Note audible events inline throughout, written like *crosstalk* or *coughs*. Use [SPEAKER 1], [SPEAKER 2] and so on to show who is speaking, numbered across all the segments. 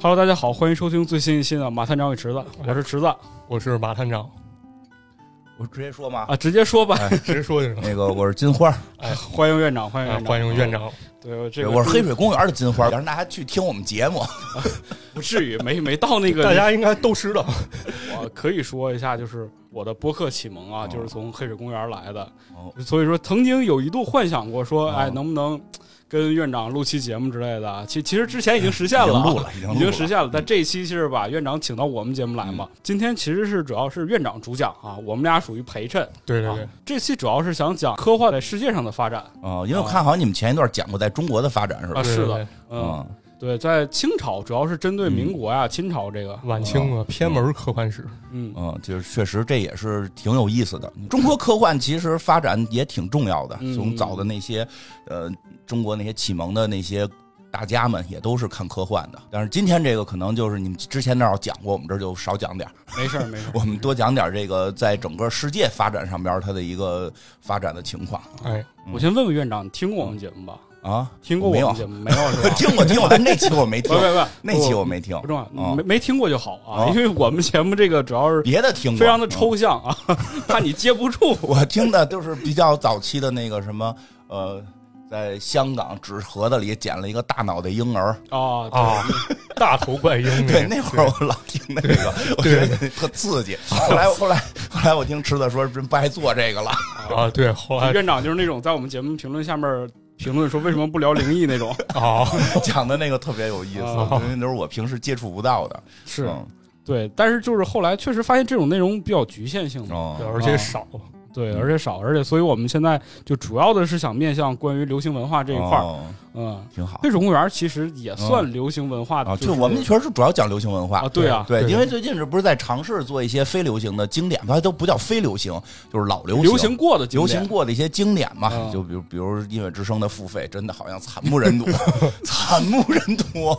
[SPEAKER 1] Hello，大家好，欢迎收听最新一期的《马探长与池子》，
[SPEAKER 2] 哎
[SPEAKER 1] 我是池子
[SPEAKER 3] 我是马探长
[SPEAKER 2] 我直接说嘛，
[SPEAKER 1] 啊，直接说吧。
[SPEAKER 3] 直接说就是，
[SPEAKER 2] 那个我是金花，
[SPEAKER 1] 欢迎院长，欢迎
[SPEAKER 3] 哎
[SPEAKER 2] 啊
[SPEAKER 1] 院长，
[SPEAKER 3] 欢迎院。长。
[SPEAKER 1] 对， *laughs* 我这个
[SPEAKER 2] 对，我是黑水公园的金花，要是大家去听我们节目，
[SPEAKER 1] 不至于，没没到那个。
[SPEAKER 3] 大家应该都知道，
[SPEAKER 1] 我可以说一下，就是我的播客启蒙啊，
[SPEAKER 2] 哦
[SPEAKER 1] 就是从黑水公园来的。
[SPEAKER 2] 哦
[SPEAKER 1] 所以说，曾经有一度幻想过说，
[SPEAKER 2] 哦
[SPEAKER 1] 哎，能不能跟院长录期节目之类的？其其实之前已经实现
[SPEAKER 2] 已
[SPEAKER 1] 了
[SPEAKER 2] 经
[SPEAKER 1] 啊，
[SPEAKER 2] 录了，嗯已经
[SPEAKER 1] 已
[SPEAKER 2] 录
[SPEAKER 1] 经
[SPEAKER 2] 了，
[SPEAKER 1] 实现了。但这一期是把院长请到我们节目来嘛？
[SPEAKER 2] 嗯
[SPEAKER 1] 今天其实是主要是院长主讲啊，我们俩属于陪衬。
[SPEAKER 3] 对对
[SPEAKER 1] 啊
[SPEAKER 3] 对，，
[SPEAKER 1] 这期主要是想讲科幻在世界上的发展
[SPEAKER 2] 啊，因为我看好像你们前一段讲过在中国的发展是吧
[SPEAKER 1] 啊，？是的
[SPEAKER 3] 对，
[SPEAKER 1] 嗯，
[SPEAKER 2] 嗯，
[SPEAKER 1] 对，在清朝主要是针对民国呀、清朝这个，
[SPEAKER 3] 晚清嘛，偏门科幻史，
[SPEAKER 1] 嗯，
[SPEAKER 2] 嗯，就是确实这也是挺有意思的。中国科幻其实发展也挺重要的，
[SPEAKER 1] 嗯
[SPEAKER 2] 从早的那些呃中国那些启蒙的那些大家们也都是看科幻的。但是今天这个可能就是你们之前那儿要讲过，我们这儿就少讲点儿，
[SPEAKER 1] 没事儿没事儿，
[SPEAKER 2] 我们多讲点儿这个在整个世界发展上边儿它的一个发展的情况
[SPEAKER 3] 哎，
[SPEAKER 1] 我先问问院长，你听过我们节目吧？
[SPEAKER 2] 啊。
[SPEAKER 1] 听过我
[SPEAKER 2] 没有？
[SPEAKER 1] 们节目没有？是吧
[SPEAKER 2] *laughs* 听过听过，但那期我没听
[SPEAKER 1] *laughs*
[SPEAKER 2] *laughs*
[SPEAKER 1] 不，不不，
[SPEAKER 2] 那期
[SPEAKER 1] 不
[SPEAKER 2] 我没听
[SPEAKER 1] 不，重要，
[SPEAKER 2] 哦
[SPEAKER 1] 没没听过就好啊，
[SPEAKER 2] 哦
[SPEAKER 1] 因为我们节目这个主要是
[SPEAKER 2] 别的听过，
[SPEAKER 1] 非常的
[SPEAKER 2] 嗯。
[SPEAKER 1] 抽象啊， *laughs* 怕你接不住。
[SPEAKER 2] 我听的都是比较早期的那个什么，呃，在香港纸盒子里捡了一个大脑袋婴儿，
[SPEAKER 1] 啊
[SPEAKER 3] 啊，大头怪婴
[SPEAKER 1] 嗯
[SPEAKER 3] 个，
[SPEAKER 2] 对，那会儿我老听那个，我觉得特刺
[SPEAKER 1] *laughs*
[SPEAKER 2] 激。后来后来后来我听池子说，真不爱做这个了。 *laughs*
[SPEAKER 3] 啊，对，后来
[SPEAKER 1] 院长就是那种在我们节目评论下面评论说为什么不聊灵异那种，
[SPEAKER 3] 啊，
[SPEAKER 2] 讲的那个特别有意
[SPEAKER 1] 哦
[SPEAKER 2] 思，因为都是我平时接触不到的。
[SPEAKER 1] 是
[SPEAKER 2] 嗯
[SPEAKER 1] 对，但是就是后来确实发现这种内容比较局限性嘛，
[SPEAKER 2] 哦
[SPEAKER 3] 而且少，
[SPEAKER 1] 对，
[SPEAKER 2] 嗯
[SPEAKER 1] 而且少，而且所以我们现在就主要的是想面向关于流行文化这一块儿，
[SPEAKER 2] 哦
[SPEAKER 1] 嗯，
[SPEAKER 2] 挺好
[SPEAKER 1] 黑水公园其实也算流行文化
[SPEAKER 2] 啊。
[SPEAKER 1] 的，
[SPEAKER 2] 就我们确实是主要讲流行文化
[SPEAKER 1] 啊，对啊，
[SPEAKER 2] 对，
[SPEAKER 3] 对
[SPEAKER 2] 因为最近这不是在尝试做一些非流行的经典，它都不叫非流行，就是老流行。
[SPEAKER 1] 流行过的经
[SPEAKER 2] 流
[SPEAKER 1] 典
[SPEAKER 2] 行过的一些经典嘛，
[SPEAKER 1] 嗯
[SPEAKER 2] 就比如比如音乐之声的付费，真的好像惨不忍睹， *laughs* 惨不忍
[SPEAKER 1] *laughs*
[SPEAKER 2] 睹，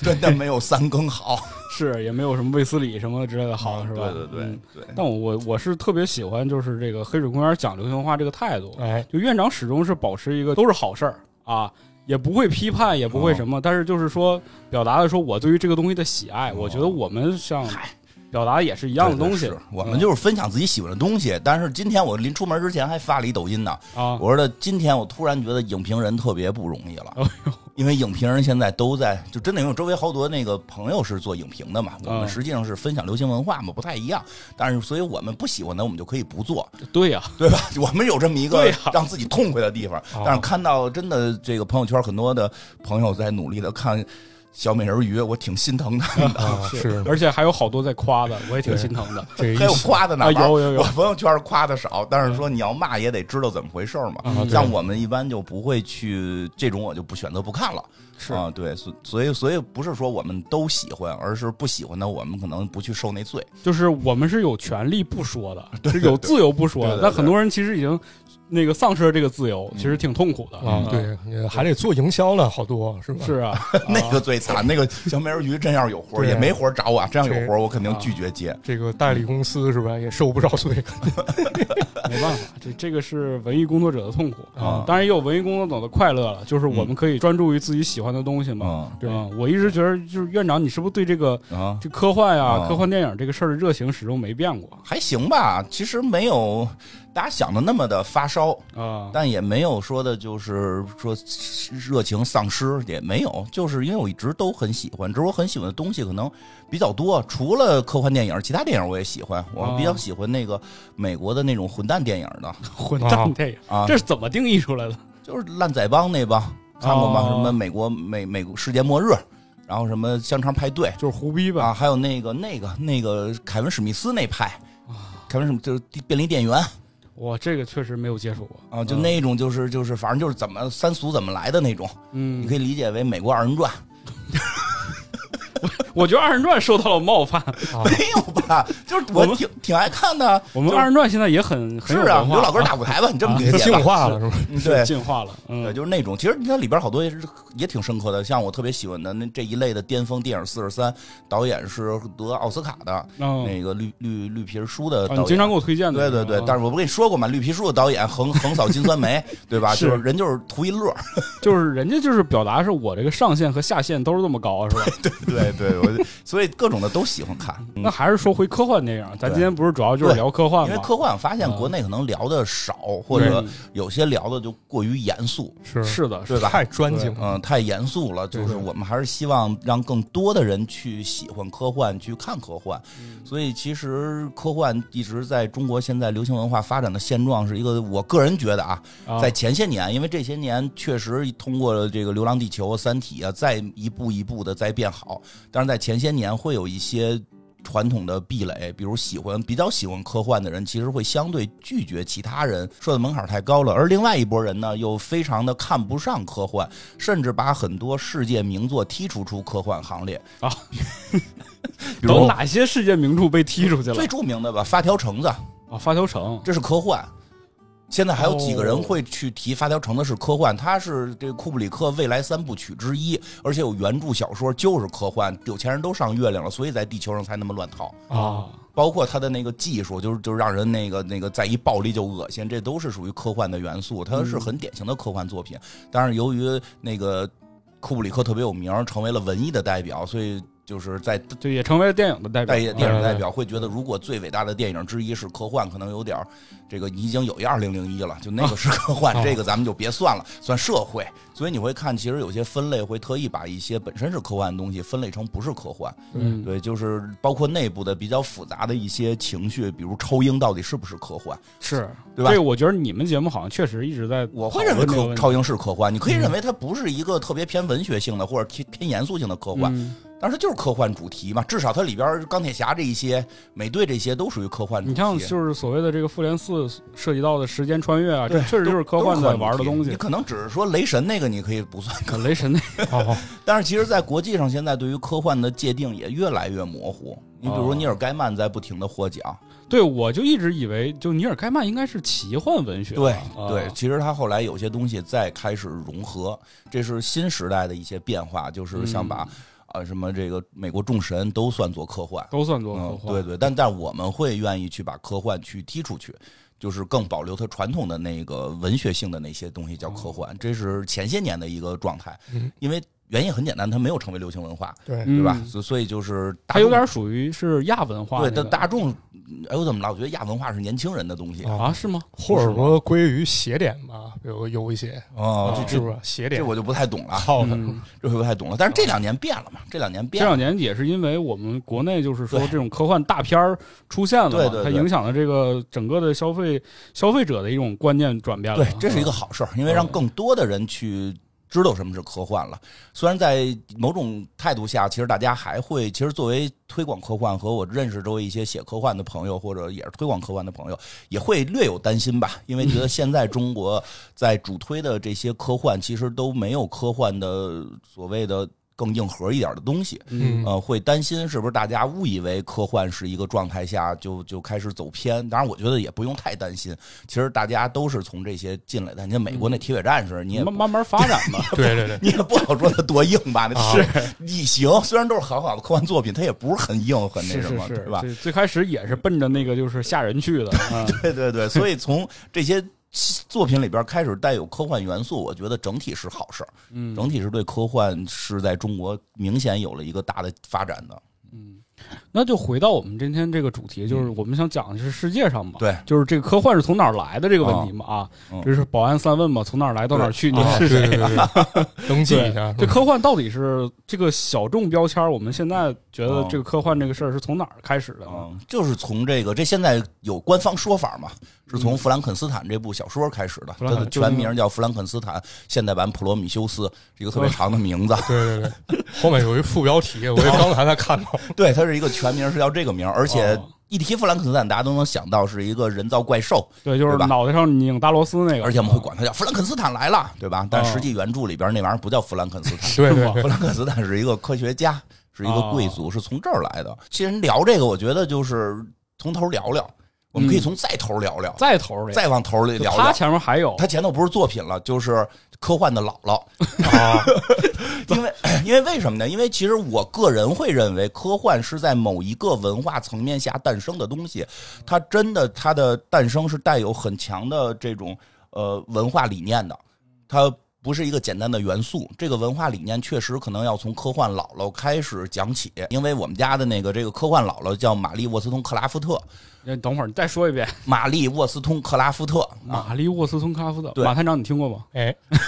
[SPEAKER 2] 真的没有三更好。
[SPEAKER 1] 是也没有什么卫斯理什么之类的 *laughs* 好，是吧？嗯
[SPEAKER 2] 对
[SPEAKER 1] 但我我我是特别喜欢，就是这个黑水公园讲流行文化这个态度，
[SPEAKER 3] 哎，
[SPEAKER 1] 就院长始终是保持一个都是好事儿啊，也不会批判，也不
[SPEAKER 2] 哦
[SPEAKER 1] 会什么，但是就是说表达的说我对于这个东西的喜爱，
[SPEAKER 2] 哦
[SPEAKER 1] 我觉得我们像表达也是一样的东西嗯
[SPEAKER 2] 对对是我们就是分享自己喜欢的东西。但是今天我临出门之前还发了一抖音呢，
[SPEAKER 1] 啊，
[SPEAKER 2] 我说的今天我突然觉得影评人特别不容易了
[SPEAKER 1] 哎，
[SPEAKER 2] *laughs* 因为影评人现在都在，就真的因为我周围好多那个朋友是做影评的嘛，我
[SPEAKER 1] 嗯
[SPEAKER 2] 们实际上是分享流行文化嘛，不太一样。但是所以我们不喜欢的，我们就可以不做，
[SPEAKER 1] 对呀、
[SPEAKER 2] 对吧？ *laughs* 我们有这么一
[SPEAKER 1] 对啊
[SPEAKER 2] 个
[SPEAKER 1] 呀
[SPEAKER 2] 让自己痛快的地方。
[SPEAKER 3] 哦
[SPEAKER 2] 但是看到真的这个朋友圈很多的朋友在努力的看小美人鱼，我挺心疼
[SPEAKER 1] 哎
[SPEAKER 2] 他们的，
[SPEAKER 3] 啊
[SPEAKER 2] 嗯
[SPEAKER 3] 是
[SPEAKER 1] 而且还有好多在夸的，我也挺
[SPEAKER 3] 对
[SPEAKER 1] 心疼的。
[SPEAKER 3] 这一
[SPEAKER 2] 还有夸的呢。
[SPEAKER 1] 啊
[SPEAKER 2] 玩儿
[SPEAKER 1] 有有有
[SPEAKER 2] *laughs* 我朋友圈夸的少，但是说你要骂也得知道怎么回事儿嘛。
[SPEAKER 3] 啊，
[SPEAKER 2] 像
[SPEAKER 3] 对，
[SPEAKER 2] 我们一般就不会去这种，我就不选择不看了。
[SPEAKER 1] 是
[SPEAKER 2] 啊，对，所所以所以不是说我们都喜欢，而是不喜欢的我们可能不去受那罪。
[SPEAKER 1] 就是我们是有权利不说的，是有自由不说的
[SPEAKER 2] 对。对对，
[SPEAKER 1] 但很多人其实已经那个丧失了这个自由，其实挺痛苦的
[SPEAKER 3] 啊，，对，也还得做营销呢，好多是吧？
[SPEAKER 1] 嗯是啊
[SPEAKER 2] *laughs* 那个最惨，那个小美人鱼真要是有活儿
[SPEAKER 3] 对
[SPEAKER 2] 也没活儿找我啊，这样有
[SPEAKER 3] 对
[SPEAKER 2] 活儿我肯定拒绝接。
[SPEAKER 3] 这个代理公司是吧，也受不少罪
[SPEAKER 1] 啊没办法，这这个是文艺工作者的痛苦
[SPEAKER 2] 啊
[SPEAKER 1] 当然也有文艺工作者的快乐了，就是我们可以专注于自己喜欢的东西嘛。
[SPEAKER 2] 嗯
[SPEAKER 3] 对
[SPEAKER 1] 啊，我一直觉得就是院长，你是不是对这个
[SPEAKER 2] 啊，
[SPEAKER 1] 这科幻呀、
[SPEAKER 2] 啊
[SPEAKER 1] 科幻电影这个事儿的热情始终没变过
[SPEAKER 2] 还行吧，其实没有大家想的那么的发烧，
[SPEAKER 1] 啊？
[SPEAKER 2] 但也没有说的就是说热情丧失，也没有，就是因为我一直都很喜欢，只是我很喜欢的东西可能比较多，除了科幻电影，其他电影我也喜欢，我
[SPEAKER 1] 哦
[SPEAKER 2] 比较喜欢那个美国的那种混蛋电影的
[SPEAKER 1] 混蛋
[SPEAKER 3] 啊
[SPEAKER 1] 电影，
[SPEAKER 2] 啊，
[SPEAKER 1] 这是怎么定义出来的？
[SPEAKER 2] 就是烂仔帮那帮看过吗？
[SPEAKER 1] 哦
[SPEAKER 2] 什么美国美美国世界末日，然后什么香肠派对
[SPEAKER 1] 就是胡逼吧？
[SPEAKER 2] 啊，还有那个那个那个凯文史密斯那派，
[SPEAKER 1] 哦
[SPEAKER 2] 凯文史密就是便利店员。
[SPEAKER 1] 我这个确实没有接触过
[SPEAKER 2] 啊，就那种就是就是，反正就是怎么三俗怎么来的那种，
[SPEAKER 1] 嗯
[SPEAKER 2] 你可，以理解为美国二人转，
[SPEAKER 1] 我觉得二人转受到了冒犯。
[SPEAKER 3] 啊，
[SPEAKER 2] *laughs* 没有
[SPEAKER 1] *laughs*
[SPEAKER 2] 吧？ *laughs* 就是
[SPEAKER 1] 我
[SPEAKER 2] 我
[SPEAKER 1] 们
[SPEAKER 2] 挺挺爱看的，
[SPEAKER 1] 我们
[SPEAKER 2] 就
[SPEAKER 1] 二人转现在也很
[SPEAKER 2] 是
[SPEAKER 1] 很有
[SPEAKER 2] 啊，
[SPEAKER 1] 文
[SPEAKER 2] 刘
[SPEAKER 1] 化啊
[SPEAKER 2] 老根打舞台吧，你这么理解
[SPEAKER 3] 净
[SPEAKER 2] 吧？
[SPEAKER 3] 化了是吧？
[SPEAKER 2] 嗯
[SPEAKER 1] 是
[SPEAKER 2] 对。
[SPEAKER 1] *laughs* 进化了，
[SPEAKER 2] 对，
[SPEAKER 1] 嗯，
[SPEAKER 2] 就是那种，其实它里边好多也是也挺深刻的，像我特别喜欢的那这一类的巅峰电影四十三，导演是得奥斯卡的
[SPEAKER 1] 嗯，
[SPEAKER 2] 那个绿绿绿皮书的
[SPEAKER 1] 啊
[SPEAKER 2] 导
[SPEAKER 1] 你
[SPEAKER 2] 演，
[SPEAKER 1] 经常给我推荐的
[SPEAKER 2] 对
[SPEAKER 1] 那个
[SPEAKER 2] 对
[SPEAKER 1] 啊，
[SPEAKER 2] 对，但是我不跟你说过嘛，绿皮书的导演横 *laughs* 横扫金酸梅，对吧？
[SPEAKER 1] 是
[SPEAKER 2] 就是人就是图一乐，
[SPEAKER 1] *laughs* 就是人家就是表达是我这个上限和下限都是这么高，是吧？
[SPEAKER 2] 对对，我 *laughs* 所以各种的都喜欢看。嗯
[SPEAKER 1] 那还是说回科幻电影，咱今天不是主要就是
[SPEAKER 2] 对
[SPEAKER 1] 聊科幻
[SPEAKER 2] 因
[SPEAKER 1] 吗？
[SPEAKER 2] 为科幻，我发现
[SPEAKER 1] 嗯
[SPEAKER 2] 国内可能聊的少，或者有些聊的就过于严肃，
[SPEAKER 3] 是
[SPEAKER 1] 对是的，是
[SPEAKER 2] 对吧
[SPEAKER 3] 太专精了。
[SPEAKER 2] 嗯、太严肃了。就是
[SPEAKER 3] 对对
[SPEAKER 2] 我们还是希望让更多的人去喜欢科幻，去看科幻。所以其实科幻一直在中国现在流行文化发展的现状是一个，我个人觉得啊，
[SPEAKER 1] 啊
[SPEAKER 2] 在前些年，因为这些年确实通过这个《流浪地球》《三体》啊，再一步一步的在变好，但是在前些年会有一些。传统的壁垒，比如喜欢比较喜欢科幻的人，其实会相对拒绝其他人，说的门槛太高了。而另外一拨人呢，又非常的看不上科幻，甚至把很多世界名作剔除出科幻行列
[SPEAKER 1] 啊。
[SPEAKER 2] 比
[SPEAKER 1] 有
[SPEAKER 2] 如
[SPEAKER 1] 哪些世界名著被踢出去了
[SPEAKER 2] *laughs* 最著名的吧，《发条橙子》，
[SPEAKER 1] 啊？发条城
[SPEAKER 2] 这是科幻。现在还有几个人会去提《发条城》的是科幻，它是这个库布里克未来三部曲之一，而且有原著小说就是科幻。有钱人都上月亮了，所以在地球上才那么乱套。
[SPEAKER 3] 啊，
[SPEAKER 2] 包括他的那个技术，就是就是让人那个那个再一暴力就恶心，这都是属于科幻的元素，它是很典型的科幻作品。但是由于那个库布里克特别有名，成为了文艺的代表，所以就是在
[SPEAKER 1] 就也成为了电影的代表。
[SPEAKER 2] 代言电影
[SPEAKER 3] 嗯
[SPEAKER 2] 代表会觉得，如果最伟大的电影之一是科幻，可能有点儿这个已经有一二零零一了，就那个是科幻，
[SPEAKER 3] 啊
[SPEAKER 2] 这个咱们就别算了，算社会。所以你会看，其实有些分类会特意把一些本身是科幻的东西分类成不是科幻，
[SPEAKER 1] 嗯，
[SPEAKER 2] 对，就是包括内部的比较复杂的一些情绪，比如超英到底是不是科幻？
[SPEAKER 1] 是，
[SPEAKER 2] 对吧
[SPEAKER 1] 这个我觉得你们节目好像确实一直在
[SPEAKER 2] 我会认为
[SPEAKER 1] 讨论这个
[SPEAKER 2] 科
[SPEAKER 1] 问题
[SPEAKER 2] 超英是科幻，你可以认为它不是一个特别偏文学性的或者偏偏严肃性的科幻，
[SPEAKER 1] 嗯
[SPEAKER 2] 但是它就是科幻主题嘛，至少它里边儿钢铁侠这一些、美队这些都属于科幻主题。
[SPEAKER 1] 你像就是所谓的这个复联四涉及到的时间穿越啊，这
[SPEAKER 2] 对
[SPEAKER 1] 确实就是科幻在玩的东
[SPEAKER 2] 你
[SPEAKER 1] 西。
[SPEAKER 2] 可能只是说雷神那个你可以不算，
[SPEAKER 1] 可雷神那
[SPEAKER 3] 好好，
[SPEAKER 2] 但是其实，在国际上现在对于科幻的界定也越来越模糊。你比如说
[SPEAKER 1] 哦
[SPEAKER 2] 尼尔盖曼在不停的获奖，
[SPEAKER 1] 对我就一直以为就尼尔盖曼应该是奇幻文学吧。
[SPEAKER 2] 对
[SPEAKER 1] 啊
[SPEAKER 2] 对，其实他后来有些东西再开始融合，这是新时代的一些变化，就是
[SPEAKER 1] 嗯
[SPEAKER 2] 想把呃什么这个美国众神都算作科幻，
[SPEAKER 1] 都算作科
[SPEAKER 2] 嗯，
[SPEAKER 1] 幻。
[SPEAKER 2] 对对，但但我们会愿意去把科幻去踢出去，就是更保留它传统的那个文学性的那些东西叫科
[SPEAKER 1] 嗯
[SPEAKER 2] 幻，这是前些年的一个状态
[SPEAKER 3] 嗯，
[SPEAKER 2] 因为原因很简单，它没有成为流行文化，
[SPEAKER 3] 对，
[SPEAKER 1] 嗯
[SPEAKER 2] 对吧？所所以就是大
[SPEAKER 1] 它有
[SPEAKER 2] 众
[SPEAKER 1] 点属于是亚文化那
[SPEAKER 2] 对，
[SPEAKER 1] 个。
[SPEAKER 2] 但大众，哎呦怎么了？我觉得亚文化是年轻人的东西
[SPEAKER 3] 啊
[SPEAKER 1] 啊是吗？
[SPEAKER 3] 或者说归于邪典吧，有有一些，啊
[SPEAKER 2] 哦这
[SPEAKER 3] 是
[SPEAKER 2] 这
[SPEAKER 3] 不是邪典
[SPEAKER 2] 这？我就啊不太懂了，
[SPEAKER 3] 好的，
[SPEAKER 1] 嗯
[SPEAKER 2] 这回不太懂了。但是这两年变了嘛，这两年
[SPEAKER 1] 这
[SPEAKER 2] 变了
[SPEAKER 1] 两。年也是因为我们国内就是说
[SPEAKER 2] 对
[SPEAKER 1] 这种科幻大片儿出现了嘛，
[SPEAKER 2] 对对对
[SPEAKER 1] 它影响了这个整个的消费消费者的一种观念转变了。啊
[SPEAKER 2] 对，这是一个好事儿，因为让更多的人去知道什么是科幻了。虽然在某种态度下，其实大家还会，其实作为推广科幻和我认识周围一些写科幻的朋友，或者也是推广科幻的朋友，也会略有担心吧，因为觉得现在中国在主推的这些科幻，其实都没有科幻的所谓的更硬核一点的东西。
[SPEAKER 1] 嗯
[SPEAKER 3] 嗯
[SPEAKER 2] 呃，会担心是不是大家误以为科幻是一个状态下就就开始走偏？当然，我觉得也不用太担心。其实大家都是从这些进来的。你像美国
[SPEAKER 1] 嗯
[SPEAKER 2] 那铁血战士，你也
[SPEAKER 1] 慢慢慢发
[SPEAKER 2] *laughs*
[SPEAKER 1] 展吧。
[SPEAKER 3] *laughs* 对对对，
[SPEAKER 2] 你也不好说它多硬
[SPEAKER 1] *laughs*
[SPEAKER 2] 吧？那
[SPEAKER 3] 啊
[SPEAKER 2] 异形虽然都是很好的科幻作品，它也不是很硬很那
[SPEAKER 1] 是
[SPEAKER 2] 什
[SPEAKER 1] 是
[SPEAKER 2] 么，
[SPEAKER 1] 是
[SPEAKER 2] 对吧？
[SPEAKER 1] 这最开始也是奔着那个就是吓人去的，嗯
[SPEAKER 2] 对对对，所以从这些。作品里边开始带有科幻元素，我觉得整体是好事儿，
[SPEAKER 1] 嗯
[SPEAKER 2] 整体是对科幻是在中国明显有了一个大的发展的。
[SPEAKER 1] 嗯。那就回到我们今天这个主题，就是我们想讲的是世界上嘛，
[SPEAKER 2] 嗯对，
[SPEAKER 1] 就是这个科幻是从哪儿来的这个问题嘛啊，
[SPEAKER 2] 嗯
[SPEAKER 1] 这是保安三问嘛，从哪儿来到哪儿去，你
[SPEAKER 3] 啊
[SPEAKER 1] 是谁？
[SPEAKER 3] 对对对对登记一下
[SPEAKER 1] 对，，这科幻到底是这个小众标签儿？我们现在觉
[SPEAKER 2] 哦
[SPEAKER 1] 得这个科幻这个事儿是从哪儿开始的呢？
[SPEAKER 2] 嗯，就是从这个，这现在有官方说法嘛，是从《弗兰肯斯坦》这部小说开始的，
[SPEAKER 1] 嗯弗
[SPEAKER 2] 它
[SPEAKER 1] 兰肯
[SPEAKER 2] 的全名叫《弗兰肯斯坦：现代版普罗米修斯》，是一个特别长的名字。
[SPEAKER 3] 对对对，后面有一副标题，我也刚才才看到，
[SPEAKER 2] 对，它是一个全名是叫这个名，而且
[SPEAKER 1] 哦
[SPEAKER 2] 一提弗兰肯斯坦，大家都能想到是一个人造怪兽，
[SPEAKER 1] 对，就是
[SPEAKER 2] 对吧
[SPEAKER 1] 脑袋上拧大螺丝那个，
[SPEAKER 2] 而且我们会管它叫弗兰肯斯坦来了，对吧？但
[SPEAKER 1] 哦
[SPEAKER 2] 实际原著里边那玩意儿不叫弗兰肯斯
[SPEAKER 1] *laughs*
[SPEAKER 2] 坦，
[SPEAKER 3] 对对
[SPEAKER 1] 是吗
[SPEAKER 3] 对
[SPEAKER 2] 弗兰肯斯坦是一个科学家，是一个贵
[SPEAKER 1] 哦
[SPEAKER 2] 族，是从这儿来的。其实聊这个，我觉得就是从头聊聊，我
[SPEAKER 1] 嗯
[SPEAKER 2] 们可以从再头聊聊，
[SPEAKER 1] 在头儿里，
[SPEAKER 2] 再往头里
[SPEAKER 1] 就
[SPEAKER 2] 聊聊
[SPEAKER 1] 他。前面还有
[SPEAKER 2] 他前头不是作品了，就是科幻的姥姥。
[SPEAKER 3] 啊，
[SPEAKER 2] 因为因为为什么呢？因为其实我个人会认为，科幻是在某一个文化层面下诞生的东西，它真的它的诞生是带有很强的这种呃文化理念的，它。不是一个简单的元素。这个文化理念确实可能要从科幻姥姥开始讲起，因为我们家的那个这个科幻姥姥叫玛丽沃斯通克拉夫特，
[SPEAKER 1] 你呃等会儿你再说一遍，
[SPEAKER 2] 玛丽沃斯通克拉夫特啊，
[SPEAKER 1] 玛丽沃斯通卡夫特，
[SPEAKER 2] 对
[SPEAKER 1] 马探长你听过吗？
[SPEAKER 3] 哎， *laughs*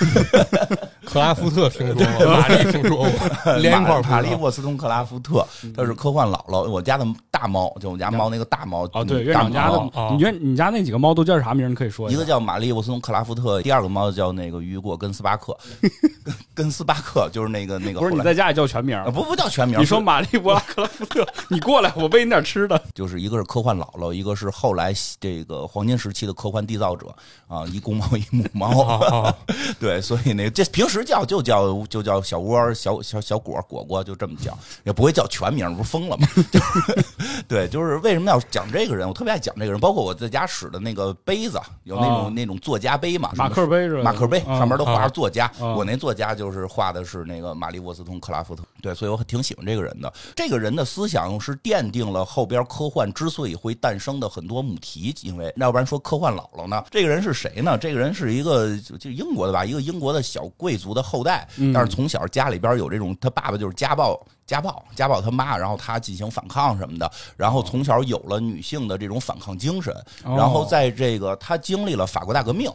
[SPEAKER 3] 克拉夫特听说过，玛丽听说
[SPEAKER 2] *laughs*
[SPEAKER 3] 过，连一块儿不知道
[SPEAKER 2] 玛丽沃斯通克拉夫特，
[SPEAKER 1] 嗯
[SPEAKER 2] 它是科幻姥姥。我家的大猫，就我家猫那个大猫
[SPEAKER 1] 哦，对，
[SPEAKER 2] 嗯
[SPEAKER 1] 院长家
[SPEAKER 2] 大
[SPEAKER 1] 的
[SPEAKER 2] 猫，
[SPEAKER 3] 哦
[SPEAKER 1] 你院你家那几个猫都叫啥名儿？你可以说
[SPEAKER 2] 一
[SPEAKER 1] 下
[SPEAKER 2] 个叫玛丽沃斯通克拉夫特，第二个猫叫那个雨果跟斯巴克， *laughs* 跟跟斯巴克就是那个那
[SPEAKER 1] 嗯
[SPEAKER 2] 个
[SPEAKER 1] 不
[SPEAKER 2] 后
[SPEAKER 1] 是你
[SPEAKER 2] 来。
[SPEAKER 1] 在家也叫全名儿
[SPEAKER 2] 啊，不不叫全名，
[SPEAKER 1] 你说玛丽布拉克拉夫特， *laughs* 你过来，我喂你点吃的。
[SPEAKER 2] 就是一个是科幻姥姥，一个是后来这个黄金时期的科幻缔造者啊，一公猫一母猫，
[SPEAKER 3] 哦，
[SPEAKER 2] *laughs* 对，所以那这平时叫就叫就叫小窝儿小小小果儿果果就这么叫，也不会叫全名，不是疯了吗？ *laughs* 就是对，就是为什么要讲这个人？我特别爱讲这个人，包括我在家使的那个杯子，有那种、
[SPEAKER 1] 啊
[SPEAKER 2] 那种作家杯嘛，
[SPEAKER 1] 马克杯是吧？
[SPEAKER 2] 马克杯
[SPEAKER 1] 嗯
[SPEAKER 2] 上面都画着作家，
[SPEAKER 1] 啊
[SPEAKER 2] 我那作家就是画的是那个玛丽沃斯通克拉夫特，对，所以我挺喜欢这个人的。这个人的思想是奠定了后边科幻之所以会诞生的很多母题，因为要不然说科幻姥姥呢，这个人是谁呢？这个人是一个就就英国的吧，一个英国的小贵族的后代，
[SPEAKER 1] 嗯
[SPEAKER 2] 但是从小家里边有这种，他爸爸就是家暴。家暴，家暴他妈，然后他进行反抗什么的，然后从小有了女性的这种反抗精神，
[SPEAKER 1] *laughs* 哦
[SPEAKER 2] 然后在这个他经历了法国大革命，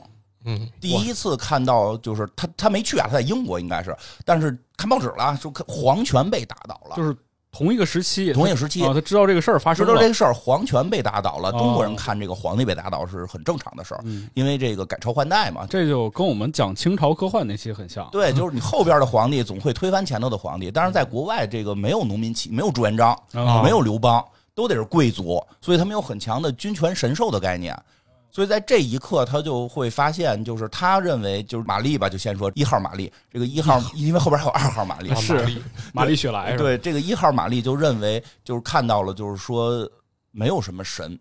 [SPEAKER 3] 嗯，
[SPEAKER 2] 第一次看到就是他，他没去啊，他在英国应该是，但是看报纸了，就看皇权被打倒了，
[SPEAKER 1] 就是同一个时期，
[SPEAKER 2] 同一个时期
[SPEAKER 1] 啊，。他知道这个事儿发
[SPEAKER 2] 知
[SPEAKER 1] 生
[SPEAKER 2] 道
[SPEAKER 1] 了
[SPEAKER 2] 这。个事儿，皇权被打倒了，
[SPEAKER 1] 哦
[SPEAKER 2] 中国人看这个皇帝被打倒是很正常的事儿，
[SPEAKER 1] 嗯，
[SPEAKER 2] 因为这个改朝换代嘛。
[SPEAKER 1] 这就跟我们讲清朝科幻那期很像。
[SPEAKER 2] 对，就是你后边的皇帝总会推翻前头的皇帝，但是在国外这个没有农民起，没有朱元璋，
[SPEAKER 1] 啊
[SPEAKER 2] 没有刘邦，都得是贵族，所以他们有很强的君权神授的概念。所以在这一刻，他就会发现，就是他认为就是玛丽吧，就先说一号玛丽，这个一号，因为后边还有二号玛
[SPEAKER 3] *laughs*
[SPEAKER 2] 丽
[SPEAKER 3] 啊，
[SPEAKER 1] 是
[SPEAKER 3] 玛丽
[SPEAKER 1] 玛丽雪莱是吧？
[SPEAKER 2] 对，这个一号玛丽就认为，就是看到了，就是说没有什么神，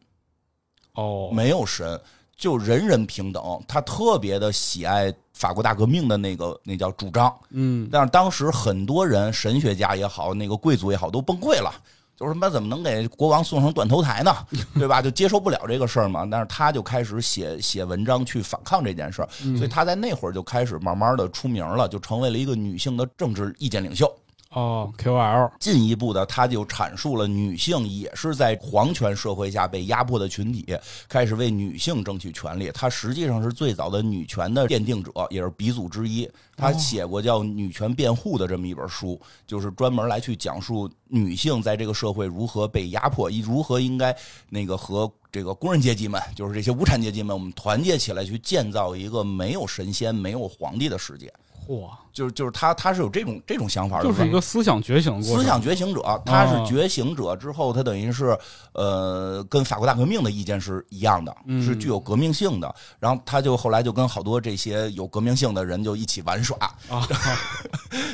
[SPEAKER 1] 哦，
[SPEAKER 2] 没有神，就人人平等。他特别的喜爱法国大革命的那个那叫主张，
[SPEAKER 1] 嗯，
[SPEAKER 2] 但是当时很多人，神学家也好，那个贵族也好，都崩溃了。就是他妈怎么能给国王送上断头台呢？ *laughs* 对吧？就接受不了这个事儿嘛。但是他就开始写写文章去反抗这件事儿，所以他在那会儿就开始慢慢的出名了，就成为了一个女性的政治意见领袖。
[SPEAKER 1] 哦，QL
[SPEAKER 2] 进一步的，他就阐述了女性也是在皇权社会下被压迫的群体，开始为女性争取权利。他实际上是最早的女权的奠定者，也是鼻祖之一。他
[SPEAKER 1] 哦
[SPEAKER 2] 写过叫《女权辩护》的这么一本书，就是专门来去讲述女性在这个社会如何被压迫，以如何应该那个和。这个工人阶级们，就是这些无产阶级们，我们团结起来去建造一个没有神仙、没有皇帝的世界。
[SPEAKER 1] 嚯，
[SPEAKER 2] 就是就是他，他是有这种这种想法的，
[SPEAKER 1] 就是一个思想觉醒的过程。啊
[SPEAKER 2] 思想觉醒者，他是觉醒者之后，他等于是呃，跟法国大革命的意见是一样的，
[SPEAKER 1] 嗯
[SPEAKER 2] 是具有革命性的。然后他就后来就跟好多这些有革命性的人就一起玩耍，
[SPEAKER 1] 啊，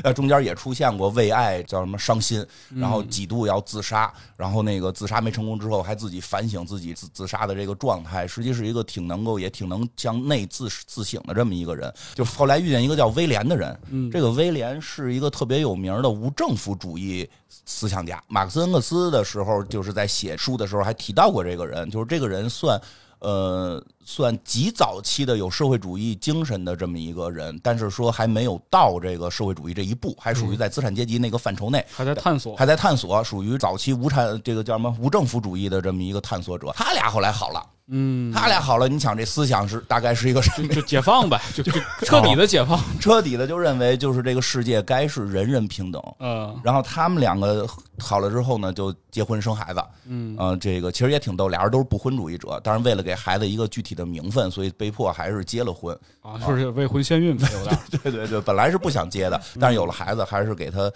[SPEAKER 2] 呃， *laughs* 中间也出现过为爱叫什么伤心，
[SPEAKER 1] 嗯
[SPEAKER 2] 然后几度要自杀，然后那个自杀没成功之后，还自己反省自己自自杀的这个状态，实际是一个挺能够也挺能向内自自省的这么一个人。就后来遇见一个叫威廉的人，
[SPEAKER 1] 嗯
[SPEAKER 2] 这个威廉是一个特别有名的无政府主义思想家，马克思恩格斯的时候就是在写书的时候还提到过这个人，就是这个人算。呃，算极早期的有社会主义精神的这么一个人，但是说还没有到这个社会主义这一步，还属于在资产阶级那个范畴内，
[SPEAKER 1] 还在探索。
[SPEAKER 2] 还在探索，属于早期无产这个叫什么无政府主义的这么一个探索者。他俩后来好了，
[SPEAKER 1] 嗯，
[SPEAKER 2] 他俩好了，你想这思想是大概是一个什么？
[SPEAKER 1] 就解放呗，
[SPEAKER 2] *laughs*
[SPEAKER 1] 就就彻底的解放。
[SPEAKER 2] 彻底的就认为就是这个世界该是人人平等。
[SPEAKER 1] 嗯
[SPEAKER 2] 然后他们两个好了之后呢，就结婚生孩子。
[SPEAKER 1] 嗯，
[SPEAKER 2] 嗯、这个其实也挺逗，俩人都是不婚主义者，但是为了给孩子一个具体的名分，所以被迫还是结了婚。
[SPEAKER 1] 啊，就是未婚先孕呗，有点儿。
[SPEAKER 2] 对对嗯对，本来是不想结的，但是有了孩子，还是给他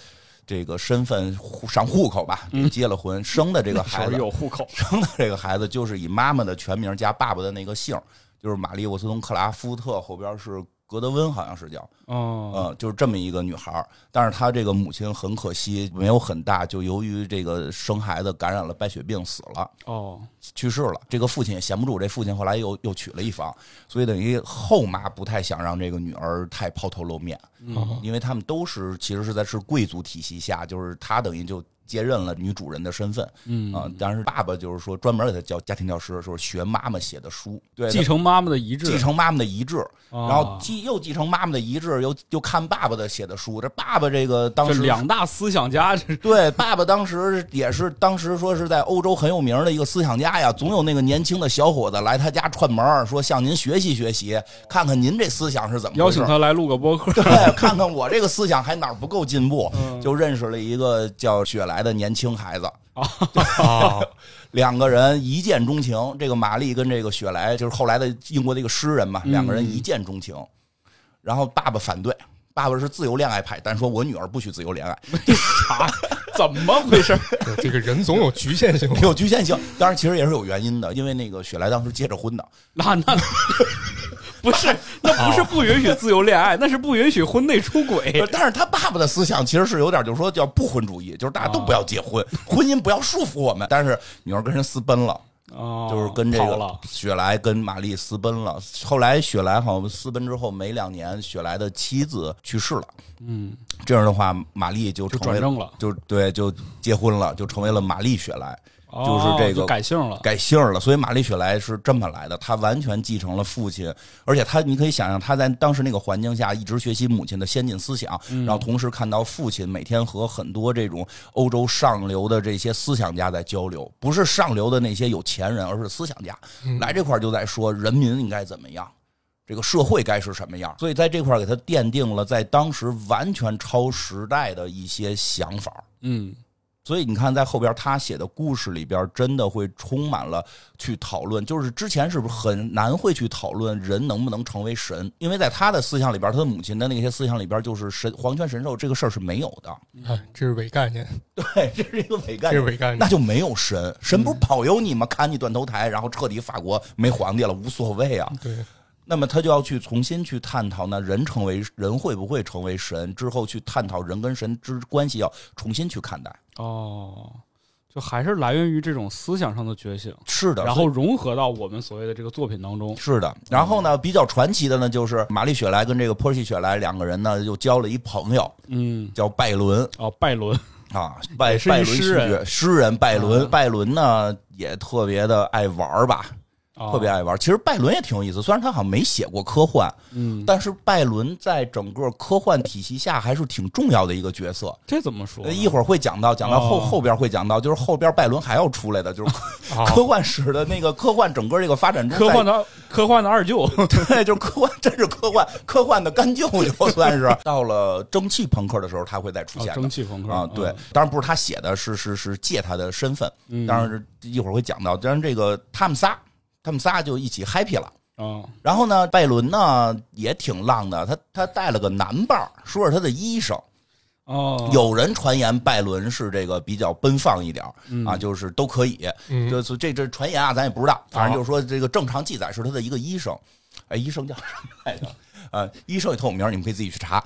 [SPEAKER 2] 这个身份户上户口吧，给结了婚，生的这个孩
[SPEAKER 1] 手
[SPEAKER 2] 子
[SPEAKER 1] 里，有户口。
[SPEAKER 2] 生的这个孩子就是以妈妈的全名加爸爸的那个姓儿，就是玛丽沃斯通克拉夫特，后边是格德温，好像是叫，
[SPEAKER 1] 哦，
[SPEAKER 2] 嗯，就是这么一个女孩儿，但是她这个母亲很可惜没有很大，就由于这个生孩子感染了白血病死了，
[SPEAKER 1] 哦，
[SPEAKER 2] 去世了。这个父亲也闲不住，这父亲后来又又娶了一房，所以等于后妈不太想让这个女儿太抛头露面，
[SPEAKER 1] 嗯
[SPEAKER 2] 因为他们都是其实是在是贵族体系下，就是她等于就接任了女主人的身份
[SPEAKER 1] 嗯
[SPEAKER 2] 啊、但是爸爸就是说专门给他叫家庭教师，说学妈妈写的书，对，
[SPEAKER 1] 继承妈妈的遗志，
[SPEAKER 2] 继承妈妈的遗志，
[SPEAKER 1] 啊，
[SPEAKER 2] 然后继又继承妈妈的遗志，又又看爸爸的写的书。这爸爸这个当
[SPEAKER 1] 这
[SPEAKER 2] 时
[SPEAKER 1] 两大思想家，这是
[SPEAKER 2] 对爸爸当时也是当时说是在欧洲很有名的一个思想家呀，总有那个年轻的小伙子来他家串门儿，说向您学习学习，看看您这思想是怎么
[SPEAKER 1] 邀
[SPEAKER 2] 回事
[SPEAKER 1] 请
[SPEAKER 2] 儿。
[SPEAKER 1] 他来录个播客，
[SPEAKER 2] 对，看看我这个思想还哪儿不够进步，
[SPEAKER 1] 嗯
[SPEAKER 2] 就认识了一个叫雪莱的年轻孩子，
[SPEAKER 3] 啊，
[SPEAKER 2] 两个人一见钟情。这个玛丽跟这个雪莱就是后来的英国的一个诗人嘛，
[SPEAKER 1] 嗯
[SPEAKER 2] 两个人一见钟情。然后爸爸反对，爸爸是自由恋爱派，但说我女儿不许自由恋爱，
[SPEAKER 1] 啥？怎么回事？
[SPEAKER 3] 对这个人总有局限性。
[SPEAKER 2] 有局限性。当然，其实也是有原因的，因为那个雪莱当时结着婚的，
[SPEAKER 1] 那那 *laughs* 不是，那不是不允许自由恋爱，那是不允许婚内出轨。
[SPEAKER 2] 但是他爸爸的思想其实是有点，就是说叫不婚主义，就是大家都不要结婚，婚姻不要束缚我们。但是女儿跟人私奔了。
[SPEAKER 1] 哦
[SPEAKER 2] 就是跟这
[SPEAKER 1] 跑
[SPEAKER 2] 个
[SPEAKER 1] 了
[SPEAKER 2] 雪莱跟玛丽私奔了。后来雪莱好像私奔之后没两年，雪莱的妻子去世了。
[SPEAKER 1] 嗯，
[SPEAKER 2] 这样的话，玛丽就
[SPEAKER 1] 就
[SPEAKER 2] 成
[SPEAKER 1] 转
[SPEAKER 2] 为
[SPEAKER 1] 正了，
[SPEAKER 2] 就对，就结婚了，就成为了玛丽雪莱，就是
[SPEAKER 1] 哦
[SPEAKER 2] 这个
[SPEAKER 1] 改姓了。
[SPEAKER 2] 改姓了。所以玛丽雪莱是这么来的，她完全继承了父亲，而且她你可以想象，她在当时那个环境下一直学习母亲的先进思想，然后同时看到父亲每天和很多这种欧洲上流的这些思想家在交流，不是上流的那些有钱人，而是思想家。
[SPEAKER 3] 嗯
[SPEAKER 2] 来这块儿就在说人民应该怎么样，这个社会该是什么样，所以在这块儿给他奠定了在当时完全超时代的一些想法儿。
[SPEAKER 1] 嗯，
[SPEAKER 2] 所以你看，在后边他写的故事里边，真的会充满了去讨论，就是之前是不是很难会去讨论人能不能成为神，因为在他的思想里边，他的母亲的那些思想里边，就是神皇权神授这个事儿是没有的，
[SPEAKER 3] 哎，这是伪概念，
[SPEAKER 2] 对，这是一个伪概
[SPEAKER 3] 这是
[SPEAKER 2] 念。
[SPEAKER 3] 伪概念
[SPEAKER 2] 那。就没有神，神不是保佑你吗？砍你断头台，然后彻底法国没皇帝了，无所谓啊。
[SPEAKER 3] 对，
[SPEAKER 2] 那么他就要去重新去探讨，那人成为人会不会成为神？之后去探讨人跟神之关系，要重新去看待。
[SPEAKER 1] 哦，就还是来源于这种思想上的觉醒，
[SPEAKER 2] 是的，
[SPEAKER 1] 然
[SPEAKER 2] 所
[SPEAKER 1] 后融合到我们所谓的这个作品当中
[SPEAKER 2] 以。是的。然后呢，比较传奇的呢，就是玛丽雪莱跟这个波西雪莱两个人呢，又交了一朋友，
[SPEAKER 1] 嗯，
[SPEAKER 2] 叫拜伦
[SPEAKER 1] 哦，拜伦，
[SPEAKER 2] 啊，拜
[SPEAKER 1] 也是一
[SPEAKER 2] 拜伦
[SPEAKER 1] 诗人
[SPEAKER 2] 戏剧诗人拜伦。
[SPEAKER 1] 啊
[SPEAKER 2] 拜伦呢也特别的爱玩儿吧，
[SPEAKER 1] 啊
[SPEAKER 2] *laughs* 特别爱玩儿。其实拜伦也挺有意思，虽然他好像没写过科幻，
[SPEAKER 1] 嗯，
[SPEAKER 2] 但是拜伦在整个科幻体系下还是挺重要的一个角色。
[SPEAKER 1] 这怎么说啊呢？
[SPEAKER 2] 呃，一会儿会讲到，讲到后、
[SPEAKER 1] 哦
[SPEAKER 2] 后边会讲到，就是后边拜伦还要出来
[SPEAKER 1] *laughs*
[SPEAKER 2] 的，就是
[SPEAKER 3] 啊，
[SPEAKER 2] 科幻史的那个科幻整个这个发展中，
[SPEAKER 1] 科幻的科幻的二舅，哦
[SPEAKER 2] 在对， *laughs* 就是科幻，真是科幻，科幻的干舅舅算是。到了蒸汽朋克的时候，他会再出
[SPEAKER 1] 哦
[SPEAKER 2] 现的
[SPEAKER 1] 蒸汽朋克
[SPEAKER 2] 啊，对，，当然不是他写的，是是是借他的身份，
[SPEAKER 1] 嗯
[SPEAKER 2] 当然是一会儿会讲到，当然这个他们仨，他们仨就一起 happy 了。
[SPEAKER 1] 啊，
[SPEAKER 2] 然后呢，拜伦呢也挺浪的，他他带了个男伴儿，说是他的医生。
[SPEAKER 1] 哦，
[SPEAKER 2] 有人传言拜伦是这个比较奔放一点儿
[SPEAKER 1] 嗯
[SPEAKER 2] 啊，就是都可以。
[SPEAKER 3] 嗯，
[SPEAKER 2] 这这这传言啊，咱也不知
[SPEAKER 1] 哦
[SPEAKER 2] 道，反正就是说这个正常记载是他的一个医生，哎，医生叫什么来着？呃，医生也特有名儿，你们可以自己去查。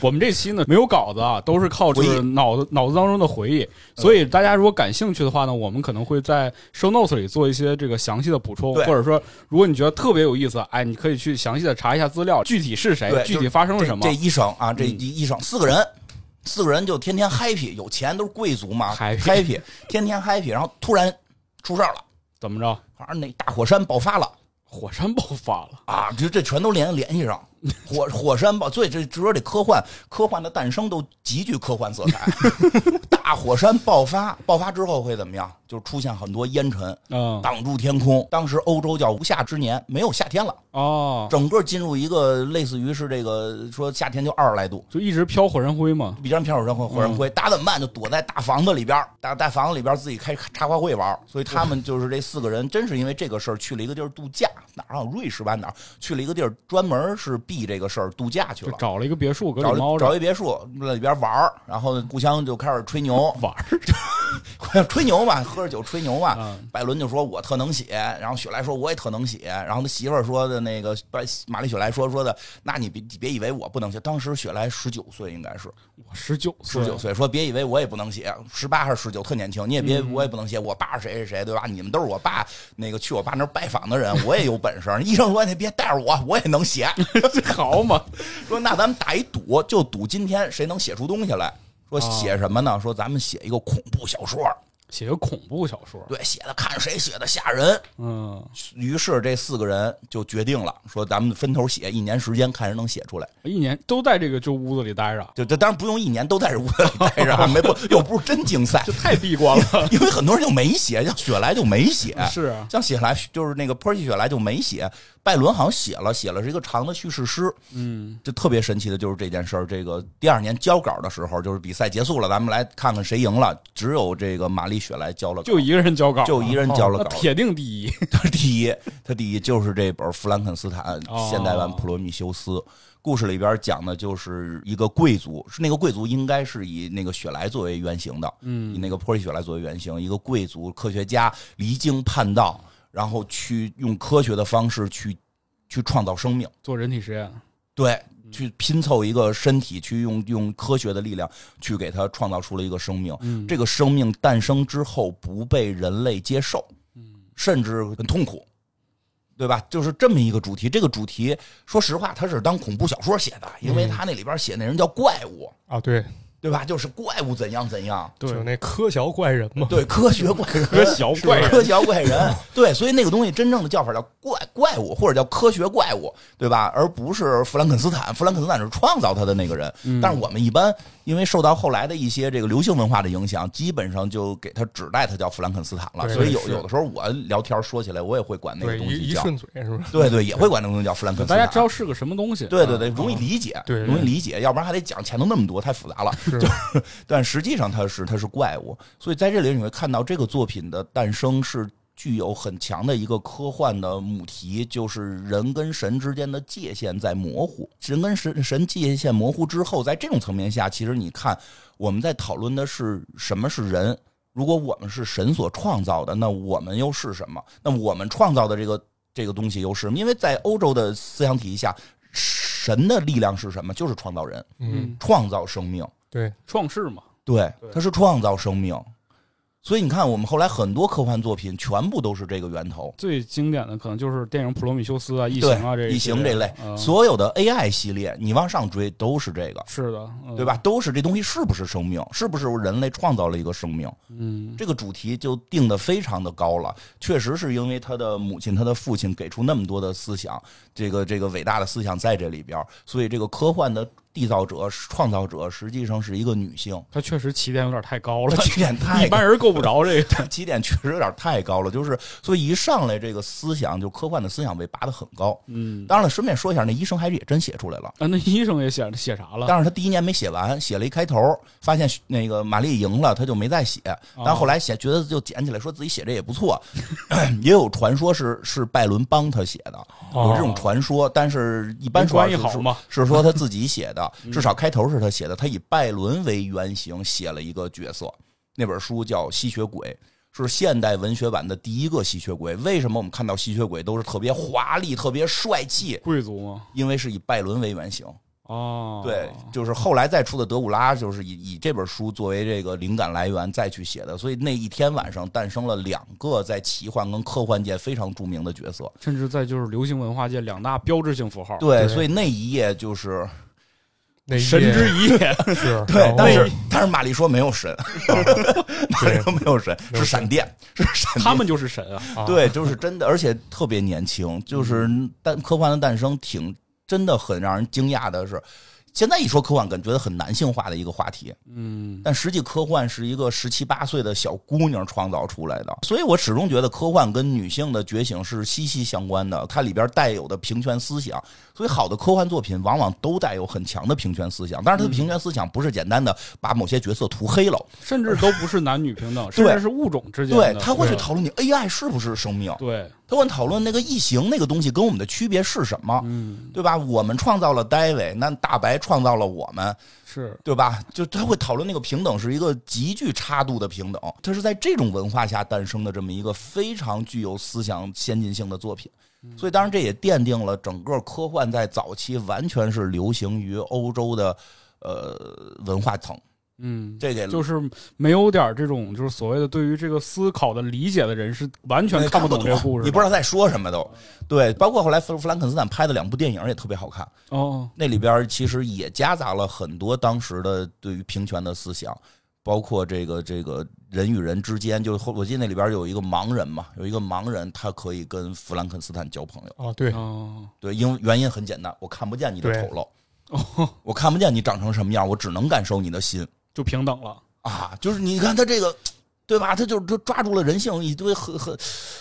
[SPEAKER 1] 我们这期呢没有稿子啊，都是靠就是脑子脑子当中的回
[SPEAKER 2] 嗯
[SPEAKER 1] 忆，所以大家如果感兴趣的话呢，我们可能会在 show notes 里做一些这个详细的补充，
[SPEAKER 2] 对
[SPEAKER 1] 或者说如果你觉得特别有意思，哎，你可以去详细的查一下资料，具体是谁
[SPEAKER 2] 对，
[SPEAKER 1] 具体发生了
[SPEAKER 2] 这
[SPEAKER 1] 什么
[SPEAKER 2] 这。医生啊，这
[SPEAKER 1] 嗯
[SPEAKER 2] 医生四个人，四个人就天天 happy，有钱都是贵族嘛
[SPEAKER 1] Happy
[SPEAKER 2] 天天 happy，然后突然出事儿了，
[SPEAKER 1] 怎么着？
[SPEAKER 2] 好像那大火山爆发了。
[SPEAKER 1] 火山爆发了，
[SPEAKER 2] 啊，这这全都联联
[SPEAKER 1] *laughs*
[SPEAKER 2] 系上，火火山爆，所以这就说这科幻科幻的诞生都极具科幻色
[SPEAKER 1] *laughs*
[SPEAKER 2] 彩。大火山爆发，爆发之后会怎么样？就出现很多烟尘
[SPEAKER 1] 嗯，
[SPEAKER 2] 挡住天空。当时欧洲叫无夏之年，没有夏天了，
[SPEAKER 1] 哦，
[SPEAKER 2] 整个进入一个类似于是这个说夏天就二十来度。
[SPEAKER 1] 就一直飘火山灰嘛。
[SPEAKER 2] 比肩片火山灰，火山灰，大家怎么办？就躲在大房子里边儿，大大房子里边儿自己开茶话会玩儿。所以他们就是这四个人，真是因为这个事儿去了一个地儿度假，哪儿啊？瑞士吧，哪儿去了一个地儿，专门是避这个事儿度假去
[SPEAKER 1] 就
[SPEAKER 2] 了。
[SPEAKER 1] 找了一个别墅搁
[SPEAKER 2] 找
[SPEAKER 1] 里猫
[SPEAKER 2] 了
[SPEAKER 1] 着
[SPEAKER 2] 找一别墅，在里边玩儿，然后互相就开始吹牛，
[SPEAKER 1] *laughs* 玩
[SPEAKER 2] *laughs*
[SPEAKER 1] 儿，
[SPEAKER 2] 吹牛嘛，喝着酒吹牛嘛。
[SPEAKER 1] 嗯
[SPEAKER 2] 拜伦就说我特能写，然后雪莱说我也特能写，然后他媳妇儿说的那个，拜玛丽雪莱说说的，那你别你别以为我不能写，当时雪莱十九岁应该是，
[SPEAKER 1] 我十九岁，
[SPEAKER 2] 十九岁，说别以为我也不能写，十八还是十九，特年轻，你也
[SPEAKER 1] 嗯
[SPEAKER 2] 别我也不能写，我爸是谁谁谁，对吧？你们都是我爸那个去我爸那儿拜访的人，我也有本事。医生说你别带着我，我也能写。
[SPEAKER 1] *laughs* 好嘛，
[SPEAKER 2] 说那咱们打一赌，就赌今天谁能写出东西来。说写什么呢？说咱们写一个恐怖小说，
[SPEAKER 1] 写个恐怖小说，
[SPEAKER 2] 对，写的看谁写的吓人。
[SPEAKER 1] 嗯，
[SPEAKER 2] 于是这四个人就决定了，说咱们分头写，一年时间看谁能写出来。
[SPEAKER 1] 一年都在这个就屋子里待着，
[SPEAKER 2] 就这当然不用一年都在这屋子里待着啊，没不又不是真竞赛
[SPEAKER 1] 这，太闭关
[SPEAKER 2] *laughs*
[SPEAKER 1] 了。 *laughs*
[SPEAKER 2] 因为很多人就没写，像雪莱就没写，
[SPEAKER 1] 是啊，
[SPEAKER 2] 像写来就是那个坡西雪莱就没写，拜伦好像写了，写了是一个长的叙事诗，
[SPEAKER 1] 嗯，
[SPEAKER 2] 就特别神奇的就是这件事儿。这个第二年交稿的时候，就是比赛结束了，咱们来看看谁赢了，只有这个玛丽雪莱交了
[SPEAKER 1] *laughs*
[SPEAKER 2] 稿，
[SPEAKER 1] 就一个人交稿，
[SPEAKER 2] 就一人交了
[SPEAKER 1] 那
[SPEAKER 2] 稿，
[SPEAKER 1] 铁定第一。
[SPEAKER 2] 他第一，他第一就是这本《弗兰肯斯坦
[SPEAKER 1] 哦》
[SPEAKER 2] 现代版《普罗米修斯》。故事里边讲的就是一个贵族，是那个贵族应该是以那个雪莱作为原型的，
[SPEAKER 1] 嗯
[SPEAKER 2] 以那个波利雪莱作为原型，一个贵族科学家离经叛道，然后去用科学的方式去去创造生命，
[SPEAKER 1] *laughs* 做人体实验，
[SPEAKER 2] 对，
[SPEAKER 1] 嗯
[SPEAKER 2] 去拼凑一个身体，去用用科学的力量去给它创造出了一个生命。
[SPEAKER 1] 嗯，
[SPEAKER 2] 这个生命诞生之后不被人类接受，
[SPEAKER 1] 嗯
[SPEAKER 2] 甚至很痛苦，对吧？就是这么一个主题。这个主题，说实话，它是当恐怖小说写的，因
[SPEAKER 1] 嗯
[SPEAKER 2] 为它那里边写那人叫怪物，
[SPEAKER 3] 啊，对，
[SPEAKER 2] 对吧？就是怪物怎样怎样，
[SPEAKER 1] 对
[SPEAKER 3] 就是那科学怪人嘛，
[SPEAKER 2] *laughs* 对，科学怪人，
[SPEAKER 1] 科小怪人
[SPEAKER 2] 科学怪人，对，所以那个东西真正的叫法叫怪怪物，或者叫科学怪物，对吧？而不是弗兰肯斯坦，弗兰肯斯坦是创造他的那个人，但是我们一般因为受到后来的一些这个流行文化的影响，基本上就给他指代他叫弗兰肯斯坦了，
[SPEAKER 3] 对
[SPEAKER 2] 所以有
[SPEAKER 3] 是
[SPEAKER 2] 有的时候我聊天说起来，我也会管那个
[SPEAKER 3] 对，
[SPEAKER 2] 东
[SPEAKER 3] 一
[SPEAKER 2] 西
[SPEAKER 3] 一
[SPEAKER 2] 叫，
[SPEAKER 3] 顺嘴是吧？
[SPEAKER 2] 对对，也会管那个东西叫弗兰肯斯
[SPEAKER 1] 大
[SPEAKER 2] 坦，
[SPEAKER 1] 家知道是个什么东西？
[SPEAKER 2] 对对对，
[SPEAKER 1] 嗯
[SPEAKER 2] 容易理解，
[SPEAKER 3] 对
[SPEAKER 2] 容易理解，要不然还得讲前头那么多，太复杂了。
[SPEAKER 3] 是，
[SPEAKER 2] 但实际上它是它是怪物，所以在这里你会看到这个作品的诞生是具有很强的一个科幻的母题，就是人跟神之间的界限在模糊，人跟神神界限模糊之后，在这种层面下，其实你看我们在讨论的是什么是人。如果我们是神所创造的，那我们又是什么？那我们创造的这个这个东西又是什么？因为在欧洲的思想体系下，神的力量是什么？就是创造人，
[SPEAKER 3] 嗯，
[SPEAKER 1] 嗯，
[SPEAKER 2] 创造生命。
[SPEAKER 3] 对，
[SPEAKER 1] 创世嘛，
[SPEAKER 2] 对
[SPEAKER 1] 对，
[SPEAKER 2] 它是创造生命。所以你看，我们后来很多科幻作品全部都是这个源头。
[SPEAKER 1] 最经典的可能就是电影《普罗米修斯》啊，《异形
[SPEAKER 2] 对，》
[SPEAKER 1] 啊，这
[SPEAKER 2] 异形
[SPEAKER 1] 这
[SPEAKER 2] 这类，
[SPEAKER 1] 嗯
[SPEAKER 2] 所有的 AI 系列，你往上追都是这个，
[SPEAKER 1] 是的，嗯
[SPEAKER 2] 对吧？？都是这东西是不是生命？是不是人类创造了一个生命？
[SPEAKER 1] 嗯，
[SPEAKER 2] 这个主题就定的非常的高了。确实是因为他的母亲、他的父亲给出那么多的思想，这个这个伟大的思想在这里边儿，所以这个科幻的缔造者、创造者实际上是一个
[SPEAKER 1] *laughs*
[SPEAKER 2] 女性。
[SPEAKER 1] 它确实起点有点太高
[SPEAKER 2] 这
[SPEAKER 1] *laughs* 了，
[SPEAKER 2] 起点太
[SPEAKER 1] 一般人够不着
[SPEAKER 2] *laughs*
[SPEAKER 1] 这个。
[SPEAKER 2] 起点确实有点太高了，就是所以一上来这个思想就科幻的思想被拔得很高。
[SPEAKER 1] 嗯，
[SPEAKER 2] 当然了，顺便说一下，那医生还是也真写出来了，
[SPEAKER 1] 啊，那医生也写写啥了？
[SPEAKER 2] 但是他第一年没写完，写了一开头，发现那个玛丽赢了，他就没再写。
[SPEAKER 1] 哦
[SPEAKER 2] 但后来写觉得就捡起来，说自己写这也不错。 *clears throat* 也有传说是是拜伦帮他写的，
[SPEAKER 3] 啊
[SPEAKER 2] 有这种传说，但是一般
[SPEAKER 1] 人
[SPEAKER 2] 说
[SPEAKER 1] 哦
[SPEAKER 2] 法
[SPEAKER 1] 关
[SPEAKER 2] 是
[SPEAKER 1] 系好嘛？
[SPEAKER 2] 是说他自己写
[SPEAKER 1] *laughs*
[SPEAKER 2] 的，
[SPEAKER 1] 嗯
[SPEAKER 2] 至少开头是他写的。他以拜伦为原型写了一个角色，那本书叫《吸血鬼》，是现代文学版的第一个吸血鬼。为什么我们看到吸血鬼都是特别华丽、特别帅气？
[SPEAKER 1] 贵族嘛，
[SPEAKER 2] 因为是以拜伦为原型，
[SPEAKER 1] 哦，
[SPEAKER 2] 对，就是后来再出的德古拉，就是以以这本书作为这个灵感来源再去写的，所以那一天晚上诞生了两个在奇幻跟科幻界非常著名的角色。
[SPEAKER 1] 甚至在就是流行文化界两大标志性符号，
[SPEAKER 2] 对，
[SPEAKER 3] 对
[SPEAKER 2] 所以那一夜就是
[SPEAKER 3] 那一
[SPEAKER 1] 神
[SPEAKER 3] 页
[SPEAKER 1] 之一夜， *laughs*
[SPEAKER 3] 是，
[SPEAKER 2] 对，但
[SPEAKER 3] 然
[SPEAKER 2] 是
[SPEAKER 3] 后
[SPEAKER 2] 但是玛丽说没有神，
[SPEAKER 3] 啊
[SPEAKER 2] 玛丽说没有神
[SPEAKER 3] 没有
[SPEAKER 2] 是
[SPEAKER 3] 神
[SPEAKER 2] 闪电，是闪电。
[SPEAKER 1] 他们就是神啊。
[SPEAKER 3] 啊
[SPEAKER 2] 对，就是真的，而且特别年轻，就是诞科幻的诞生挺真的很让人惊讶的是。现在一说科幻，感觉得很男性化的一个话题，
[SPEAKER 1] 嗯，
[SPEAKER 2] 但实际科幻是一个十七八岁的小姑娘创造出来的，所以我始终觉得科幻跟女性的觉醒是息息相关的，它里边带有的平权思想，所以好的科幻作品往往都带有很强的平权思想，但是它的平权思想不是简单的把某些角色涂黑了，
[SPEAKER 1] 甚至都不是男女平等，甚至是物种之间的。
[SPEAKER 2] 对，他会去
[SPEAKER 1] 对
[SPEAKER 2] 讨论你 AI 是不是生命，
[SPEAKER 1] 对，
[SPEAKER 2] 他会讨论那个异形那个东西跟我们的区别是什么，
[SPEAKER 1] 嗯，
[SPEAKER 2] 对吧？我们创造了 David，那大白创造了我们，
[SPEAKER 1] 是
[SPEAKER 2] 对吧？就他会讨论那个平等是一个极具差度的平等，它是在这种文化下诞生的这么一个非常具有思想先进性的作品。
[SPEAKER 1] 嗯
[SPEAKER 2] 所以，当然这也奠定了整个科幻在早期完全是流行于欧洲的呃文化层。
[SPEAKER 1] 嗯，
[SPEAKER 2] 这得
[SPEAKER 1] 就是没有点这种就是所谓的对于这个思考的理解的人是完全看
[SPEAKER 2] 哎不
[SPEAKER 1] 懂这个故事的，
[SPEAKER 2] 你不知道在说什么都。对，包括后来弗弗兰肯斯坦拍的两部电影也特别好看，
[SPEAKER 1] 哦，
[SPEAKER 2] 那里边其实也夹杂了很多当时的对于平权的思想，包括这个这个人与人之间，就后我记得那里边有一个盲人嘛，有一个盲人他可以跟弗兰肯斯坦交朋友。
[SPEAKER 3] 哦，对，
[SPEAKER 1] 哦，
[SPEAKER 2] 对，因为原因很简单，我看不见你的
[SPEAKER 3] 对
[SPEAKER 2] 丑陋，
[SPEAKER 1] 哦
[SPEAKER 2] 我看不见你长成什么样，我只能感受你的心
[SPEAKER 1] 就平等了，
[SPEAKER 2] 啊！就是你看他这个，对吧？他就就抓住了人性一堆很很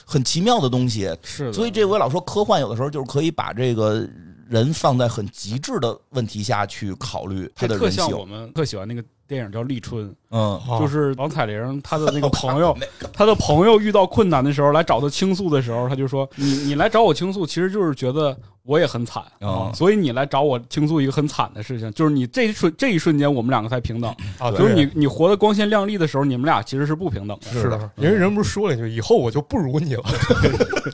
[SPEAKER 2] 很奇妙的东西。
[SPEAKER 1] 是的，
[SPEAKER 2] 所以这我老说科幻有的时候就是可以把这个人放在很极致的问题下去考虑他
[SPEAKER 1] 这
[SPEAKER 2] 的
[SPEAKER 1] 特
[SPEAKER 2] 人
[SPEAKER 1] 像我
[SPEAKER 2] 性。
[SPEAKER 1] 们特喜欢那个电影叫《立春》，
[SPEAKER 2] 嗯，，
[SPEAKER 1] 就
[SPEAKER 3] 哦
[SPEAKER 1] 是王彩玲她的那个朋友
[SPEAKER 2] *laughs* 那个
[SPEAKER 1] 他的朋友遇到困难的时候来找他倾诉的时候，他就说：“你你来找我倾诉，其实就是觉得我也很惨，
[SPEAKER 2] 嗯
[SPEAKER 1] 所以你来找我倾诉一个很惨的事情，就是你这一瞬这一瞬间我们两个才平等，
[SPEAKER 3] 啊，
[SPEAKER 1] 就是
[SPEAKER 3] 对
[SPEAKER 1] 你你活得光鲜亮丽的时候，你们俩其实是不平等的。
[SPEAKER 3] 是的，因为人不是说了一句，以后我就不如你了，
[SPEAKER 1] *laughs*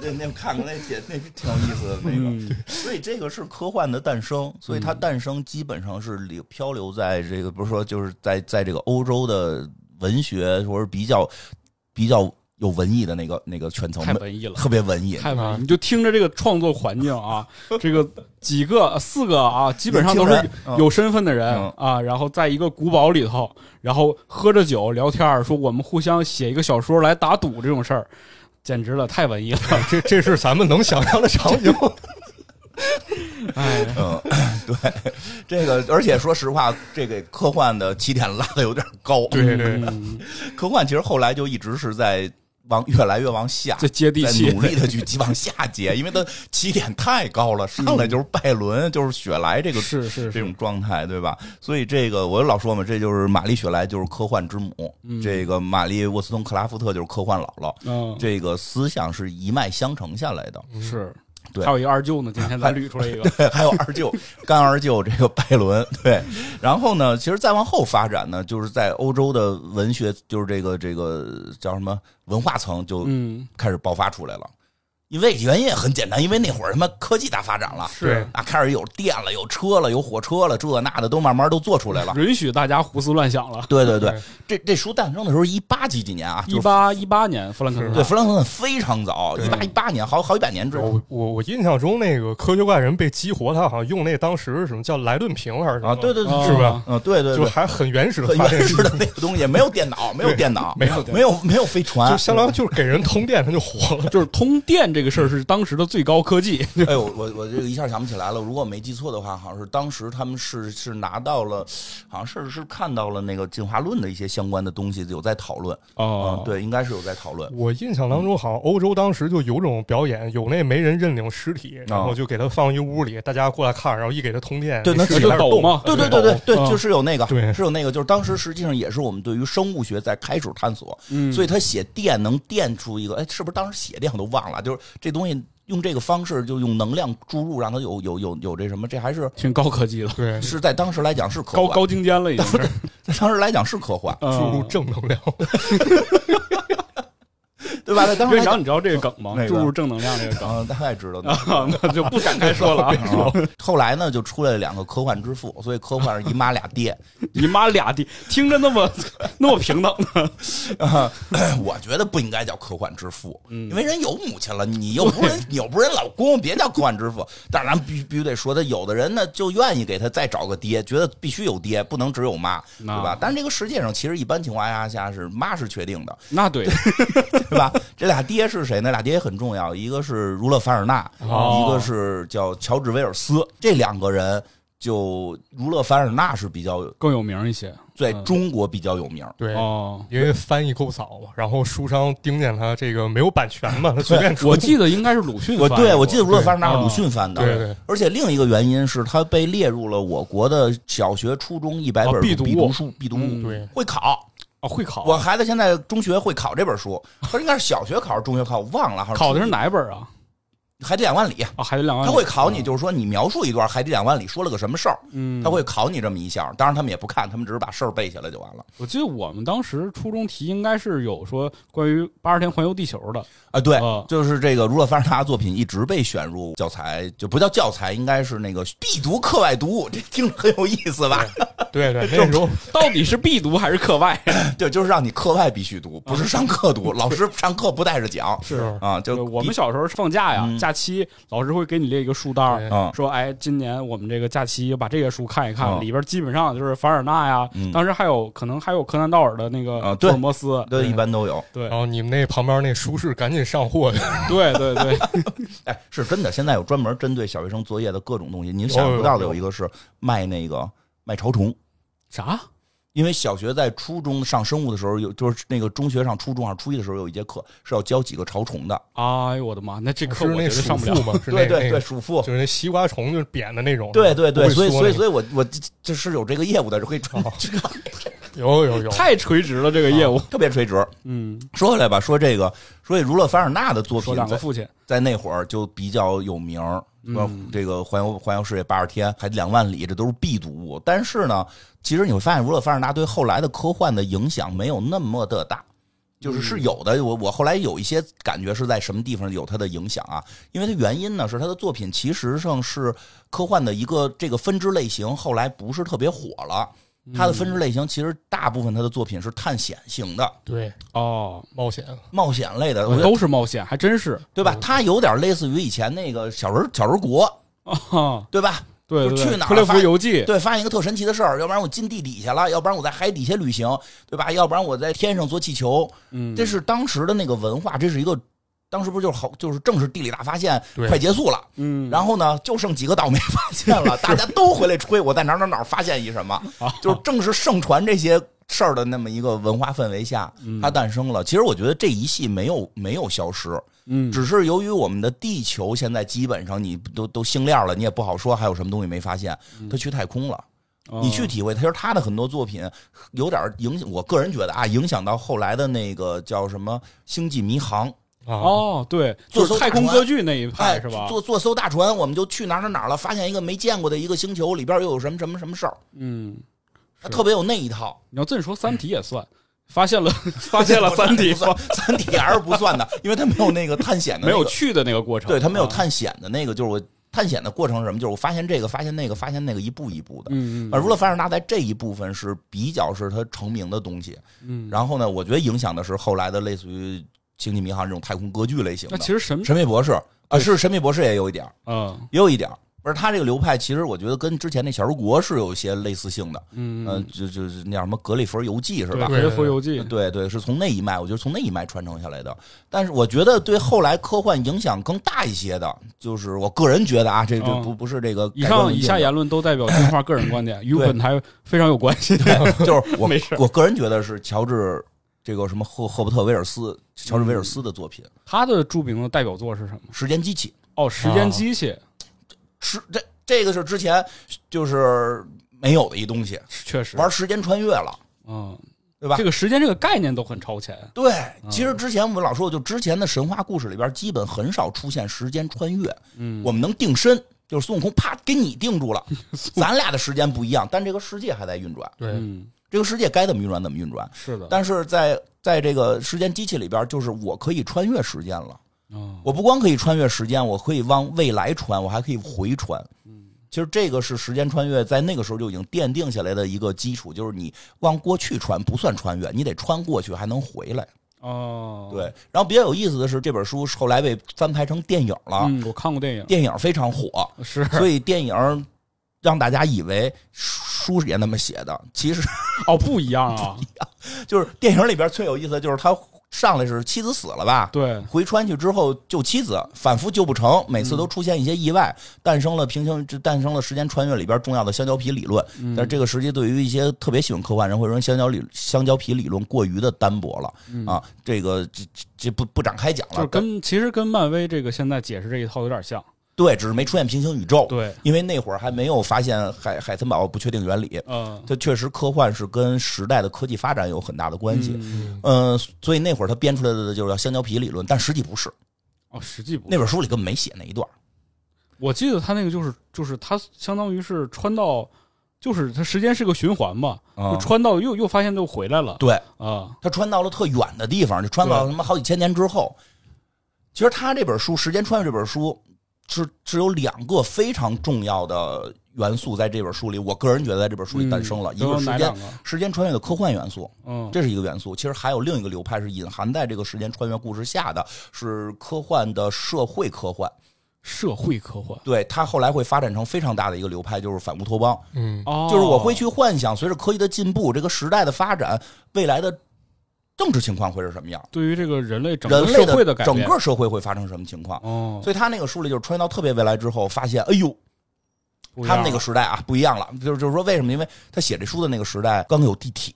[SPEAKER 2] 那那看过那也那是挺有意思的那个。
[SPEAKER 1] 嗯，
[SPEAKER 2] 所以这个是科幻的诞生，所以它诞生基本上是流漂流在这个，不是说就是在在这个欧洲的文学或者比较比较有文艺的那个那个圈层
[SPEAKER 1] 太，文
[SPEAKER 2] *laughs*
[SPEAKER 1] 艺了。
[SPEAKER 2] 特别文艺。
[SPEAKER 1] 太文
[SPEAKER 3] 啊
[SPEAKER 1] 艺，你就听着这个创作环境啊，这个几个四个啊，基本上都是
[SPEAKER 2] 嗯
[SPEAKER 1] 有身份的人
[SPEAKER 2] 嗯
[SPEAKER 1] 啊，然后在一个古堡里头，然后喝着酒聊天儿，说我们互相写一个小说来打赌这种事儿，简直了，太文艺了。
[SPEAKER 3] 这这是咱们能想象的场景。
[SPEAKER 1] 哎，
[SPEAKER 2] 嗯， *laughs* 对，这个而且说实话，这个科幻的起点拉的有点高。
[SPEAKER 3] 对对，
[SPEAKER 1] 嗯
[SPEAKER 2] 科幻其实后来就一直是在往越来越往下，
[SPEAKER 1] 这接地
[SPEAKER 2] 在
[SPEAKER 1] 气
[SPEAKER 2] 努，力的去往下接，因为它起点太高了，上来就是拜伦，就是雪莱这个
[SPEAKER 1] 嗯是是
[SPEAKER 2] 这
[SPEAKER 1] 是，
[SPEAKER 2] 种状态，对吧？所以这个我老说嘛，这就是玛丽雪莱就是科幻之母，
[SPEAKER 1] 嗯
[SPEAKER 2] 这个玛丽沃斯通克拉夫特就是科幻姥姥，
[SPEAKER 1] 嗯，
[SPEAKER 2] 这个思想是一脉相承下来的。
[SPEAKER 1] 是。嗯
[SPEAKER 2] 对
[SPEAKER 1] 还有一个二舅呢，今天咱捋出来一个，
[SPEAKER 2] *laughs* 对，还有二舅、干二舅这个拜伦，对。然后呢，其实再往后发展呢，就是在欧洲的文学，就是这个这个叫什么文化层就
[SPEAKER 1] 嗯，
[SPEAKER 2] 开始爆发出来了。因为原因也很简单，因为那会儿他妈科技大发展了，
[SPEAKER 3] 对
[SPEAKER 1] 是
[SPEAKER 2] 啊，开始有电了，有车了，有火车了，这那的都慢慢都做出来了。
[SPEAKER 1] 允许大家胡思乱想了。
[SPEAKER 2] 对对对
[SPEAKER 3] 对，
[SPEAKER 2] 这这书诞生的时候一八几几年啊，
[SPEAKER 1] 一
[SPEAKER 2] 就是
[SPEAKER 1] 八一八年，弗兰克斯坦
[SPEAKER 2] 对弗兰肯斯坦非常早，
[SPEAKER 3] 对
[SPEAKER 2] 一八一八年好好几百年之后
[SPEAKER 3] 我我我印象中那个科学怪人被激活，他好像用那当时什么叫莱顿瓶还是什么
[SPEAKER 2] 啊，对对对，
[SPEAKER 1] 啊
[SPEAKER 3] 是吧？
[SPEAKER 2] 嗯对对
[SPEAKER 3] 就
[SPEAKER 2] 对，
[SPEAKER 3] 还很原始的
[SPEAKER 2] 很
[SPEAKER 3] 发电
[SPEAKER 2] 原
[SPEAKER 3] 机
[SPEAKER 2] 始，的那个东西，没有电脑，没有
[SPEAKER 3] 对
[SPEAKER 2] 电脑，
[SPEAKER 3] 没有
[SPEAKER 2] 没有没有飞船
[SPEAKER 3] 就，相当于就是给人通电，他就活了。
[SPEAKER 1] 就是通电这个事儿是当时的最高科技， *laughs*
[SPEAKER 2] 哎呦，我我这个一下想不起来了。如果我没记错的话，好像是当时他们是是拿到了，好像是是看到了那个进化论的一些相关的东西有在讨论。
[SPEAKER 1] 哦
[SPEAKER 2] 嗯，，对，应该是有在讨论。
[SPEAKER 3] 我印象当中，好像欧洲当时就有种表演，有那没人认领尸体，然后就给他放一屋里，大家过来看，然后一给他通电，
[SPEAKER 2] 啊对，
[SPEAKER 3] 那
[SPEAKER 2] 那
[SPEAKER 3] 尸体
[SPEAKER 1] 就
[SPEAKER 3] 开始
[SPEAKER 1] 抖
[SPEAKER 3] 动
[SPEAKER 1] 嘛
[SPEAKER 2] 对对
[SPEAKER 3] 对
[SPEAKER 2] 对对对，
[SPEAKER 1] 嗯
[SPEAKER 2] 就是有那个，
[SPEAKER 3] 对
[SPEAKER 2] 是有那个，就是当时实际上也是我们对于生物学在开始探索，
[SPEAKER 1] 嗯
[SPEAKER 2] 所以他写电能电出一个，哎，是不是当时写电我都忘了，就是这东西用这个方式就用能量注入，让它有有有有这什么，这还是
[SPEAKER 1] 挺高科技的，
[SPEAKER 3] 对，
[SPEAKER 2] 是在当时来讲是科
[SPEAKER 1] 高
[SPEAKER 2] 幻，
[SPEAKER 1] 高精尖了已经是。
[SPEAKER 2] 在啊当时来讲是科幻，
[SPEAKER 3] 注入
[SPEAKER 1] 嗯
[SPEAKER 3] 正能量。
[SPEAKER 2] 对吧？在当时
[SPEAKER 1] 岳
[SPEAKER 2] 来
[SPEAKER 1] 翔，
[SPEAKER 2] 讲，
[SPEAKER 1] 你知道这个梗吗？
[SPEAKER 2] 哪个
[SPEAKER 1] 注入正能量这个梗
[SPEAKER 2] 嗯，大概知道。
[SPEAKER 1] *laughs* 啊，那就不展开说了啊。
[SPEAKER 2] 哦后来呢，就出来了两个科幻之父，所以科幻是姨妈俩爹。
[SPEAKER 1] 你妈俩地听着那么那么平等呢？
[SPEAKER 2] 啊，我觉得不应该叫科幻之父，因为人有母亲了，你又不是人，你又不是人老公，别叫科幻之父。但是咱必须必须得说，他有的人呢就愿意给他再找个爹，觉得必须有爹，不能只有妈，对
[SPEAKER 1] 那
[SPEAKER 2] 吧？但是这个世界上其实一般情况下下是妈是确定的，
[SPEAKER 1] *laughs* 那对，*laughs*
[SPEAKER 2] 对吧？这俩爹是谁呢？俩爹也很重要，一个是儒勒凡尔纳，
[SPEAKER 1] 哦
[SPEAKER 2] 一个是叫乔治威尔斯，这两个人。就儒勒凡尔纳是比较
[SPEAKER 1] 更有名一些
[SPEAKER 2] 在
[SPEAKER 1] 嗯
[SPEAKER 2] 中国比较有名儿，
[SPEAKER 3] 对，
[SPEAKER 1] 哦。
[SPEAKER 3] 因为翻译够早嘛，然后书商盯见他这个没有版权
[SPEAKER 1] *laughs*
[SPEAKER 3] 嘛，他随便出。
[SPEAKER 1] 我记得应该是鲁迅
[SPEAKER 2] 我
[SPEAKER 1] 翻译
[SPEAKER 2] 对
[SPEAKER 1] 过
[SPEAKER 2] 我记得儒勒凡尔纳是鲁
[SPEAKER 1] 啊
[SPEAKER 2] 迅翻的，
[SPEAKER 3] 对对
[SPEAKER 2] 而且另一个原因是他被列入了我国的小学、初中一百本
[SPEAKER 1] 啊必读
[SPEAKER 2] 必读书必读
[SPEAKER 1] 嗯
[SPEAKER 3] 对，
[SPEAKER 2] 会考。
[SPEAKER 1] 啊会考，
[SPEAKER 2] 我孩子现在中学会考这本书，他应该是小学考还是中学考，我忘了。好像
[SPEAKER 1] 考的是？哪一本啊？
[SPEAKER 2] 海底两万里》。
[SPEAKER 1] 啊，海底两万
[SPEAKER 2] 他
[SPEAKER 1] 里
[SPEAKER 2] 会考你，就是说你描述一段《海底两万里》说了个什么事儿，
[SPEAKER 1] 嗯，
[SPEAKER 2] 他会考你这么一下。当然他们也不看，他们只是把事儿背下来就完了。
[SPEAKER 1] 我记得我们当时初中题应该是有说关于八十天环游地球的，
[SPEAKER 2] 啊，对
[SPEAKER 1] 啊，
[SPEAKER 2] 就是这个儒勒凡尔纳的作品一直被选入教材，就不叫教材，应该是那个必读课外读物，这听着很有意思吧？
[SPEAKER 1] *laughs*
[SPEAKER 3] 对对，那种
[SPEAKER 1] 到底是必读还是课外？
[SPEAKER 2] 对，就是让你课外必须读，不是上课读。老师上课不带着讲，
[SPEAKER 1] 嗯是
[SPEAKER 2] 啊， *laughs* 就
[SPEAKER 1] 我们小时候放假呀，
[SPEAKER 2] 嗯
[SPEAKER 1] 假期老师会给你列一个书单儿，
[SPEAKER 2] 啊
[SPEAKER 1] 说哎，今年我们这个假期把这些书看一看，
[SPEAKER 2] 嗯
[SPEAKER 1] 里边基本上就是凡尔纳呀
[SPEAKER 2] 嗯，
[SPEAKER 1] 当时还有可能还有柯南道尔的那个
[SPEAKER 2] 啊
[SPEAKER 1] 福
[SPEAKER 2] 对
[SPEAKER 1] 尔摩斯，
[SPEAKER 2] 对，一般都有。
[SPEAKER 1] 对
[SPEAKER 3] 然后你们那旁边那书市赶紧上货
[SPEAKER 1] *laughs*
[SPEAKER 3] 去，
[SPEAKER 1] 对对
[SPEAKER 2] *laughs*
[SPEAKER 1] 对，
[SPEAKER 2] 哎，是真的，现在有专门针对小学生作业的各种东西，您想象不到的有一个是卖那个卖潮虫。
[SPEAKER 1] 啥？
[SPEAKER 2] 因为小学在初中上生物的时候，有就是那个中学上初中还是初一的时候，有一节课是要教几个潮虫的。
[SPEAKER 1] 哎呦我的妈，那这课
[SPEAKER 3] 是
[SPEAKER 1] 我觉
[SPEAKER 3] 那
[SPEAKER 1] 得
[SPEAKER 3] 鼠
[SPEAKER 1] 上不了
[SPEAKER 3] 妇。嘛，
[SPEAKER 1] *laughs*
[SPEAKER 3] 是那
[SPEAKER 2] 对对
[SPEAKER 3] 那
[SPEAKER 2] 对，
[SPEAKER 3] 个
[SPEAKER 2] 鼠妇
[SPEAKER 3] 就，是那西瓜虫就是扁的那种，
[SPEAKER 2] 对对对，
[SPEAKER 3] 不会
[SPEAKER 2] 所以
[SPEAKER 3] 缩
[SPEAKER 2] 所以
[SPEAKER 3] 那
[SPEAKER 2] 所以我我这这是有这个业务的，可以传
[SPEAKER 3] 哦有有有，
[SPEAKER 1] 太垂直了这个业务，
[SPEAKER 2] *laughs* 特别垂直。
[SPEAKER 1] 嗯，
[SPEAKER 2] 说回来吧，说这个，所以儒勒凡尔纳的作
[SPEAKER 1] 说
[SPEAKER 2] 品
[SPEAKER 1] 两个
[SPEAKER 2] 在
[SPEAKER 1] 父亲，
[SPEAKER 2] 在那会儿就比较有名儿，是吧
[SPEAKER 1] 嗯
[SPEAKER 2] 这个环游环游世界八十天，还两万里，这都是必读物。但是呢，其实你会发现，儒勒凡尔纳对后来的科幻的影响没有那么的大。就是
[SPEAKER 1] 嗯
[SPEAKER 2] 是有的，我我后来有一些感觉是在什么地方有它的影响啊？因为它原因呢是它的作品其实上是科幻的一个这个分支类型，后来不是特别火了。它的
[SPEAKER 1] 嗯
[SPEAKER 2] 分支类型其实大部分它的作品是探险型的、
[SPEAKER 3] 对
[SPEAKER 1] 哦，
[SPEAKER 3] 冒险，啊
[SPEAKER 2] 冒险类的，我觉得
[SPEAKER 1] 都是冒险，还真是 *laughs*
[SPEAKER 2] 对吧？它有点类似于以前那个小人小人国，
[SPEAKER 1] 啊，
[SPEAKER 2] 对吧？
[SPEAKER 1] 对
[SPEAKER 2] 就
[SPEAKER 1] 对，
[SPEAKER 2] 去哪儿
[SPEAKER 1] 克雷
[SPEAKER 2] 发
[SPEAKER 1] 夫游记，
[SPEAKER 2] 对，发现一个特神奇的事儿，要不然我进地底下了，要不然我在海底下旅行，对吧？要不然我在天上坐气球，
[SPEAKER 1] 嗯，
[SPEAKER 2] 这是当时的那个文化，这是一个。当时不就是好，就是正是地理大发现
[SPEAKER 3] 对
[SPEAKER 2] 快结束了，
[SPEAKER 1] 嗯，
[SPEAKER 2] 然后呢，就剩几个倒霉发现了，大家都回来吹我在哪儿哪儿哪儿发现一什么，就是正是盛传这些事儿的那么一个文化氛围下，它诞生了。其实我觉得这一系没有没有消失，
[SPEAKER 1] 嗯，
[SPEAKER 2] 只是由于我们的地球现在基本上你都都星链了，你也不好说还有什么东西没发现，它去太空了。你去
[SPEAKER 1] 哦
[SPEAKER 2] 体会，其实他的很多作品有点影响，我个人觉得啊，影响到后来的那个叫什么《星际迷航》，
[SPEAKER 3] 啊，
[SPEAKER 1] 哦，对，
[SPEAKER 2] 坐
[SPEAKER 1] 就是
[SPEAKER 2] 艘
[SPEAKER 1] 太
[SPEAKER 2] 大
[SPEAKER 1] 空
[SPEAKER 2] 船
[SPEAKER 1] 歌剧那一派
[SPEAKER 2] 哎，
[SPEAKER 1] 是吧？
[SPEAKER 2] 坐坐艘大船，我们就去哪儿哪儿哪儿了，发现一个没见过的一个星球，里边又有什么什么什么事儿，
[SPEAKER 1] 嗯，
[SPEAKER 2] 他特别有那一套。
[SPEAKER 1] 你要这么说，《三体》也算发现了，发现
[SPEAKER 2] *laughs*
[SPEAKER 1] 了《三体
[SPEAKER 2] 不》算，三体还是不算的，因为他没有那个探险的、
[SPEAKER 1] 没
[SPEAKER 2] 那个，
[SPEAKER 1] 有去的那个过程，
[SPEAKER 2] 对他没有
[SPEAKER 1] 啊，
[SPEAKER 2] 探险的那个，就是我探险的过程是什么，就是我发现这个，发现那个，发现那个，一步一步的。
[SPEAKER 1] 嗯
[SPEAKER 2] 而儒勒凡尔纳在这一部分是比较是他成名的东西，
[SPEAKER 1] 嗯，
[SPEAKER 2] 然后呢，我觉得影响的是后来的类似于《星际迷航》这种太空歌剧类型
[SPEAKER 1] 那
[SPEAKER 2] 的。
[SPEAKER 1] 其实神，
[SPEAKER 2] 神秘博士啊，是神秘博士也有一点儿，
[SPEAKER 1] 嗯
[SPEAKER 2] 也有一点儿。不是他这个流派，其实我觉得跟之前那《小人国》是有一些类似性的，
[SPEAKER 1] 嗯，
[SPEAKER 2] 嗯，就就是那叫什么《格里佛游记》是
[SPEAKER 1] 对，
[SPEAKER 2] 吧？
[SPEAKER 1] 《雷佛游记》
[SPEAKER 2] 对对，是从那一脉，我觉得从那一脉传承下来的。但是我觉得对后来科幻影响更大一些的，就是我个人觉得啊，这这
[SPEAKER 1] 嗯
[SPEAKER 2] 不不是这个
[SPEAKER 1] 以
[SPEAKER 2] 改观
[SPEAKER 1] 上
[SPEAKER 2] 论
[SPEAKER 1] 以
[SPEAKER 2] 定
[SPEAKER 1] 下
[SPEAKER 2] 的
[SPEAKER 1] 言论都代表金花个人观
[SPEAKER 2] *laughs*
[SPEAKER 1] 点，与本台非常有关系。
[SPEAKER 2] 就是我
[SPEAKER 1] *laughs* 没事
[SPEAKER 2] 我个人觉得是乔治这个什么赫赫伯特·威尔斯，乔治·威尔斯的作品
[SPEAKER 1] 他的著名的代表作是什么？
[SPEAKER 2] 《时间机器》
[SPEAKER 1] 哦，《时
[SPEAKER 2] 啊
[SPEAKER 1] 间机器》
[SPEAKER 2] 是这这个是之前就是没有的一东西，
[SPEAKER 1] 确实，
[SPEAKER 2] 玩时间穿越了。
[SPEAKER 1] 嗯，
[SPEAKER 2] 对吧
[SPEAKER 1] 这个时间这个概念都很超前，
[SPEAKER 2] 对，嗯其实之前我们老说，就之前的神话故事里边，基本很少出现时间穿越。
[SPEAKER 1] 嗯，
[SPEAKER 2] 我们能定身，就是孙悟空啪给你定住了，咱俩的时间不一样，但这个世界还在运转，
[SPEAKER 3] 对，
[SPEAKER 1] 嗯，
[SPEAKER 2] 这个世界该怎么运转怎么运转。
[SPEAKER 1] 是的，
[SPEAKER 2] 但是在在这个时间机器里边，就是我可以穿越时间了。
[SPEAKER 1] 嗯
[SPEAKER 2] 我不光可以穿越时间，我可以往未来穿，我还可以回穿。其实这个是时间穿越在那个时候就已经奠定下来的一个基础，就是你往过去穿不算穿越，你得穿过去还能回来。
[SPEAKER 1] 哦，
[SPEAKER 2] 对，，然后比较有意思的是，这本书后来被翻拍成电影了，
[SPEAKER 1] 嗯，我看过电影，
[SPEAKER 2] 啊电影非
[SPEAKER 1] *laughs*
[SPEAKER 2] 常火，
[SPEAKER 1] 是
[SPEAKER 2] 所以电影让大家以为书书也那么写的，其实
[SPEAKER 1] 哦，不一样啊，
[SPEAKER 2] 就是电影里边最有意思的就是他上来是妻子死了吧，
[SPEAKER 1] 对，
[SPEAKER 2] 回川去之后救妻子，反复救不成，每次都出现一些意外，诞生了平行，就诞生了时间穿越里边重要的香蕉皮理论。
[SPEAKER 1] 嗯
[SPEAKER 2] 但是这个时期对于一些特别喜欢科幻人，会认为香蕉理香蕉皮理论过于的单薄了、啊，这个这这这不不展开讲
[SPEAKER 1] 嗯
[SPEAKER 2] 了，
[SPEAKER 1] 就是跟其实跟漫威这个现在解释这一套有点像，
[SPEAKER 2] 对，只是没出现平行宇宙，
[SPEAKER 1] 对，
[SPEAKER 2] 因为那会儿还没有发现海海森堡不确定原理，
[SPEAKER 1] 嗯，
[SPEAKER 2] 它确实科幻是跟时代的科技发展有很大的关系。
[SPEAKER 1] 嗯
[SPEAKER 2] 嗯、所以那会儿他编出来的就是叫香蕉皮理论，但实际不是，
[SPEAKER 1] 哦，实际不
[SPEAKER 2] 那，本书里根本没写那一段。
[SPEAKER 1] 我记得他那个就是就是他相当于是穿到，就是他时间是个循环嘛，
[SPEAKER 2] 啊
[SPEAKER 1] 就穿到又又发现又回来了，
[SPEAKER 2] 对，
[SPEAKER 1] 啊，
[SPEAKER 2] 他穿到了特远的地方，就穿到
[SPEAKER 1] 对
[SPEAKER 2] 什么好几千年之后。其实他这本书《时间穿越》这本书，是只有两个非常重要的元素在这本书里，我个人觉得在这本书里诞生了，一
[SPEAKER 1] 嗯都
[SPEAKER 2] 个
[SPEAKER 1] 有
[SPEAKER 2] 是时
[SPEAKER 1] 哪
[SPEAKER 2] 间
[SPEAKER 1] 两个？
[SPEAKER 2] 时间穿越的科幻元素，
[SPEAKER 1] 嗯，
[SPEAKER 2] 这是一个元素。其实还有另一个流派是隐含在这个时间穿越故事下的，是科幻的社会科幻。
[SPEAKER 1] 社会科幻
[SPEAKER 2] 对，它后来会发展成非常大的一个流派，就是反乌托邦。
[SPEAKER 3] 嗯，
[SPEAKER 1] 哦
[SPEAKER 2] 就是我会去幻想，随着科技的进步，这个时代的发展，未来的政治情况会是什么样？
[SPEAKER 1] 对于这个人类整
[SPEAKER 2] 人
[SPEAKER 1] 个
[SPEAKER 2] 类
[SPEAKER 1] 社会的改变，
[SPEAKER 2] 整个社会会发生什么情况？
[SPEAKER 1] 哦，
[SPEAKER 2] 所以他那个书里就是穿越到特别未来之后，发现，哎呦，
[SPEAKER 1] 不一
[SPEAKER 2] 他
[SPEAKER 1] 样
[SPEAKER 2] 们那个时代啊不一样了。就是就是说，为什么？因为他写这书的那个时代刚有
[SPEAKER 1] *laughs*
[SPEAKER 2] 地铁，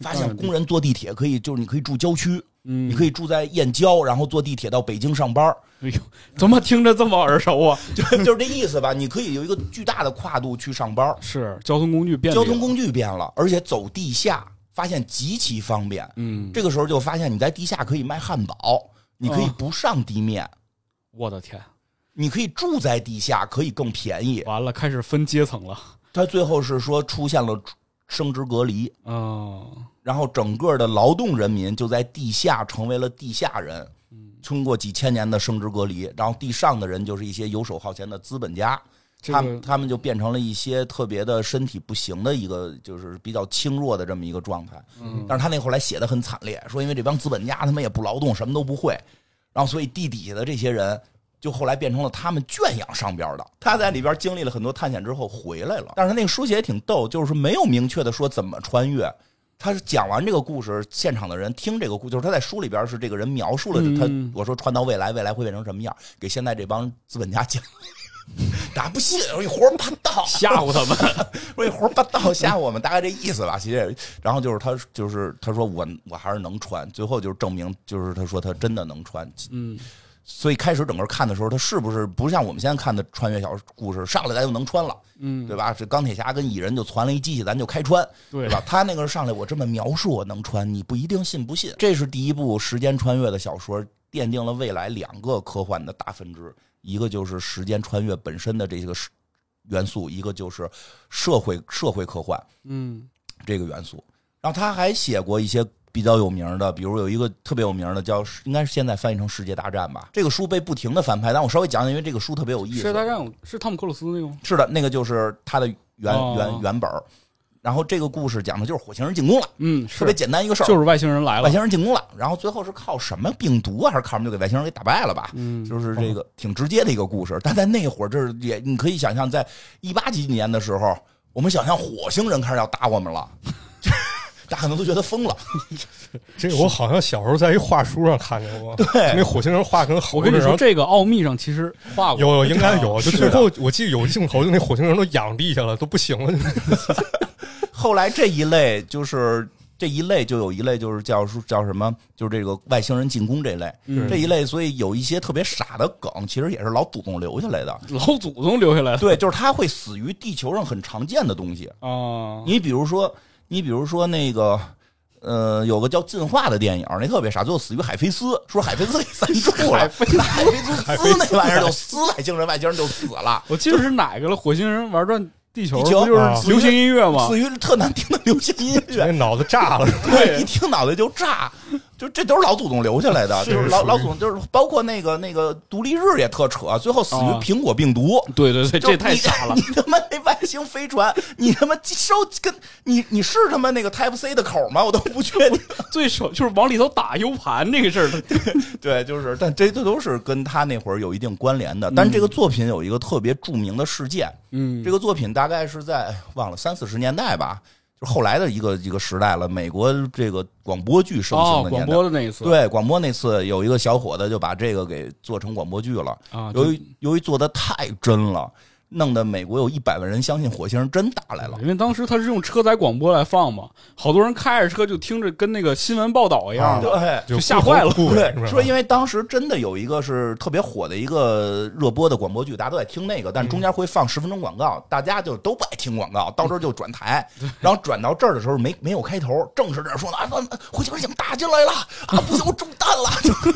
[SPEAKER 2] 发现工人坐地铁可以，就是你可以住郊区，
[SPEAKER 1] 嗯，
[SPEAKER 2] 你可以住在燕郊，然后坐地铁到北京上
[SPEAKER 1] *laughs*
[SPEAKER 2] 班，
[SPEAKER 1] 哎呦，怎么听着这么耳熟啊？
[SPEAKER 2] 就就是这意思吧？你可以有一个巨大的跨度去上班，
[SPEAKER 1] 是交通工具变，
[SPEAKER 2] 交通，工具变了，而且走地下发现极其方便。
[SPEAKER 1] 嗯，
[SPEAKER 2] 这个时候就发现你在地下可以卖汉堡，你可以
[SPEAKER 1] 嗯
[SPEAKER 2] 不上地面，
[SPEAKER 1] 我的天，
[SPEAKER 2] 你可以住在地下，可以更便宜。
[SPEAKER 1] 完了，开始分阶层了，
[SPEAKER 2] 他最后是说出现了生殖隔离，
[SPEAKER 1] 嗯，
[SPEAKER 2] 然后整个的劳动人民就在地下成为了地下人。通过几千年的生殖隔离，然后地上的人就是一些游手好闲的资本家，
[SPEAKER 1] 这
[SPEAKER 2] 他们
[SPEAKER 1] 个
[SPEAKER 2] 他们就变成了一些特别的身体不行的一个，就是比较轻弱的这么一个状态。
[SPEAKER 1] 嗯
[SPEAKER 2] 但是他那后来写的很惨烈，说因为这帮资本家他们也不劳动，什么都不会，然后所以地底下的这些人就后来变成了他们圈养上边的。他在里边经历了很多探险之后回来了，但是他那个书写也挺逗，就是没有明确的说怎么穿越。他是讲完这个故事，现场的人听这个故，就是他在书里边是这个人描述了他，
[SPEAKER 1] 嗯
[SPEAKER 2] 我说传到未来，未来会变成什么样，给现在这帮资本家讲。大家不信，我说你胡说八道，
[SPEAKER 1] 吓唬他
[SPEAKER 2] *laughs*
[SPEAKER 1] 们，
[SPEAKER 2] 说你胡说八道吓我们，大概这意思吧。其实也，然后就是他，就是他说我我还是能穿，最后就是证明，就是他说他真的能穿。
[SPEAKER 1] 嗯，
[SPEAKER 2] 所以开始整个看的时候，他是不是不像我们现在看的穿越小故事，上来咱就能穿了，
[SPEAKER 1] 嗯
[SPEAKER 2] 对吧？这钢铁侠跟蚁人就传了一机器，咱就开穿，
[SPEAKER 1] 对
[SPEAKER 2] 对吧？他那个上来我这么描述我能穿，你不一定信不信。这是第一部时间穿越的小说，奠定了未来两个科幻的大分支，一个就是时间穿越本身的这个是元素，一个就是社会社会科幻。
[SPEAKER 1] 嗯，
[SPEAKER 2] 这个元素。然后他还写过一些比较有名的，比如有一个特别有名的叫，应该是现在翻译成《世界大战》吧。这个书被不停的翻拍，但我稍微讲讲，因为这个书特别有意思。
[SPEAKER 1] 世界大战是汤姆克鲁斯那个吗？
[SPEAKER 2] 是的，那个就是他的原、
[SPEAKER 1] 哦
[SPEAKER 2] 原原本儿。然后这个故事讲的就是火星人进攻了，
[SPEAKER 1] 嗯，
[SPEAKER 2] 特
[SPEAKER 1] 是
[SPEAKER 2] 别，简单一个事儿，
[SPEAKER 1] 就是外星人来
[SPEAKER 2] 外
[SPEAKER 1] 了，
[SPEAKER 2] 星人进攻了。然后最后是靠什么病毒啊，还是靠什么就给外星人给打败了吧？
[SPEAKER 1] 嗯，
[SPEAKER 2] 就是这个挺直接的一个故事。但在那会儿，这是也你可以想象，在一八几几年的时候，我们想象火星人开始要打我们了， *laughs* 大家可能都觉得疯了。
[SPEAKER 3] 这个我好像小时候在一画书上看见过，
[SPEAKER 2] 对
[SPEAKER 3] 那火星人画跟猴
[SPEAKER 1] 我
[SPEAKER 3] 子，
[SPEAKER 1] 跟你
[SPEAKER 3] 然
[SPEAKER 1] 说，
[SPEAKER 3] 后
[SPEAKER 1] 这个奥秘上其实画过，
[SPEAKER 3] 有有应该有，
[SPEAKER 2] 是
[SPEAKER 3] 就
[SPEAKER 2] 的
[SPEAKER 3] 最后我记得有镜头，就那火星人都仰地下了，都不行了。
[SPEAKER 2] 后来这一类就是这一类就有一类就是叫叫什么，就是这个外星人进攻这类、
[SPEAKER 1] 嗯
[SPEAKER 2] 这一类，所以有一些特别傻的梗，其实也是老祖宗留下来的。
[SPEAKER 1] 老祖宗留下来的
[SPEAKER 2] 对，就是他会死于地球上很常见的东西。
[SPEAKER 1] 啊，
[SPEAKER 2] 你比如说，你比如说那个。呃，有个叫《进化》的电影，那特别傻，最后死于海飞丝，说海飞丝给咱住了，海飞丝撕那玩意儿就撕外星人，外星人就死
[SPEAKER 1] *laughs*
[SPEAKER 2] 了，
[SPEAKER 1] 我记得是哪个了，火星人玩转地球，
[SPEAKER 2] 地球
[SPEAKER 1] 不就
[SPEAKER 3] 啊
[SPEAKER 1] 是流行音乐吗
[SPEAKER 2] 死？于特难听的流行
[SPEAKER 1] *laughs*
[SPEAKER 2] 音乐
[SPEAKER 3] 那，脑子炸了，
[SPEAKER 2] 对，一听脑袋就炸，就这都是老祖宗留下来的，
[SPEAKER 3] 是
[SPEAKER 2] 就是老
[SPEAKER 3] 是
[SPEAKER 2] 老祖宗，就是包括那个那个独立日也特扯，最后死于苹果病毒。
[SPEAKER 1] 哦对对对，
[SPEAKER 2] 就
[SPEAKER 1] 这
[SPEAKER 2] 是
[SPEAKER 1] 太
[SPEAKER 2] 你
[SPEAKER 1] 傻了
[SPEAKER 2] *laughs* 你他妈那外星飞船，你他妈收跟你你是他妈那个 Type C 的口吗？我都不确定。
[SPEAKER 1] 最手就是往里头打 U 盘这个事儿，
[SPEAKER 2] *laughs* 对，就是，但这这都是跟他那会儿有一定关联的。但这个作品有一个特别著名的事件，
[SPEAKER 1] 嗯
[SPEAKER 2] 这个作品大概是在哎忘了三四十年代吧，就是后来的一个一个时代了。美国这个广播剧盛行
[SPEAKER 1] 哦，
[SPEAKER 2] 的年代，
[SPEAKER 1] 广播的那一次，
[SPEAKER 2] 对，广播那次有一个小伙子就把这个给做成广播剧了，
[SPEAKER 1] 啊，
[SPEAKER 2] 由于由于做的太真了，弄得美国有一百万人相信火星人真打来了。
[SPEAKER 1] 因为当时他是用车载广播来放嘛，好多人开着车就听着跟那个新闻报道一样的，*laughs*
[SPEAKER 2] 对。
[SPEAKER 1] 就吓坏了
[SPEAKER 3] 故
[SPEAKER 2] 对，
[SPEAKER 3] 是
[SPEAKER 2] 说
[SPEAKER 3] 吧？
[SPEAKER 2] 因为当时真的有一个是特别火的一个热播的广播剧，大家都在听那个，但中间会放十分钟广告，大家就都不爱听广告，到这儿就转台，然后转到这儿的时候没没有开头，正是这儿说呢啊，火星人已经打进来了啊，不行，我中弹了。 *laughs* 就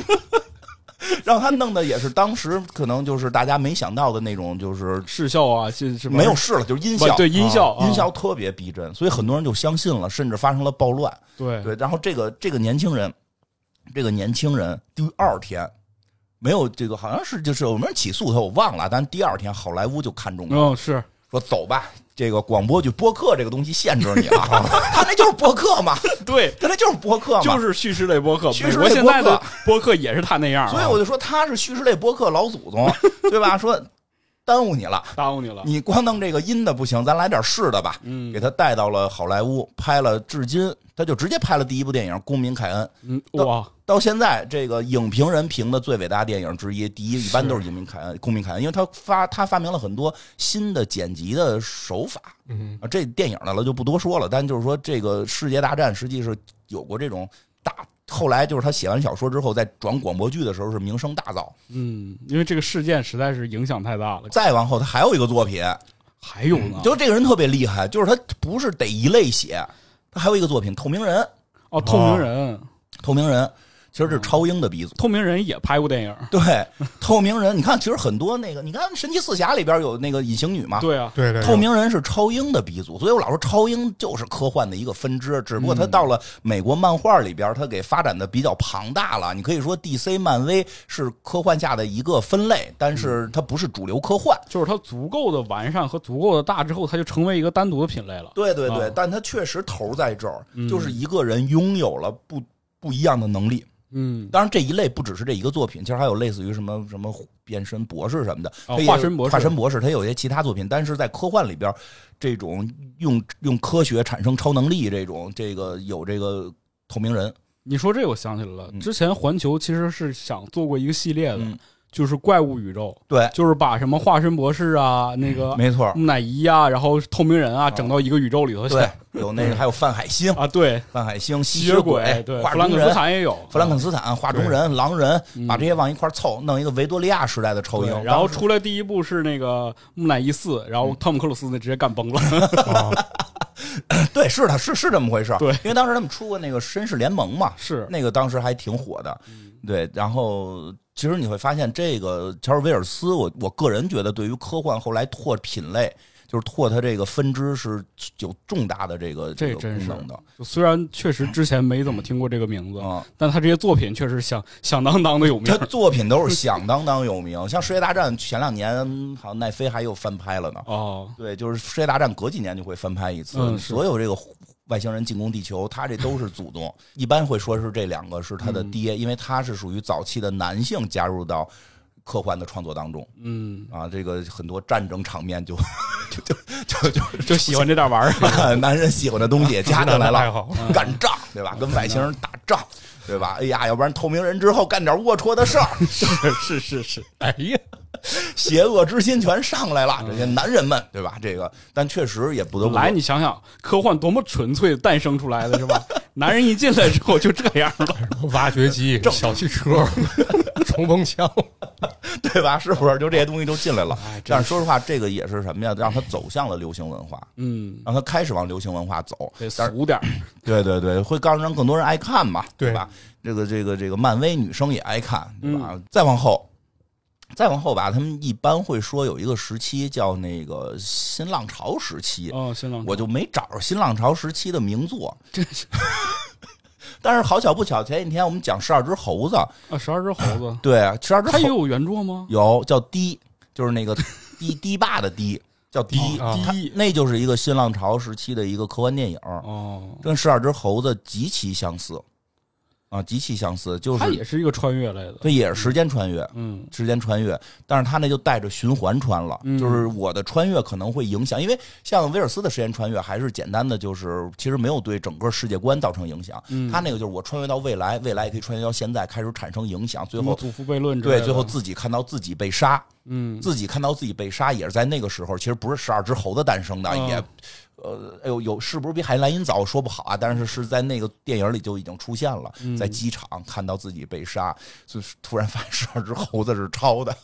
[SPEAKER 2] 让他弄的也是当时可能就是大家没想到的那种，就是
[SPEAKER 1] 视效啊，这什么
[SPEAKER 2] 没有事了，就是音
[SPEAKER 1] 不
[SPEAKER 2] 效，啊
[SPEAKER 1] 对音效
[SPEAKER 2] 音效特别逼真，所以很多人就相信了，甚至发生了暴乱。
[SPEAKER 1] 对
[SPEAKER 2] 对，然后这个这个年轻人，这个年轻人第二天没有这个，好像是就是有没有人起诉他，我忘了。啊但第二天好莱坞就看中了，
[SPEAKER 1] 哦，是
[SPEAKER 2] 说走吧，这个广播剧播客这个东西限制你了， *laughs* 他那就是播客嘛，
[SPEAKER 1] 对，
[SPEAKER 2] 他那就是播客嘛，
[SPEAKER 1] 就是叙事类播客，
[SPEAKER 2] 叙事类
[SPEAKER 1] 美国现在
[SPEAKER 2] 播
[SPEAKER 1] 的
[SPEAKER 2] 客
[SPEAKER 1] 播客也是他那样啊，
[SPEAKER 2] 所以我就说他是叙事类播客老祖宗，对吧？说耽误你了，
[SPEAKER 1] 耽误你了。
[SPEAKER 2] 你光弄这个音的不行，咱来点是的吧。
[SPEAKER 1] 嗯
[SPEAKER 2] 给他带到了好莱坞，拍了，至今他就直接拍了第一部电影《公民凯恩》。
[SPEAKER 1] 嗯，哇，
[SPEAKER 2] 到现在，这个影评人评的最伟大电影之一，第一一般都是《公民凯恩》。公民凯恩，因为他发他发明了很多新的剪辑的手法
[SPEAKER 3] 嗯，
[SPEAKER 2] 啊，这电影呢了就不多说了。但就是说，这个《世界大战》实际是有过这种大，后来就是他写完小说之后，在转广播剧的时候是名声大噪。
[SPEAKER 1] 嗯，因为这个事件实在是影响太大了。
[SPEAKER 2] 再往后，他还有一个作品，
[SPEAKER 1] 还有呢，
[SPEAKER 2] 就是这个人特别厉害，就是他不是得一类写，他还有一个作品《透明人》。
[SPEAKER 1] 哦，透明人，
[SPEAKER 2] 透明人其实是超英的鼻祖。
[SPEAKER 1] 透明人也拍过电影。
[SPEAKER 2] *laughs* 对，透明人，你看，其实很多那个，你看《神奇四侠》里边有那个隐形女嘛，
[SPEAKER 1] 对啊，
[SPEAKER 3] 对对，
[SPEAKER 2] 透明人是超英的鼻祖，所以我老说超英就是科幻的一个分支，只
[SPEAKER 1] 嗯
[SPEAKER 2] 不过它到了美国漫画里边，它给发展的比较庞大了。你可以说 DC、漫威是科幻下的一个分类，但
[SPEAKER 1] 嗯
[SPEAKER 2] 是它不是主流科幻。
[SPEAKER 1] 就是它足够的完善和足够的大之后，它就成为一个单独的品类了。
[SPEAKER 2] 对对对，
[SPEAKER 1] 啊嗯
[SPEAKER 2] 但它确实头在这儿，就是一个人拥有了不不一样的能力。
[SPEAKER 1] 嗯，
[SPEAKER 2] 当然，这一类不只是这一个作品，其实还有类似于什么什么变身博士什么的，
[SPEAKER 1] 哦
[SPEAKER 2] 它也
[SPEAKER 1] 化身博士
[SPEAKER 2] 化身博士，它有一些其他作品，但是在科幻里边，这种用用科学产生超能力这种，这个有这个透明人，
[SPEAKER 1] 你说这我想起来了，
[SPEAKER 2] 嗯
[SPEAKER 1] 之前环球其实是想做过一个系列的，
[SPEAKER 2] 嗯
[SPEAKER 1] 就是怪物宇宙，
[SPEAKER 2] 对，
[SPEAKER 1] 就是把什么化身博士啊，那个
[SPEAKER 2] 没错，哦
[SPEAKER 1] 木乃伊啊，然后透明人啊，整到一个宇宙里头去。
[SPEAKER 2] 对，有那个还有范海辛，
[SPEAKER 1] 啊，
[SPEAKER 2] *laughs*
[SPEAKER 1] 对，
[SPEAKER 2] 范海辛吸
[SPEAKER 1] 吸
[SPEAKER 2] 血
[SPEAKER 1] 血鬼，对，
[SPEAKER 2] 画
[SPEAKER 1] 弗兰
[SPEAKER 2] 中
[SPEAKER 1] 肯斯
[SPEAKER 2] 人。
[SPEAKER 1] 坦也有，啊
[SPEAKER 2] 弗兰肯斯坦、画中人、狼人，把这些往一块凑，弄一个维多利亚时嗯代的超
[SPEAKER 1] 对
[SPEAKER 2] 英。
[SPEAKER 1] 然后出来第一部是那个木乃伊四，然后汤姆克鲁斯那直接干崩
[SPEAKER 2] *laughs*
[SPEAKER 1] 了。
[SPEAKER 3] 啊，
[SPEAKER 2] 对，是的，是是这么回事儿。
[SPEAKER 1] 对
[SPEAKER 2] 因为当时他们出过那个《绅士联盟》嘛，
[SPEAKER 1] 是，
[SPEAKER 2] 那个当时还挺火的，对。然后其实你会发现，这个乔治威尔斯，我我个人觉得，对于科幻后来拓品类，就是拓它这个分支是有重大的这个
[SPEAKER 1] 这
[SPEAKER 2] 个
[SPEAKER 1] 真
[SPEAKER 2] 功
[SPEAKER 1] 是
[SPEAKER 2] 能的
[SPEAKER 1] 就虽然确实之前没怎么听过这个名字，
[SPEAKER 2] 啊。
[SPEAKER 1] 但他这些作品确实响响当当的有名
[SPEAKER 2] 他。作品都是响当当有名，像《世界大战》前两年好像奈飞还有翻拍了呢。
[SPEAKER 1] 哦，
[SPEAKER 2] 对，就是《世界大战》隔几年就会翻拍一次，
[SPEAKER 1] 嗯是
[SPEAKER 2] 所有这个。外星人进攻地球，他这都是祖宗。一般会说是这两个是他
[SPEAKER 1] 嗯
[SPEAKER 2] 的爹，因为他是属于早期的男性加入到科幻的创作当中。
[SPEAKER 1] 嗯，
[SPEAKER 2] 啊，这个很多战争场面就 *laughs* 就就就就
[SPEAKER 1] 就喜欢这点
[SPEAKER 2] *laughs*
[SPEAKER 1] 玩意儿。
[SPEAKER 2] 是男人喜欢的东
[SPEAKER 1] 啊
[SPEAKER 2] 西加进
[SPEAKER 3] 太
[SPEAKER 2] 来了，
[SPEAKER 3] 好，
[SPEAKER 2] 干仗对吧？跟外星人打仗对吧？哎呀，要不然透明人之后干点龌龊的事儿，
[SPEAKER 1] 是是是，
[SPEAKER 3] 哎呀，
[SPEAKER 2] 邪恶之心全上来了，这些男人们对吧？这个，但确实也不得不
[SPEAKER 1] 嗯来
[SPEAKER 2] 说
[SPEAKER 1] 你想想，科幻多么纯粹诞生出来的 *laughs* 是吧？男人一进来之后就这样了。
[SPEAKER 3] 挖掘机、小汽车、 *laughs* 冲
[SPEAKER 1] *laughs*
[SPEAKER 3] 锋枪，
[SPEAKER 2] *laughs* 对吧？是不是？就这些东西都进来了
[SPEAKER 1] 哎。真
[SPEAKER 2] 但是说实话，这个也是什么呀？让它走向了流行文化，
[SPEAKER 1] *laughs* 嗯，
[SPEAKER 2] 让它开始往流行文化走。
[SPEAKER 1] 得
[SPEAKER 2] 但是
[SPEAKER 1] 俗点儿。
[SPEAKER 2] 对对对，会更让更多人爱看嘛，
[SPEAKER 3] 对
[SPEAKER 2] 吧？这个这个这个，漫威女生也爱看，对吧？
[SPEAKER 1] 嗯
[SPEAKER 2] 再往后，再往后吧，他们一般会说有一个时期叫那个新浪潮时期，
[SPEAKER 1] 哦，新浪
[SPEAKER 2] 我就没找着新浪潮时期的名作。
[SPEAKER 1] 真是
[SPEAKER 2] *laughs* 但是好巧不巧，前几天我们讲十二只猴子，
[SPEAKER 1] 啊，十二只猴子，
[SPEAKER 2] 对，啊十二只
[SPEAKER 1] 它也
[SPEAKER 2] 猴
[SPEAKER 1] 有原著 *laughs* 吗？
[SPEAKER 2] 有叫低，就是
[SPEAKER 1] *laughs*
[SPEAKER 2] 那个低低坝的低，
[SPEAKER 1] 哦
[SPEAKER 2] 叫低，
[SPEAKER 3] 啊
[SPEAKER 1] 第一
[SPEAKER 2] 那就是一个新浪潮时期的一个科幻电影。
[SPEAKER 1] 哦，
[SPEAKER 2] 跟十二只猴子极其相似啊，极其相似，就
[SPEAKER 1] 它
[SPEAKER 2] 是
[SPEAKER 1] 也是一个穿越类的。
[SPEAKER 2] 这也是时间穿越，
[SPEAKER 1] 嗯，
[SPEAKER 2] 时间穿越，但是他那就带着循环穿了，
[SPEAKER 1] 嗯
[SPEAKER 2] 就是我的穿越可能会影响，因为像威尔斯的时间穿越还是简单的，就是其实没有对整个世界观造成影响，
[SPEAKER 1] 嗯
[SPEAKER 2] 他那个就是我穿越到未来，未来也可以穿越到现在，开始产生影响，最
[SPEAKER 1] 什么
[SPEAKER 2] 后。
[SPEAKER 1] 祖父悖论之类
[SPEAKER 2] 对，
[SPEAKER 1] 的
[SPEAKER 2] 最后自己看到自己被杀，
[SPEAKER 1] 嗯，
[SPEAKER 2] 自己看到自己被杀，也是在那个时候，其实不是十二只猴子诞生的，
[SPEAKER 1] 嗯
[SPEAKER 2] 也，呃，哎呦，有是不是比海兰因早说不好啊？但是是在那个电影里就已经出现了，
[SPEAKER 1] 嗯
[SPEAKER 2] 在机场看到自己被杀，就是突然发现十二只猴子是抄的，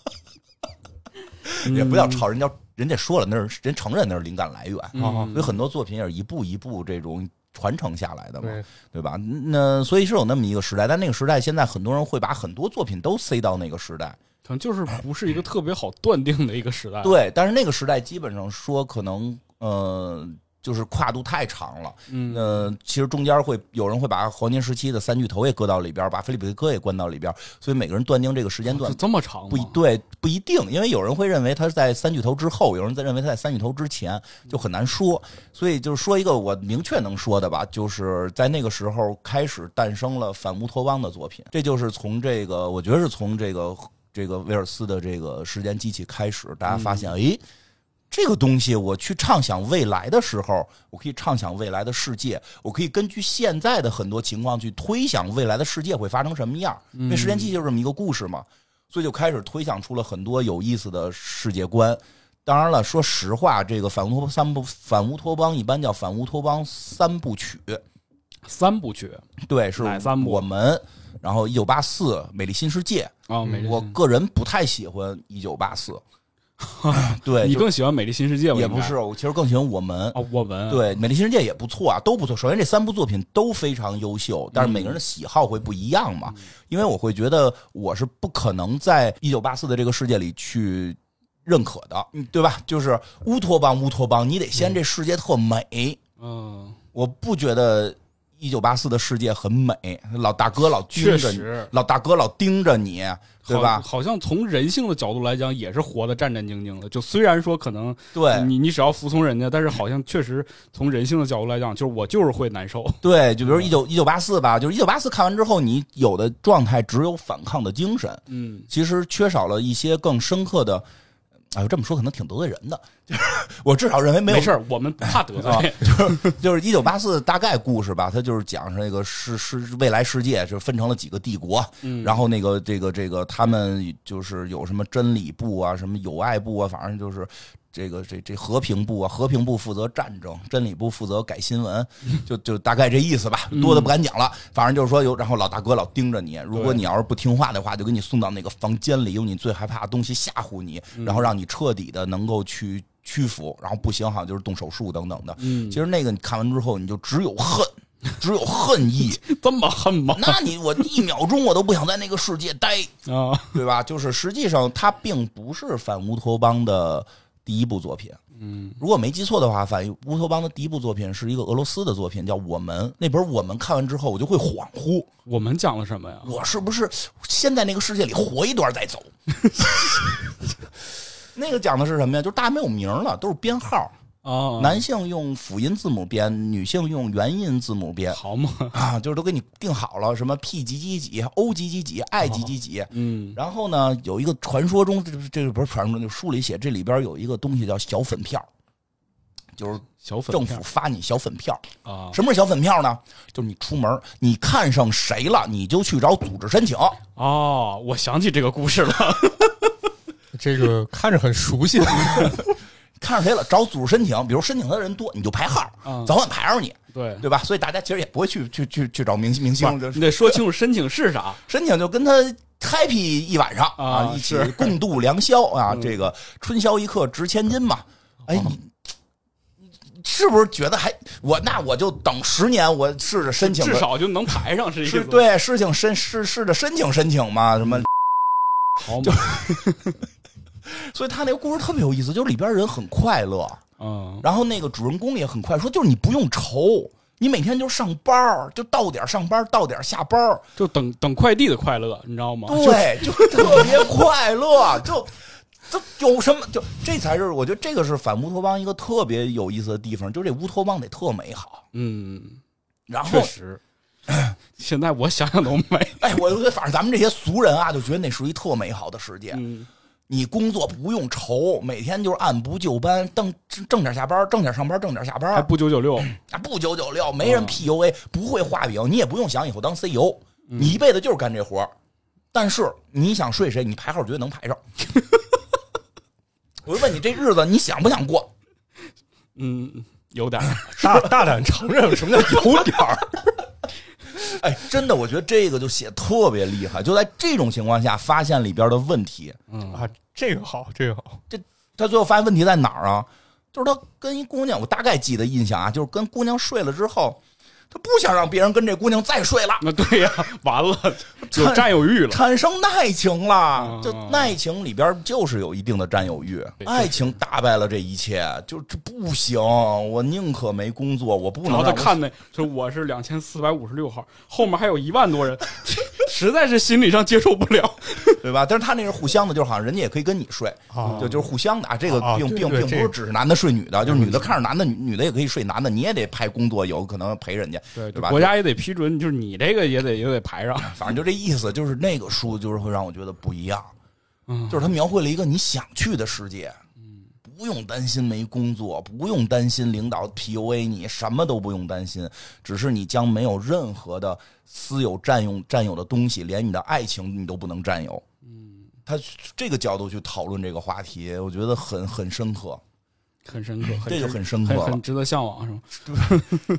[SPEAKER 1] 嗯
[SPEAKER 2] 也不叫抄，人家人家说了，那是人承认那是灵感来源，啊
[SPEAKER 1] 嗯
[SPEAKER 2] 所以很多作品也是一步一步这种传承下来的嘛，
[SPEAKER 3] 对，
[SPEAKER 2] 对吧？那所以是有那么一个时代，但那个时代现在很多人会把很多作品都塞到那个时代。
[SPEAKER 1] 可能就是不是一个 *laughs* 特别好断定的一个时代。
[SPEAKER 2] 对，但是那个时代基本上说可能呃，就是跨度太长了。
[SPEAKER 1] 嗯，
[SPEAKER 2] 呃，其实中间会有人会把黄金时期的三巨头也搁到里边儿，把菲利普克也关到里边儿，所以每个人断定这个时间段
[SPEAKER 1] 这这么长吗
[SPEAKER 2] 不一对，不一定，因为有人会认为他是在三巨头之后，有人在认为他在三巨头之前，就很难说。所以就是说一个我明确能说的吧，就是在那个时候开始诞生了反乌托邦的作品，这就是从这个，我觉得是从这个这个威尔斯的这个时间机器开始，大家发现，
[SPEAKER 1] 嗯
[SPEAKER 2] 诶，这个东西，我去畅想未来的时候，我可以畅想未来的世界，我可以根据现在的很多情况去推想未来的世界会发生什么样。
[SPEAKER 1] 嗯
[SPEAKER 2] 因为时间机器就是这么一个故事嘛，所以就开始推想出了很多有意思的世界观。当然了，说实话，这个反乌托邦三部反乌托邦一般叫反乌托邦三部曲，
[SPEAKER 1] 三部曲
[SPEAKER 2] 对，是
[SPEAKER 1] 哪三部
[SPEAKER 2] 我们，然后一九八四《美丽新世界
[SPEAKER 1] 啊，美》，丽
[SPEAKER 2] 我
[SPEAKER 1] 新
[SPEAKER 2] 个人不太喜欢一九
[SPEAKER 1] *laughs*
[SPEAKER 2] 八四，对，
[SPEAKER 1] 你
[SPEAKER 2] 就
[SPEAKER 1] 更喜欢《美丽新世界》吧？
[SPEAKER 2] 也
[SPEAKER 1] 应该
[SPEAKER 2] 不是，我其实更喜欢我们。
[SPEAKER 1] 啊，我们
[SPEAKER 2] 对，《美丽新世界》也不错啊，都不错。首先，这三部作品都非常优秀，
[SPEAKER 1] 嗯
[SPEAKER 2] 但是每个人的喜好会不一样嘛。因为我会觉得我是不可能在一九八四的这个世界里去认可的，嗯对吧？就是乌托邦，乌托邦，你得先这世界特美。
[SPEAKER 1] 嗯，
[SPEAKER 2] 我不觉得一九八四的世界很美，老大哥老盯
[SPEAKER 1] 确
[SPEAKER 2] 着你
[SPEAKER 1] 实，
[SPEAKER 2] 老大哥老盯着你，对
[SPEAKER 1] 好
[SPEAKER 2] 吧？
[SPEAKER 1] 好像从人性的角度来讲，也是活得战战兢兢的。就虽然说可能
[SPEAKER 2] 对，
[SPEAKER 1] 你你只要服从人家，但是好像确实从人性的角度来讲，就是我就是会难受。
[SPEAKER 2] 对，就比如一九一九八四吧，就是一九八四看完之后，你有的状态只有反抗的精神，
[SPEAKER 1] 嗯，
[SPEAKER 2] 其实缺少了一些更深刻的。哎呦，这么说可能挺得罪人的， *laughs* 就是我至少认为没有
[SPEAKER 1] 没事儿，我们不怕得罪。
[SPEAKER 2] 啊就是一九八四大概故事吧，它就是讲这个世世未来世界，就分成了几个帝国，
[SPEAKER 1] 嗯
[SPEAKER 2] 然后那个这个这个他们就是有什么真理部啊，什么友爱部啊，反正就是这个这这和平部啊，和平部负责战争，真理部负责改新闻，就就大概这意思
[SPEAKER 1] 嗯
[SPEAKER 2] 吧，多的不敢讲了。反正就是说有，然后老大哥老盯着你，如果
[SPEAKER 1] 对
[SPEAKER 2] 你要是不听话的话，就给你送到那个房间里，用你最害怕的东西吓唬你，然后让你彻底的能够去屈服，然后不行好像就是动手术等等的。
[SPEAKER 1] 嗯，
[SPEAKER 2] 其实那个你看完之后，你就只有恨，只有恨意。
[SPEAKER 1] *laughs* 这么恨吗？
[SPEAKER 2] 那你我一秒钟我都不想在那个世界待，
[SPEAKER 1] 啊，
[SPEAKER 2] 对吧？就是实际上它并不是反乌托邦的第一部作品。嗯，如果没记错的话，反乌托邦的第一部作品是一个俄罗斯的作品，叫《我们》。那本《我们》看完之后，我就会恍惚，
[SPEAKER 1] 我们讲了什么呀？
[SPEAKER 2] 我是不是先在那个世界里活一段再走？ *laughs* 那个讲的是什么呀？就是大家没有名了，都是编号，
[SPEAKER 1] 啊，
[SPEAKER 2] 男性用辅音字母编，女性用元音字母编。
[SPEAKER 1] 好嘛，
[SPEAKER 2] 啊，就是都给你定好了，什么 P 几几几、O 几几几、I 几几几。
[SPEAKER 1] 嗯，
[SPEAKER 2] 然后呢，有一个传说中，这这个不是传说中，就书里写这里边有一个东西叫小粉票，就是
[SPEAKER 1] 小粉
[SPEAKER 2] 政
[SPEAKER 1] 片
[SPEAKER 2] 府发你小粉票。
[SPEAKER 1] 啊
[SPEAKER 2] 什么是小粉票呢？就是你出门你看上谁了，你就去找组织申请。
[SPEAKER 1] 哦，我想起这个故事
[SPEAKER 2] *laughs*
[SPEAKER 1] 了。
[SPEAKER 3] 这个看着很熟悉，
[SPEAKER 2] 看上谁了，找组织申请。比如申请他的人多，你就排号，
[SPEAKER 1] 嗯
[SPEAKER 2] 早晚排上你，
[SPEAKER 1] 对，
[SPEAKER 2] 对吧？所以大家其实也不会去去去去找明星明星，
[SPEAKER 1] 你得说清楚申请是啥。
[SPEAKER 2] 申请就跟他 happy 一晚上
[SPEAKER 1] 啊
[SPEAKER 2] 一起
[SPEAKER 1] 是
[SPEAKER 2] 共度良宵啊！
[SPEAKER 1] 嗯哦
[SPEAKER 2] 这个春宵一刻值千金嘛。哎，你你是不是觉得还我那我就等十年，我试着申请
[SPEAKER 1] 至
[SPEAKER 2] 个
[SPEAKER 1] 少就能排上是一
[SPEAKER 2] 是
[SPEAKER 1] 个，嗯
[SPEAKER 2] 对事情申试试着申请申请嘛什么？
[SPEAKER 1] 好
[SPEAKER 2] 就
[SPEAKER 1] 嘛，
[SPEAKER 2] 所以他那个故事特别有意思，就是里边人很快乐，
[SPEAKER 1] 嗯，
[SPEAKER 2] 然后那个主人公也很快说，就是你不用愁。你每天就上班儿就到点儿上班儿到点儿下班儿
[SPEAKER 1] 就等等快递的快乐，你知道吗？
[SPEAKER 2] 对，就特别快乐，就这有什么？就这才是我觉得这个是反乌托邦一个特别有意思的地方，就这乌托邦得特美好。
[SPEAKER 1] 嗯，
[SPEAKER 2] 然后
[SPEAKER 1] 确，实， *clears throat* 现在我想想都美。
[SPEAKER 2] 哎，我就觉得反正咱们这些俗人啊，就觉得那属于特美好的世界。
[SPEAKER 1] 嗯，
[SPEAKER 2] 你工作不用愁，每天就是按部就班，挣挣点下班，挣点上班，挣点下
[SPEAKER 1] 还
[SPEAKER 2] 班，
[SPEAKER 1] 不九九
[SPEAKER 2] *clears throat*
[SPEAKER 1] 六，
[SPEAKER 2] 啊不九九六，没人
[SPEAKER 1] 嗯
[SPEAKER 2] PUA，、不会画饼，你也不用想以后当 CEO，你一辈子就是干这活儿。但是你想睡谁，你排号绝对能排上。 *laughs* 我就问你，这日子你想不想过？
[SPEAKER 1] 嗯，有点儿，
[SPEAKER 3] 大大胆承认什么叫有点儿。
[SPEAKER 2] 哎，真的，我觉得这个就写特别厉害，就在这种情况下发现里边的问题。
[SPEAKER 1] 嗯，
[SPEAKER 3] 啊，这个好，这个好，
[SPEAKER 2] 他最后发现问题在哪儿啊？就是他跟一姑娘，我大概记得印象啊，就是跟姑娘睡了之后，他不想让别人跟这姑娘再睡了，
[SPEAKER 1] 那对呀、完
[SPEAKER 2] *laughs*
[SPEAKER 1] 了，有占有欲了。
[SPEAKER 2] 产生耐情了
[SPEAKER 3] 啊
[SPEAKER 1] 嗯。
[SPEAKER 2] 这耐情里边就是有一定的占有欲，
[SPEAKER 1] 对
[SPEAKER 2] 爱情打败了这一切，就这不行。我宁可没工作，我不
[SPEAKER 1] 然后
[SPEAKER 2] 能
[SPEAKER 1] 他
[SPEAKER 2] 让我
[SPEAKER 1] 看那，就我是两千四百五十六号，后面还有一万多人， *laughs* 实在是心理上接受不了。
[SPEAKER 2] 对吧？但是他那是互相的，就是好像人家也可以跟你睡，
[SPEAKER 3] 啊
[SPEAKER 2] 就就是互相的啊。这个
[SPEAKER 3] 啊
[SPEAKER 2] 并
[SPEAKER 3] 对
[SPEAKER 2] 并
[SPEAKER 3] 对
[SPEAKER 2] 并不
[SPEAKER 3] 这嗯
[SPEAKER 2] 是
[SPEAKER 3] 个
[SPEAKER 2] 只是男的睡女的，就是女的看着男的，女女的也可以睡男的，你也得排工作，有可能陪人家，
[SPEAKER 1] 对，
[SPEAKER 2] 对吧？
[SPEAKER 1] 国家也得批准，就是你这个也得也得排上。
[SPEAKER 2] 反正就这意思，就是那个书就是会让我觉得不一样，
[SPEAKER 1] 嗯
[SPEAKER 2] 就是它描绘了一个你想去的世界，不用担心没工作，不用担心领导 PUA 你，什么都不用担心，只是你将没有任何的私有占用占有的东西，连你的爱情你都不能占有。嗯，他这个角度去讨论这个话题，我觉得很很深刻，
[SPEAKER 1] 很深刻，很
[SPEAKER 2] 这就
[SPEAKER 1] 值
[SPEAKER 2] 很深刻
[SPEAKER 1] 很
[SPEAKER 2] 了
[SPEAKER 1] 很。值得向往，是吗？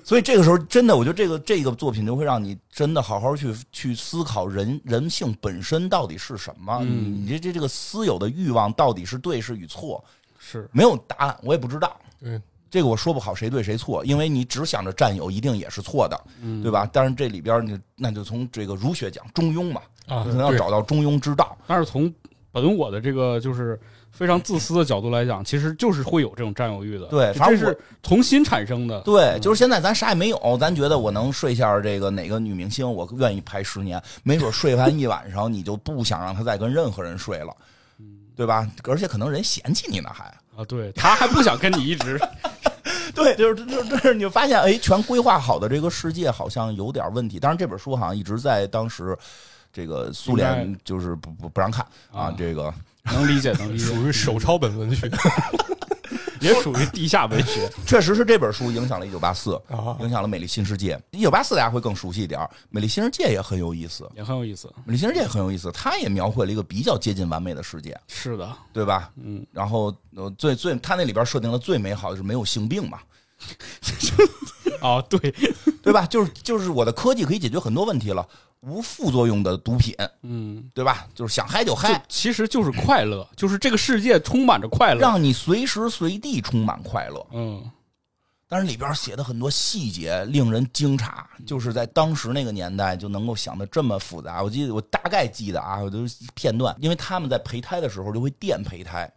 [SPEAKER 2] 所以这个时候，真的，我觉得这个这个作品就会让你真的好好去去思考人人性本身到底是什么，
[SPEAKER 1] 嗯
[SPEAKER 2] 你这这这个私有的欲望到底是对是与错，
[SPEAKER 1] 是，
[SPEAKER 2] 没有答案，我也不知道。
[SPEAKER 3] 对，
[SPEAKER 2] 这个我说不好谁对谁错，因为你只想着占有，一定也是错的，
[SPEAKER 1] 嗯
[SPEAKER 2] 对吧？但是这里边你那就从这个儒学讲中庸嘛，
[SPEAKER 3] 啊，
[SPEAKER 1] 嗯
[SPEAKER 2] 可能要
[SPEAKER 3] 对嗯
[SPEAKER 2] 找到中庸之道。
[SPEAKER 1] 但是从本我的这个就是非常自私的角度来讲，其实就是会有这种占有欲的。
[SPEAKER 2] 对反
[SPEAKER 1] 这
[SPEAKER 2] 正
[SPEAKER 1] 是从心产生的。
[SPEAKER 2] 对，就是现在咱啥也没有，咱觉得我能睡下这个哪个女明星，我愿意排十年，没准睡完一晚上你就不想让她再跟任何人睡了，
[SPEAKER 3] 嗯
[SPEAKER 2] 对吧？而且可能人嫌弃你呢还。
[SPEAKER 1] 啊，对他还不想跟你一直
[SPEAKER 2] 对， *laughs* 就是就是就是，你就发现哎，全规划好的这个世界好像有点问题。当然，这本书好像一直在当时这个苏
[SPEAKER 1] 应
[SPEAKER 2] 联就是不不不让看啊
[SPEAKER 1] 啊，
[SPEAKER 2] 这个
[SPEAKER 1] *laughs* 能理解，能理解，
[SPEAKER 3] 属于手抄本文学
[SPEAKER 1] *laughs* 也属于地下文学。
[SPEAKER 2] 确实是这本书影响了《一九八四》。
[SPEAKER 3] 啊，
[SPEAKER 2] 影响了《美丽新世界》，《一九八四》大家会更熟悉一点，《美丽新世界》也很有意思，《
[SPEAKER 1] 也很有意思。
[SPEAKER 2] 美丽新世界》也很有意思，它也描绘了一个比较接近完美的世界，
[SPEAKER 1] *laughs* 是的，
[SPEAKER 2] 对吧？
[SPEAKER 1] 嗯，
[SPEAKER 2] 然后呃，最最它那里边设定的最美好就是没有性病嘛，
[SPEAKER 1] 哦，对，
[SPEAKER 2] 对吧？就是就是我的科技可以解决很多问题了，无副作用的毒品，
[SPEAKER 1] 嗯，
[SPEAKER 2] 对吧？就是想嗨就
[SPEAKER 1] 就
[SPEAKER 2] 嗨，
[SPEAKER 1] 其实就是快乐，就是这个世界充满着快乐。
[SPEAKER 2] 让你随时随地充满快乐。
[SPEAKER 1] 嗯，
[SPEAKER 2] 但是里边写的很多细节令人惊诧，就是在当时那个年代就能够想的这么复杂。我记得我大概记得啊，我都是片段，因为他们在胚胎的时候就会电胚胎，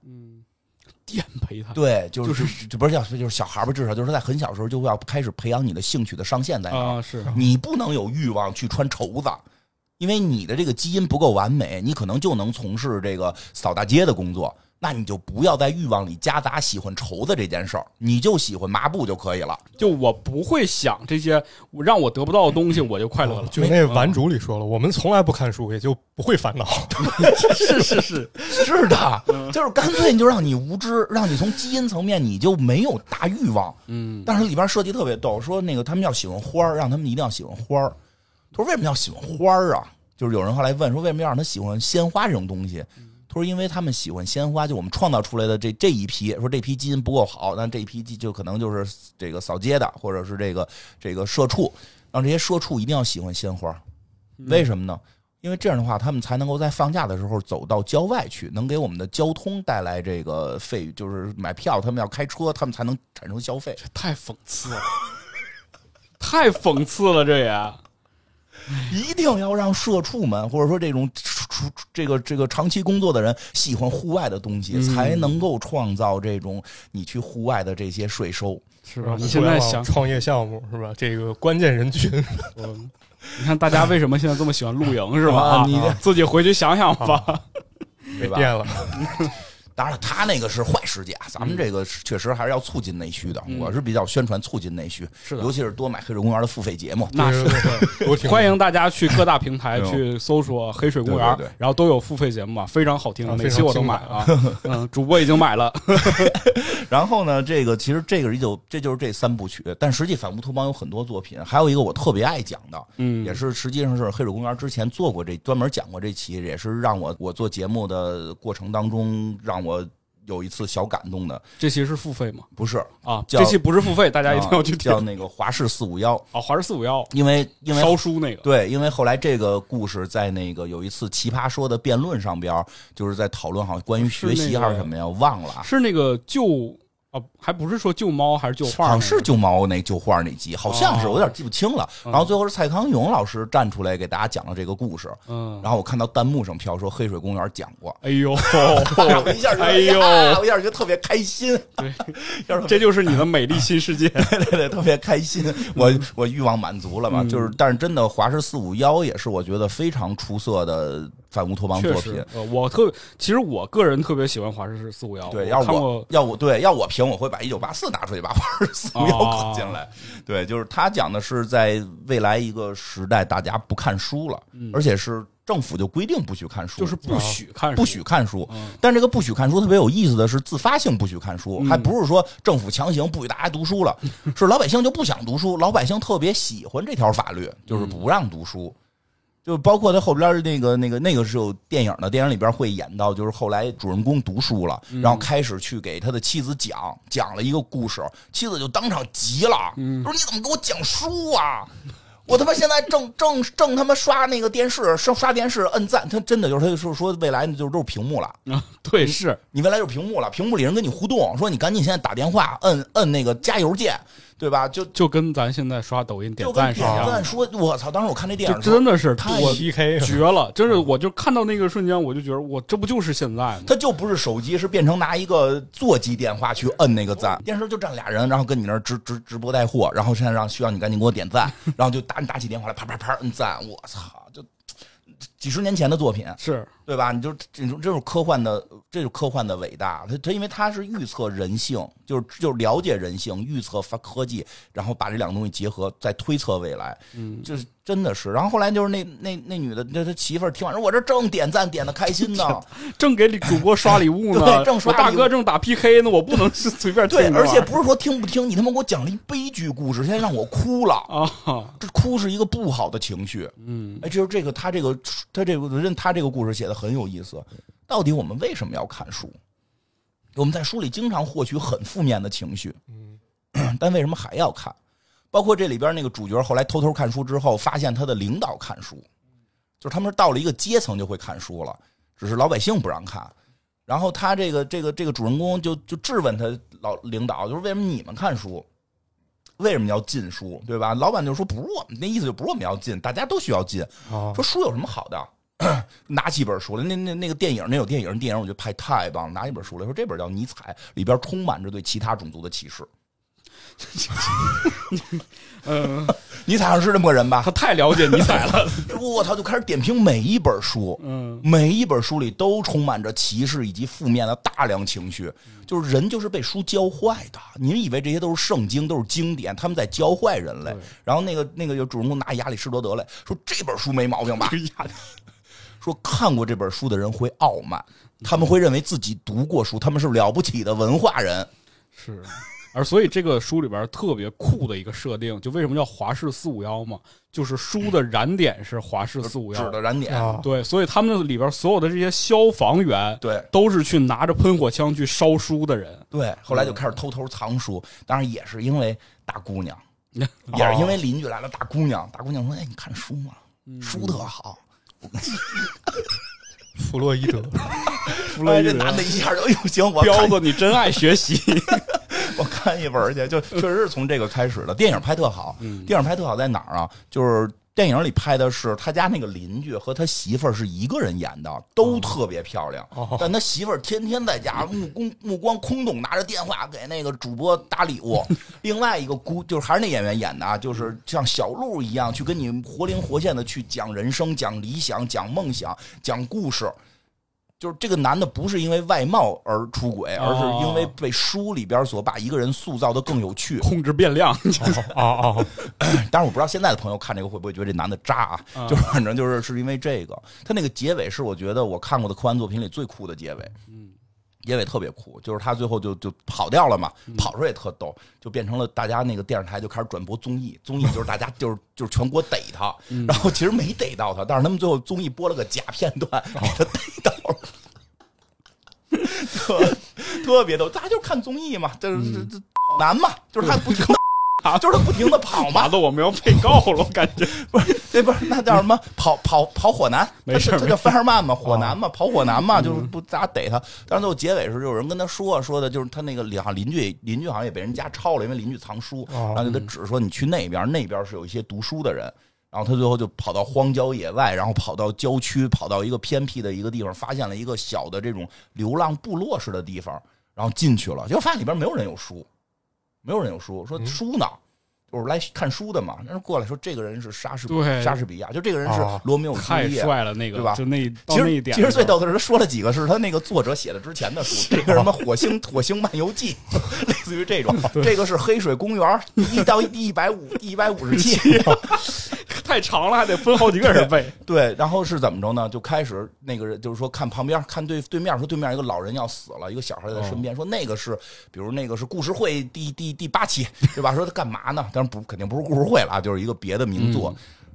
[SPEAKER 1] 颠陪他。
[SPEAKER 2] 对，啊就是就不是叫就是小孩吧，至少就是在很小时候就会要开始培养你的兴趣的上限在哪儿。
[SPEAKER 1] 啊，是
[SPEAKER 2] 你不能有欲望去穿绸子，因为你的这个基因不够完美，你可能就能从事这个扫大街的工作。那你就不要在欲望里夹杂喜欢绸子这件事儿，你就喜欢麻布就可以了。
[SPEAKER 1] 就我不会想这些让我得不到的东西，我哦就快乐了。啊
[SPEAKER 3] 就那顽主里说了，我们从来不看书，也就不会烦恼。
[SPEAKER 1] 是是是，
[SPEAKER 2] 是的，就是干脆你就让你无知，让你从基因层面你就没有大欲望。
[SPEAKER 1] 嗯，
[SPEAKER 2] 但是里边设计特别逗，说那个他们要喜欢花儿，让他们一定要喜欢花儿。啊他说为什么要喜欢花儿啊？就是有人后来问说为什么要让他喜欢鲜花这种东西？他说因为他们喜欢鲜花，就我们创造出来的这这一批，说这批基因不够好，但这一批基就可能就是这个扫街的，或者是这个这个社畜，让这些社畜一定要喜欢鲜花。为什么呢？因为这样的话，他们才能够在放假的时候走到郊外去，能给我们的交通带来这个费，就是买票，他们要开车，他们才能产生消费。
[SPEAKER 1] 太讽刺了，太讽刺了， *laughs* 这也。
[SPEAKER 2] 一定要让社畜们，或者说这种出出出这个这个长期工作的人，喜欢户外的东西，
[SPEAKER 1] 嗯
[SPEAKER 2] 才能够创造这种你去互外的这些税收。
[SPEAKER 1] 是
[SPEAKER 3] 是吧
[SPEAKER 1] 吧？你现在
[SPEAKER 3] 啊互联网
[SPEAKER 1] 想，
[SPEAKER 3] 创业项目是吧？这个关键人群
[SPEAKER 1] 嗯你看大家为什么现在这么喜欢露 *laughs* 营是吧？
[SPEAKER 2] 啊
[SPEAKER 1] 啊
[SPEAKER 2] 你
[SPEAKER 1] 自己回去想想吧。
[SPEAKER 3] 没
[SPEAKER 2] 吧
[SPEAKER 3] 电了，
[SPEAKER 2] 当然了，他那个是坏世界，咱们这个是确实还是要促进内需的。
[SPEAKER 1] 嗯
[SPEAKER 2] 我是比较宣传促进内需，
[SPEAKER 1] 是的
[SPEAKER 2] 尤其是多买黑水公园的付费节目。
[SPEAKER 1] *laughs* 那是
[SPEAKER 3] 这
[SPEAKER 2] *laughs*
[SPEAKER 3] 个多挺
[SPEAKER 1] 欢迎大家去各大平台
[SPEAKER 2] 哎呦
[SPEAKER 1] 去搜索“黑水公园
[SPEAKER 2] 对对对”，
[SPEAKER 1] 然后都有付费节目啊，非常好听，
[SPEAKER 3] 啊
[SPEAKER 1] 每期我都买啊。嗯，主播已经买了，
[SPEAKER 2] 然后呢，这个其实这个一九这就是这三部曲，但实际反乌托邦有很多作品，还有一个我特别爱讲的，
[SPEAKER 1] 嗯
[SPEAKER 2] 也是实际上是黑水公园之前做过这专门讲过这期，也是让我我做节目的过程当中让我有一次小感动的，
[SPEAKER 1] 这期是付费吗？
[SPEAKER 2] 不是
[SPEAKER 1] 啊，
[SPEAKER 2] 叫
[SPEAKER 1] 这期不是付费，大家一定要去听
[SPEAKER 2] 叫那个华氏四五幺，
[SPEAKER 1] 啊。华氏四五幺
[SPEAKER 2] 因为因为
[SPEAKER 1] 烧书那个，
[SPEAKER 2] 对，因为后来这个故事在那个有一次奇葩说的辩
[SPEAKER 1] 哦
[SPEAKER 2] 论上边儿，就是在讨论好像关于学习还是什么呀，我忘了啊。
[SPEAKER 1] 是那个旧哦，还不是说救猫还是救画
[SPEAKER 2] 好
[SPEAKER 1] 那个？
[SPEAKER 2] 像是救猫那救画那集，好像是
[SPEAKER 1] 哦
[SPEAKER 2] 我有点记不清了。
[SPEAKER 1] 嗯
[SPEAKER 2] 然后最后是蔡康永老师站出来给大家讲了这个故事，
[SPEAKER 1] 嗯，
[SPEAKER 2] 然后我看到弹幕上飘说黑水公园讲过，
[SPEAKER 1] 哎呦，
[SPEAKER 2] *laughs* 我一下就
[SPEAKER 1] 哎呦，
[SPEAKER 2] 呀我一下觉得特别开心，
[SPEAKER 1] 对，
[SPEAKER 2] 要是
[SPEAKER 1] 这就是你的美丽新世界。
[SPEAKER 2] *laughs* 对对，特别开心， *laughs* 我我欲望满足了嘛，
[SPEAKER 1] 嗯
[SPEAKER 2] 就是但是真的华氏四五幺也是我觉得非常出色的反乌托邦
[SPEAKER 1] 确
[SPEAKER 2] 作品
[SPEAKER 1] 实，，呃，我特其实我个人特别喜欢华氏四五幺，
[SPEAKER 2] 对，要
[SPEAKER 1] 我
[SPEAKER 2] 是
[SPEAKER 1] 看
[SPEAKER 2] 我
[SPEAKER 1] 过 *laughs*
[SPEAKER 2] 要我对要我评，我会把一九八四拿出去，把 *laughs* 华氏四五幺
[SPEAKER 1] 哦
[SPEAKER 2] 搁进来。对，就是他讲的是在未来一个时代，大家不看书了，而且是政府就规定不许看书，
[SPEAKER 1] 嗯就是不许看，
[SPEAKER 2] 不许，看书。
[SPEAKER 1] 嗯
[SPEAKER 2] 但这个不许看书特别有意思的是，自发性不许看书，
[SPEAKER 1] 嗯
[SPEAKER 2] 还不是说政府强行不许大家读
[SPEAKER 1] *laughs*
[SPEAKER 2] 书了，是老百姓就不想读书，老百姓特别喜欢这条法律，就是不让读书。就包括他后边那个那个那个是有电影的，电影里边会演到，就是后来主人公读书了，
[SPEAKER 1] 嗯
[SPEAKER 2] 然后开始去给他的妻子讲讲了一个故事，妻子就当场急了，
[SPEAKER 1] 嗯
[SPEAKER 2] 说你怎么给我讲书啊？我他妈现在正正正他妈刷那个电视，刷刷电视摁赞，他真的就是他就说说未来就是都是屏幕了，
[SPEAKER 1] 啊，对，是
[SPEAKER 2] 你未来就是屏幕了，屏幕里人跟你互动，说你赶紧现在打电话，摁摁那个加油键，对吧？就
[SPEAKER 1] 就跟咱现在刷抖音点
[SPEAKER 2] 就跟
[SPEAKER 1] 赞是一
[SPEAKER 2] 点
[SPEAKER 1] 样
[SPEAKER 2] 赞
[SPEAKER 1] 的，
[SPEAKER 2] 说，我操！当时我看这电
[SPEAKER 1] 就
[SPEAKER 2] 影的时候，
[SPEAKER 1] 真的是
[SPEAKER 2] 太
[SPEAKER 1] 我
[SPEAKER 3] PK
[SPEAKER 1] 绝了，真是我就看到那个瞬间，我就觉得我这不就是现在吗？
[SPEAKER 2] 它就不是手机，是变成拿一个座机电话去摁那个赞。电视就站俩人，然后跟你那儿直直直播带货，然后现在让需要你赶紧给我点赞，然后就打你打起电话来，啪啪啪摁赞。我操！就几十年前的作品，
[SPEAKER 1] 是，
[SPEAKER 2] 对吧？你就这种这种科幻的，这种科幻的伟大，它它因为它是预测人性，就是就是了解人性，预测发科技，然后把这两个东西结合，再推测未来，
[SPEAKER 1] 嗯，
[SPEAKER 2] 就是真的是。然后后来就是那那那女的，那她媳妇儿听完说，我这正点赞点的开心呢，
[SPEAKER 1] 正给主播刷礼物呢，
[SPEAKER 2] *laughs* 对正刷
[SPEAKER 1] 我大
[SPEAKER 2] 礼物
[SPEAKER 1] 哥正打 PK 呢，我不能是随便听
[SPEAKER 2] 对，
[SPEAKER 1] 着啊
[SPEAKER 2] 而且
[SPEAKER 1] 玩
[SPEAKER 2] 不是说听不听，你他妈给我讲了一悲剧故事，现在让我哭了，
[SPEAKER 1] 啊，
[SPEAKER 2] *laughs* 这哭是一个不好的情绪，
[SPEAKER 1] 嗯，
[SPEAKER 2] 哎，就是这个他这个他这个人他这个故事写的很有意思。到底我们为什么要看书？我们在书里经常获取很负面的情绪，
[SPEAKER 3] 嗯，
[SPEAKER 2] *clears throat* 但为什么还要看？包括这里边那个主角后来偷偷看书之后，发现他的领导看书，就是他们是到了一个阶层就会看书了，只是老百姓不让看。然后他这个这个这个主人公就就质问他老领导，就是为什么你们看书？为什么要禁书，对吧？老板就说不是我们那意思，就不是我们要禁，大家都需要禁。
[SPEAKER 3] 啊，
[SPEAKER 2] 说书有什么好的？ *clears throat* 拿起一本书来，那那那个电影，那有电影，电影我觉得拍太棒了。拿一本书来说，这本叫《尼采》，里边充满着对其他种族的歧视。 *laughs*
[SPEAKER 1] 嗯，
[SPEAKER 2] 尼采好像是这么个人吧
[SPEAKER 1] 他？太了解尼采
[SPEAKER 2] *laughs*
[SPEAKER 1] 了，
[SPEAKER 2] 我操，就开始点评每一本书，
[SPEAKER 1] 嗯，
[SPEAKER 2] 每一本书里都充满着歧视以及负面的大量情绪。就是人就是被书教坏的。你们以为这些都是圣经，都是经典，他们在教坏人类
[SPEAKER 1] 对。
[SPEAKER 2] 然后那个那个有主人公拿亚里士多德来说，这本书没毛病吧？
[SPEAKER 1] *laughs* 哎呀，
[SPEAKER 2] 说看过这本书的人会傲慢，他们会认为自己读过书，他们是了不起的文化人。
[SPEAKER 1] 是，而所以这个书里边特别酷的一个设定，就为什么叫华氏四五幺嘛，就是书的燃点是华氏四五
[SPEAKER 2] 指
[SPEAKER 1] 幺，
[SPEAKER 2] 的燃点，
[SPEAKER 3] 啊，
[SPEAKER 1] 对，所以他们里边所有的这些消防员
[SPEAKER 2] 对
[SPEAKER 1] 都是去拿着喷火枪去烧书的人，
[SPEAKER 2] 对。后来就开始偷偷藏书，当然也是因为大
[SPEAKER 1] *laughs*
[SPEAKER 2] 姑娘，
[SPEAKER 1] 哦嗯
[SPEAKER 2] 也是因为邻居来了，大姑娘，大姑娘说：“哎，你看书吗？书特好。”
[SPEAKER 3] 弗洛伊德，
[SPEAKER 1] 弗洛
[SPEAKER 2] 哎，
[SPEAKER 1] 伊
[SPEAKER 2] 这
[SPEAKER 1] 德
[SPEAKER 2] 男的一下就，哎呦，行，我
[SPEAKER 1] 彪
[SPEAKER 2] 看
[SPEAKER 1] 子，你真爱学习，
[SPEAKER 2] *laughs* 我看一本儿去，就确实是从这个开始的。电影拍特好，电影拍特好在哪儿啊？就是电影里拍的是他家那个邻居和他媳妇儿是一个人演的，都特别漂亮。
[SPEAKER 3] 哦
[SPEAKER 2] 但他媳妇儿天天在家目光目光空洞，拿着电话给那个主播打礼物。另外一个姑就是还是那演员演的啊，就是像小鹿一样去跟你活灵活现的去讲人生、讲理想、讲梦想、讲故事。就是这个男的不是因为外貌而出轨，而是因为被书里边所把一个人塑造的更有趣。
[SPEAKER 1] 控制变 *laughs* 量，
[SPEAKER 3] 啊啊，
[SPEAKER 2] 当然，我不知道现在的朋友看这个会不会觉得这男的渣啊？就是反正就是是因为这个，他那个结尾是我觉得我看过的科幻作品里最酷的结尾。
[SPEAKER 1] 嗯，
[SPEAKER 2] 结尾特别酷，就是他最后就就跑掉了嘛，跑出来也特逗，就变成了大家那个电视台就开始转播综艺，综艺就是大家 *laughs* 就是就是全国逮他，然后其实没逮到他，但是他们最后综艺播了个假片段，给他逮到了。特特别逗，大家就看综艺嘛，就是这这难嘛，就是他不看就是他不停的跑嘛
[SPEAKER 1] 打，的我们要被告了，我感 *laughs* 觉。
[SPEAKER 2] 对不是那叫什么跑跑跑火男，
[SPEAKER 1] 嗯没事
[SPEAKER 2] 他
[SPEAKER 1] 儿啊嗯
[SPEAKER 2] 他叫范尔曼嘛，火男嘛，跑火男嘛，就是不大家逮他。但是最后结尾时有人跟他说说的，就是他那个好像邻居邻居好像也被人家抄了，因为邻居藏书，
[SPEAKER 3] 哦
[SPEAKER 2] 然后就给
[SPEAKER 1] 嗯
[SPEAKER 2] 他指说你去那边，那边是有一些读书的人。然后他最后就跑到荒郊野外，然后跑到郊区，跑到一个偏僻的一个地方，发现了一个小的这种流浪部落式的地方，然后进去了，结果发现里边没有人有书，没有人有书，说
[SPEAKER 3] 嗯
[SPEAKER 2] 书呢？就是来看书的嘛，然后过来说这个人是莎士比
[SPEAKER 1] 对哦
[SPEAKER 2] 莎士比亚，就这个人是
[SPEAKER 3] 啊
[SPEAKER 2] 罗密欧与
[SPEAKER 1] 太
[SPEAKER 2] 朱丽叶。
[SPEAKER 1] 帅了，那个
[SPEAKER 2] 对吧
[SPEAKER 1] 就那到
[SPEAKER 2] 其
[SPEAKER 1] 那一
[SPEAKER 2] 实
[SPEAKER 1] 点的时候，
[SPEAKER 2] 其实最逗的是，他说了几个是他那个作者写的之前的书，这个什么《火星火星漫游记》， *laughs* 类似于这种。这个是《黑水公园》一到一百五一百五十
[SPEAKER 1] *laughs*
[SPEAKER 2] 七，
[SPEAKER 1] *laughs* 啊太长了，还得分好几个人背。
[SPEAKER 2] 对，然后是怎么着呢？就开始那个人就是说看旁边，看对对面，说对面一个老人要死了，一个小孩在他身边，说那个是，比如那个是故事会第第第八期，对吧？说他干嘛呢？当然不肯定不是故事会了啊，就是一个别的名作。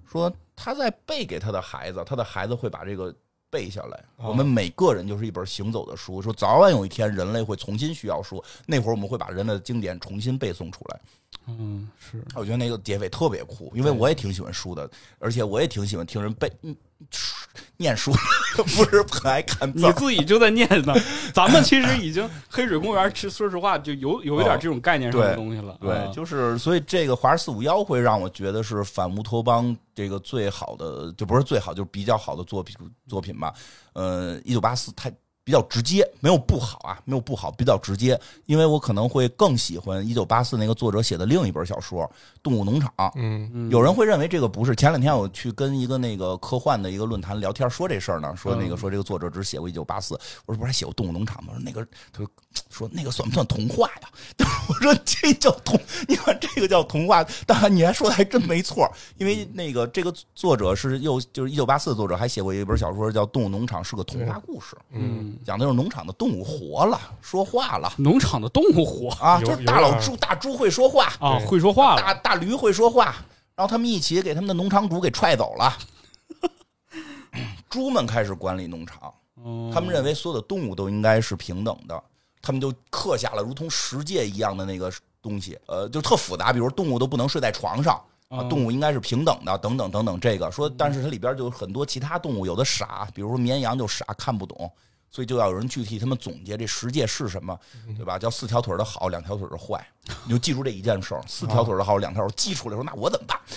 [SPEAKER 2] 说他在背给他的孩子，他的孩子会把这个。背下来，
[SPEAKER 3] 哦
[SPEAKER 2] 我们每个人就是一本行走的书。说早晚有一天人类会重新需要书，那会儿我们会把人类的经典重新背诵出来。
[SPEAKER 1] *laughs* 嗯， *laughs* 是
[SPEAKER 2] 我觉得那个结尾特别酷，因为我也挺喜欢书的，而且我也挺喜欢听人背嗯书念书， *laughs* 不是很爱看字
[SPEAKER 1] 你
[SPEAKER 2] 儿。
[SPEAKER 1] 自己就在念 *laughs* 呢。咱们其实已经黑水公园，其实说实话就有有一点这种概念上的
[SPEAKER 2] 对
[SPEAKER 1] 东西了。
[SPEAKER 2] 对，
[SPEAKER 1] 嗯
[SPEAKER 2] 就是所以这个《华氏四五幺》会让我觉得是反乌托邦这个最好的，就不是最好，就是比较好的作品作品吧。呃，一九八四太比较直接，没有不好啊，没有不好，比较直接。因为我可能会更喜欢一九八四那个作者写的另一本小说《动物农场》。
[SPEAKER 3] 嗯，
[SPEAKER 2] 有人会认为这个不是。前两天我去跟一个那个科幻的一个论坛聊天，说这事儿呢，说那个
[SPEAKER 1] 嗯
[SPEAKER 2] 说这个作者只写过一九八四，我说不是还写过《动物农场》吗？我说那个，他说说那个算不算童话呀？ *laughs* 但是我说这叫童，你看这个叫童话，但你还说的还真没错，因为
[SPEAKER 3] 嗯
[SPEAKER 2] 那个这个作者是又就是一九八四的作者，还写过一本小说叫《动物农场》，是个童话故事，
[SPEAKER 1] 嗯，
[SPEAKER 2] 讲的就是农场的动物活了，说话了
[SPEAKER 1] 农场的动物火
[SPEAKER 2] 啊，
[SPEAKER 3] 有
[SPEAKER 2] 就是
[SPEAKER 3] 有
[SPEAKER 2] 大老
[SPEAKER 3] 点儿
[SPEAKER 2] 猪大猪会说话
[SPEAKER 1] 啊，
[SPEAKER 3] 对
[SPEAKER 1] 会说话了。
[SPEAKER 2] 大大驴会说话，然后他们一起给他们的农场主给踹走了。 *clears throat* 猪们开始管理农场，
[SPEAKER 1] 嗯
[SPEAKER 2] 他们认为所有的动物都应该是平等的，他们就刻下了如同十戒一样的那个东西，呃，就特复杂，比如动物都不能睡在床上。啊，
[SPEAKER 1] 嗯
[SPEAKER 2] 动物应该是平等的，等等等等。这个说，但是它里边就有很多其他动物，有的傻，比如说绵羊就傻，看不懂，所以就要有人去替他们总结这十戒是什么，
[SPEAKER 1] 嗯
[SPEAKER 2] 对吧？叫四条腿的好，两条腿
[SPEAKER 1] *laughs*
[SPEAKER 2] 的坏，你就记住这一件事
[SPEAKER 1] 啊
[SPEAKER 2] 儿：四条腿的好，两条腿记出来说，那我怎么办？ *laughs*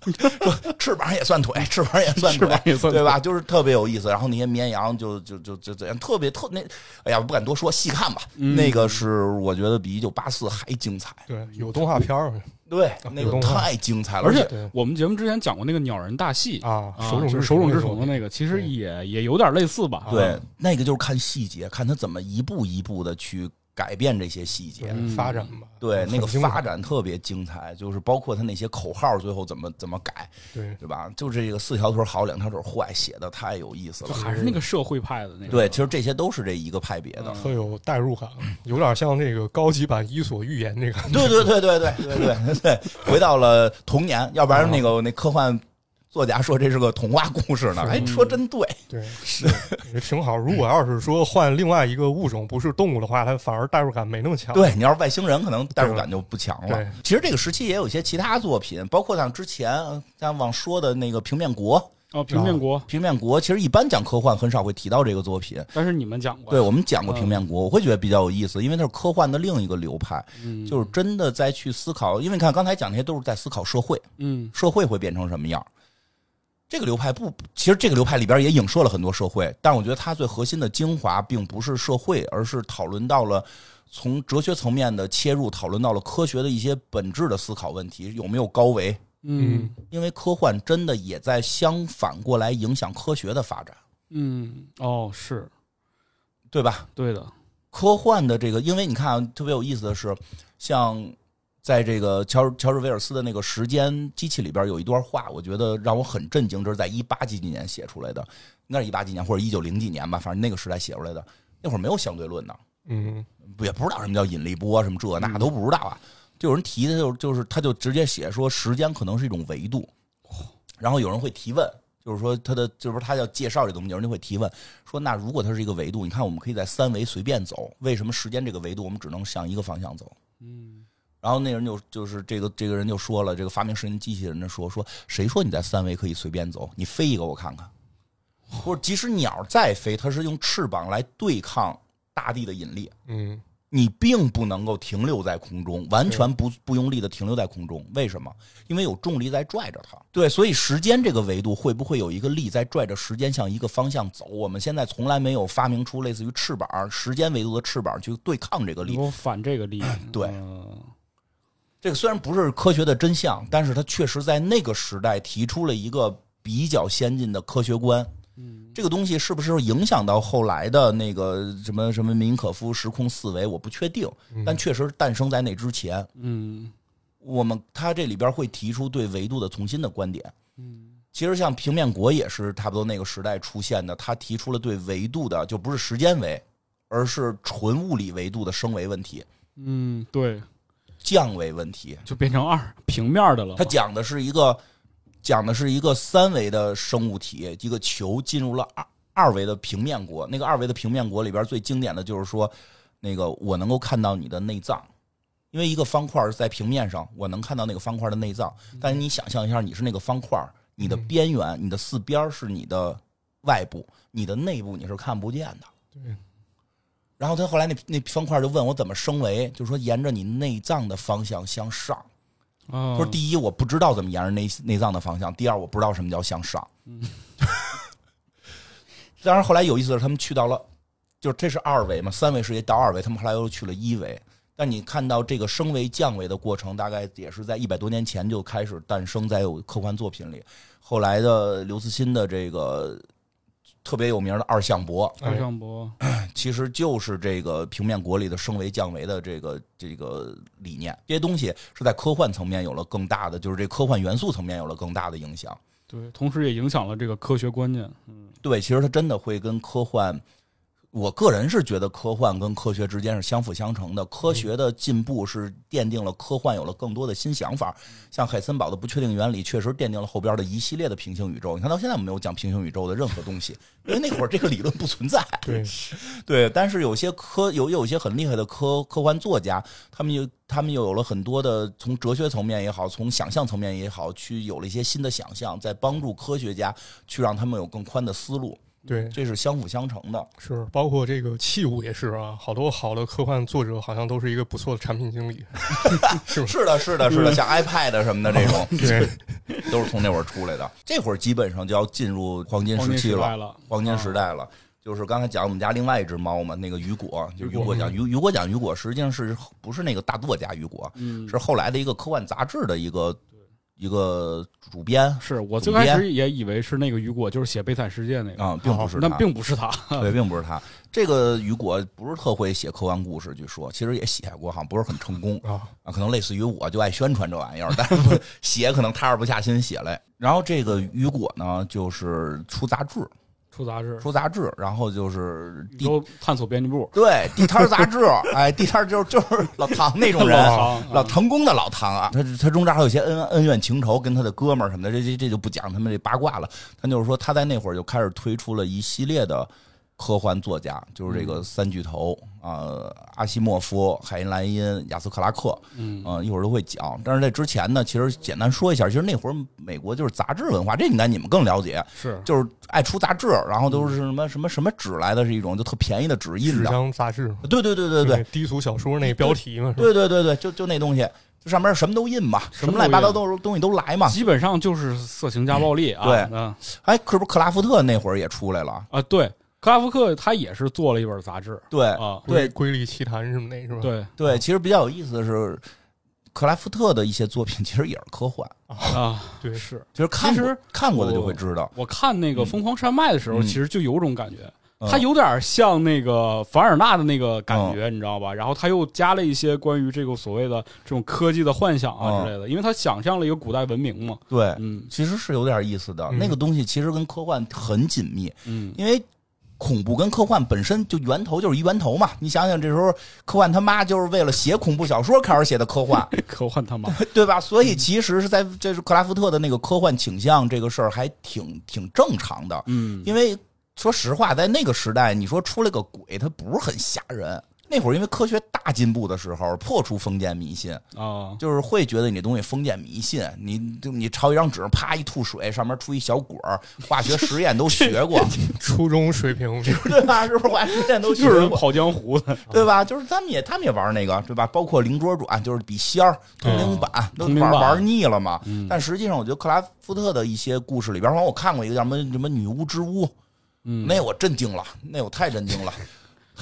[SPEAKER 2] 说翅膀也
[SPEAKER 1] *laughs*
[SPEAKER 2] 算腿，翅膀也算
[SPEAKER 1] 翅
[SPEAKER 2] 腿
[SPEAKER 3] 嗯
[SPEAKER 1] 膀，也算
[SPEAKER 2] 对吧？就是特别有意思。然后那些绵羊就就就就怎样，特别特那，哎呀，不敢多说，细看吧。
[SPEAKER 1] 嗯
[SPEAKER 2] 那个是我觉得比一九八四还精彩，
[SPEAKER 3] 对，有动画片儿
[SPEAKER 2] 对，
[SPEAKER 3] 有
[SPEAKER 2] 那个
[SPEAKER 3] 动画
[SPEAKER 2] 太精彩了，
[SPEAKER 1] 而且
[SPEAKER 3] 对
[SPEAKER 1] 我们节目之前讲过那个鸟人大戏
[SPEAKER 3] 啊，
[SPEAKER 1] 啊
[SPEAKER 3] 手冢
[SPEAKER 1] 就是
[SPEAKER 3] 治
[SPEAKER 1] 手冢治
[SPEAKER 3] 虫
[SPEAKER 1] 虫的
[SPEAKER 3] 那
[SPEAKER 1] 那个，其实也也有点类似吧。
[SPEAKER 2] 对，那个就是看细节，看他怎么一步一步的去改变这些细节。
[SPEAKER 1] 嗯
[SPEAKER 3] 对发展吧，
[SPEAKER 2] 对，那
[SPEAKER 3] 很
[SPEAKER 2] 个
[SPEAKER 3] 精
[SPEAKER 2] 发
[SPEAKER 3] 彩
[SPEAKER 2] 展特别精彩，就是包括他那些口号最后怎么怎么改，
[SPEAKER 3] 对
[SPEAKER 2] 对吧？就这个四条腿好，两条腿坏，写的太有意思
[SPEAKER 1] 就
[SPEAKER 2] 了。
[SPEAKER 1] 还是那个社会派的那个。
[SPEAKER 2] 对，其实这些都是这一个派
[SPEAKER 1] 嗯
[SPEAKER 2] 别的。
[SPEAKER 3] 特有代入感，有点像那个高级版《伊索寓言》那个。
[SPEAKER 2] 对对对对对对对对，回到了童年，要不然那个那科幻作家说这是个童话故事呢，哎，说真对。
[SPEAKER 3] 对，是也挺好。如果要是说换另外一个物种，不是动物的话，它反而代入感没那么强。
[SPEAKER 2] 对，你要是外星人，可能代入感就不强了
[SPEAKER 3] 对。
[SPEAKER 2] 其实这个时期也有一些其他作品，包括像之前呃像往说的那个《平面国》，
[SPEAKER 1] 哦，平面国，
[SPEAKER 2] 《平面国》其实一般讲科幻很少会提到这个作品。
[SPEAKER 1] 但是你们讲过。
[SPEAKER 2] 对，我们讲
[SPEAKER 3] 嗯
[SPEAKER 2] 过《平面国》，我会觉得比较有意思，因为它是科幻的另一个流派，
[SPEAKER 1] 嗯
[SPEAKER 2] 就是真的在去思考。因为你看刚才讲那些都是在思考社会，
[SPEAKER 1] 嗯
[SPEAKER 2] 社会会变成什么样儿。这个流派不，其实这个流派里边也影射了很多社会，但我觉得它最核心的精华并不是社会，而是讨论到了从哲学层面的切入，讨论到了科学的一些本质的思考问题，有没有高维？
[SPEAKER 1] 嗯
[SPEAKER 2] 因为科幻真的也在相反过来影响科学的发展，
[SPEAKER 1] 嗯，哦，是
[SPEAKER 2] 对吧？
[SPEAKER 1] 对的。
[SPEAKER 2] 科幻的这个，因为你看啊特别有意思的是，像在这个乔乔治威尔斯的那个《时间机器》里边有一段话，我觉得让我很震惊，这是在一八几几年写出来的，应该是一八几年或者一九零几年吧，反正那个时代写出来的。那会儿没有相对论呢，
[SPEAKER 3] 嗯，
[SPEAKER 2] 也不知道什么叫引力波，啊什么这那都不知道啊。就有人提的就就是他就直接写说时间可能是一种维度，然后有人会提问，就是说他的就是他要介绍这东西，有人就会提问说那如果它是一个维度，你看我们可以在三维随便走，为什么时间这个维度我们只能向一个方向走？
[SPEAKER 1] 嗯
[SPEAKER 2] 然后那人就就是这个这个人就说了，这个发明声音机器人的说说，谁说你在三维可以随便走？你飞一个我看看。或者即使鸟再飞，它是用翅膀来对抗大地的引力，
[SPEAKER 3] 嗯，
[SPEAKER 2] 你并不能够停留在空中，完全不不用力的停留在空中。为什么？因为有重力在拽着它。对，所以时间这个维度会不会有一个力在拽着时间向一个方向走？我们现在从来没有发明出类似于翅膀、时间维度的翅膀去对抗这个
[SPEAKER 1] 你
[SPEAKER 2] 力
[SPEAKER 1] 给。我反这个例，
[SPEAKER 2] 哎对
[SPEAKER 1] 嗯
[SPEAKER 2] 这个虽然不是科学的真相，但是它确实在那个时代提出了一个比较先进的科学观。
[SPEAKER 1] 嗯，
[SPEAKER 2] 这个东西是不是影响到后来的那个什么什么民可夫时空四维，我不确定，但确实诞生在那之前。
[SPEAKER 1] 嗯
[SPEAKER 2] 我们他这里边会提出对维度的重新的观点。
[SPEAKER 1] 嗯
[SPEAKER 2] 其实像平面国也是差不多那个时代出现的，他提出了对维度的就不是时间维，而是纯物理维度的升维问题、
[SPEAKER 1] 嗯，对，
[SPEAKER 2] 降维问题。
[SPEAKER 1] 就变成二平面的了。
[SPEAKER 2] 它讲的是一个讲的是一个三维的生物体，一个球进入了二二维的平面国。那个二维的平面国里边最经典的就是说，那个我能够看到你的内脏，因为一个方块在平面上，我能看到那个方块的内脏。但是你想象一下，你是那个方块，你的边缘、你的四边是你的外部，你的内部你是看不见的。
[SPEAKER 3] 对。
[SPEAKER 2] 然后他后来那那方块就问我怎么升维，就说沿着你内脏的方向向上。
[SPEAKER 1] 他
[SPEAKER 2] 他
[SPEAKER 1] 啊
[SPEAKER 2] 说：“第一，我不知道怎么沿着内内脏的方向；第二，我不知道什么叫向上。 *laughs*
[SPEAKER 1] 嗯”
[SPEAKER 2] 当然，后来有意思的是，他们去到了，就是这是二维嘛，三维世界到二维，他们后来又去了一维。但你看到这个升维降维的过程，大概也是在一百多年前就开始诞生在有科幻作品里。后来的刘慈欣的这个特别有名的二向箔，
[SPEAKER 1] 二
[SPEAKER 3] 哎
[SPEAKER 1] 向箔，
[SPEAKER 2] 其实就是这个平面国里的升维降维的这个这个理念，这些东西是在科幻层面有了更大的，就是这科幻元素层面有了更大的影响。
[SPEAKER 1] 对，同时也影响了这个科学观念。嗯
[SPEAKER 2] 对，其实它真的会跟科幻，我个人是觉得科幻跟科学之间是相辅相成的。科学的进步是奠定了科幻有了更多的新想法，像海森堡的不确定原理确实奠定了后边的一系列的平行宇宙。你看到现在我们没有讲平行宇宙的任何东西，因为那会儿这个理论不存在。
[SPEAKER 3] 对，
[SPEAKER 2] 对，但是有些科有有些很厉害的科科幻作家，他们有他们又有了很多的从哲学层面也好，从想象层面也好，去有了一些新的想象，在帮助科学家去让他们有更宽的思路，
[SPEAKER 3] 对，
[SPEAKER 2] 这是相辅相成的。
[SPEAKER 3] 是，包括这个器物也是啊，好多好的科幻作者好像都是一个不错的产品经理，是吧？
[SPEAKER 2] 是的，是的，是的，像 iPad 什么的这 *laughs* 种，
[SPEAKER 3] 对，
[SPEAKER 2] 都是从那会儿出来的。这会儿基本上就要进入黄金
[SPEAKER 1] 黄
[SPEAKER 2] 时
[SPEAKER 1] 金
[SPEAKER 2] 期
[SPEAKER 1] 时
[SPEAKER 2] 了，
[SPEAKER 1] 代了，啊
[SPEAKER 2] 黄金时代了。就是刚才讲我们家另外一只猫嘛，那个雨果，就是雨
[SPEAKER 1] 雨
[SPEAKER 2] 果
[SPEAKER 1] 果嗯
[SPEAKER 2] 讲雨雨果讲雨果，实际上是不是那个大作家雨果？
[SPEAKER 1] 嗯，
[SPEAKER 2] 是后来的一个科幻杂志的一个一个主编
[SPEAKER 1] 是我
[SPEAKER 2] 主
[SPEAKER 1] 最开
[SPEAKER 2] 编
[SPEAKER 1] 始也以为是那个雨果，就是写《悲惨世界》那个，
[SPEAKER 2] 啊，并不是他，
[SPEAKER 1] 但并不是他。
[SPEAKER 2] 对，并不是他。这个雨果不是特会写科幻故事，据说其实也写过，好像不是很成功
[SPEAKER 3] 啊，
[SPEAKER 2] 啊，可能类似于我就爱宣传这玩意儿，但是 *laughs* 不写可能踏实不下心写来。然后这个雨果呢，就是出杂志，
[SPEAKER 1] 出杂志，
[SPEAKER 2] 出杂志，然后就是
[SPEAKER 1] 宇
[SPEAKER 2] 地。
[SPEAKER 1] 宙探索编辑部
[SPEAKER 2] 对，地摊儿杂志，哎，地摊儿就是就是老唐那种人，
[SPEAKER 1] 老唐
[SPEAKER 2] 老成功的老唐啊，他他中间还有一些恩恩怨情仇，跟他的哥们儿什么的，这这这就不讲他们这八卦了。他就是说，他在那会儿就开始推出了一系列的科幻作家，就是这个三巨头啊、呃阿西莫夫、海因莱因、亚斯克拉克，
[SPEAKER 1] 嗯
[SPEAKER 2] 呃一会儿都会讲。但是在之前呢，其实简单说一下，其实那会儿美国就是杂志文化，这应该你们更了解，
[SPEAKER 1] 是
[SPEAKER 2] 就是爱出杂志，然后都是什么什么什么纸来的，是一种就特便宜的纸印
[SPEAKER 3] 纸
[SPEAKER 2] 的，
[SPEAKER 3] 箱杂志，
[SPEAKER 2] 对对对对对
[SPEAKER 3] 那，低俗小说那标题嘛，是吧
[SPEAKER 2] 对对对对，就就那东西，就上面什么都印嘛，
[SPEAKER 1] 什么
[SPEAKER 2] 什么
[SPEAKER 1] 都
[SPEAKER 2] 乱七八糟都东西都来嘛。
[SPEAKER 1] 基本上就是色情加暴力啊。
[SPEAKER 2] 对
[SPEAKER 1] 嗯
[SPEAKER 2] 哎，可不是克拉夫特那会儿也出来了，
[SPEAKER 1] 啊，对，克拉夫克他也是做了一本杂志
[SPEAKER 2] 对
[SPEAKER 1] 啊，
[SPEAKER 3] 归
[SPEAKER 2] 对
[SPEAKER 3] 瑰丽奇谭什么那是吧？
[SPEAKER 1] 对
[SPEAKER 2] 对，其实比较有意思的是，克拉夫特的一些作品其实也是科幻，
[SPEAKER 1] 啊，
[SPEAKER 3] 对
[SPEAKER 1] 是。
[SPEAKER 2] 就是看
[SPEAKER 1] 其
[SPEAKER 2] 过
[SPEAKER 1] 实
[SPEAKER 2] 看过的就会知道，
[SPEAKER 1] 我看那个《疯狂山脉》的时候，
[SPEAKER 2] 嗯
[SPEAKER 1] 其实就有种感觉，
[SPEAKER 2] 嗯
[SPEAKER 1] 它有点像那个凡尔纳的那个感觉，你知道吧？然后他又加了一些关于这个所谓的这种科技的幻想啊
[SPEAKER 2] 嗯
[SPEAKER 1] 之类的，因为他想象了一个古代文明嘛。
[SPEAKER 2] 对， *laughs*
[SPEAKER 1] 嗯
[SPEAKER 2] 其实是有点意思的。
[SPEAKER 3] 嗯
[SPEAKER 2] 那个东西其实跟科幻很紧密，
[SPEAKER 1] 嗯，
[SPEAKER 2] 因为。恐怖跟科幻本身就源头就是一源头嘛，你想想这时候科幻他妈就是为了写恐怖小说开始写的科幻，
[SPEAKER 1] 科幻他妈，
[SPEAKER 2] *laughs* 对吧？所
[SPEAKER 1] 嗯
[SPEAKER 2] 以其实是在这是克拉夫特的那个科幻倾向这个事儿还挺挺正常的，
[SPEAKER 1] 嗯，
[SPEAKER 2] 因为说实话，在那个时代，你说出来个鬼，他不是很吓人，那会儿因为科学大进步的时候，破除封建迷信，
[SPEAKER 1] 啊，
[SPEAKER 2] 就是会觉得你这东西封建迷信，你就你抄一张纸，啪一吐水，上面出一小果儿，化学实验都
[SPEAKER 1] *laughs*
[SPEAKER 2] 学过，
[SPEAKER 3] 初中水平，
[SPEAKER 2] 对吧？是不是化学实验都学
[SPEAKER 1] 就是
[SPEAKER 2] 过？
[SPEAKER 1] 跑江湖的，
[SPEAKER 2] 对吧？就是他们也他们也玩那个，对吧？包括零桌转，就是笔仙儿、通灵板，都
[SPEAKER 1] 嗯通灵
[SPEAKER 2] 玩
[SPEAKER 1] 板嗯
[SPEAKER 2] 玩腻了嘛。但实际上，我觉得克拉夫特的一些故事里边，反正我看过一个叫什么什么女巫之屋，
[SPEAKER 1] 嗯，
[SPEAKER 2] 那我震惊了，那我太震惊了。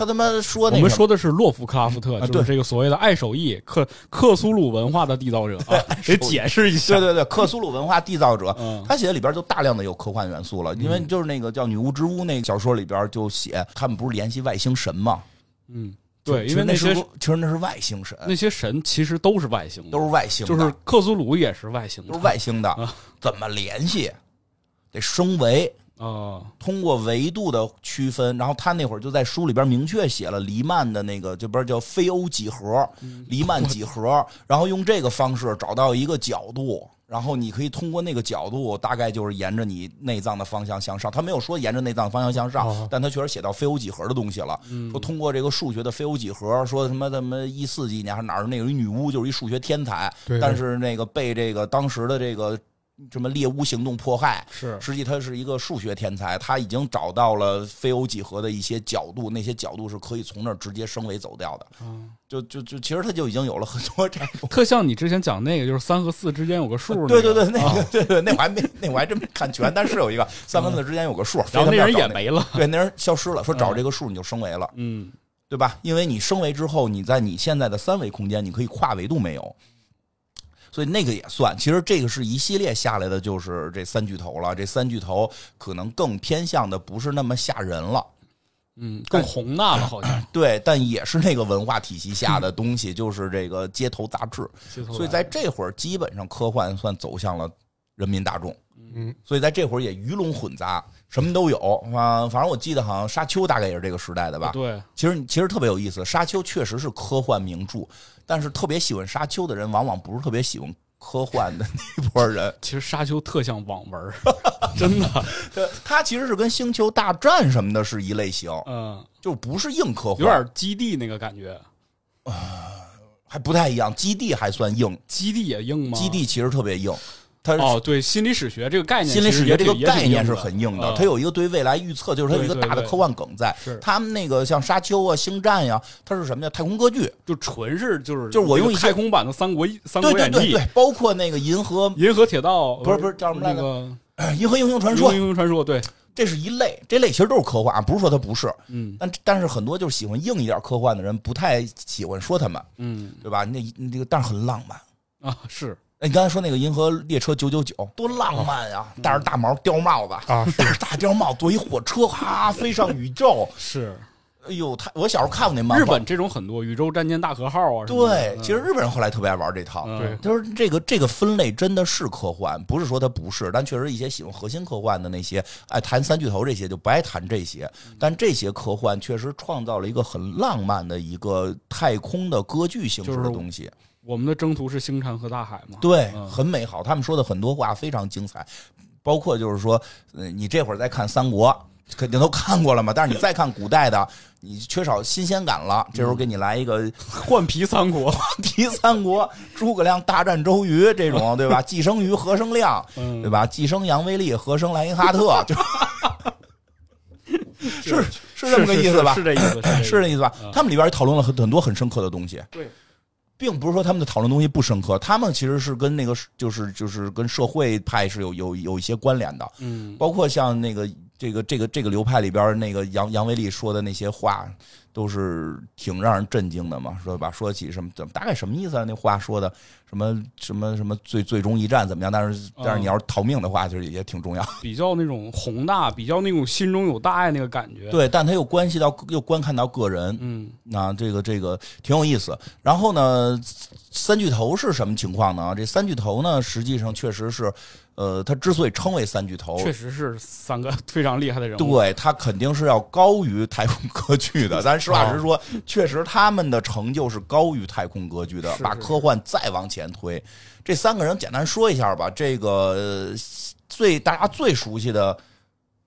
[SPEAKER 2] 他他妈说
[SPEAKER 1] 我
[SPEAKER 2] 那
[SPEAKER 1] 们
[SPEAKER 2] 啊什么
[SPEAKER 1] 说的是洛夫克拉夫特，就是这个所谓的爱手艺克克苏鲁文化的缔造者
[SPEAKER 2] *laughs*
[SPEAKER 1] 啊，得解释一
[SPEAKER 2] 对
[SPEAKER 1] 下。
[SPEAKER 2] 对对，克苏鲁文化缔造者，
[SPEAKER 1] 嗯
[SPEAKER 2] 他写的里边就大量的有科幻元素了，因为就是那个叫《女巫之屋》那个小说里边就写，他们不是联系外星神嘛？
[SPEAKER 1] 嗯，对，因
[SPEAKER 2] 其实
[SPEAKER 1] 为
[SPEAKER 2] 那
[SPEAKER 1] 那
[SPEAKER 2] 是
[SPEAKER 1] 些
[SPEAKER 2] 其实那是外星神，
[SPEAKER 1] 那些神其实都是外星的，
[SPEAKER 2] 都是外星的，
[SPEAKER 1] 就是克苏鲁也是外星
[SPEAKER 2] 都
[SPEAKER 1] 的
[SPEAKER 2] 是外星的，
[SPEAKER 1] 啊
[SPEAKER 2] 怎么联系？得升维，
[SPEAKER 1] 啊，
[SPEAKER 2] 通过维度的区分，然后他那会儿就在书里边明确写了黎曼的那个，这边叫非欧几何、
[SPEAKER 3] 嗯
[SPEAKER 2] 黎曼
[SPEAKER 3] *laughs*
[SPEAKER 2] 几何，然后用这个方式找到一个角度，然后你可以通过那个角度，大概就是沿着你内脏的方向向上。他没有说沿着内脏的方向向上，
[SPEAKER 3] 哦嗯
[SPEAKER 2] 但他确实写到非欧几何的东西了，说通过这个数学的非欧几何，说什么什么一四几年还是哪儿那有一女巫就是一数学天才，
[SPEAKER 3] 对对
[SPEAKER 2] 但是那个被这个当时的这个什么猎巫行动迫害，
[SPEAKER 1] 是
[SPEAKER 2] 实际他是一个数学天才，他已经找到了非欧几何的一些角度，那些角度是可以从那儿直接升维走掉的。就就就，其实他就已经有了很多
[SPEAKER 1] *laughs*
[SPEAKER 2] 这种。
[SPEAKER 1] 嗯特像你之前讲那个，就是三和四之间有个数，那
[SPEAKER 2] 对
[SPEAKER 1] 个
[SPEAKER 2] 对对，那
[SPEAKER 1] 啊
[SPEAKER 2] 个对对，那我还没那我还真没看全，但是有一
[SPEAKER 1] *laughs*
[SPEAKER 2] 个三跟四之间有个数，
[SPEAKER 1] 然后
[SPEAKER 2] 非
[SPEAKER 1] 那
[SPEAKER 2] 他
[SPEAKER 1] 人
[SPEAKER 2] 们要
[SPEAKER 1] 也
[SPEAKER 2] 找
[SPEAKER 1] 没了，
[SPEAKER 2] 对，那人消失了，说找这个数你就升维了，
[SPEAKER 1] 嗯，
[SPEAKER 2] 对吧？因为你升维之后，你在你现在的三维空间，你可以跨维度没有。所以那个也算，其实这个是一系列下来的，就是这三巨头了。这三巨头可能更偏向的不是那么吓人了，
[SPEAKER 1] 嗯，更宏大了，好像。
[SPEAKER 2] 对，但也是那个文化体系下的东西，就是这个街头杂志。
[SPEAKER 1] 嗯
[SPEAKER 2] *clears throat* 所以在
[SPEAKER 1] 啊
[SPEAKER 2] 这会儿，基本上科幻算走向了人民大众。
[SPEAKER 3] 嗯，
[SPEAKER 2] 所以在这会儿也鱼龙混杂，什么都有啊。反正我记得好像《沙丘》大概也是这个时代的吧。
[SPEAKER 1] 对，
[SPEAKER 2] 其实其实特别有意思，《沙丘》确实是科幻名著，但是特别喜欢《沙丘》的人，往往不是特别喜欢科幻的那
[SPEAKER 1] *laughs*
[SPEAKER 2] 波人。
[SPEAKER 1] 其实沙丘特像网文儿， *laughs* 真的，
[SPEAKER 2] 对它其实是跟《星球大战》什么的是一类型，
[SPEAKER 1] 嗯，
[SPEAKER 2] 就不是硬科幻，
[SPEAKER 1] 有点基地那个感觉。
[SPEAKER 2] 还不太一样。基地还算硬，
[SPEAKER 1] 基地也硬吗？
[SPEAKER 2] 基地其实特别硬，它是
[SPEAKER 1] 哦，对，心理史学这个概念，
[SPEAKER 2] 心理史学这个概念是
[SPEAKER 1] 是
[SPEAKER 2] 很硬的，它
[SPEAKER 1] 它
[SPEAKER 2] 有一个对未来预测，就是它有一
[SPEAKER 1] 啊
[SPEAKER 2] 个
[SPEAKER 1] 对对
[SPEAKER 2] 大的
[SPEAKER 1] 对
[SPEAKER 2] 科幻梗在
[SPEAKER 1] 是。
[SPEAKER 2] 他们那个像《沙丘》啊、《星战》呀，它是什么呀？太空歌剧，
[SPEAKER 1] 嗯就纯是就是
[SPEAKER 2] 就是我用一些
[SPEAKER 1] 太空版的《三国三国
[SPEAKER 2] 对对
[SPEAKER 1] 演
[SPEAKER 2] 对
[SPEAKER 1] 义》
[SPEAKER 2] 对，包括那个银河
[SPEAKER 1] *laughs* 银河铁道》
[SPEAKER 2] 不是不是叫什么来
[SPEAKER 1] 那
[SPEAKER 2] 着
[SPEAKER 1] 个
[SPEAKER 2] 《银河英雄传
[SPEAKER 1] 《
[SPEAKER 2] 说
[SPEAKER 1] 英》，雄传说》对，
[SPEAKER 2] 这是一类，这类其实都是科幻，啊不是说它不是。
[SPEAKER 1] 嗯
[SPEAKER 2] 但但是很多就是喜欢硬一点科幻的人，不太喜欢说他们，
[SPEAKER 1] 嗯
[SPEAKER 2] 对吧？那那这个但是很浪漫。
[SPEAKER 1] 啊是
[SPEAKER 2] 哎你刚才说那个《银河列车九九九》多浪漫
[SPEAKER 1] 哦
[SPEAKER 2] 呀、戴着大毛貂帽子，
[SPEAKER 3] 啊
[SPEAKER 2] 戴着 *laughs* 大貂帽坐一火车，哈飞上宇宙。
[SPEAKER 1] 是，
[SPEAKER 2] 哎呦，他我小时候看过那漫画。
[SPEAKER 1] 日本这种很多宇宙战舰大和号啊什么的，
[SPEAKER 2] 对，其实日本人后来特别爱玩这套。
[SPEAKER 1] 嗯
[SPEAKER 3] 对
[SPEAKER 2] 就是这个这个分类真的是科幻，不是说它不是，但确实一些喜欢核心科幻的那些爱谈三巨头这些就不爱谈这些，
[SPEAKER 1] 嗯
[SPEAKER 2] 但这些科幻确实创造了一个很浪漫的一个太空的歌剧形式的东西，
[SPEAKER 1] 我们的征途是星辰和大海嘛，
[SPEAKER 2] 对，
[SPEAKER 1] 嗯
[SPEAKER 2] 很美好。他们说的很多话非常精彩，包括就是说，呃，你这会儿在看三国。肯定都看过了嘛，但是你再看古代的，你缺少新鲜感了。这时
[SPEAKER 1] 嗯
[SPEAKER 2] 候给你来一个
[SPEAKER 1] 换皮三国，
[SPEAKER 2] *laughs* 提三国、诸葛亮大战周瑜这种，对吧？既生瑜，何生亮，
[SPEAKER 1] *laughs* 嗯
[SPEAKER 2] 对吧？既生杨威利，何生莱因哈特，就是是这么个意思吧
[SPEAKER 1] 是？这意思，
[SPEAKER 2] *coughs*
[SPEAKER 1] 这
[SPEAKER 2] 是这
[SPEAKER 1] 意思
[SPEAKER 2] 意思吧
[SPEAKER 1] 嗯？
[SPEAKER 2] 他们里边讨论了很很多很深刻的东西，
[SPEAKER 1] 对，
[SPEAKER 2] 并不是说他们的讨论东西不深刻，他们其实是跟那个就是就是跟社会派是有有有一些关联的，
[SPEAKER 1] 嗯，
[SPEAKER 2] 包括像那个这个这个这个流派里边那个杨杨威利说的那些话，都是挺让人震惊的嘛，说吧？说起什么怎么大概什么意思啊？那话说的什么什么什么最最终一战怎么样？但
[SPEAKER 1] 嗯
[SPEAKER 2] 是但是你要是逃命的话，就是也挺重要。
[SPEAKER 1] 比较那种宏大，比较那种心中有大爱那个感觉，
[SPEAKER 2] 对，但它又关系到又观看到个人，
[SPEAKER 1] 嗯，
[SPEAKER 2] 啊，这个这个挺有意思。然后呢，三巨头是什么情况呢？这三巨头呢，实际上确实是，呃，它之所以称为三巨头，
[SPEAKER 1] 确实是三个非常厉害的人物，
[SPEAKER 2] 哦对，它肯定是要高于太空歌剧
[SPEAKER 1] *laughs*
[SPEAKER 2] 的。咱实话实
[SPEAKER 1] 哦
[SPEAKER 2] 说，确实他们的成就是高于太空歌剧的，
[SPEAKER 1] 是
[SPEAKER 2] 把
[SPEAKER 1] 是
[SPEAKER 2] 科幻再往前推。这三个人简单说一下吧。这个呃最大家最熟悉的，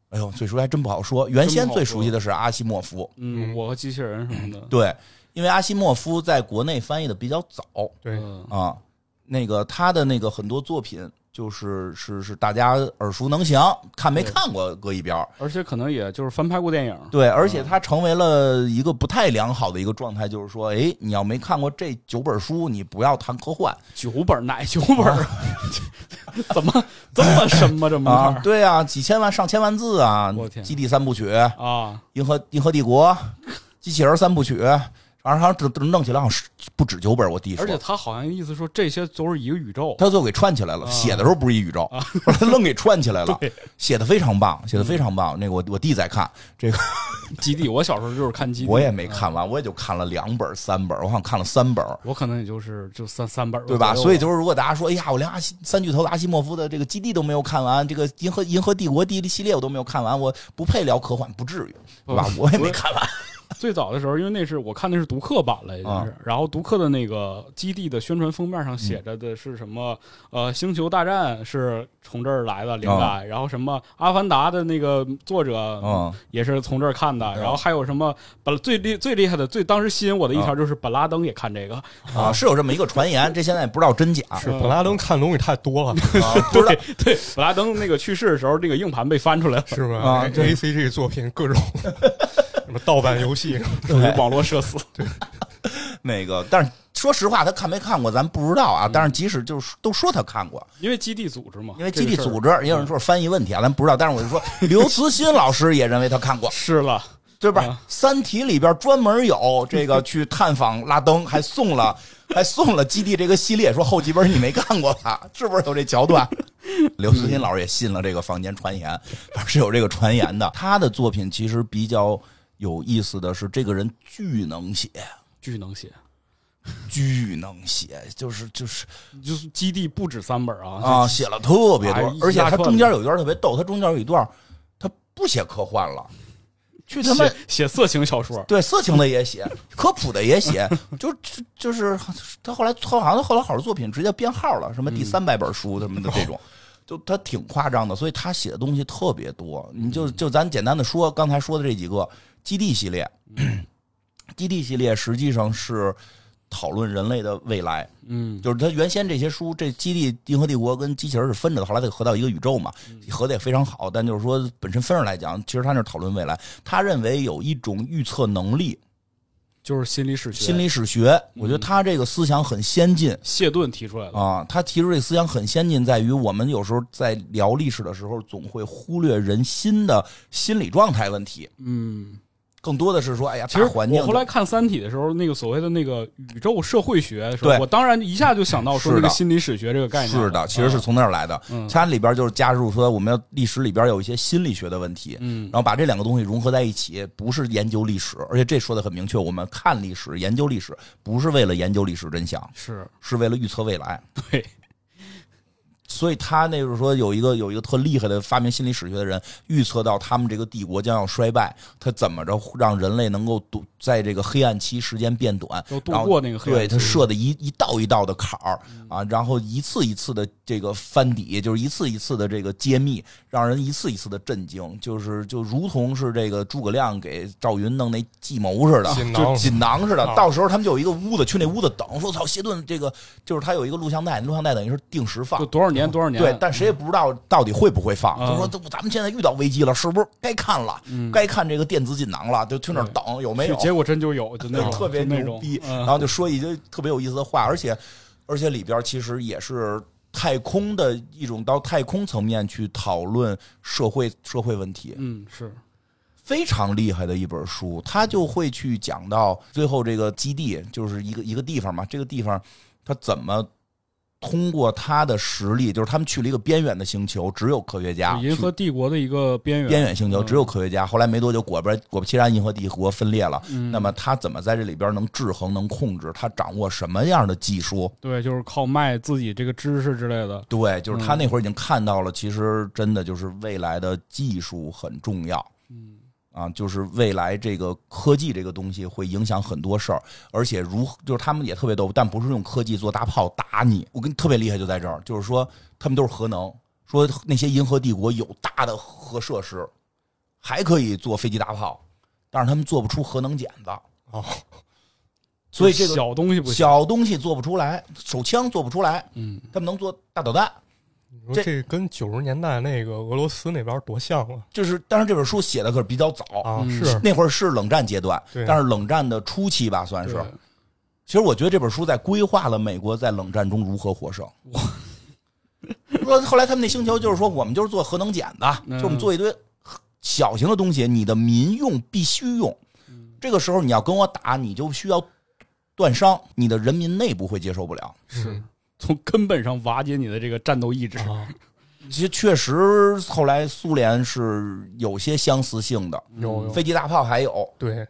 [SPEAKER 2] 哎呦，最熟悉还真不好说。
[SPEAKER 1] 真
[SPEAKER 2] 原
[SPEAKER 1] 不
[SPEAKER 2] 先
[SPEAKER 1] 好
[SPEAKER 2] 最
[SPEAKER 1] 说
[SPEAKER 2] 熟悉的是阿西莫夫，
[SPEAKER 1] 嗯，我和机器人什么的，
[SPEAKER 2] 对，因为阿西莫夫在国内翻译的比较早
[SPEAKER 3] 对
[SPEAKER 1] 嗯
[SPEAKER 2] 啊，那个他的那个很多作品就是是是大家耳熟能详，看没
[SPEAKER 1] 对
[SPEAKER 2] 看过搁一边儿。
[SPEAKER 1] 而且可能也就是翻拍过电影，
[SPEAKER 2] 对，而且他成为了一个不太良好的一个状态，就是说，哎，你要没看过这九本书，你不要谈科幻
[SPEAKER 1] 九本哪九本儿？ *laughs* 怎么这么深吗？这门槛
[SPEAKER 2] 啊，
[SPEAKER 1] 儿
[SPEAKER 2] 对啊，几千万、上千万字啊，
[SPEAKER 1] 嗯我
[SPEAKER 2] 《
[SPEAKER 1] 天
[SPEAKER 2] 基地三部曲》《
[SPEAKER 1] 啊？
[SPEAKER 2] 银河银河帝国》《机器人三部曲》，然后好像只只弄起来好像是不止九本，我弟说
[SPEAKER 1] 而且。他好像意思说这些都是一个宇宙，
[SPEAKER 2] 他最后给串起来了，
[SPEAKER 1] 啊
[SPEAKER 2] 写的时候不是一宇宙，后来 *laughs* 愣给串起来了
[SPEAKER 1] *laughs* 对，嗯
[SPEAKER 2] 写的非常棒，写的非常棒。那个我我弟在看，
[SPEAKER 1] 基地。我小时候就是看基地，
[SPEAKER 2] 我也没看完，我也就看了两本三本，我好像看了三本，
[SPEAKER 1] 我可能也就是就三三本儿
[SPEAKER 2] 对吧？
[SPEAKER 1] 左右
[SPEAKER 2] 所以就是，如果大家说，哎呀，我连阿西三巨头的阿西莫夫的这个基地都没有看完，这个银河银河帝国第一系列我都没有看完，我不配聊科幻，不至于，对吧？
[SPEAKER 1] 不
[SPEAKER 2] 我也没看完
[SPEAKER 1] 最早的时候，因为那是我看的是读客版了，已经
[SPEAKER 2] 啊
[SPEAKER 1] 是。然后读客的那个基地的宣传封面上
[SPEAKER 2] 嗯
[SPEAKER 1] 写着的是什么？呃，星球大战是从这儿来
[SPEAKER 2] 啊
[SPEAKER 1] 的灵感，然后什么《阿凡达》的那个作者
[SPEAKER 2] 嗯，
[SPEAKER 1] 也是从这儿看的，
[SPEAKER 2] 嗯
[SPEAKER 1] 然后还有什么？本最厉最厉害的，最当时吸引我的一条就是本拉登也看这
[SPEAKER 2] *laughs*
[SPEAKER 1] 个，
[SPEAKER 2] 啊，是有这么一个传言，这现在也不知道真假，
[SPEAKER 3] 是本拉登看东西太
[SPEAKER 2] *laughs*
[SPEAKER 3] 多了，
[SPEAKER 2] 啊不知道
[SPEAKER 1] 对，本拉登那个去世的时候，那个硬盘被翻出
[SPEAKER 2] *laughs*
[SPEAKER 1] 来了，
[SPEAKER 3] 是吧？
[SPEAKER 2] 啊对
[SPEAKER 3] a C G 作品
[SPEAKER 2] *laughs*
[SPEAKER 3] 各种什么盗版游戏，
[SPEAKER 2] 啊
[SPEAKER 1] 属于网络社
[SPEAKER 2] *laughs*
[SPEAKER 1] 死。
[SPEAKER 2] 那个，但是说实话，他看没看过咱不知道啊。
[SPEAKER 1] 嗯
[SPEAKER 2] 但是即使就是都说他看过，
[SPEAKER 1] 因为基地组织嘛，
[SPEAKER 2] 因为基地组
[SPEAKER 1] 织
[SPEAKER 2] 织也有人说是翻译问题啊，咱不知道。但是我就说，刘慈欣老师也认为他看过，
[SPEAKER 1] 是了，
[SPEAKER 2] 对吧？
[SPEAKER 1] 啊
[SPEAKER 2] 三体》里边专门有
[SPEAKER 1] *laughs*
[SPEAKER 2] 这个去探访拉登，还送了还送了《基地》这个系列，说后几本你没看过吧？ *laughs* 是不是有这桥
[SPEAKER 1] *laughs*
[SPEAKER 2] 段？刘慈欣老师也信了这个坊间传言，反正是有这个传言的。他的作品其实比较有意思的是，这个人巨能写，
[SPEAKER 1] 巨能写，
[SPEAKER 2] 巨能写，就是就是
[SPEAKER 1] 就是基地不止三本啊
[SPEAKER 2] 啊，写了特别
[SPEAKER 1] 哎
[SPEAKER 2] 多
[SPEAKER 1] 一，
[SPEAKER 2] 而且
[SPEAKER 1] 大
[SPEAKER 2] 他
[SPEAKER 1] 串
[SPEAKER 2] 中间有一段特别逗，他中间有一段他不写科幻了，去他妈
[SPEAKER 1] 写写色情小说，
[SPEAKER 2] 对色情的也写，科普的也写，就就就是他后来他好像他后来好多作品直接编号了，什么第三百本书什么的这种。就他挺夸张的，所以他写的东西特别多。你就就咱简单的说，刚才说的这几个基地系列， *clears throat* 基地系列实际上是讨论人类的未来，
[SPEAKER 1] 嗯，
[SPEAKER 2] 就是他原先这些书，这《基地》《银河帝国》跟《机器人》是分着的，后来它合到一个宇宙嘛，
[SPEAKER 1] 嗯
[SPEAKER 2] 合的也非常好。但就是说，本身分着来讲，其实他那是讨论未来。他认为有一种预测能力，
[SPEAKER 1] 就是心理史学，
[SPEAKER 2] 心理史学。
[SPEAKER 1] 嗯
[SPEAKER 2] 我觉得他这个思想很先进
[SPEAKER 1] 谢顿提出来的，
[SPEAKER 2] 啊，他提出这个思想很先进，在于我们有时候在聊历史的时候，总会忽略人心的心理状态问题，
[SPEAKER 1] 嗯，
[SPEAKER 2] 更多的是说，哎呀，
[SPEAKER 1] 其实
[SPEAKER 2] 大环境
[SPEAKER 1] 我后来看《三体》的时候，那个所谓的那个宇宙社会学的时候，
[SPEAKER 2] 对
[SPEAKER 1] 我当然一下就想到说
[SPEAKER 2] 是
[SPEAKER 1] 那
[SPEAKER 2] 的
[SPEAKER 1] 个心理史学这个概念了，
[SPEAKER 2] 是的，其实是
[SPEAKER 1] 啊
[SPEAKER 2] 从那儿来的。
[SPEAKER 1] 嗯
[SPEAKER 2] 它里边就是加入说，我们要历史里边有一些心理学的问题，
[SPEAKER 1] 嗯
[SPEAKER 2] 然后把这两个东西融合在一起，不是研究历史，而且这说的很明确，我们看历史、研究历史，不是为了研究历史真相，
[SPEAKER 1] 是
[SPEAKER 2] 是为了预测未来。
[SPEAKER 1] 对，
[SPEAKER 2] *laughs* 所以他那就是说有一个有一个特厉害的发明心理史学的人，预测到他们这个帝国将要衰败，他怎么着让人类能够度在这个黑暗期时间变短，
[SPEAKER 1] 要度
[SPEAKER 2] 然后
[SPEAKER 1] 过那个黑暗嗯
[SPEAKER 2] 对
[SPEAKER 1] 期
[SPEAKER 2] 他设的一一道一道的坎儿啊，然后一次一次的这个翻底，就是一次一次的这个揭秘，让人一次一次的震惊，就是就如同是这个诸葛亮给赵云弄那计谋似的，
[SPEAKER 3] 锦
[SPEAKER 2] 就
[SPEAKER 3] 囊
[SPEAKER 2] 锦囊似的
[SPEAKER 3] 啊。
[SPEAKER 2] 到时候他们就有一个屋子，去那屋子等，说操，谢顿这个就是他有一个录像带，录像带等于是定时放
[SPEAKER 1] 就。多少年多少年，
[SPEAKER 2] 对，但谁也不知道到底会不会放。
[SPEAKER 1] 嗯
[SPEAKER 2] 就说都咱们现在遇到危机了，是不是该看了？该看这个电子锦囊了，就去那儿
[SPEAKER 1] 对
[SPEAKER 2] 等，有没有？
[SPEAKER 1] 嗯结果真就有，就那
[SPEAKER 2] 对，
[SPEAKER 1] 种
[SPEAKER 2] 特别
[SPEAKER 1] 就那
[SPEAKER 2] 牛
[SPEAKER 1] 种
[SPEAKER 2] 逼，
[SPEAKER 1] 嗯
[SPEAKER 2] 然后就说一些特别有意思的话，而且而且里边其实也是太空的一种到太空层面去讨论社会社会问题，
[SPEAKER 1] 嗯是
[SPEAKER 2] 非常厉害的一本书。他就会去讲到最后这个基地就是一个一个地方嘛，这个地方他怎么。通过他的实力，就是他们去了一个边远的星球，只有科学家。
[SPEAKER 1] 就银河帝国的一个边缘
[SPEAKER 2] 边，远星球
[SPEAKER 1] 嗯
[SPEAKER 2] 只有科学家。后来没多久，果不果不其然，银河帝国分裂了。
[SPEAKER 1] 嗯
[SPEAKER 2] 那么他怎么在这里边能制衡、能控制？他掌握什么样的技术？
[SPEAKER 1] 对，就是靠卖自己这个知识之类的，
[SPEAKER 2] 对，就是他那会儿已经看到了，其实真的就是未来的技术很重要。
[SPEAKER 1] 嗯
[SPEAKER 2] 啊，就是未来这个科技这个东西会影响很多事儿，而且如就是他们也特别逗，但不是用科技做大炮打你。我跟特别厉害就在这儿，就是说他们都是核能，说那些银河帝国有大的核设施，还可以做飞机大炮，但是他们做不出核能茧子。
[SPEAKER 3] 哦，
[SPEAKER 2] 所以这个
[SPEAKER 1] 小东西不行，
[SPEAKER 2] 小东西做不出来，手枪做不出来，
[SPEAKER 1] 嗯，
[SPEAKER 2] 他们能做大导弹。
[SPEAKER 3] 你说这跟九十年代那个俄罗斯那边多像啊！
[SPEAKER 2] 就是，当然这本书写的可是比较早，
[SPEAKER 3] 啊，
[SPEAKER 1] 嗯
[SPEAKER 3] 是
[SPEAKER 2] 那会儿是冷战阶段，
[SPEAKER 3] 对
[SPEAKER 2] 但是冷战的初期吧，算是
[SPEAKER 1] 对。
[SPEAKER 2] 其实我觉得这本书在规划了美国在冷战中如何获胜。说后来他们那星球就是说，我们就是做核能检的，
[SPEAKER 1] 嗯
[SPEAKER 2] 就我们做一堆小型的东西，你的民用必须用。
[SPEAKER 1] 嗯
[SPEAKER 2] 这个时候你要跟我打，你就需要断伤，你的人民内部会接受不了。
[SPEAKER 1] 是从根本上瓦解你的这个战斗意志。
[SPEAKER 3] 啊，
[SPEAKER 2] 其实确实后来苏联是有些相似性的，
[SPEAKER 1] 嗯
[SPEAKER 3] 有有
[SPEAKER 2] 飞机大炮还有，
[SPEAKER 3] 对，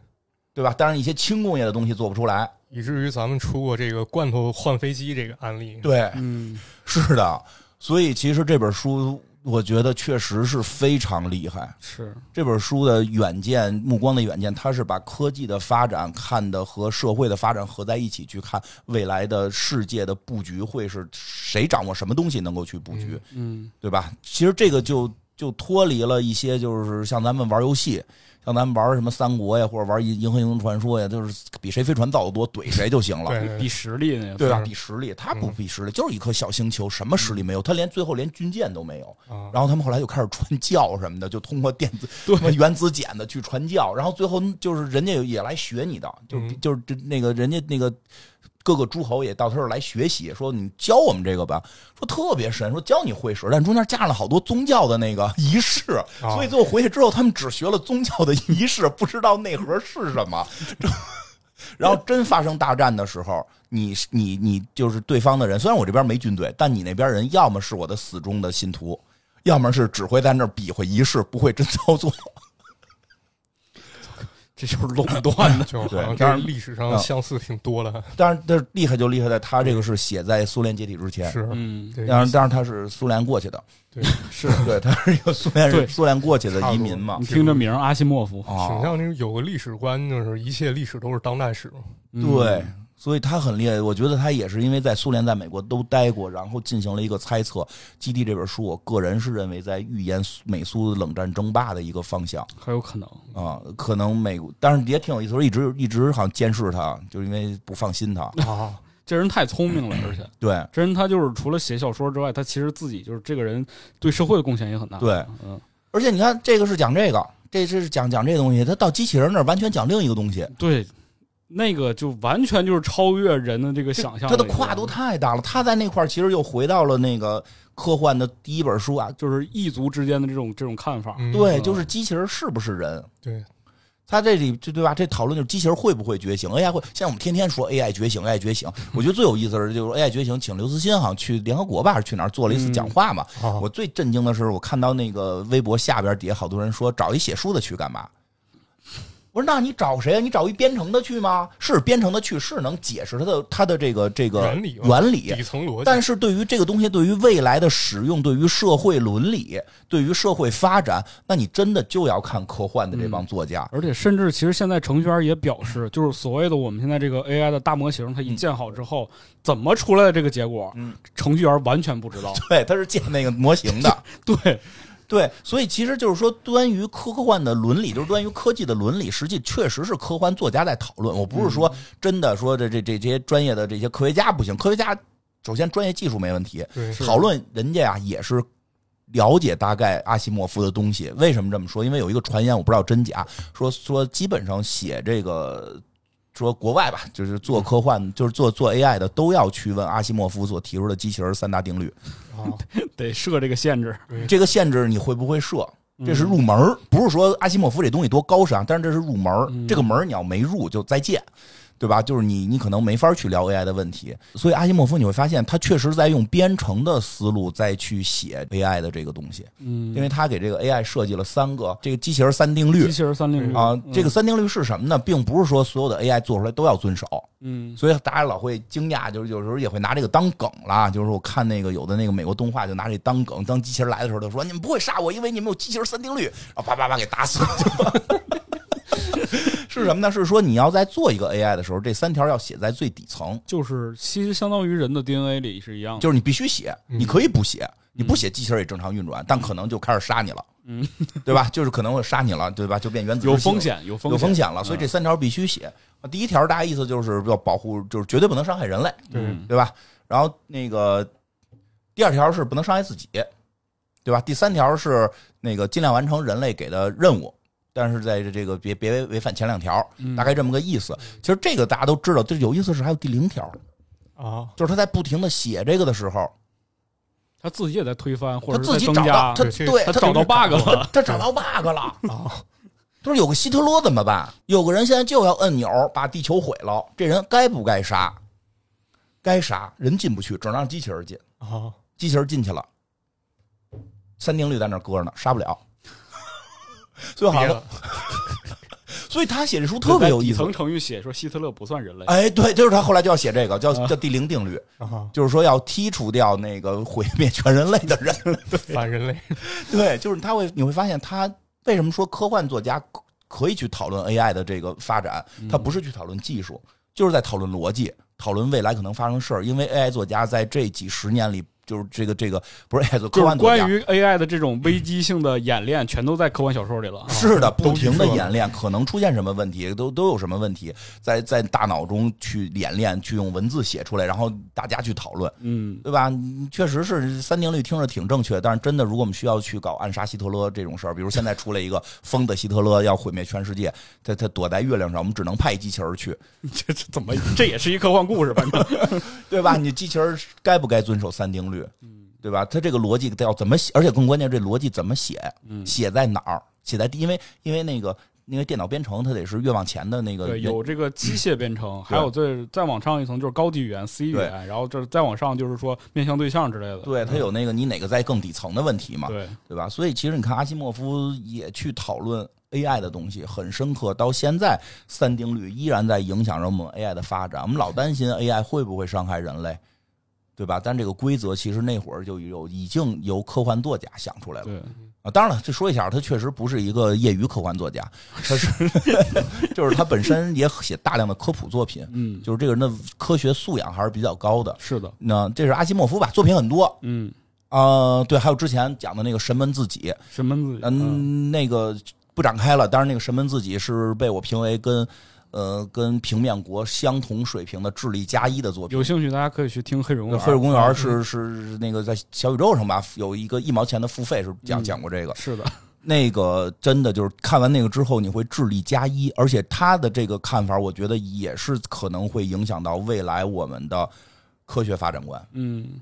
[SPEAKER 2] 对吧？当然一些轻工业的东西做不出来。
[SPEAKER 3] 以至于咱们出过这个罐头换飞机这个案例。
[SPEAKER 2] 对，
[SPEAKER 1] 嗯，
[SPEAKER 2] 是的，所以其实这本书，我觉得确实是非常厉害。
[SPEAKER 1] 是，
[SPEAKER 2] 这本书的远见、目光的远见，它是把科技的发展看的和社会的发展合在一起去看，未来的世界的布局会是谁掌握什么东西能够去布局，
[SPEAKER 1] 嗯，
[SPEAKER 2] 对吧？其实这个就就脱离了一些，就是像咱们玩游戏。像咱们玩什么三国呀，或者玩银银河英雄传说呀，就是比谁飞船造的多，怼谁就行了。
[SPEAKER 3] 对对
[SPEAKER 1] 比
[SPEAKER 3] 对
[SPEAKER 1] 实力那个
[SPEAKER 2] 对吧？
[SPEAKER 3] 是
[SPEAKER 2] 比实力，他不比实力，就是一颗小星球，什么实力没有？他连最后连军舰都没有。
[SPEAKER 3] 啊，
[SPEAKER 2] 然后他们后来就开始传教什么的，就通过电
[SPEAKER 3] *laughs*
[SPEAKER 2] 子、
[SPEAKER 1] 对
[SPEAKER 2] 什么原子检的去传教。然后最后就是人家也来学你的，就是、
[SPEAKER 3] 嗯
[SPEAKER 2] 就是这那个人家那个各个诸侯也到他这儿来学习，说你教我们这个吧，说特别神，说教你会使，但中间加上了好多宗教的那个仪式，
[SPEAKER 3] 啊
[SPEAKER 2] 所以最后回去之后，他们只学了宗教的仪式，不知道内核是什
[SPEAKER 3] *laughs*
[SPEAKER 2] 么。然后真发生大战的时候，你你你就是对方的人。虽然我这边没军队，但你那边人要么是我的死忠的信徒，要么是只会在那儿比划仪式，不会真 *laughs* 操作。
[SPEAKER 1] *laughs* 这就是垄断的。
[SPEAKER 3] 就好
[SPEAKER 2] 对
[SPEAKER 3] 像
[SPEAKER 2] 当
[SPEAKER 3] 这
[SPEAKER 2] 然
[SPEAKER 3] 历史
[SPEAKER 2] 啊
[SPEAKER 3] 上相似挺多的，
[SPEAKER 2] 当然，但是厉害就厉害在他这个是写在苏联解体之前。
[SPEAKER 3] 是，
[SPEAKER 1] 嗯，
[SPEAKER 3] 对
[SPEAKER 2] 当然，当然他是苏联过去的，
[SPEAKER 3] 对，
[SPEAKER 1] 是
[SPEAKER 2] *laughs* 对，他是一个苏联
[SPEAKER 1] 对
[SPEAKER 2] 人，苏联过去的移民
[SPEAKER 3] 差
[SPEAKER 2] 嘛
[SPEAKER 1] 你。听这名儿阿西莫夫，
[SPEAKER 2] 啊，
[SPEAKER 3] 挺像那种有个历史观，就是一切历史都是当代史。
[SPEAKER 1] 嗯
[SPEAKER 2] 对，，所以他很厉害。我觉得他也是因为在苏联、在美国都待过，然后进行了一个猜测。《基地》这本书，我个人是认为在预言苏美苏冷战争霸的一个方向
[SPEAKER 1] 很有可能。
[SPEAKER 2] 啊、可能美国，但是也挺有意思，我一直一直好像监视他，就是因为不放心他。
[SPEAKER 3] 啊，
[SPEAKER 1] 这人太聪
[SPEAKER 2] *clears throat*
[SPEAKER 1] 明了，而且
[SPEAKER 2] 对
[SPEAKER 1] 这人他就是除了写小说之外，他其实自己就是这个人对社会的贡献也很大。
[SPEAKER 2] 对，
[SPEAKER 1] 嗯，
[SPEAKER 2] 而且你看，这个是讲这个，这是讲讲这个东西，他到机器人那儿完全讲另一个东西，
[SPEAKER 1] 对，那个就完全就是超越人的这个想象了
[SPEAKER 2] 他
[SPEAKER 1] 已经，
[SPEAKER 2] 的跨度太大了。他在那块儿其实又回到了那个科幻的第一本书啊，
[SPEAKER 1] 就是异族之间的这种这种看法。
[SPEAKER 3] *laughs* 嗯
[SPEAKER 2] 对，
[SPEAKER 1] 嗯
[SPEAKER 2] 就是机器人是不是人？
[SPEAKER 3] 对，
[SPEAKER 2] 他这里就对吧？这讨论就是机器人会不会觉醒？AI 会，现在我们天天说 AI 觉醒，AI 觉
[SPEAKER 1] *laughs*
[SPEAKER 2] 醒。我觉得最有意思的是，就是 AI 觉醒，请刘慈欣好像去联合国吧，还是去哪儿做了一次
[SPEAKER 1] 嗯
[SPEAKER 2] 讲话嘛。
[SPEAKER 3] 啊，
[SPEAKER 2] 我最震惊的是，我看到那个微博下边底下好多人说，找一写书的去干嘛？我说，那你找谁啊？你找一编程的去吗？是编程的去，是能解释他的他的这个这个
[SPEAKER 3] 原理吧
[SPEAKER 2] 原理，
[SPEAKER 3] 底层逻辑，
[SPEAKER 2] 但是对于这个东西，对于未来的使用，对于社会伦理，对于社会发展，那你真的就要看科幻的这
[SPEAKER 3] 嗯
[SPEAKER 2] 帮作家。 *laughs*
[SPEAKER 1] 而且，甚至其实现在程序员也表示，
[SPEAKER 2] 嗯
[SPEAKER 1] 就是所谓的我们现在这个 AI 的大模型，它一建好之后，怎么出来的这个结果，
[SPEAKER 2] 嗯
[SPEAKER 1] 程序员完全不知道。
[SPEAKER 2] 对，他是建那个模型的。
[SPEAKER 1] 对，
[SPEAKER 2] *laughs* 对，所以其实就是说，关于科幻的伦理，就是关于科技的伦理，实际确实是科幻作家在讨论。我不是说真的说这这这这些专业的这些科学家不行，科学家首先专业技术没问题，
[SPEAKER 3] 对
[SPEAKER 2] 讨论人家呀、也是了解大概阿西莫夫的东西。为什么这么说？因为有一个传言，我不知道真假，说说基本上写这个。说国外吧，就是做科幻，就是做做 AI 的，都要去问阿西莫夫所提出的机器人三大定律。
[SPEAKER 3] 啊，
[SPEAKER 1] 得设这个限制。
[SPEAKER 2] 这个限制你会不会设？
[SPEAKER 1] 嗯
[SPEAKER 2] 这是入门儿，不是说阿西莫夫这东西多高尚，但是这是入门儿。
[SPEAKER 1] 嗯
[SPEAKER 2] 这个门儿你要没入就再见，对吧？就是你你可能没法去聊 AI 的问题。所以阿西莫夫你会发现，他确实在用编程的思路再去写 AI 的这个东西，
[SPEAKER 1] 嗯，
[SPEAKER 2] 因为他给这个 AI 设计了三个这个机器人三定
[SPEAKER 1] 机
[SPEAKER 2] 律。
[SPEAKER 1] 器人嗯三零
[SPEAKER 2] 啊，这个三定律是什么呢？并不是说所有的 AI 做出来都要遵守，
[SPEAKER 1] 嗯
[SPEAKER 2] 所以大家老会惊讶，就是有时候也会拿这个当梗啦。就是我看那个有的那个美国动画就拿这当梗，当机器人来的时候，他说你们不会杀我，因为你们有机器人三定律，然后叭叭叭给打死了。 *laughs* 是什么呢？是说你要在做一个 AI 的时候，这三条要写在最底层，
[SPEAKER 1] 就是其实相当于人的 DNA 里是一样的，
[SPEAKER 2] 就是你必须写，
[SPEAKER 3] 嗯
[SPEAKER 2] 你可以不写，你不写机器人也正常运转，但可能就开始杀你了。
[SPEAKER 1] 嗯，
[SPEAKER 2] *laughs* 对吧？就是可能我杀你了，对吧？就变原子
[SPEAKER 1] 有
[SPEAKER 2] 之心
[SPEAKER 1] 风险，有风
[SPEAKER 2] 有风
[SPEAKER 1] 险，嗯
[SPEAKER 2] 险了，所以这三条必须写。啊第一条大家意思就是要保护，就是绝对不能伤害人类，
[SPEAKER 3] 对
[SPEAKER 1] 嗯
[SPEAKER 2] 对吧？然后那个第二条是不能伤害自己，对吧？第三条是那个尽量完成人类给的任务，但是在这个别别违违反前两条，
[SPEAKER 1] 嗯
[SPEAKER 2] 大概这么个意思。其实这个大家都知道，就是有意思是还有第零条，
[SPEAKER 3] 啊，
[SPEAKER 2] 就是他在不停的写这个的时候，
[SPEAKER 1] 他自己也在推翻，或者
[SPEAKER 2] 他
[SPEAKER 1] 是
[SPEAKER 2] 自
[SPEAKER 1] 在
[SPEAKER 2] 己
[SPEAKER 1] 增
[SPEAKER 2] 找到
[SPEAKER 1] 加，
[SPEAKER 2] 他
[SPEAKER 3] 对这个
[SPEAKER 2] 对
[SPEAKER 1] 他
[SPEAKER 2] 他
[SPEAKER 1] 找到 bug 了，
[SPEAKER 2] 他找到 bug 了。
[SPEAKER 1] 嗯哦
[SPEAKER 3] 啊，
[SPEAKER 2] 就是有个希特勒怎么办？有个人现在就要摁钮把地球毁了，这人该不该杀？该杀，人进不去，只能让机器人进。
[SPEAKER 1] 哦
[SPEAKER 3] 啊，
[SPEAKER 2] 机器人进去了，三定律在那儿搁着呢，杀不了。所以好
[SPEAKER 3] 别
[SPEAKER 2] 像，
[SPEAKER 3] 了，
[SPEAKER 2] 所以他写这书特别有意
[SPEAKER 1] 底
[SPEAKER 2] 思
[SPEAKER 1] 层。成语写嗯说希特勒不算人类，
[SPEAKER 2] 哎，对，就是他后来就要写这个，叫叫第零定律，
[SPEAKER 1] 嗯
[SPEAKER 3] 啊，
[SPEAKER 2] 就是说要剔除掉那个毁灭全人类的人。
[SPEAKER 3] 反人类，
[SPEAKER 2] 对，就是他会，你会发现他为什么说科幻作家可可以去讨论 AI 的这个发展，他不是去讨论技术，就是在讨论逻辑，讨论未来可能发生的事儿。因为 AI 作家在这几十年里，就是这个这个不是 AI 作科
[SPEAKER 1] 就
[SPEAKER 2] 幻
[SPEAKER 1] 是
[SPEAKER 2] 作
[SPEAKER 1] 关
[SPEAKER 2] 家。
[SPEAKER 1] 于 AI 的这种危机性的演练，全都在科幻小说里
[SPEAKER 2] *laughs*
[SPEAKER 1] 了。
[SPEAKER 2] 是的，
[SPEAKER 3] 都
[SPEAKER 2] 不停的
[SPEAKER 3] 预设了
[SPEAKER 2] 演练，可能出现什么问题，都都有什么问题，在在大脑中去演练，去用文字写出来，然后大家去讨论， *laughs*
[SPEAKER 1] 嗯，
[SPEAKER 2] 对吧？你确实是三定律听着挺正确，但是真的，如果我们需要去搞暗杀希特勒这种事儿，比如现在出来一个疯的希特勒要毁灭全世界，他他躲在月亮上，我们只能派机器人去，
[SPEAKER 1] 这这怎么？ *laughs* 这也是一科幻故事，反正
[SPEAKER 2] 对吧？你机器人该不该遵守三定律？
[SPEAKER 1] 嗯
[SPEAKER 2] 对吧？他这个逻辑要怎么写？而且更关键，这逻辑怎么写？ *laughs*
[SPEAKER 1] 嗯
[SPEAKER 2] 写在哪儿？写在第因为因为那个因为电脑编程它得是越往前的那个
[SPEAKER 1] 对，
[SPEAKER 2] 人
[SPEAKER 1] 有这个机械编程，还有最再往上一层就是高级语言 C 语言，然后这再往上就是说面向对象之类的。嗯
[SPEAKER 2] 对，它有那个你哪个在更底层的问题嘛，
[SPEAKER 1] 对，
[SPEAKER 2] 对吧？所以其实你看阿西莫夫也去讨论 AI 的东西，很深刻。到现在，三定律依然在影响着我们 AI 的发展。我们老担心 AI 会不会伤害人类，对吧？但这个规则其实那会儿就有已经由科幻作家想出来了
[SPEAKER 1] 对，
[SPEAKER 2] 啊。当然了，这说一下，他确实不是一个业余科幻作家，他是就是他本身也写大量的科普作品，
[SPEAKER 1] 嗯，
[SPEAKER 2] 就是这个人的科学素养还是比较高的。
[SPEAKER 1] 是的，
[SPEAKER 2] 那这是阿西莫夫吧？作品很多，
[SPEAKER 1] 嗯，
[SPEAKER 2] 呃，对，还有之前讲的那个神门自己，
[SPEAKER 1] 什么自己？嗯，
[SPEAKER 2] 嗯，那个不展开了。当然，那个神门自己是被我评为跟呃跟平面国相同水平的智力加一的作品。
[SPEAKER 1] 有兴趣大家可以去听黑水公
[SPEAKER 2] 那
[SPEAKER 1] 园。
[SPEAKER 2] 《黑水公园》是是是那个在小宇宙上吧，有一个一毛钱的付费是讲
[SPEAKER 1] 嗯
[SPEAKER 2] 讲过这个。
[SPEAKER 1] 是的，
[SPEAKER 2] 那个真的就是看完那个之后，你会智力加一，而且他的这个看法，我觉得也是可能会影响到未来我们的科学发展观。
[SPEAKER 1] 嗯，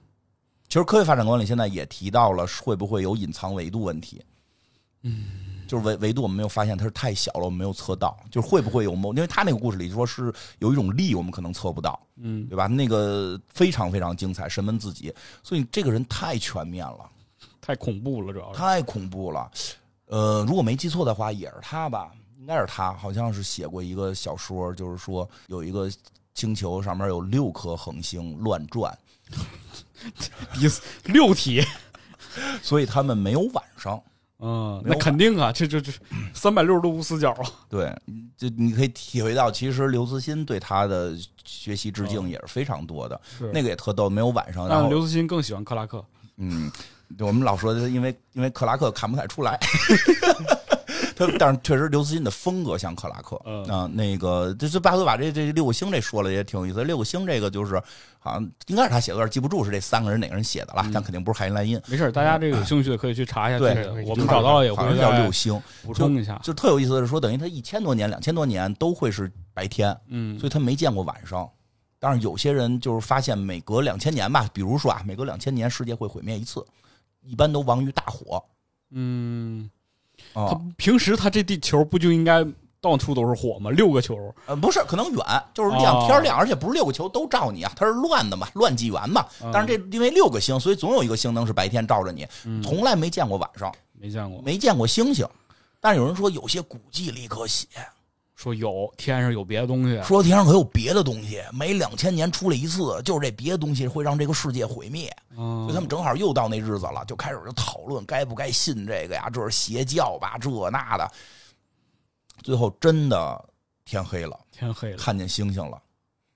[SPEAKER 2] 其实科学发展观里现在也提到了，会不会有隐藏维度问题？嗯，就是维维度我们没有发现它是太小了，我们没有测到，就是会不会有某？因为他那个故事里说是有一种力，我们可能测不到，
[SPEAKER 1] 嗯，
[SPEAKER 2] 对吧？那个非常非常精彩，神问自己，所以这个人太全面了，
[SPEAKER 1] 太恐怖了，主要是。
[SPEAKER 2] 太恐怖了。呃，如果没记错的话，也是他吧，应该是他，好像是写过一个小说，就是说有一个星球上面有六颗恒星乱转，
[SPEAKER 1] 第四六题，
[SPEAKER 2] 所以他们没有晚上。
[SPEAKER 1] *laughs* 嗯，
[SPEAKER 2] 没有
[SPEAKER 1] 那肯定啊，这这
[SPEAKER 2] *clears throat*
[SPEAKER 1] 这三百六十度无死角啊。
[SPEAKER 2] 对，就你可以体会到，其实刘慈欣对他的学习致敬也是非常多的。
[SPEAKER 1] 嗯是
[SPEAKER 2] 那个也特逗，没有晚上，然
[SPEAKER 1] 但
[SPEAKER 2] 后
[SPEAKER 1] 刘慈欣更喜欢克拉克，
[SPEAKER 2] 嗯，我们老说他因为因为克拉克看不太
[SPEAKER 1] *laughs*
[SPEAKER 2] 出来，他但是确实刘慈欣的风格像克拉克。
[SPEAKER 1] 嗯
[SPEAKER 2] 啊、那个这这巴赫把这这六个星这说了也挺有意思。六个星这个就是好像应该是他写的，有点记不住是这三个人哪个人写的
[SPEAKER 1] 嗯
[SPEAKER 2] 了，但肯定不是海因莱因。
[SPEAKER 1] 没事儿，大家这个有兴趣的可以去查一下
[SPEAKER 2] 对
[SPEAKER 1] 这个，
[SPEAKER 3] 对
[SPEAKER 1] 我们找到了也
[SPEAKER 2] 好
[SPEAKER 1] 会
[SPEAKER 2] 像叫
[SPEAKER 1] 再
[SPEAKER 2] 六星，
[SPEAKER 1] 补充一下。
[SPEAKER 2] 就特有意思的是说，等于他一千多年、两千多年都会是白天，
[SPEAKER 1] 嗯
[SPEAKER 2] 所以他没见过晚上。但是有些人就是发现，每隔两千年吧，比如说啊，每隔两千年世界会毁灭一次，一般都亡于大火
[SPEAKER 1] 嗯，
[SPEAKER 2] 啊、
[SPEAKER 1] 他平时他这地球不就应该到处都是火吗？六个球，
[SPEAKER 2] 呃，不是，可能远，就是亮
[SPEAKER 1] 哦
[SPEAKER 2] 天亮，而且不是六个球都照你啊，它是乱的嘛，乱纪元嘛。但是这因为六个星，所以总有一个星能是白天照着你，
[SPEAKER 1] 嗯
[SPEAKER 2] 从来没见过晚上，
[SPEAKER 1] 没见过。
[SPEAKER 2] 没见过星星。但是有人说有些古迹里可写，
[SPEAKER 1] 说有天上有别的东西，啊
[SPEAKER 2] 说天上可有别的东西，每两千年出来一次，就是这别的东西会让这个世界毁灭。
[SPEAKER 1] 嗯
[SPEAKER 2] 所以他们正好又到那日子了，就开始就讨论该不该信这个呀，这是邪教吧，这那的。最后真的天黑了，
[SPEAKER 1] 天黑了，
[SPEAKER 2] 看见星星了，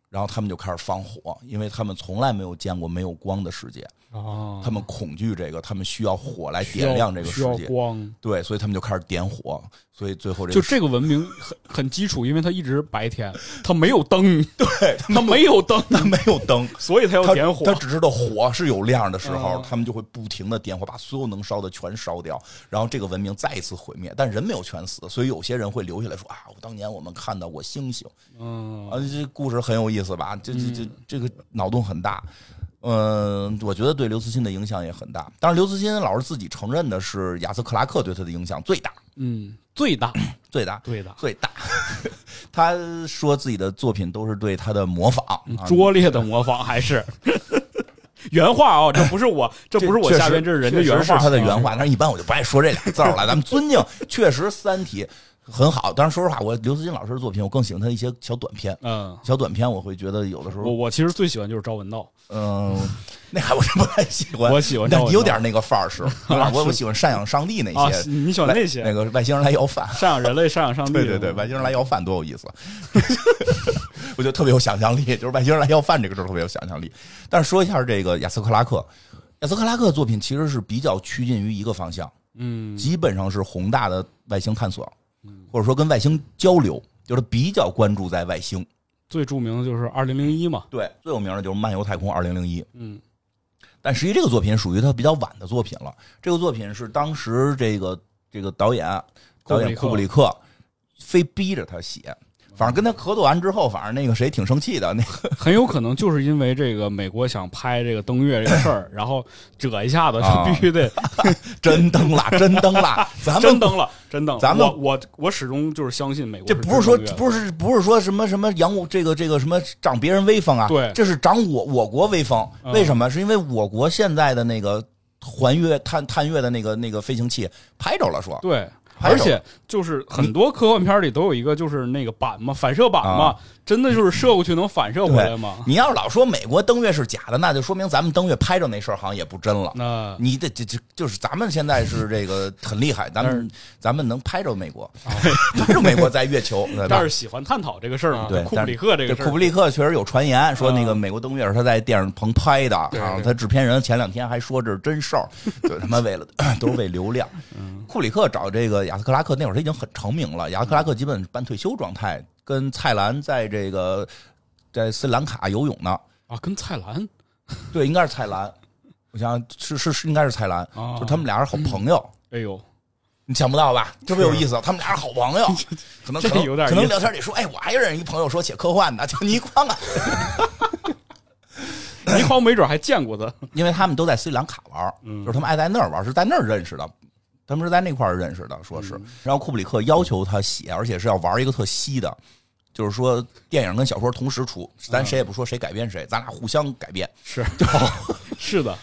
[SPEAKER 2] 然后他们就开始放火，因为他们从来没有见过没有光的世界。
[SPEAKER 1] 啊，
[SPEAKER 2] 他们恐惧这个，他们需要火来点亮这个
[SPEAKER 1] 需
[SPEAKER 2] 世
[SPEAKER 1] 要
[SPEAKER 2] 界，
[SPEAKER 1] 光。
[SPEAKER 2] 对，所以他们就开始点火，所以最后这
[SPEAKER 1] 就
[SPEAKER 2] 个
[SPEAKER 1] 这个文明很很基础，因为它一直白天，它没有灯，
[SPEAKER 2] *laughs* 对
[SPEAKER 1] 它没有灯，
[SPEAKER 2] 他没有灯，
[SPEAKER 1] 所以它要
[SPEAKER 2] 他
[SPEAKER 1] 点火
[SPEAKER 2] 他。只知道火是有亮的时候，
[SPEAKER 1] 嗯
[SPEAKER 2] 他们就会不停的点火，把所有能烧的全烧掉，然后这个文明再一次毁灭。但人没有全死，所以有些人会留下来说啊，我当年我们看到过星星
[SPEAKER 1] 嗯
[SPEAKER 2] 啊，这故事很有意思吧？这这这这个脑洞很大。嗯，我觉得对刘慈欣的影响也很大。当然，刘慈欣老师自己承认的是，亚瑟·克拉克对他的影响最大，
[SPEAKER 1] 嗯，最 *clears throat* 大
[SPEAKER 2] 最大，
[SPEAKER 1] 最大，
[SPEAKER 2] 最大。 *laughs* 他说自己的作品都是对他的模仿，啊
[SPEAKER 1] 拙劣的模仿还是 *laughs* 原话啊、这不是我， *laughs* 这不是我
[SPEAKER 2] 确
[SPEAKER 1] 下
[SPEAKER 2] 实
[SPEAKER 1] 边，这是人家
[SPEAKER 2] 确实
[SPEAKER 1] 原话，
[SPEAKER 2] 是他的原
[SPEAKER 1] 啊
[SPEAKER 2] 话。但是一般我就不爱说这俩字儿了。咱们尊敬，确实《三体》很好。当然，说实话，我刘慈欣老师的作品，我更喜欢他的一些小短片。
[SPEAKER 1] 嗯，
[SPEAKER 2] 小短片我会觉得有的时
[SPEAKER 1] 我
[SPEAKER 2] 候，
[SPEAKER 1] 我其实最喜欢就是赵文道，
[SPEAKER 2] 嗯，那还我是不太喜欢。
[SPEAKER 1] 我喜欢赵
[SPEAKER 2] 但
[SPEAKER 1] 文道
[SPEAKER 2] 你有点那个范儿是，
[SPEAKER 1] *laughs*
[SPEAKER 2] 对吧我我喜欢赡养上帝那
[SPEAKER 1] 啊，
[SPEAKER 2] 些，
[SPEAKER 1] 你喜欢那
[SPEAKER 2] 那
[SPEAKER 1] 些
[SPEAKER 2] 个外星人来要饭。
[SPEAKER 1] 赡养人类、赡养上帝，
[SPEAKER 2] *laughs* 对对对，外星人来要饭多有意思， *laughs* 我觉得特别有想象力。就是外星人来要饭这个事儿特别有想象力。但是说一下这个亚瑟克拉克，亚瑟克拉克的作品其实是比较趋近于一个方向，
[SPEAKER 1] 嗯
[SPEAKER 2] 基本上是宏大的外星探索，或者说跟外星交流，就是比较关注在外星。
[SPEAKER 1] 最著名的就是二零零一嘛，
[SPEAKER 2] 对，最有名的就是《漫游太空2001》。
[SPEAKER 1] 嗯
[SPEAKER 2] 但实际这个作品属于他比较晚的作品了。这个作品是当时这个这个导演
[SPEAKER 1] 库布
[SPEAKER 2] 导
[SPEAKER 1] 里克
[SPEAKER 2] 演库布里克非逼着他写，反正跟他合作完之后，反正那个谁挺生气的，那个
[SPEAKER 1] 很有可能就是因为这个美国想拍这个登月这个事儿，然后折一下子
[SPEAKER 2] 啊
[SPEAKER 1] 就必须得
[SPEAKER 2] 真登了，真登了，咱
[SPEAKER 1] 真
[SPEAKER 2] 们。
[SPEAKER 1] 登了，真登了。
[SPEAKER 2] 咱们
[SPEAKER 1] 我我我始终就是相信美国
[SPEAKER 2] 这
[SPEAKER 1] 真
[SPEAKER 2] 不是说
[SPEAKER 1] 登月的
[SPEAKER 2] 不是不是说什么什么扬我这个这个什么长别人威风啊，
[SPEAKER 1] 对
[SPEAKER 2] 这是长我我国威风。
[SPEAKER 1] 嗯
[SPEAKER 2] 为什么？是因为我国现在的那个环月探探月的那个那个飞行器拍着了说，
[SPEAKER 1] 对，
[SPEAKER 2] 拍着
[SPEAKER 1] 而且就是很多科幻片里都有一个就是那个板嘛，反射板嘛，
[SPEAKER 2] 啊
[SPEAKER 1] 真的就是射过去能反射回来吗？
[SPEAKER 2] 你要是老说美国登月是假的，那就说明咱们登月拍着那事儿好像也不真了。
[SPEAKER 1] 那
[SPEAKER 2] 你得这这就是咱们现在是这个很厉害，咱们咱们能拍着美国， *laughs* 拍着美国在月
[SPEAKER 1] *laughs*
[SPEAKER 2] 球，对
[SPEAKER 1] 哦但
[SPEAKER 2] 吧
[SPEAKER 1] 是？喜欢探讨这个事儿嘛，
[SPEAKER 2] 对
[SPEAKER 1] 库布
[SPEAKER 2] 但是
[SPEAKER 1] 里克这个
[SPEAKER 2] 这
[SPEAKER 1] 事
[SPEAKER 2] 库布
[SPEAKER 1] 儿，
[SPEAKER 2] 里克确实有传言说，那个
[SPEAKER 1] 嗯
[SPEAKER 2] 美国登月是他在电影棚拍的
[SPEAKER 1] 对
[SPEAKER 2] 啊。
[SPEAKER 1] 对
[SPEAKER 2] 他制片人前两天还说这是
[SPEAKER 1] *laughs*
[SPEAKER 2] 真事儿，就他妈为了 *clears throat* 都是为流量。
[SPEAKER 1] 嗯
[SPEAKER 2] 库布里克找这个亚瑟克拉克那会儿他已经很成名了，亚瑟克拉克基本半退休状态，跟蔡澜在这个在斯里兰卡游泳呢。
[SPEAKER 1] 啊，跟蔡澜
[SPEAKER 2] 对，应该是蔡澜，我想想是是是应该是蔡澜，
[SPEAKER 1] 啊，
[SPEAKER 2] 就是他们俩是好朋友。
[SPEAKER 1] 哎呦，
[SPEAKER 2] 你想不到吧？特别有意思，他们俩是好
[SPEAKER 1] *laughs*
[SPEAKER 2] 朋友，可能可
[SPEAKER 1] 这
[SPEAKER 2] 能
[SPEAKER 1] 有点意思
[SPEAKER 2] 可能聊天里说，哎，我还认识一朋友说写科幻的，叫倪
[SPEAKER 1] *laughs*
[SPEAKER 2] 匡啊，
[SPEAKER 1] 倪匡没准还见过他，
[SPEAKER 2] 因为他们都在斯里兰卡玩，
[SPEAKER 1] 嗯
[SPEAKER 2] 就是他们爱在那儿玩，是在那儿认识的，他们是在那块儿认识的，说是，
[SPEAKER 1] 嗯
[SPEAKER 2] 然后库布里克要求他写，而且是要玩一个特稀的，就是说电影跟小说同时出，
[SPEAKER 1] 嗯
[SPEAKER 2] 咱谁也不说谁改编谁，咱俩互相改编，
[SPEAKER 1] 是
[SPEAKER 2] 哦
[SPEAKER 1] 是的，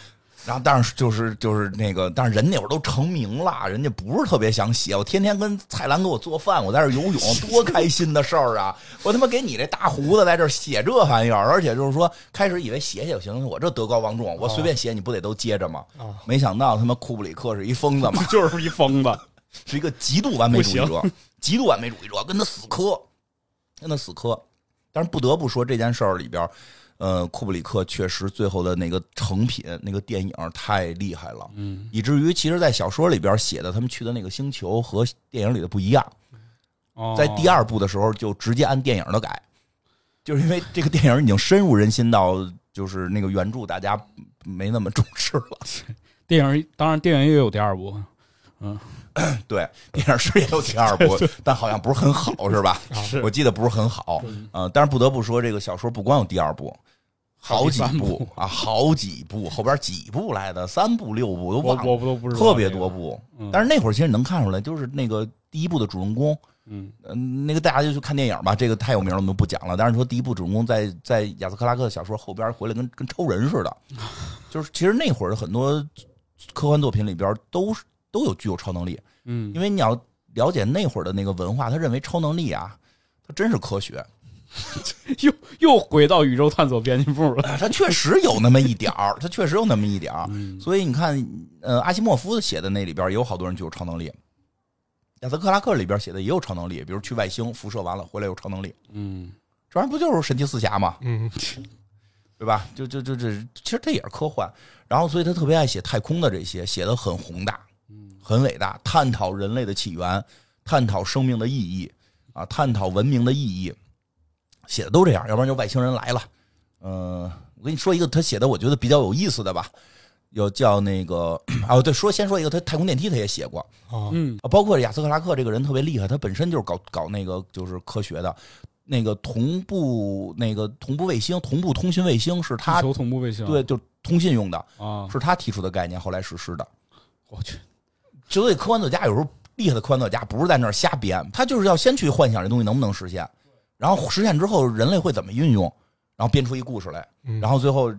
[SPEAKER 2] 然后，但是就是就是那个，但是人那会儿都成名了，人家不是特别想写。我天天跟蔡澜给我做饭，我在这儿游泳，多开心的事儿啊！我他妈给你这大胡子在这儿写这玩意儿，而且就是说，开始以为写写就行，我这德高望重，我随便写你不得都接着吗？
[SPEAKER 3] 啊
[SPEAKER 2] 没想到他妈库布里克是一疯子嘛，
[SPEAKER 1] 就是一疯
[SPEAKER 2] *laughs*
[SPEAKER 1] 子。
[SPEAKER 2] 是一个极度完美主义者，极度完美主义者，跟他死磕，跟他死磕。但是不得不说这件事儿里边，呃，库布里克确实最后的那个成品，那个电影太厉害了，嗯，以至于其实，在小说里边写的他们去的那个星球和电影里的不一样，
[SPEAKER 1] 哦
[SPEAKER 2] 在第二部的时候就直接按电影的改，就是因为这个电影已经深入人心到，就是那个原著大家没那么重视了。
[SPEAKER 1] 电影，当然电影也有第二部，
[SPEAKER 2] 对，电影是也有第二部，但好像不是很好，是吧？
[SPEAKER 1] 啊是
[SPEAKER 2] 我记得不是很好。呃，但是不得不说，这个小说不光有第二部，好几
[SPEAKER 1] 还有第三
[SPEAKER 2] 部
[SPEAKER 1] 部
[SPEAKER 2] 啊，好几部，后边几部来的，三部六部都
[SPEAKER 1] 我
[SPEAKER 2] 忘
[SPEAKER 1] 我
[SPEAKER 2] 了，
[SPEAKER 1] 不都不知道
[SPEAKER 2] 特别
[SPEAKER 1] 这个
[SPEAKER 2] 多，部
[SPEAKER 1] 嗯。
[SPEAKER 2] 但是那会儿其实能看出来，就是那个第一部的主人公，
[SPEAKER 1] 嗯
[SPEAKER 2] 嗯、那个大家就去看电影吧，这个太有名了，我们就不讲了。但是说第一部主人公在在亚瑟克拉克的小说后边回来跟跟抽人似的，就是其实那会儿的很多科幻作品里边都是都有具有超能力。
[SPEAKER 1] 嗯，
[SPEAKER 2] 因为你要了解那会儿的那个文化，他认为超能力啊，它真是科学，
[SPEAKER 1] 又又回到宇宙探索编辑部
[SPEAKER 2] *laughs*
[SPEAKER 1] 了，
[SPEAKER 2] 它确实有那么一点儿，它确实有那么一点儿。 *laughs* 所以你看，呃，阿西莫夫写的那里边也有好多人具有超能力，亚瑟克拉克里边写的也有超能力，比如去外星辐射完了回来有超能力，
[SPEAKER 1] 嗯，
[SPEAKER 2] 这玩意儿不就是神奇四侠吗？
[SPEAKER 3] 嗯，
[SPEAKER 2] 对吧？就就就这，其实这也是科幻。然后，所以他特别爱写太空的这些，写的很宏大，很伟大，探讨人类的起源，探讨生命的意义啊，探讨文明的意义，写的都这样。要不然就外星人来了。嗯、呃，我跟你说一个他写的，我觉得比较有意思的吧。有叫那个 *clears throat* 哦，对，说先说一个，他太空电梯他也写过
[SPEAKER 3] 啊，
[SPEAKER 1] 嗯
[SPEAKER 2] 啊，包括亚瑟克拉克这个人特别厉害，他本身就是搞搞那个就是科学的，那个同步那个同步卫星、同步通讯卫星是
[SPEAKER 1] 地
[SPEAKER 2] 他
[SPEAKER 1] 球同步卫星，
[SPEAKER 2] 对就通信用的，
[SPEAKER 1] 啊，
[SPEAKER 2] 是他提出的概念，后来实施的。
[SPEAKER 1] 我去，
[SPEAKER 2] 所以科幻作家有时候厉害的科幻作家不是在那儿瞎编，他就是要先去幻想这东西能不能实现，然后实现之后人类会怎么运用，然后编出一故事来，
[SPEAKER 3] 嗯
[SPEAKER 2] 然后最后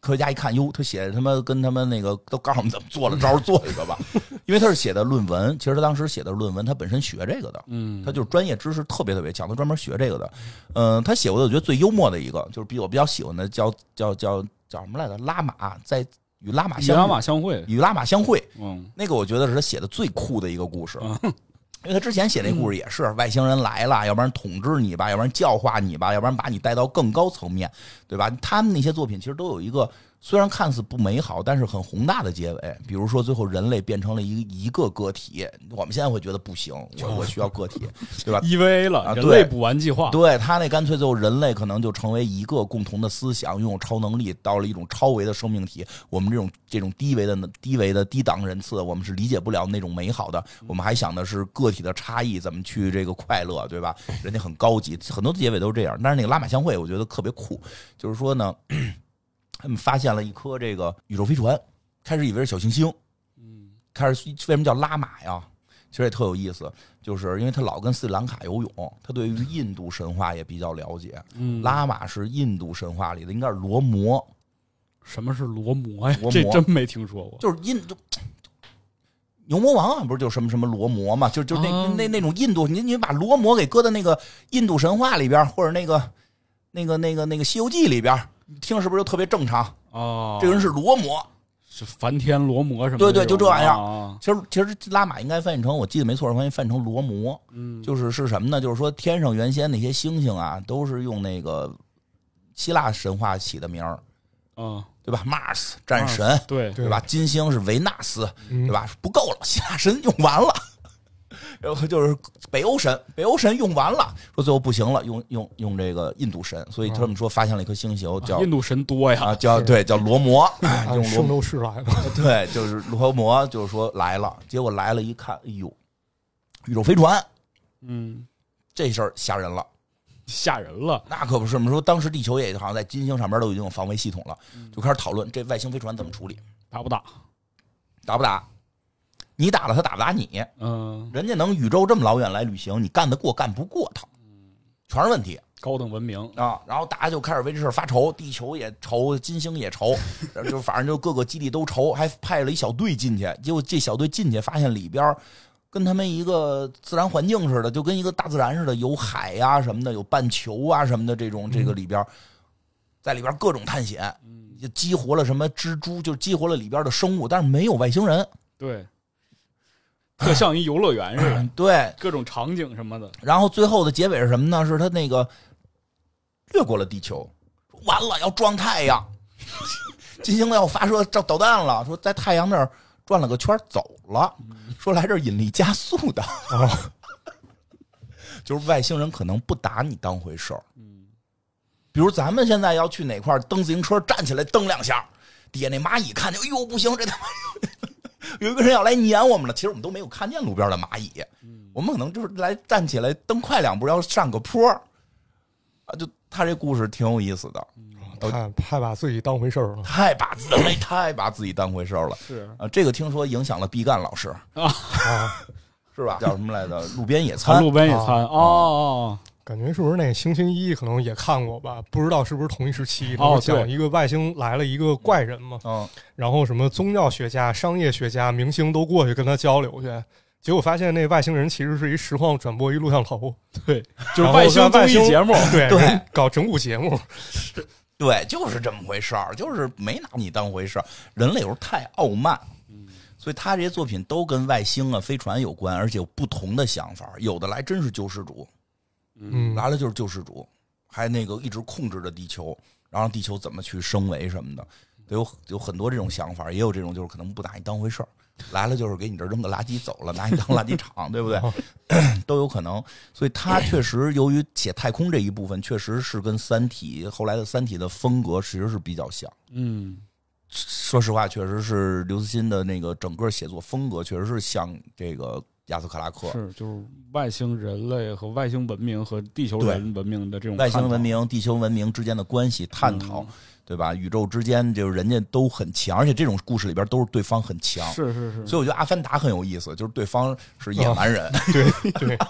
[SPEAKER 2] 科学家一看，哟，他写的他妈跟他们那个都告诉我们怎么做了，照着做一个
[SPEAKER 1] *laughs*
[SPEAKER 2] 吧，因为他是写的论文，其实他当时写的论文，他本身学这个的，
[SPEAKER 1] 嗯，
[SPEAKER 2] 他就是专业知识特别特别强，他专门学这个的。嗯、他写过的我觉得最幽默的一个，就是比我比较喜欢的叫叫叫叫什么来着？拉玛在与拉玛
[SPEAKER 1] 与
[SPEAKER 2] 相
[SPEAKER 1] 拉玛啊相会，
[SPEAKER 2] 与拉玛相会，
[SPEAKER 1] 嗯
[SPEAKER 2] 那个我觉得是他写的最酷的一个故事
[SPEAKER 1] 啊，
[SPEAKER 2] 因为他之前写那故事也是外星人来了，要不然统治你吧，要不然教化你吧，要不然把你带到更高层面，对吧？他们那些作品其实都有一个虽然看似不美好，但是很宏大的结尾，比如说最后人类变成了一一个个体，我们现在会觉得不行，我我需要个体，对吧？
[SPEAKER 1] ，EVA 了，
[SPEAKER 2] 啊
[SPEAKER 1] 人类
[SPEAKER 2] 对
[SPEAKER 1] 补完计划，
[SPEAKER 2] 对他那干脆最后人类可能就成为一个共同的思想，拥有超能力，到了一种超维的生命体。我们这种这种低维的低维的低档人次，我们是理解不了那种美好的。我们还想的是个体的差异怎么去这个快乐，对吧？人家很高级，很多结尾都是这样。但是那个拉玛相会，我觉得特别酷，就是说呢， *clears throat* 他们发现了一颗这个宇宙飞船，开始以为是小行星，
[SPEAKER 1] 嗯
[SPEAKER 2] 开始为什么叫拉玛呀？其实也特有意思，就是因为他老跟斯里兰卡游泳，他对于印度神话也比较了解。
[SPEAKER 1] 嗯，
[SPEAKER 2] 拉玛是印度神话里的，应该是罗摩，
[SPEAKER 1] 什么是罗摩呀
[SPEAKER 2] 罗？摩
[SPEAKER 1] 这真没听说过，
[SPEAKER 2] 就是印度牛魔王啊，不是就什么什么罗摩嘛？就就那、
[SPEAKER 1] 啊
[SPEAKER 2] 那那种印度，你你把罗摩给搁到那个印度神话里边，或者那个那个那个那个《西游记》里边，听是不是就特别正常？
[SPEAKER 1] 哦，
[SPEAKER 2] 这个人是罗摩，
[SPEAKER 1] 是梵天罗摩什么的种？
[SPEAKER 2] 对对就这玩意儿
[SPEAKER 1] 啊
[SPEAKER 2] 其实其实拉玛应该翻译成，我记得没错，翻译翻译成罗摩，
[SPEAKER 1] 嗯，
[SPEAKER 2] 就是是什么呢？就是说天上原先那些星星啊，都是用那个希腊神话起的名儿，
[SPEAKER 1] 啊，
[SPEAKER 2] 对吧？Mars 战神，
[SPEAKER 1] 对，
[SPEAKER 3] 对
[SPEAKER 2] 对吧？金星是维纳斯，
[SPEAKER 3] 嗯
[SPEAKER 2] 对吧？不够了，希腊神用完了。 *laughs* 然后就是北欧神，北欧神用完了，说最后不行了，用用用这个印度神，所以他们说发现了一颗星球叫
[SPEAKER 1] 啊印度神多呀，
[SPEAKER 2] 啊叫
[SPEAKER 3] 是
[SPEAKER 2] 对叫罗摩， *laughs* 哎
[SPEAKER 3] 按
[SPEAKER 2] 用罗
[SPEAKER 3] 圣
[SPEAKER 2] 摩
[SPEAKER 3] 斗士来了，
[SPEAKER 2] 对，就是罗摩，就是说来了，结果来了，一看，哎呦，宇宙飞船
[SPEAKER 1] 嗯，
[SPEAKER 2] 这事儿吓人了。
[SPEAKER 1] 吓人了，
[SPEAKER 2] 那可不是，我们说当时地球也好像在金星上边都已经有防卫系统了，就开始讨论这外星飞船怎么处理，
[SPEAKER 1] 打不打？
[SPEAKER 2] 啊打不打？你打了他，打不打你？
[SPEAKER 1] 嗯，
[SPEAKER 2] 人家能宇宙这么老远来旅行，你干得过干不过他？全是问题
[SPEAKER 1] 高等文明，
[SPEAKER 2] 啊！然后大家就开始为这事儿发愁，地球也愁，金星也愁，然后就反正就各个基地都愁，还派了一小队进去。结果这小队进去，发现里边儿跟他们一个自然环境似的，就跟一个大自然似的，有海呀、什么的，有半球啊什么的这种，这个里边儿在里边儿各种探险，
[SPEAKER 1] 嗯，
[SPEAKER 2] 就激活了什么蜘蛛，就激活了里边儿的生物，但是没有外星人。
[SPEAKER 1] 对，特像一游乐园似的，
[SPEAKER 2] 对，
[SPEAKER 1] 各种场景什么的，
[SPEAKER 2] 然后最后的结尾是什么呢？是他那个越过了地球，完了要撞太阳， *laughs* 金星要发射照导弹了，说在太阳那儿转了个圈儿走了，说来这儿引力加速的， *laughs* 就是外星人可能不打你当回事儿。
[SPEAKER 1] 嗯，
[SPEAKER 2] 比如咱们现在要去哪块儿蹬自行车，站起来蹬两下，底下那蚂蚁看见，哎呦不行，这他妈有一个人要来撵我们了。其实我们都没有看见路边的蚂蚁，我们可能就是来站起来蹬快两步，要上个坡儿啊。就他这故事挺有意思的，
[SPEAKER 3] 太太把自己当回事儿了。
[SPEAKER 2] *laughs* 太把自己太把自己当回事儿了
[SPEAKER 1] 是
[SPEAKER 2] 啊。这个听说影响了毕赣老师，
[SPEAKER 3] 啊，
[SPEAKER 2] 是吧？叫什么来着？路边野
[SPEAKER 1] 看
[SPEAKER 2] 餐啊
[SPEAKER 1] 路边野餐，哦
[SPEAKER 2] *laughs*
[SPEAKER 1] 哦，
[SPEAKER 3] 感觉是不是那《星星一》可能也看过吧？不知道是不是同一时期。
[SPEAKER 1] 哦
[SPEAKER 3] 然后讲
[SPEAKER 1] 对
[SPEAKER 3] 一个外星来了一个怪人嘛，
[SPEAKER 2] 嗯，
[SPEAKER 3] 然后什么宗教学家、商业学家、明星都过去跟他交流去，结果发现那外星人其实是一实况转播一录像头，
[SPEAKER 1] 对，就是
[SPEAKER 3] 然后
[SPEAKER 1] 外星
[SPEAKER 3] 让
[SPEAKER 1] 综
[SPEAKER 3] 外
[SPEAKER 1] 艺
[SPEAKER 3] 星
[SPEAKER 1] 节目，
[SPEAKER 3] *laughs* 对
[SPEAKER 2] 对
[SPEAKER 3] 人搞整蛊节目，
[SPEAKER 2] 对，就是这么回事儿，就是没拿你当回事儿。人类有时候太傲慢，所以他这些作品都跟外星啊、飞船有关，而且有不同的想法。有的来真是救世主，
[SPEAKER 1] *laughs*
[SPEAKER 3] 嗯，
[SPEAKER 2] 来了就是救世主，还那个一直控制着地球，然后地球怎么去升维什么的，对有有很多这种想法，也有这种就是可能不拿你当回事儿，来了就是给你这儿扔个垃圾走了，拿你当垃圾场，对不
[SPEAKER 1] 哦
[SPEAKER 2] 对？ *clears throat* 都有可能。所以他确实由于写太空这一部分，确实是跟《三体》后来的《三体》的风格其实是比较像。
[SPEAKER 1] 嗯，
[SPEAKER 2] 说实话，确实是刘慈欣的那个整个写作风格，确实是像这个亚瑟克拉克。
[SPEAKER 1] 是就是外星人类和外星文明和地球人文明的这种
[SPEAKER 2] 外星
[SPEAKER 1] 探讨
[SPEAKER 2] 文明、地球文明之间的关系探讨，
[SPEAKER 1] 嗯
[SPEAKER 2] 对吧？宇宙之间就是人家都很强，而且这种故事里边都是对方很强，
[SPEAKER 1] 是是是，
[SPEAKER 2] 所以我觉得《阿凡达》很有意思，就是对方是野蛮
[SPEAKER 1] 哦
[SPEAKER 2] 人，
[SPEAKER 3] 对对，
[SPEAKER 2] *laughs*
[SPEAKER 1] 啊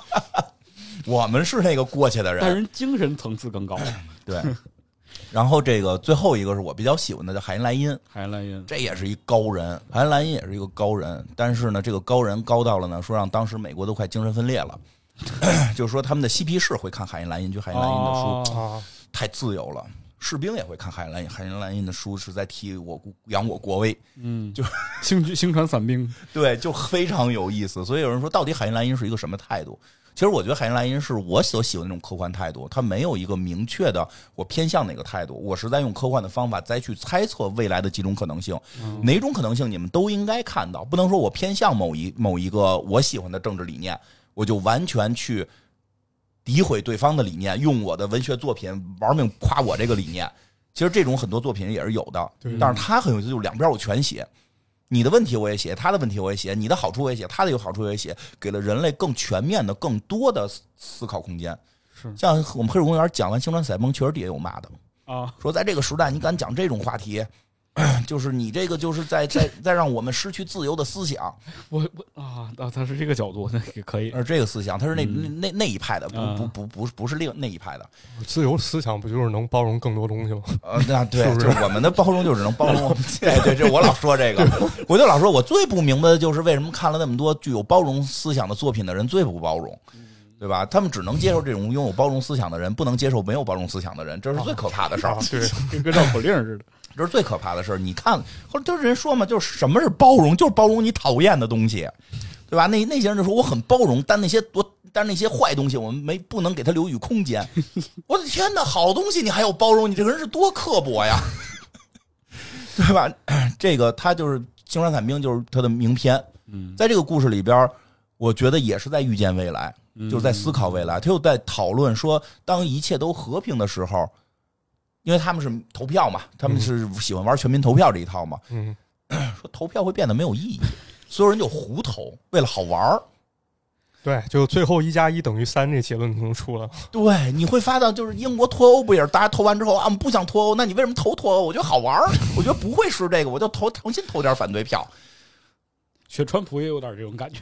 [SPEAKER 2] 我们是那个过去的
[SPEAKER 1] 但
[SPEAKER 2] 人，
[SPEAKER 1] 人精神层次更高。 *clears throat*
[SPEAKER 2] 对。然后这个最后一个是我比较喜欢的，叫海因莱因，
[SPEAKER 1] 海莱因，
[SPEAKER 2] 这也是一高人，海因莱因也是一个高人，但是呢，这个高人高到了呢，说让当时美国都快精神分裂了， *clears throat* 就是说他们的嬉皮士会看海因莱因，就海因莱因的书，
[SPEAKER 1] 书
[SPEAKER 3] 啊，
[SPEAKER 2] 太自由了。士兵也会看海因莱因，海因莱因的书是在替我国扬我国威，
[SPEAKER 1] 嗯，
[SPEAKER 2] 就
[SPEAKER 1] 星星船散
[SPEAKER 2] *laughs*
[SPEAKER 1] 兵，
[SPEAKER 2] 对，就非常有意思。所以有人说，到底海因莱因是一个什么态度？其实我觉得海因莱因是我所喜欢的那种科幻态度，它没有一个明确的我偏向哪个态度，我是在用科幻的方法再去猜测未来的几种可能性，哪种可能性你们都应该看到，不能说我偏向某一某一个我喜欢的政治理念，我就完全去诋毁对方的理念，用我的文学作品玩命夸我这个理念。其实这种很多作品也是有的，
[SPEAKER 3] 对
[SPEAKER 2] 但是他很有意思，就是两边我全写。你的问题我也写，他的问题我也写，你的好处我也写，他的有好处我也写，给了人类更全面的、更多的思思考空间。
[SPEAKER 1] 是
[SPEAKER 2] 像我们黑水公园讲完《青砖彩梦》，确实底下有骂的，
[SPEAKER 1] 啊，
[SPEAKER 2] 说在这个时代你敢讲这种话题， *clears throat* 就是你这个就是
[SPEAKER 3] *laughs*
[SPEAKER 2] 在在在让我们失去自由的思想。
[SPEAKER 1] 我我啊，啊，他是这个角度，那也
[SPEAKER 2] *laughs*
[SPEAKER 1] 可以。
[SPEAKER 2] 而这个思想，他是那、
[SPEAKER 1] 嗯
[SPEAKER 2] 那那那一派的，不
[SPEAKER 1] 啊
[SPEAKER 2] 不不不是不是另那一派的。
[SPEAKER 3] 自由思想不就是能包容更
[SPEAKER 1] *laughs*
[SPEAKER 3] 多东西吗？
[SPEAKER 2] 呃，那对，
[SPEAKER 3] *laughs* 是不是
[SPEAKER 2] 就是我们的包容就只能包容我
[SPEAKER 3] *laughs*
[SPEAKER 2] 们。对对，这我老说这个，我就老说，我最不明白的就是为什么看了那么多具有包容思想的作品的人最不包容，
[SPEAKER 3] 嗯
[SPEAKER 2] 对吧？他们只能接受这种拥有包容思想的人，不能接受没有包容思想的人，这是最可怕的
[SPEAKER 3] *laughs*
[SPEAKER 2] 事儿
[SPEAKER 3] 啊，，
[SPEAKER 1] *laughs*
[SPEAKER 3] 对，
[SPEAKER 1] 跟跟绕口令似
[SPEAKER 2] *laughs*
[SPEAKER 1] 的。
[SPEAKER 2] 这是最可怕的事儿。你看，后来就是人说嘛，就是什么是包容，就是包容你讨厌的东西，对吧？那那些人就说我很包容，但那些多。但是那些坏东西，我们没不能给他留予空间。我的天哪，好东西你还要包容，你这个人是多刻薄呀！对吧？这个他就是《星船散兵》，就是他的名篇。
[SPEAKER 1] 嗯，
[SPEAKER 2] 在这个故事里边儿，我觉得也是在预见未来，
[SPEAKER 1] 嗯
[SPEAKER 2] 就是在思考未来。他又在讨论说，当一切都和平的时候，因为他们是投票嘛，他们是喜欢玩全民投票这一套嘛，
[SPEAKER 3] 嗯，
[SPEAKER 2] 说投票会变得没有意义，所有人就胡投，为了好玩儿。
[SPEAKER 3] 对，就最后一加一等于三这结论已经出了，
[SPEAKER 2] 对，你会发到就是英国脱欧不也是大家投完之后啊，我们不想脱欧，那你为什么投脱欧？我觉得好玩 *laughs* 儿，我觉得不会是这个，我就投重新投点反对票。
[SPEAKER 1] 学川普也有点这种感
[SPEAKER 2] *laughs*
[SPEAKER 1] 觉。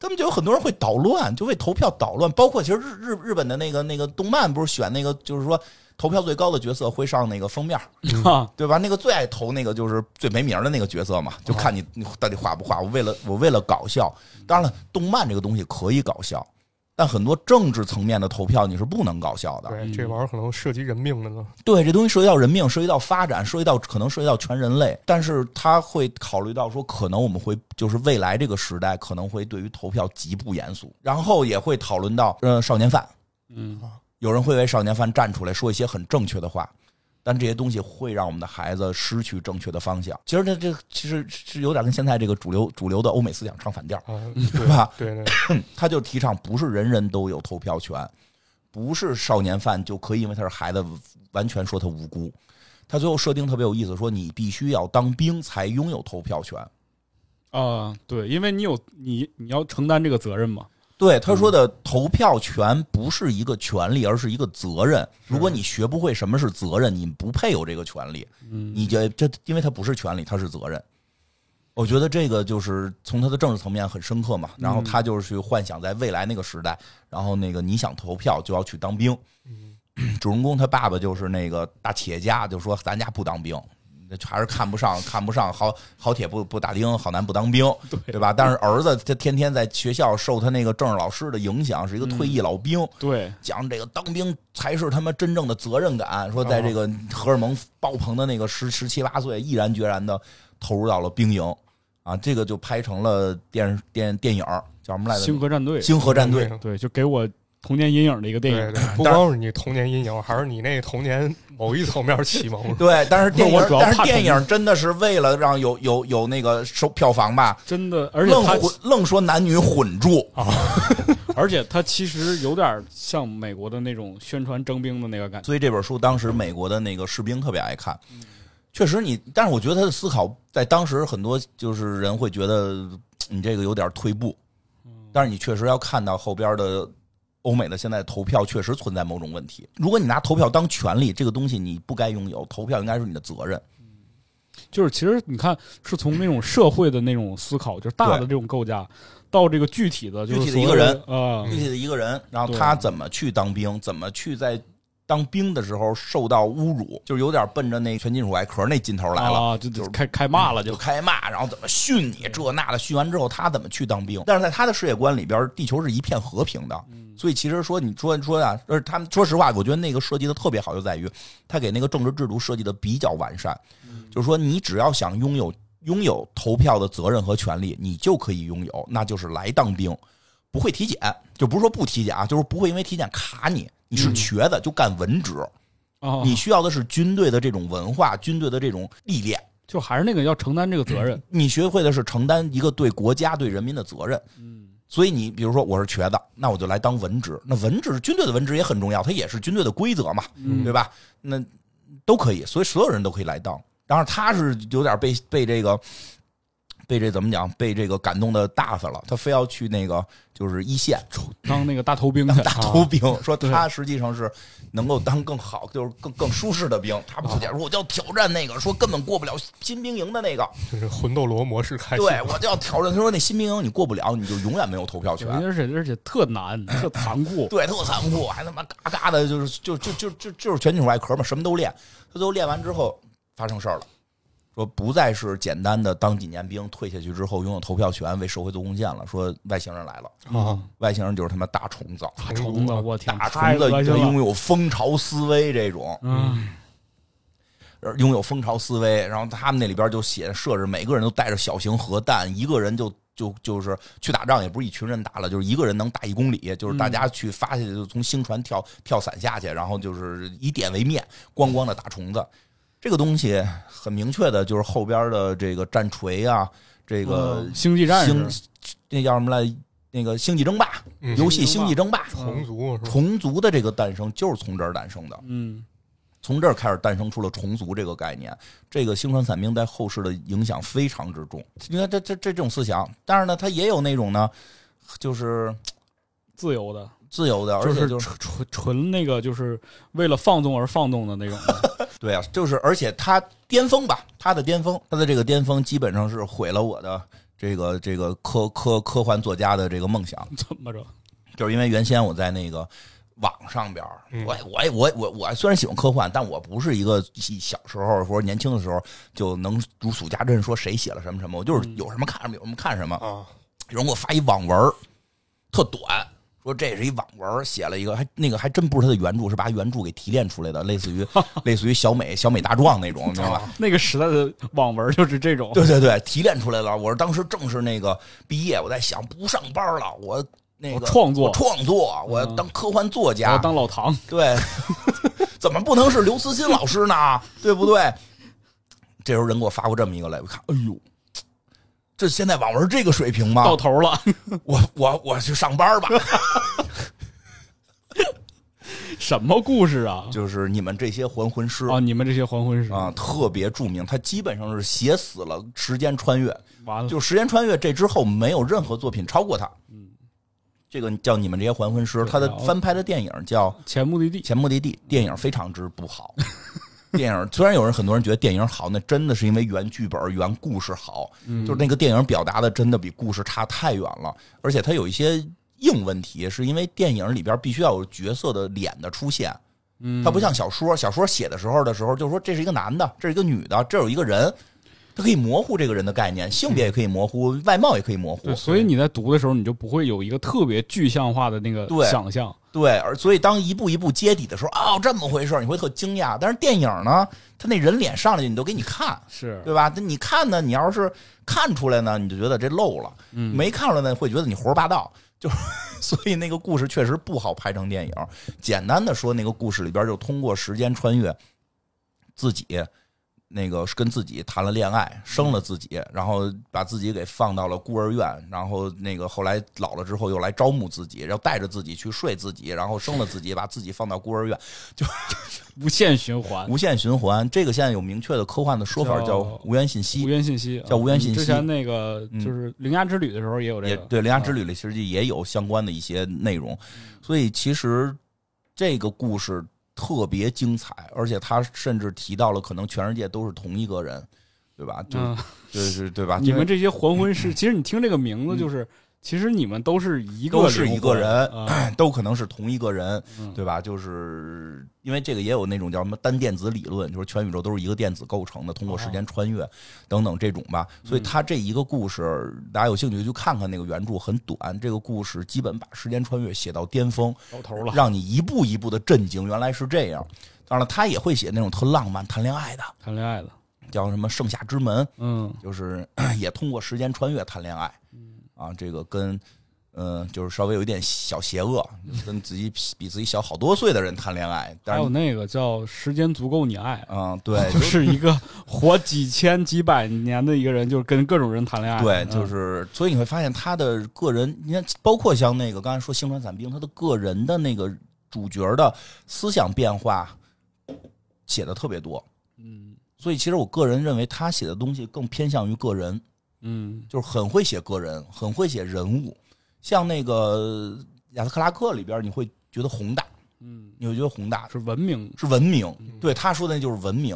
[SPEAKER 2] 他们就有很多人会捣乱，就为投票捣乱。包括其实日日日本的那个那个动漫，不是选那个就是说投票最高的角色会上那个封面，
[SPEAKER 1] 啊，
[SPEAKER 2] 对吧？那个最爱投那个就是最没名儿的那个角色嘛，就看你你到底画不画。我为了我为了搞笑，当然了，动漫这个东西可以搞笑，但很多政治层面的投票你是不能搞笑
[SPEAKER 1] 嗯
[SPEAKER 2] 的。
[SPEAKER 3] 对，这玩意儿可能涉及人命的呢，
[SPEAKER 2] 对，这东西涉及到人命，涉及到发展，涉及到可能涉及到全人类，但是他会考虑到说，可能我们会就是未来这个时代可能会对于投票极不严肃，然后也会讨论到呃少年犯，
[SPEAKER 1] 嗯，
[SPEAKER 2] 有人会为少年犯站出来说一些很正确的话，但这些东西会让我们的孩子失去正确的方向。其实这这其实是有点跟现在这个主流主流的欧美思想唱反调。
[SPEAKER 3] 啊，
[SPEAKER 1] 嗯
[SPEAKER 2] 对吧
[SPEAKER 3] 对
[SPEAKER 1] *clears throat*
[SPEAKER 3] 对，
[SPEAKER 2] 他就提倡不是人人都有投票权，不是少年犯就可以因为他是孩子完全说他无辜。他最后设定特别有意思，说你必须要当兵才拥有投票权。
[SPEAKER 1] 啊，对，因为你有你你要承担这个责任嘛。
[SPEAKER 2] 对他说的投票权不是一个权利，而是一个责任。如果你学不会什么是责任，你不配有这个权利。
[SPEAKER 1] 嗯，
[SPEAKER 2] 你这这，因为它不是权利，它是责任。我觉得这个就是从他的政治层面很深刻嘛，然后他就是去幻想在未来那个时代，然后那个你想投票就要去当兵。 *clears throat* 主人公他爸爸就是那个大企业家，就说咱家不当兵，还是看不上看不上好好铁不不打钉，好男不当兵，对吧？但是儿子他天天在学校受他那个政治老师的影响，是一个退
[SPEAKER 1] 嗯
[SPEAKER 2] 役老兵，
[SPEAKER 1] 对，
[SPEAKER 2] 讲这个当兵才是他妈真正的责任感，说
[SPEAKER 1] 啊
[SPEAKER 2] 在这个荷尔蒙爆棚的那个十十七八岁，毅然决然的投入到了兵营啊，这个就拍成了电视电电影儿叫什么来着？
[SPEAKER 1] 星河战队，
[SPEAKER 2] 星河战队，
[SPEAKER 3] 对
[SPEAKER 1] 对，就给我童年阴影的一个电
[SPEAKER 3] 对
[SPEAKER 1] 影。
[SPEAKER 3] 对，
[SPEAKER 1] *clears throat*
[SPEAKER 3] 不光是你童年阴影，还是你那童年某一层面启蒙。 *laughs*
[SPEAKER 2] 对，但是电
[SPEAKER 1] 我
[SPEAKER 2] 影
[SPEAKER 1] 主要，怕
[SPEAKER 2] 但是
[SPEAKER 1] 什
[SPEAKER 2] 电影真的是为了让有有有那个收票房吧，
[SPEAKER 1] 真的，而且
[SPEAKER 2] 愣
[SPEAKER 1] 它
[SPEAKER 2] 混愣说男女混住，
[SPEAKER 1] 而且它其实有点像美国的那种宣传征兵的那个感觉。
[SPEAKER 2] 所以这本书当时美国的那个士兵特别爱看。确实你，但是我觉得他的思考在当时很多就是人会觉得你这个有点退步，但是你确实要看到后边的欧美的现在投票确实存在某种问题。如果你拿投票当权利，这个东西你不该拥有，投票应该是你的责任。
[SPEAKER 1] 就是其实你看，是从那种社会的那种思考，就是大的
[SPEAKER 2] 对
[SPEAKER 1] 这种构架，到这个具体的，就是
[SPEAKER 2] 具体的一个
[SPEAKER 1] 所谓
[SPEAKER 2] 人嗯
[SPEAKER 1] 啊，
[SPEAKER 2] 具体的一个人，然后
[SPEAKER 1] 对
[SPEAKER 2] 他怎么去当兵，怎么去在当兵的时候受到侮辱，就是有点奔着那全金属外壳那劲头来了。
[SPEAKER 1] 啊，就就
[SPEAKER 2] 就是嗯
[SPEAKER 1] 开开骂了
[SPEAKER 2] 就
[SPEAKER 1] 就。
[SPEAKER 2] 开骂，然后怎么训你这那的，训完之后他怎么去当兵？但是在他的世界观里边，地球是一片和平的，所以其实说你说说呀、呃，他们说实话，我觉得那个设计的特别好，就在于他给那个政治制度设计的比较完善，就是说你只要想拥有拥有投票的责任和权利，你就可以拥有，那就是来当兵，不会体检，就不是说不体检啊，就是不会因为体检卡你，你是瘸子就干文职，
[SPEAKER 1] 啊，
[SPEAKER 2] 你需要的是军队的这种文化，军队的这种历练。
[SPEAKER 1] 就还是那个要承担这个责
[SPEAKER 2] *laughs*
[SPEAKER 1] 任。
[SPEAKER 2] 你学会的是承担一个对国家、对人民的责任。
[SPEAKER 1] 嗯，
[SPEAKER 2] 所以你比如说我是瘸子，那我就来当文职。那文职军队的文职也很重要，它也是军队的规则嘛，
[SPEAKER 1] 嗯
[SPEAKER 2] 对吧？那都可以，所以所有人都可以来当。当然他是有点被被这个被这怎么讲？被这个感动的大发了，他非要去那个就是一线
[SPEAKER 1] 当那个大头兵啊去，
[SPEAKER 2] 大头兵，说
[SPEAKER 1] 对
[SPEAKER 2] 他实际上是能够当更好，就是更更舒适的兵。他
[SPEAKER 1] 啊
[SPEAKER 2] 不解说我就要挑战那个，说根本过不了新兵营的那个。
[SPEAKER 3] 就是魂斗罗模式
[SPEAKER 1] 哎
[SPEAKER 3] 开启。
[SPEAKER 2] 对，我就要挑战。他说那新兵营你过不了，你就永远没有投票权。
[SPEAKER 1] 而且而且特难，特残酷。
[SPEAKER 2] 对，特残酷，还他妈嘎嘎的，就是就就就就就是全金属外壳嘛，什么都练。他最后练完之后发生事儿了，说不再是简单的当几年兵，退下去之后拥有投票权，为社会做贡献了。说外星人来了，
[SPEAKER 3] 啊，
[SPEAKER 2] 外星人就是他妈大虫
[SPEAKER 1] *laughs*
[SPEAKER 2] 子，
[SPEAKER 1] 大虫子，我天，
[SPEAKER 2] 大
[SPEAKER 1] 太
[SPEAKER 2] 虫子
[SPEAKER 1] 恶心了
[SPEAKER 2] 拥。有蜂巢思维这种，
[SPEAKER 1] 嗯，
[SPEAKER 2] 呃拥有蜂巢思维，然后他们那里边就写设置，每个人都带着小型核弹，一个人就就就是去打仗，也不是一群人打了，就是一个人能打一公里，就是大家去发下去，就从星船跳跳伞下去，然后就是以点为面，咣咣的打虫子。这个东西很明确的，就是后边的这个战锤啊，这个
[SPEAKER 1] 嗯星际战士
[SPEAKER 2] 星，那叫什么来？那个星际争霸
[SPEAKER 3] 嗯
[SPEAKER 2] 游戏《星际争霸》
[SPEAKER 3] 虫族是吧？
[SPEAKER 2] 虫族的这个诞生就是从这儿诞生的。
[SPEAKER 1] 嗯，
[SPEAKER 2] 从这儿开始诞生出了虫族这个概念，这个星船散兵在后世的影响非常之重。你看这这这这种思想，但是呢，它也有那种呢，就是
[SPEAKER 1] 自由的，
[SPEAKER 2] 自由的，而
[SPEAKER 1] 就
[SPEAKER 2] 且
[SPEAKER 1] 是
[SPEAKER 2] 就是
[SPEAKER 1] 纯纯纯那个，就是为了放纵而放纵的那种 *laughs* 的。
[SPEAKER 2] 对啊，就是而且它巅峰吧，它的巅峰，它的这个巅峰基本上是毁了我的这个这个科科科幻作家的这个梦想。
[SPEAKER 1] 怎么着？
[SPEAKER 2] 就是因为原先我在那个网上边儿
[SPEAKER 3] 嗯
[SPEAKER 2] 我我我我我虽然喜欢科幻，但我不是一个小时候或者年轻的时候就能如数家珍说谁写了什么什么，我就是
[SPEAKER 1] 嗯
[SPEAKER 2] 有什么看什么，有什么看什么。
[SPEAKER 3] 啊，
[SPEAKER 2] 有人给我发一网文儿，特短，说这是一网文儿，写了一个，还那个还真不是他的原著，是把原著给提炼出来的，类似
[SPEAKER 1] *laughs*
[SPEAKER 2] 于类似于小美小美大壮那种，你知道吧？
[SPEAKER 3] 啊
[SPEAKER 1] 那个时代的网文就是这种。
[SPEAKER 2] 对对对，提炼出来了。我是当时正是那个毕业，我在想不上班了，我那
[SPEAKER 1] 我
[SPEAKER 2] 个
[SPEAKER 1] 创作嗯
[SPEAKER 2] 我创作，我要当科幻作
[SPEAKER 1] 我
[SPEAKER 2] 家，
[SPEAKER 1] 要当老唐，
[SPEAKER 2] 对， *laughs* 怎么不能是刘慈欣老
[SPEAKER 1] *laughs*
[SPEAKER 2] 师呢？对不对？这时候人给我发过这么一个来，我看，哎呦，这现在网文这个水平吗？
[SPEAKER 1] 到头了， *laughs*
[SPEAKER 2] 我我我去上班吧。 *laughs*
[SPEAKER 1] 什么故事啊？
[SPEAKER 2] 就是你们这些还魂师
[SPEAKER 1] 啊，你们这些还魂师
[SPEAKER 2] 啊，，特别著名，他基本上是写死了时间穿越，
[SPEAKER 1] 完了
[SPEAKER 2] 就时间穿越这之后没有任何作品超过他。嗯，这个叫你们这些还魂师，他的
[SPEAKER 1] 然后
[SPEAKER 2] 翻拍的电影叫
[SPEAKER 1] 前目的地
[SPEAKER 2] 前目的地电影非常之不好。电影虽然有人很多人觉得电影好，那真的是因为原剧本、原故事好，
[SPEAKER 1] 嗯
[SPEAKER 2] 就是那个电影表达的真的比故事差太远了，而且它有一些硬问题，是因为电影里边必须要有角色的脸的出现。
[SPEAKER 1] 嗯
[SPEAKER 2] 它不像小说，小说写的时候的时候，就是说这是一个男的，这是一个女的，这有一个人，它可以模糊这个人的概念，性别也可以模糊，外貌也可以模糊。
[SPEAKER 1] 对，所以你在读的时候，你就不会有一个特别具象化的那个
[SPEAKER 2] 对
[SPEAKER 1] 想象。
[SPEAKER 2] 对，而所以当一步一步揭底的时候，哦，这么回事儿你会特惊讶。但是电影呢，它那人脸上来你都给你看，
[SPEAKER 1] 是，
[SPEAKER 2] 对吧？那你看呢，你要是看出来呢，你就觉得这漏了；
[SPEAKER 1] 嗯，
[SPEAKER 2] 没看出来呢，会觉得你胡说八道。就是 *laughs* 所以那个故事确实不好拍成电影。简单的说，那个故事里边就通过时间穿越，自己那个跟自己谈了恋爱，生了自己，然后把自己给放到了孤儿院，然后那个后来老了之后又来招募自己，然后带着自己去睡自己，然后生了自己，把自己放到孤儿院，
[SPEAKER 1] 无限循环，
[SPEAKER 2] 无限循环。这个现在有明确的科幻的说法，
[SPEAKER 1] 叫
[SPEAKER 2] 叫无源信息
[SPEAKER 1] 无。源信息
[SPEAKER 2] 叫无源信息
[SPEAKER 1] 嗯之前那个
[SPEAKER 2] 嗯
[SPEAKER 1] 就是《铃芽之旅》的时候也有这
[SPEAKER 2] 也
[SPEAKER 1] 个，啊
[SPEAKER 2] 对《铃芽之旅》里其实也有相关的一些内容，
[SPEAKER 1] 嗯
[SPEAKER 2] 所以其实这个故事特别精彩，而且他甚至提到了可能全世界都是同一个人，对吧？就、
[SPEAKER 1] 嗯，
[SPEAKER 2] 就是对吧？
[SPEAKER 1] 你
[SPEAKER 2] 因为
[SPEAKER 1] 们这些还魂
[SPEAKER 2] *laughs*
[SPEAKER 1] 师，其实你听这个名字就是，其实你们都是一个
[SPEAKER 2] 嗯都是
[SPEAKER 1] 灵
[SPEAKER 2] 一个
[SPEAKER 1] 魂
[SPEAKER 2] 人
[SPEAKER 1] 啊
[SPEAKER 2] 都可能是同一个人，
[SPEAKER 1] 嗯
[SPEAKER 2] 对吧？就是因为这个也有那种叫什么单电子理论，就是全宇宙都是一个电子构成的，通过时
[SPEAKER 1] 哦
[SPEAKER 2] 间穿越等等这种吧。
[SPEAKER 1] 嗯
[SPEAKER 2] 所以他这一个故事，大家有兴趣就去看看那个原著，很短。这个故事基本把时间穿越写到巅峰，
[SPEAKER 1] 到头
[SPEAKER 2] *laughs*
[SPEAKER 1] 了。
[SPEAKER 2] 让你一步一步的震惊，原来是这样。当然了，他也会写那种特浪漫谈恋爱的，
[SPEAKER 1] 谈恋爱的，
[SPEAKER 2] 叫什么《盛夏之门》，
[SPEAKER 1] 嗯，
[SPEAKER 2] 就是 *clears throat* 也通过时间穿越谈恋爱。啊，这个跟嗯、呃就是稍微有一点小邪恶，跟自己比自己小好多岁的人谈恋爱，但
[SPEAKER 1] 还有
[SPEAKER 2] 是。
[SPEAKER 1] 那个叫《时间足够你爱
[SPEAKER 2] 嗯，对》，，
[SPEAKER 1] *laughs* 就
[SPEAKER 2] 就是
[SPEAKER 1] 一个活几千几百年的一个人，就是跟各种人谈恋爱，
[SPEAKER 2] 对，
[SPEAKER 1] 嗯
[SPEAKER 2] 就是，所以你会发现他的个人，你看，包括像那个刚才说星川散兵，他的个人的那个主角的思想变化写的特别多，
[SPEAKER 1] 嗯
[SPEAKER 2] 所以其实我个人认为他写的东西更偏向于个人，
[SPEAKER 1] 嗯
[SPEAKER 2] 就是很会写个人，很会写人物。像那个亚特克拉克里边，你会觉得宏大，
[SPEAKER 1] 嗯，
[SPEAKER 2] 你会觉得宏大
[SPEAKER 1] 是文明，
[SPEAKER 2] 是文明，对他说的那就是文明。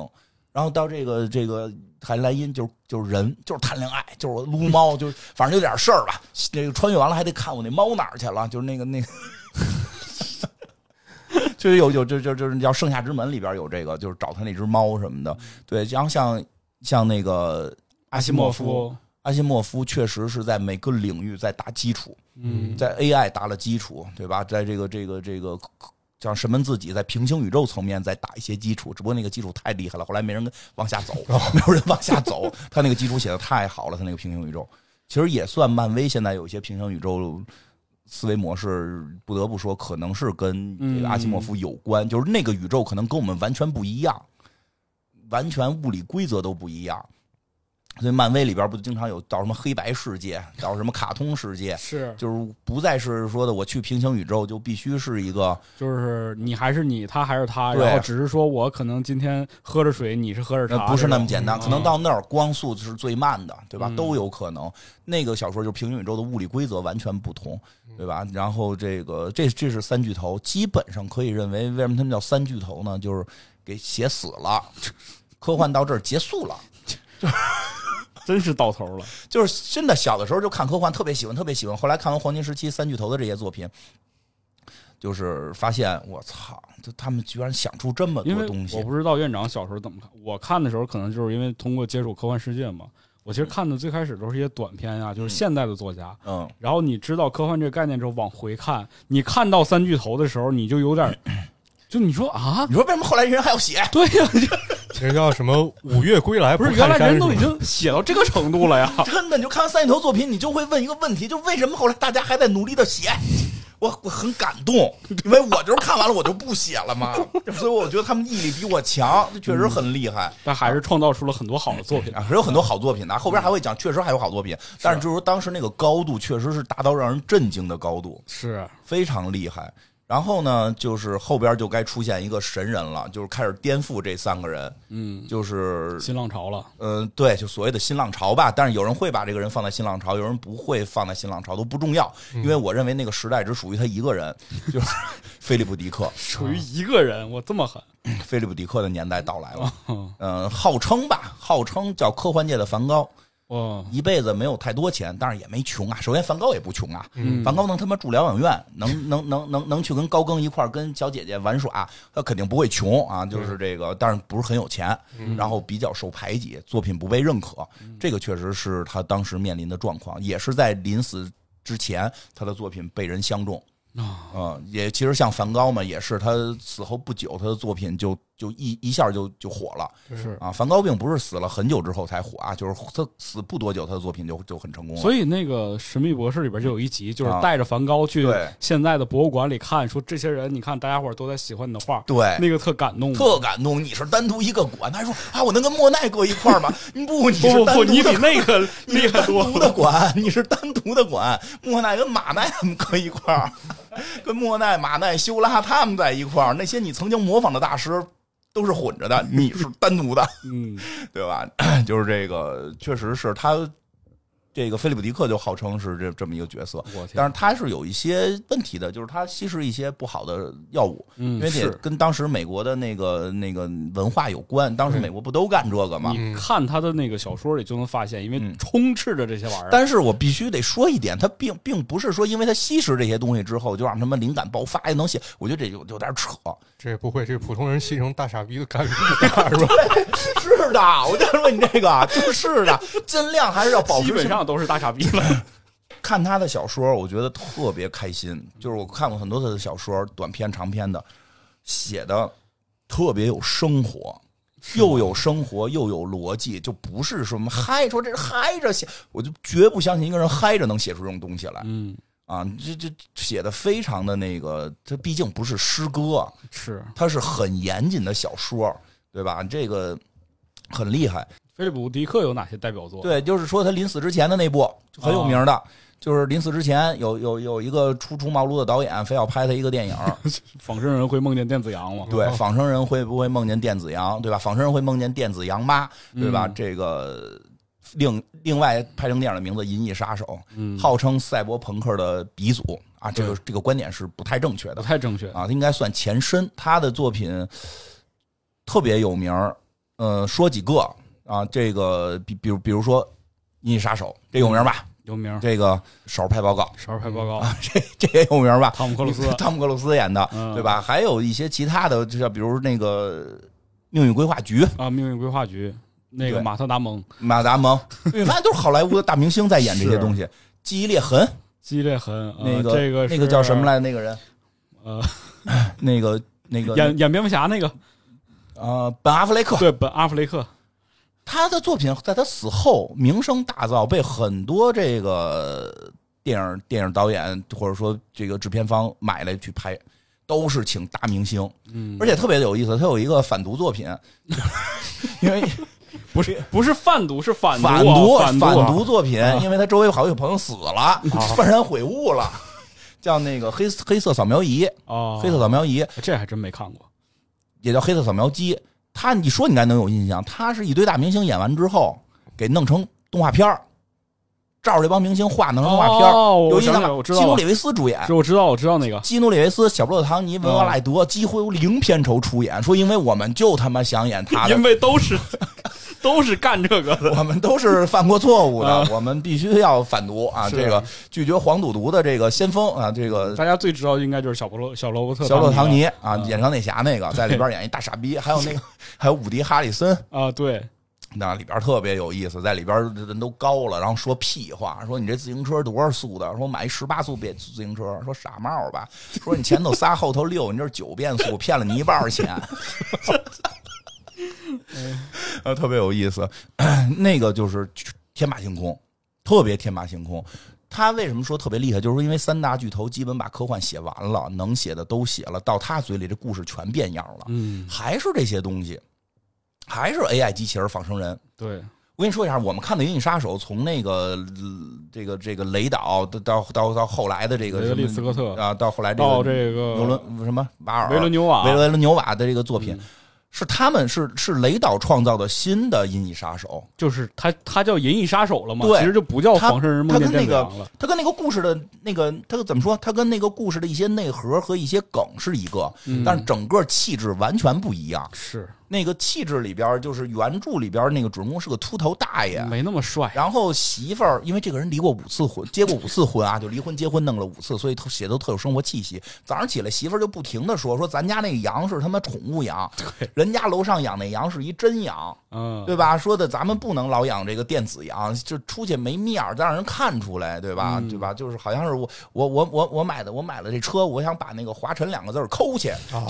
[SPEAKER 2] 然后到这个这个海莱因就是就是人，就是谈恋爱，就是我撸猫，就是反正有点事儿吧。那个穿越完了还得看我那猫哪儿去了，就是那个那个， *laughs* 就是有有就就就是叫《盛夏之门》里边有这个，就是找他那只猫什么的。对，然后像像那个阿西莫夫，
[SPEAKER 1] 夫，
[SPEAKER 2] 阿西莫夫确实是在每个领域在打基础，
[SPEAKER 1] 嗯，
[SPEAKER 2] 在 AI 打了基础，对吧？在这个这个这个，像神门自己在平行宇宙层面在打一些基础，只不过那个基础太厉害了，后来没人跟往下走，没有人往下走，他那个基础写的太好了，他那个平行宇宙其实也算漫威现在有一些平行宇宙。思维模式不得不说，可能是跟这个阿西莫夫有关，就是那个宇宙可能跟我们完全不一样，完全物理规则都不一样。所以漫威里边不经常有到什么黑白世界，到什么卡通世界，
[SPEAKER 1] 是，
[SPEAKER 2] 就是不再是说的我去平行宇宙就必须是一个
[SPEAKER 1] 就是你还是你，他还是他，
[SPEAKER 2] 对啊
[SPEAKER 1] 然后只是说我可能今天喝着水，你是喝着
[SPEAKER 2] 呃
[SPEAKER 1] 茶，
[SPEAKER 2] 不是那么
[SPEAKER 1] 这种
[SPEAKER 2] 简单，
[SPEAKER 1] 嗯
[SPEAKER 2] 可能到那儿光速是最慢的，对吧
[SPEAKER 1] 嗯？
[SPEAKER 2] 都有可能。那个小说就是平行宇宙的物理规则完全不同，对吧？
[SPEAKER 1] 嗯
[SPEAKER 2] 然后这个这这是三巨头，基本上可以认为为什么他们叫三巨头呢？就是给写死了， *laughs* 科幻到这儿结束了。
[SPEAKER 1] 真是到头了，
[SPEAKER 2] 就是真的小的时候就看科幻，特别喜欢，特别喜欢。后来看完黄金时期三巨头的这些作品，就是发现我操，就他们居然想出这么
[SPEAKER 1] 因
[SPEAKER 2] 多
[SPEAKER 1] 为
[SPEAKER 2] 东西。
[SPEAKER 1] 我不知道院长小时候怎么看，我看的时候可能就是因为通过接触科幻世界嘛。我其实看的最开始都是一些短片啊，就是现代的作家。
[SPEAKER 2] 嗯，
[SPEAKER 1] 然后你知道科幻这个概念之后，往回看，你看到三巨头的时候，你就有点
[SPEAKER 2] *clears throat*
[SPEAKER 1] 儿，就你说啊，
[SPEAKER 2] 你说为什么后来人还要写？
[SPEAKER 1] 对呀、
[SPEAKER 3] 这叫什么？五岳归来
[SPEAKER 1] 不是
[SPEAKER 3] 看
[SPEAKER 1] 原来
[SPEAKER 3] 山
[SPEAKER 1] 人都已
[SPEAKER 3] 是吧
[SPEAKER 1] 经写到这个程度了
[SPEAKER 2] *laughs*
[SPEAKER 1] 呀。
[SPEAKER 2] 真的，你就看完三巨头作品，你就会问一个问题，就为什么后来大家还在努力的写？我我很感动，因为我就是看完了我就不写了嘛，所以我觉得他们毅力比我强，这确实很厉害。
[SPEAKER 1] 但还是创造出了很多好的作品。
[SPEAKER 2] 啊，还有很多好作品的，后边还会讲，确实还有好作品，但是就是说当时那个高度确实是达到让人震惊的高度，
[SPEAKER 1] 是，
[SPEAKER 2] 非常厉害。然后呢，就是后边就该出现一个神人了，就是开始颠覆这三个人，
[SPEAKER 1] 嗯，
[SPEAKER 2] 就是
[SPEAKER 1] 新浪潮了。
[SPEAKER 2] 嗯，对，就所谓的新浪潮吧。但是有人会把这个人放在新浪潮，有人不会放在新浪潮，都不重要。因为我认为那个时代只属于他一个人，就是 *laughs* 菲利普·迪克。
[SPEAKER 1] 属于一个人，我这么狠，
[SPEAKER 2] 菲呃利普·迪克的年代到来了。嗯，号称吧，号称叫科幻界的梵高。
[SPEAKER 1] 哦，
[SPEAKER 2] 一辈子没有太多钱，但是也没穷啊。首先，梵高也不穷啊，
[SPEAKER 1] 嗯
[SPEAKER 2] 梵高能他妈住疗养院，能 *laughs* 能能能能去跟高更一块儿跟小姐姐玩耍，他肯定不会穷啊。就是这个，但是不是很有钱，然后比较受排挤，作品不被认可，嗯这个确实是他当时面临的状况，也是在临死之前，他的作品被人相中。
[SPEAKER 1] 啊
[SPEAKER 2] 嗯，也其实像梵高嘛，也是他死后不久，他的作品就就一一下就就火了
[SPEAKER 1] 是，
[SPEAKER 2] 啊。梵高并不是死了很久之后才火啊，就是他死不多久，他的作品就就很成功了。
[SPEAKER 1] 所以那个《神秘博士》里边就有一集，就是
[SPEAKER 2] 啊
[SPEAKER 1] 带着梵高去
[SPEAKER 2] 对
[SPEAKER 1] 现在的博物馆里看，说这些人，你看大家伙儿都在喜欢你的画，
[SPEAKER 2] 对，
[SPEAKER 1] 那个特感动嘛。
[SPEAKER 2] 特感动。你是单独一个馆，他还说啊，我能跟莫奈搁一块儿吗？不，你
[SPEAKER 1] 不
[SPEAKER 2] 是
[SPEAKER 1] 不
[SPEAKER 2] 单
[SPEAKER 1] 不，
[SPEAKER 2] 独
[SPEAKER 1] 你比
[SPEAKER 2] 的。
[SPEAKER 1] 那个
[SPEAKER 2] *laughs* 你
[SPEAKER 1] 厉
[SPEAKER 2] 是
[SPEAKER 1] 害
[SPEAKER 2] 单
[SPEAKER 1] 多
[SPEAKER 2] 独
[SPEAKER 1] 了。
[SPEAKER 2] 的馆，你是单独的馆，莫奈跟马奈他们搁一块儿，跟莫奈、马奈、修拉他们在一块儿，那些你曾经模仿的大师都是混着的，你是单独的。
[SPEAKER 1] 嗯，
[SPEAKER 2] 对吧？ *coughs* 就是这个，确实是他这个菲利普迪克就号称是这这么一个角色，
[SPEAKER 1] 我天，
[SPEAKER 2] 但是他是有一些问题的，就是他吸食一些不好的药物，因
[SPEAKER 1] 嗯，
[SPEAKER 2] 为这
[SPEAKER 1] 是
[SPEAKER 2] 跟当时美国的那个那个文化有关。当时美国不都干这个吗？
[SPEAKER 1] 你啊看他的那个小说里就能发现，因为
[SPEAKER 2] 嗯
[SPEAKER 1] 充斥着这些玩意儿。
[SPEAKER 2] 但是我必须得说一点，他并并不是说因为他吸食这些东西之后就让他们灵感爆发，能写，我觉得这有有点扯。 *laughs*
[SPEAKER 3] 这不会，这普通人吸成大傻逼
[SPEAKER 1] *laughs*
[SPEAKER 3] 的概率不大是吧？
[SPEAKER 2] 是的，我就说你这个啊就是的，尽量还是要保持
[SPEAKER 1] 基本上都是大傻逼
[SPEAKER 2] *laughs*
[SPEAKER 1] 了。
[SPEAKER 2] 看他的小说，我觉得特别开心。就是我看过很多他的小说，短篇、长篇的，写的特别有生活，又有生活又有逻辑，就不是什么嗨，说这是嗨着写，我就绝不相信一个人嗨着能写出这种东西来
[SPEAKER 1] 嗯，
[SPEAKER 2] 啊！这这写的非常的那个，它毕竟不是诗歌，
[SPEAKER 1] 是
[SPEAKER 2] 它是很严谨的小说，对吧？这个很厉害。
[SPEAKER 1] 菲利普·迪克有哪些代表作？，
[SPEAKER 2] 对，就是说他临死之前的那部就很有名
[SPEAKER 1] 啊
[SPEAKER 2] 的，就是临死之前有有有一个初出茅庐的导演非要拍他一个电影，
[SPEAKER 1] *laughs* 仿生人会梦见电子羊吗？
[SPEAKER 2] 对，仿生人会不会梦见电子羊，对吧？仿生人会梦见电子羊妈，对吧？
[SPEAKER 1] 嗯
[SPEAKER 2] 这个另另外拍成电影的名字《银翼杀手》，
[SPEAKER 1] 嗯，
[SPEAKER 2] 号称赛博朋克的鼻祖啊，这个
[SPEAKER 1] 对
[SPEAKER 2] 这个观点是不太正确
[SPEAKER 1] 不
[SPEAKER 2] 的
[SPEAKER 1] 太正确。
[SPEAKER 2] 啊，他应该算前身。他的作品特别有名儿，呃，说几个啊，这个比比如比如说。银翼杀手，这有名吧？
[SPEAKER 1] 有名儿，
[SPEAKER 2] 这个少儿派报告， *laughs*
[SPEAKER 1] 少儿派报告，
[SPEAKER 2] 嗯这也有名吧？
[SPEAKER 1] 汤姆·克
[SPEAKER 2] *laughs*
[SPEAKER 1] 鲁斯，
[SPEAKER 2] 汤姆克鲁斯演的，
[SPEAKER 1] 嗯
[SPEAKER 2] 对吧？还有一些其他的，就像比如那个命运规划局，
[SPEAKER 1] 啊，命运规划局那个
[SPEAKER 2] 对
[SPEAKER 1] 马特·达蒙，
[SPEAKER 2] 马达
[SPEAKER 1] *laughs*
[SPEAKER 2] 蒙，你发现都是好莱坞的大明星在演这些
[SPEAKER 1] 是
[SPEAKER 2] 东西。记忆裂痕，
[SPEAKER 1] 激烈痕，呃
[SPEAKER 2] 那个、
[SPEAKER 1] 这个
[SPEAKER 2] 那
[SPEAKER 1] 是
[SPEAKER 2] 个叫什么？来？那个人，
[SPEAKER 1] 呃，
[SPEAKER 2] 那个那个
[SPEAKER 1] 演演蝙蝠侠那
[SPEAKER 2] *laughs*
[SPEAKER 1] 个，
[SPEAKER 2] 呃，本阿弗雷克，
[SPEAKER 1] 对，本阿弗雷克，
[SPEAKER 2] 他的作品在他死后名声大噪，被很多这个电影电影导演或者说这个制片方买来去拍，都是请大明星。
[SPEAKER 1] 嗯，
[SPEAKER 2] 而且特别有意思，他有一个反毒作品， *laughs* 因为
[SPEAKER 1] 不是哎不是贩毒，是反
[SPEAKER 2] 反
[SPEAKER 1] 毒
[SPEAKER 2] 毒
[SPEAKER 1] 啊，反
[SPEAKER 2] 反
[SPEAKER 1] 啊
[SPEAKER 2] 毒作品，因为他周围有好几个朋友死了，幡然悔悟了， *laughs* 叫那个黑黑色扫描仪，
[SPEAKER 1] 哦，
[SPEAKER 2] 黑色扫描仪
[SPEAKER 1] 这还真没看过，
[SPEAKER 2] 也叫黑色扫描机。他你说你应该能有印象，他是一堆大明星演完之后给弄成动画片儿，照着这帮明星画弄成动画片儿，
[SPEAKER 1] 哦我
[SPEAKER 2] 有印象
[SPEAKER 1] 想起来
[SPEAKER 2] 吗
[SPEAKER 1] 了我？知
[SPEAKER 2] 基
[SPEAKER 1] 道
[SPEAKER 2] 努
[SPEAKER 1] 了
[SPEAKER 2] 里维斯主演，
[SPEAKER 1] 这我知道，我知道那个，
[SPEAKER 2] 基努·里维斯、小布洛唐尼、维瓦赖德几乎零片酬出演，说因为我们就他妈想演他的
[SPEAKER 1] 因，为都是 *laughs* 都是干这个
[SPEAKER 2] *laughs*
[SPEAKER 1] 的，
[SPEAKER 2] 我们都是犯过错误的，我们必须要反毒啊！
[SPEAKER 1] 是
[SPEAKER 2] 这个拒绝黄赌毒的这个先锋啊，这个
[SPEAKER 1] 大家最知道应该就是小布罗小罗伯特
[SPEAKER 2] 小洛唐尼
[SPEAKER 1] 了
[SPEAKER 2] 啊，演钢铁侠那个，在里 *laughs* 边演一大傻逼，还有那个还有伍迪·哈里森，
[SPEAKER 1] 啊，对，
[SPEAKER 2] 那里边特别有意思，在里边人都高了，然后说屁话，说你这自行车多少速的？说买一十八速变自行车，说傻帽吧？说你前头仨，后头六，你这是九变速，骗了你一半儿钱。 *laughs* 呃，特别有意思， *clears throat* 那个就是天马行空，特别天马行空。他为什么说特别厉害？就是说，因为三大巨头基本把科幻写完了，能写的都写了，到他嘴里这故事全变样了，
[SPEAKER 1] 嗯，
[SPEAKER 2] 还是这些东西，还是 AI 机器人、仿生人。
[SPEAKER 1] 对，
[SPEAKER 2] 我跟你说一下，我们看的《银翼杀手》，从那个呃这个这个雷导到到到到后来的这个
[SPEAKER 1] 雷德
[SPEAKER 2] 什
[SPEAKER 1] 利·斯
[SPEAKER 2] 么
[SPEAKER 1] 科特
[SPEAKER 2] 啊，到后来这
[SPEAKER 1] 到
[SPEAKER 2] 个
[SPEAKER 1] 这个
[SPEAKER 2] 牛伦什么瓦尔
[SPEAKER 1] 维伦纽瓦，
[SPEAKER 2] 维伦纽瓦的这个作品
[SPEAKER 1] 嗯，
[SPEAKER 2] 是他们是是雷导创造的新的《银翼杀手
[SPEAKER 1] 就是他，他叫《银翼杀手》了嘛？
[SPEAKER 2] 对
[SPEAKER 1] 其实就不叫《
[SPEAKER 2] 他
[SPEAKER 1] 仿生人梦见电子羊》了。》，
[SPEAKER 2] 它跟那个故事的那个它怎么说？它跟那个故事的一些内核和一些梗是一个，
[SPEAKER 1] 嗯
[SPEAKER 2] 但是整个气质完全不一样。
[SPEAKER 1] 是
[SPEAKER 2] 那个气质里边，就是原著里边那个主人公是个秃头大爷，
[SPEAKER 1] 没那么帅。
[SPEAKER 2] 然后媳妇儿，因为这个人离过五次婚， *laughs* 结过五次婚啊，就离婚结婚弄了五次，所以特写都特有生活气息。早上起来，媳妇儿就不停的说说咱家那羊是他妈宠物羊，人家楼上养那羊是一真羊，
[SPEAKER 1] 嗯，
[SPEAKER 2] 对吧？说的咱们不能老养这个电子羊，就出去没面儿，再让人看出来，对吧？
[SPEAKER 1] 嗯
[SPEAKER 2] 对吧？就是好像是我我我我我买的我买了这车，我想把那个“华晨”两个字儿抠去， *laughs*
[SPEAKER 3] 啊，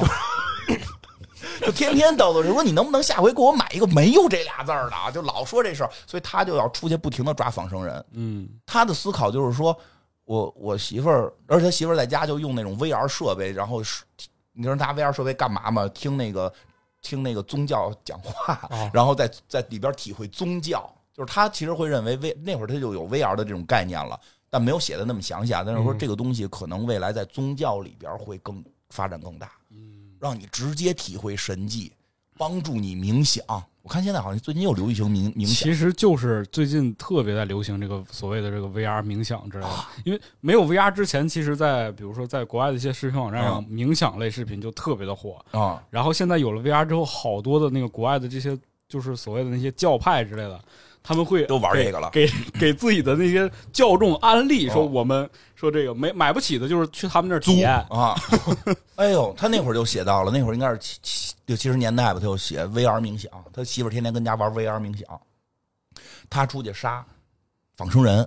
[SPEAKER 2] 就天天叨叨着说你能不能下回给我买一个没有这俩字儿的啊，就老说这事儿，所以他就要出去不停的抓仿生人。
[SPEAKER 1] 嗯
[SPEAKER 2] 他的思考就是说，我我媳妇儿，而且他媳妇儿在家就用那种 VR 设备，然后是你知道拿 VR 设备干嘛吗？听那个听那个宗教讲话，
[SPEAKER 3] 哦
[SPEAKER 2] *laughs* 然后在在里边体会宗教。就是他其实会认为 V 那会儿他就有 VR 的这种概念了，但没有写的那么详细啊。但是说
[SPEAKER 3] 嗯
[SPEAKER 2] 这个东西可能未来在宗教里边会更发展更大，让你直接体会神迹，帮助你冥想。我看现在好像最近又流行冥冥想
[SPEAKER 1] 其实就是最近特别在流行这个所谓的这个 VR 冥想之类的，因为没有 VR 之前，其实在，比如说在国外的一些视频网站上，
[SPEAKER 2] 嗯
[SPEAKER 1] 冥想类视频就特别的火。
[SPEAKER 2] 啊，
[SPEAKER 1] 然后现在有了 VR 之后，好多的那个国外的这些就是所谓的那些教派之类的，他们会
[SPEAKER 2] 都玩
[SPEAKER 1] 给
[SPEAKER 2] 这个了 *laughs*
[SPEAKER 1] 给给自己的那些教众安利，
[SPEAKER 2] 哦
[SPEAKER 1] 说我们说这个没买不起的，就是去他们那儿体
[SPEAKER 2] 租
[SPEAKER 1] 验。
[SPEAKER 2] 啊！ *laughs* 哎呦，他那会儿就写到了，那会儿应该是七七六七十年代吧，他就写 VR 冥想，他媳妇儿天天跟家玩 VR 冥想，他出去杀仿生人，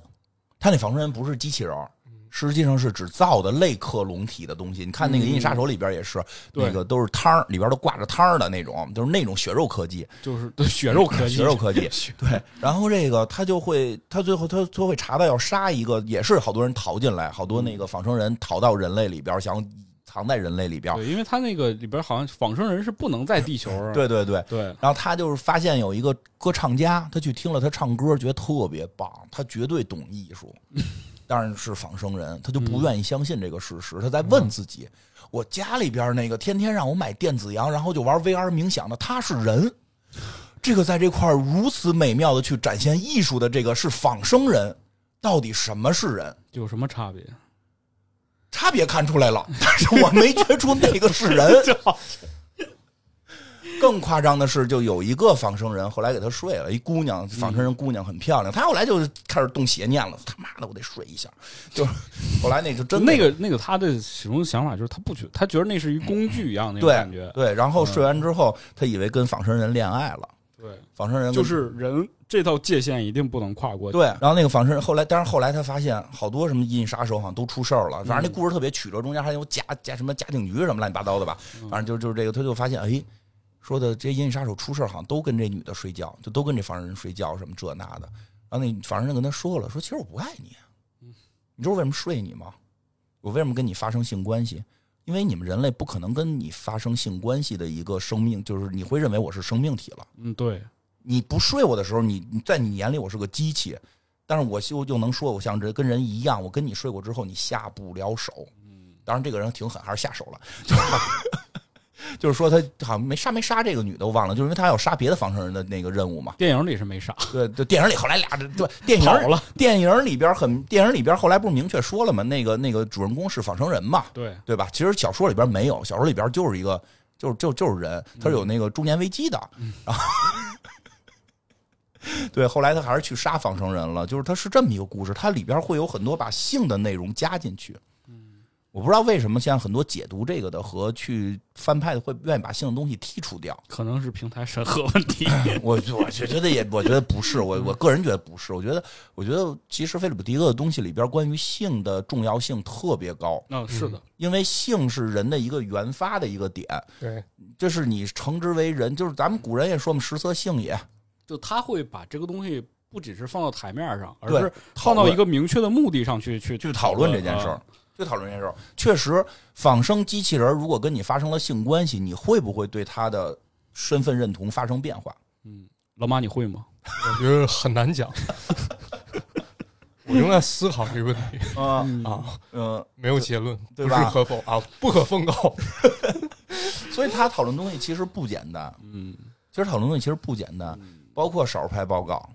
[SPEAKER 2] 他那仿生人不是机器人儿。实际上是只造的类克隆体的东西，你看那个《银翼杀手》里边也是，
[SPEAKER 1] 对
[SPEAKER 2] 那个都是汤儿，里边都挂着汤儿的那种，就是那种血肉科技。
[SPEAKER 1] 就是 *laughs* 对血肉科技，
[SPEAKER 2] *laughs* 血肉
[SPEAKER 1] *laughs*
[SPEAKER 2] 科技
[SPEAKER 1] 血
[SPEAKER 2] 对， *laughs* 然后这个他就会，他最后他他会查到要杀一个，也是好多人逃进来，好多那个仿生人逃到人类里边，想藏在人类里边。
[SPEAKER 1] 对，因为他那个里边好像仿生人是不能在地球上。
[SPEAKER 2] 对对对。
[SPEAKER 1] 对，
[SPEAKER 2] 然后他就是发现有一个歌唱家，他去听了他唱歌，觉得特别棒，他绝对懂艺术，但是是仿生人，他就不愿意相信这个事实，他在问自己：我家里边那个天天让我买电子羊，然后就玩 VR 冥想的，他是人。这个在这块儿如此美妙的去展现艺术的这个是仿生人，到底什么是人？
[SPEAKER 1] 有什么差别？
[SPEAKER 2] 差别看出来了， *laughs* 但是我没觉出那个是人。
[SPEAKER 1] *laughs*
[SPEAKER 2] 更夸张的是，就有一个仿生人后来给他睡了，一姑娘，仿生人姑娘很漂亮，
[SPEAKER 1] 嗯
[SPEAKER 2] 她后来就开始动邪念了，他妈的我得睡一下，就是后来那就真的
[SPEAKER 1] 那个那个他的始终想法就是他不觉，他觉得那是一工具一样那种
[SPEAKER 2] 对
[SPEAKER 1] 感觉。
[SPEAKER 2] 对，然
[SPEAKER 1] 嗯
[SPEAKER 2] 后睡完之后，他以为跟仿生人恋爱了，
[SPEAKER 1] 对，
[SPEAKER 2] 仿生人跟
[SPEAKER 1] 就是人这套界限一定不能跨过。
[SPEAKER 2] 对，然后那个仿生人后来，但是后来他发现好多什么银翼杀手好像都出事儿了，反正那故事特别曲折，中间还有假假什么家庭局什么乱七八糟的吧，反正就就是这个，他就发现哎，说的这银翼杀手出事儿好像都跟这女的睡觉，就都跟这仿生人睡觉什么这那的，然后那仿生人跟他说了，说其实我不爱你，你知道为什么睡你吗？我为什么跟你发生性关系？因为你们人类不可能跟你发生性关系的一个生命，就是你会认为我是生命体了。
[SPEAKER 1] 嗯，对，
[SPEAKER 2] 你不睡我的时候，你你在你眼里我是个机器，但是我就又能说我像人跟人一样，我跟你睡过之后你下不了手。
[SPEAKER 1] 嗯
[SPEAKER 2] 当然这个人挺狠，还是下手了， *laughs* 就是就是说他好像没杀没杀这个女的，我忘了，就是因为他要杀别的仿生人的那个任务嘛。
[SPEAKER 1] 电影里是没啥，
[SPEAKER 2] 对，就电影里后来俩
[SPEAKER 1] *laughs*
[SPEAKER 2] 对电影
[SPEAKER 1] 跑了。
[SPEAKER 2] 电影里边很电影里边后来不是明确说了吗？那个那个主人公是仿生人嘛，
[SPEAKER 1] 对，
[SPEAKER 2] 对吧？其实小说里边没有，小说里边就是一个，就是就就是人，他是有那个中年危机的，然后。 *laughs* 对，后来他还是去杀仿生人了，就是他是这么一个故事，它里边会有很多把性的内容加进去。我不知道为什么现在很多解读这个的和去翻拍的会愿意把性的东西剔除掉。
[SPEAKER 1] 可能是平台审核问 *laughs* 题。
[SPEAKER 2] 我我觉觉得也，我觉得不是，我我个人觉得不是。我觉得，我觉得其实菲利普迪克的东西里边关于性的重要性特别高，
[SPEAKER 1] 嗯，是的，
[SPEAKER 2] 因为性是人的一个原发的一个点，
[SPEAKER 3] 对，
[SPEAKER 2] 这是你称之为人，就是咱们古人也说嘛，食色性也，
[SPEAKER 1] 就他会把这个东西不只是放到台面上，而
[SPEAKER 2] 对
[SPEAKER 1] 是放到
[SPEAKER 2] 讨论
[SPEAKER 1] 一个嗯明确的目的上去去
[SPEAKER 2] 去讨论这件事儿。去讨论这件事儿，确实，仿生机器人如果跟你发生了性关系，你会不会对他的身份认同发生变化？
[SPEAKER 1] 老马，你会吗？
[SPEAKER 3] 我觉得很难讲。我仍在思考这个问题
[SPEAKER 2] 啊，
[SPEAKER 3] 啊，
[SPEAKER 2] *laughs* 嗯，
[SPEAKER 3] 没有结论，
[SPEAKER 2] 对
[SPEAKER 3] 不
[SPEAKER 2] 吧
[SPEAKER 3] 是可否啊，不可奉告。
[SPEAKER 2] 所以他讨论东西其实不简单，
[SPEAKER 1] 嗯，
[SPEAKER 2] 其实讨论东西其实不简单，包括少数派报告，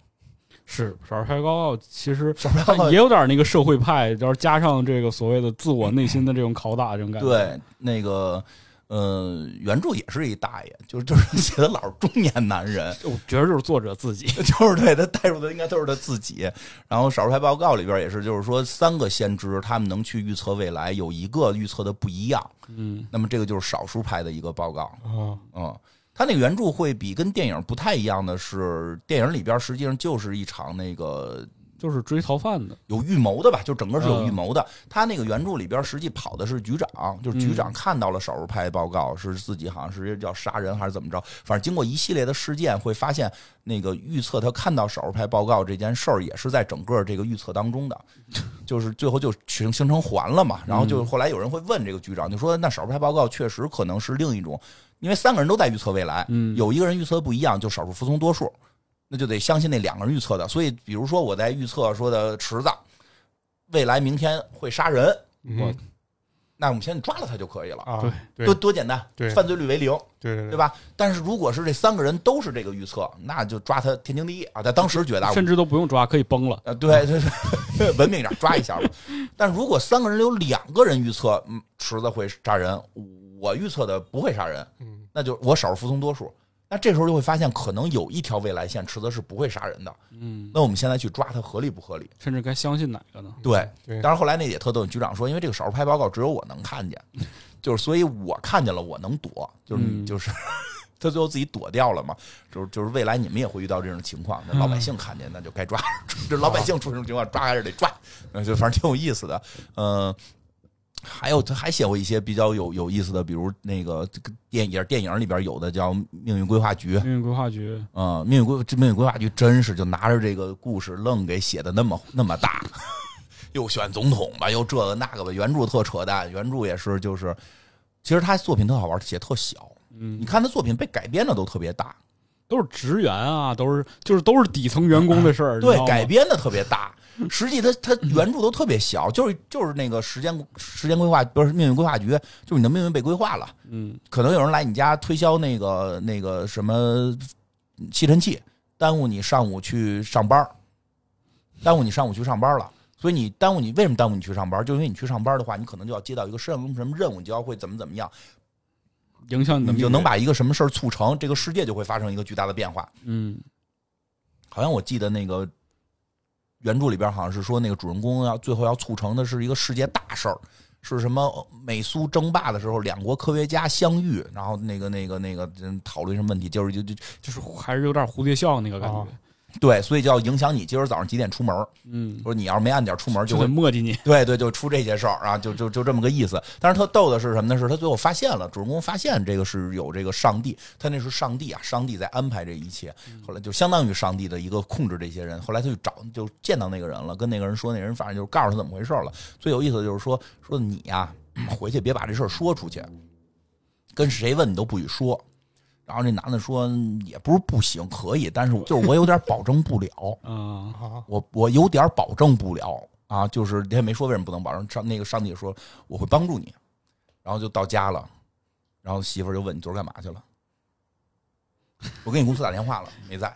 [SPEAKER 1] 是少拍高傲，其实
[SPEAKER 2] 少数派报告
[SPEAKER 1] 也有点那个社会派，然后加上这个所谓的自我内心的这种拷打这种感觉。
[SPEAKER 2] 对，那个呃，原著也是一大爷，就是就是写的老是中年男人，
[SPEAKER 1] 我觉得就是作者自己，
[SPEAKER 2] *laughs* 就是对他带入的应该都是他自己。然后《少数派报告》里边也是，就是说三个先知他们能去预测未来，有一个预测的不一样，
[SPEAKER 1] 嗯
[SPEAKER 2] 那么这个就是少数派的一个报告。
[SPEAKER 1] 啊，
[SPEAKER 2] 嗯，他那个原著会比跟电影不太一样的是，电影里边实际上就是一场那个
[SPEAKER 1] 就是追逃犯的，
[SPEAKER 2] 有预谋的吧，就整个是有预谋的。他那个原著里边实际跑的是局长，就是局长看到了少数派报告，是自己好像是要杀人还是怎么着，反正经过一系列的事件，会发现那个预测他看到少数派报告这件事儿也是在整个这个预测当中的，就是最后就形形成环了嘛。然后就后来有人会问这个局长，就说那少数派报告确实可能是另一种，因为三个人都在预测未来，
[SPEAKER 1] 嗯
[SPEAKER 2] 有一个人预测不一样，就少数服从多数。那就得相信那两个人预测的。所以，比如说我在预测说的池子未来明天会杀人，
[SPEAKER 1] 我
[SPEAKER 3] 嗯
[SPEAKER 2] 那我们先抓了他就可以了，
[SPEAKER 3] 啊，对
[SPEAKER 2] 多多简单，
[SPEAKER 3] 对
[SPEAKER 2] 犯罪率为零，
[SPEAKER 3] 对对
[SPEAKER 2] 对吧？但是如果是这三个人都是这个预测，那就抓他天经地义啊。在当时觉得啊，
[SPEAKER 1] 甚至都不用抓，可以崩了。
[SPEAKER 2] 呃，对对对， *laughs* 文明一点抓一下吧。但如果三个人里有两个人预测，嗯，池子会杀人，我预测的不会杀人，
[SPEAKER 3] 嗯
[SPEAKER 2] 那就我少数服从多数。那这时候就会发现，可能有一条未来线，池子是不会杀人的。
[SPEAKER 1] 嗯，
[SPEAKER 2] 那我们现在去抓他合理不合理？
[SPEAKER 1] 甚至该相信哪个呢？
[SPEAKER 2] 对，
[SPEAKER 3] 对，
[SPEAKER 2] 当然后来那也特逗，局长说，因为这个少数派报告只有我能看见，就是所以我看见了，我能躲，就是你
[SPEAKER 1] 嗯
[SPEAKER 2] 就是 *laughs* 他最后自己躲掉了嘛，就是就是未来你们也会遇到这种情况，那老百姓看见那就该抓，这老百姓出这种情况抓还是得抓，嗯就反正挺有意思的，嗯。还有，他还写过一些比较有有意思的，比如那个这个电影电影里边有的叫《命运规划局》，
[SPEAKER 1] 命运规划局，
[SPEAKER 2] 啊、命运规这命运规划局真是就拿着这个故事愣给写的那么那么
[SPEAKER 1] *laughs*
[SPEAKER 2] 大，又选总统吧，又这个那个吧，原著特扯淡，原著也是就是，其实他作品特好玩，写特小，
[SPEAKER 1] 嗯
[SPEAKER 2] 你，看他作品被改编的都特别大，
[SPEAKER 1] 都是职员啊，都是就是都是底层员工的事
[SPEAKER 2] *laughs*
[SPEAKER 1] 儿，你知
[SPEAKER 2] 对
[SPEAKER 1] 道，吗
[SPEAKER 2] 改编的特别大，实际他
[SPEAKER 1] *laughs*
[SPEAKER 2] 他原著都特别小，就是就是那个时间时间规划不是命运规划局，就是你的命运被规划了，
[SPEAKER 1] 嗯
[SPEAKER 2] 可能有人来你家推销那个那个什么吸尘器，耽误你上午去上班儿耽误你上午去上班了。所以你耽误你为什么耽误你去上班？就因为你去上班的话，你可能就要接到一个什么什么任务，你就要会怎么怎么样，
[SPEAKER 1] 影响你的命
[SPEAKER 2] 你
[SPEAKER 1] 运，
[SPEAKER 2] 就能把一个什么事儿促成，这个世界就会发生一个巨大的变化。
[SPEAKER 1] 嗯
[SPEAKER 2] 好像我记得那个原著里边好像是说，那个主人公要最后要促成的是一个世界大事儿，是什么？美苏争霸的时候，两国科学家相遇，然后那个那个那个嗯讨论什么问题，就是就就
[SPEAKER 1] 就是还是有点蝴蝶效那个感觉
[SPEAKER 2] 哦
[SPEAKER 3] 啊，
[SPEAKER 2] 对，所以就要影响你今儿早上几点出门儿。
[SPEAKER 1] 嗯，
[SPEAKER 2] 说你要是没按点儿出门儿，就
[SPEAKER 1] 就
[SPEAKER 2] 会
[SPEAKER 1] 得磨叽你，
[SPEAKER 2] *laughs* 对对，就出这些事儿啊，就就就这么个意思。但是特逗的是什么呢？是他最后发现了，主人公发现这个是有这个上帝，他那是上帝啊，上帝在安排这一切。后来就相当于上帝的一个控制这些人。后来他就找，就见到那个人了，跟那个人说，那人反正就是告诉他怎么回事了。最有意思的就是说，说你呀、回去别把这事儿说出去，跟谁问你都不许说。然后那男的说，也不是不行，可以，但是就是我有点保证不了。 *laughs*
[SPEAKER 1] 嗯
[SPEAKER 3] 啊，
[SPEAKER 2] 我我有点保证不了啊，就是他也没说为什么不能保证。上那个上帝说我会帮助你，然后就到家了，然后媳妇儿就问你昨儿干嘛去了？我给你公司打电话了，
[SPEAKER 1] *laughs*
[SPEAKER 2] 没在，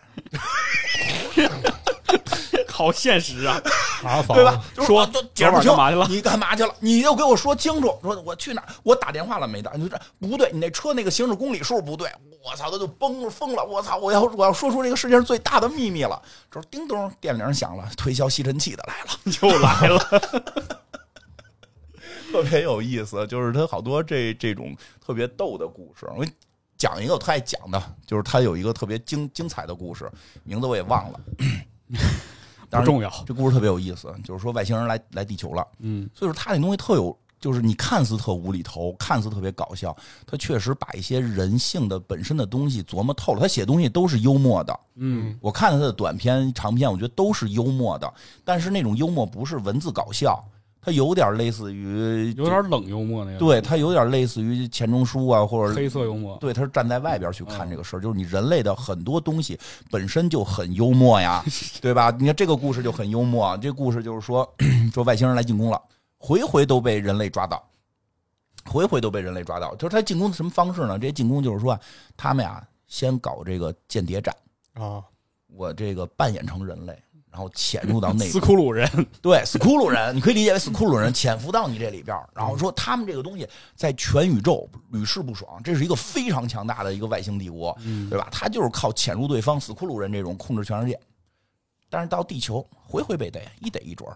[SPEAKER 1] 好现实
[SPEAKER 2] *laughs*
[SPEAKER 1] 啊，
[SPEAKER 3] 查房
[SPEAKER 2] 对吧？就是
[SPEAKER 1] 说
[SPEAKER 2] 我都解释不清
[SPEAKER 1] 昨晚干嘛去了
[SPEAKER 2] 你干嘛去了？你就给我说清楚，说我去哪儿？我打电话了没打？你说这不对，你那车那个行驶公里数不对。我操，他就崩了疯了！我操，我要我要说出这个世界上最大的秘密了。这时候叮咚，电铃响了，推销吸尘器的来了。
[SPEAKER 1] 又来了，
[SPEAKER 2] 特别有意思，就是他好多这这种特别逗的故事。我讲一个我特爱讲的，就是他有一个特别精精彩的故事，名字我也忘
[SPEAKER 1] *coughs*
[SPEAKER 2] 了。当
[SPEAKER 1] 不
[SPEAKER 2] 然，
[SPEAKER 1] 重要，
[SPEAKER 2] 这故事特别有意思，就是说外星人来来地球了，
[SPEAKER 1] 嗯
[SPEAKER 2] 所以说他那东西特有，就是你看似特无厘头，看似特别搞笑，他确实把一些人性的本身的东西琢磨透了。他写东西都是幽默的，
[SPEAKER 1] 嗯
[SPEAKER 2] 我看了他的短片、长片，我觉得都是幽默的，但是那种幽默不是文字搞笑，它有点类似于
[SPEAKER 1] 有点冷幽默那个，
[SPEAKER 2] 对，它有点类似于钱钟书啊，或者
[SPEAKER 1] 黑色嗯幽默，
[SPEAKER 2] 对，它是站在外边去看这个事儿，就是你人类的很多东西本身就很幽默
[SPEAKER 1] *laughs*
[SPEAKER 2] 呀，对吧？你看这个故事就很幽默，这故事就是说，说外星人来进攻了，回回都被人类抓到，回回都被人类抓到。就是他进攻的什么方式呢？这些进攻就是说啊，他们呀先搞这个间谍战，
[SPEAKER 3] 啊，
[SPEAKER 2] 我这个扮演成人类，然后潜
[SPEAKER 1] *laughs*
[SPEAKER 2] 入到内
[SPEAKER 1] 斯库鲁人，
[SPEAKER 2] 对斯库鲁人，你可以理解为斯库鲁人潜伏到你这里边儿，然后说他们这个东西在全宇宙屡试不爽，这是一个非常强大的一个外星帝国，对吧？他就是靠潜入对方斯库鲁人这种控制全世界，但是到地球回回被逮，一逮一准儿。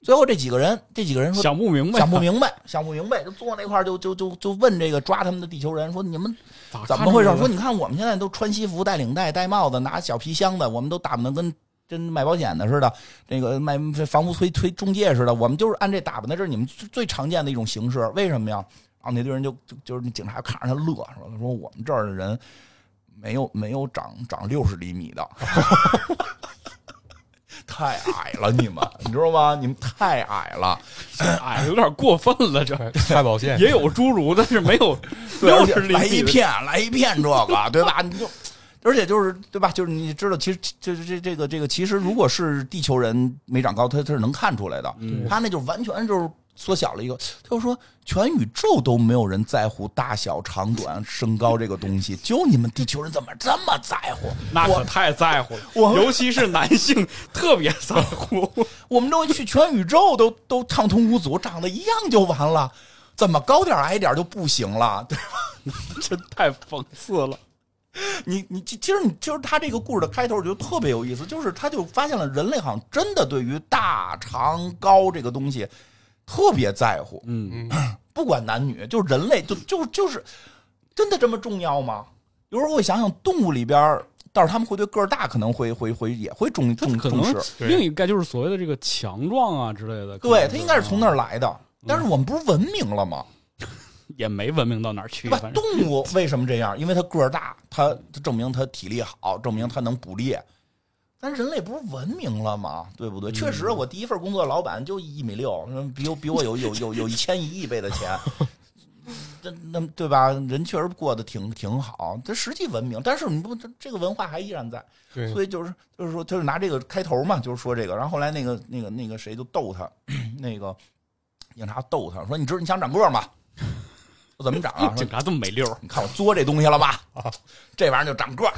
[SPEAKER 2] 最后这几个人，这几个人说
[SPEAKER 1] 想不明白，
[SPEAKER 2] 想不明白，想不明白，就坐那块儿就就就就问这个抓他们的地球人说你们
[SPEAKER 1] 咋
[SPEAKER 2] 怎么回事？
[SPEAKER 1] 看着
[SPEAKER 2] 说
[SPEAKER 1] 呢
[SPEAKER 2] 你看我们现在都穿西服、戴领带、戴帽子、拿小皮箱子，我们都打扮的跟真卖保险的似的，那个卖房屋推推中介似的，我们就是按这打扮的，这是你们最最常见的一种形式，为什么呀？啊，那堆人就就就是那警察看着他乐，说说我们这儿的人没有没有长长六十厘米的， *laughs* 太矮了你们，你知道吗？你们太矮了。
[SPEAKER 1] 哎，有点过分了，这
[SPEAKER 3] 哎太保健
[SPEAKER 1] 也有侏儒，但是没有
[SPEAKER 2] *laughs* 对，
[SPEAKER 1] 六
[SPEAKER 2] 而且
[SPEAKER 1] 十厘
[SPEAKER 2] 来
[SPEAKER 1] 米
[SPEAKER 2] 一
[SPEAKER 1] 的
[SPEAKER 2] 片，来一片这个，对吧？你就，而且就是对吧？就是你知道，其实这这这这个这个，其实如果是地球人没长高，他他是能看出来的，他那就完全就是。缩小了一个，他就说全宇宙都没有人在乎大小、长短、身高这个东西， *laughs* 就你们地球人怎么这么在乎？
[SPEAKER 1] 那
[SPEAKER 2] 我
[SPEAKER 1] 可太在乎了，
[SPEAKER 2] 我
[SPEAKER 1] 尤其是男性特别在乎。 *laughs*
[SPEAKER 2] 我们都去全宇宙都都畅通无阻，长得一样就完了，怎么高点儿矮点儿就不行了？对
[SPEAKER 1] 真太讽刺了。
[SPEAKER 2] 你你其其实你就是他这个故事的开头，我觉得特别有意思，就是他就发现了人类好像真的对于大长高这个东西特别在乎，
[SPEAKER 1] 嗯，
[SPEAKER 2] *clears throat* 不管男女，就人类就就就是真的这么重要吗？有时候会想想动物里边儿，但是他们会对个儿大可能会会会也会重重
[SPEAKER 1] 可
[SPEAKER 2] 重
[SPEAKER 1] 能
[SPEAKER 2] 视，
[SPEAKER 3] 对
[SPEAKER 1] 另一概就是所谓的这个强壮啊之类的。可能嗯
[SPEAKER 2] 对他应该是从那儿来的。但是我们不是文明了吗？
[SPEAKER 1] 也没文明到哪儿去，
[SPEAKER 2] 对吧
[SPEAKER 1] 反？正嗯
[SPEAKER 2] 动物为什么这样？因为它个儿大，它它证明它体力好，证明它能捕猎。但人类不是文明了吗？对不对？确实，
[SPEAKER 1] 嗯
[SPEAKER 2] 我第一份工作老板就一米六，嗯比我比我有有有有一千一亿倍的
[SPEAKER 1] *laughs*
[SPEAKER 2] 钱，那那对吧？人确实过得挺挺好，这实际文明。但是你不，这这个文化还依然在。
[SPEAKER 1] 嗯
[SPEAKER 3] 对
[SPEAKER 2] 所以就是就是说，就是拿这个开头嘛，就是说这个。然后后来那个那个那个谁就逗他， *clears throat* 那个警察逗他说：“你知道你想长个儿吗？我怎么长
[SPEAKER 1] *laughs*
[SPEAKER 2] 啊？”说
[SPEAKER 1] 警察这么没溜儿，
[SPEAKER 2] 你看我作这东西了吧？这玩意儿就长个儿。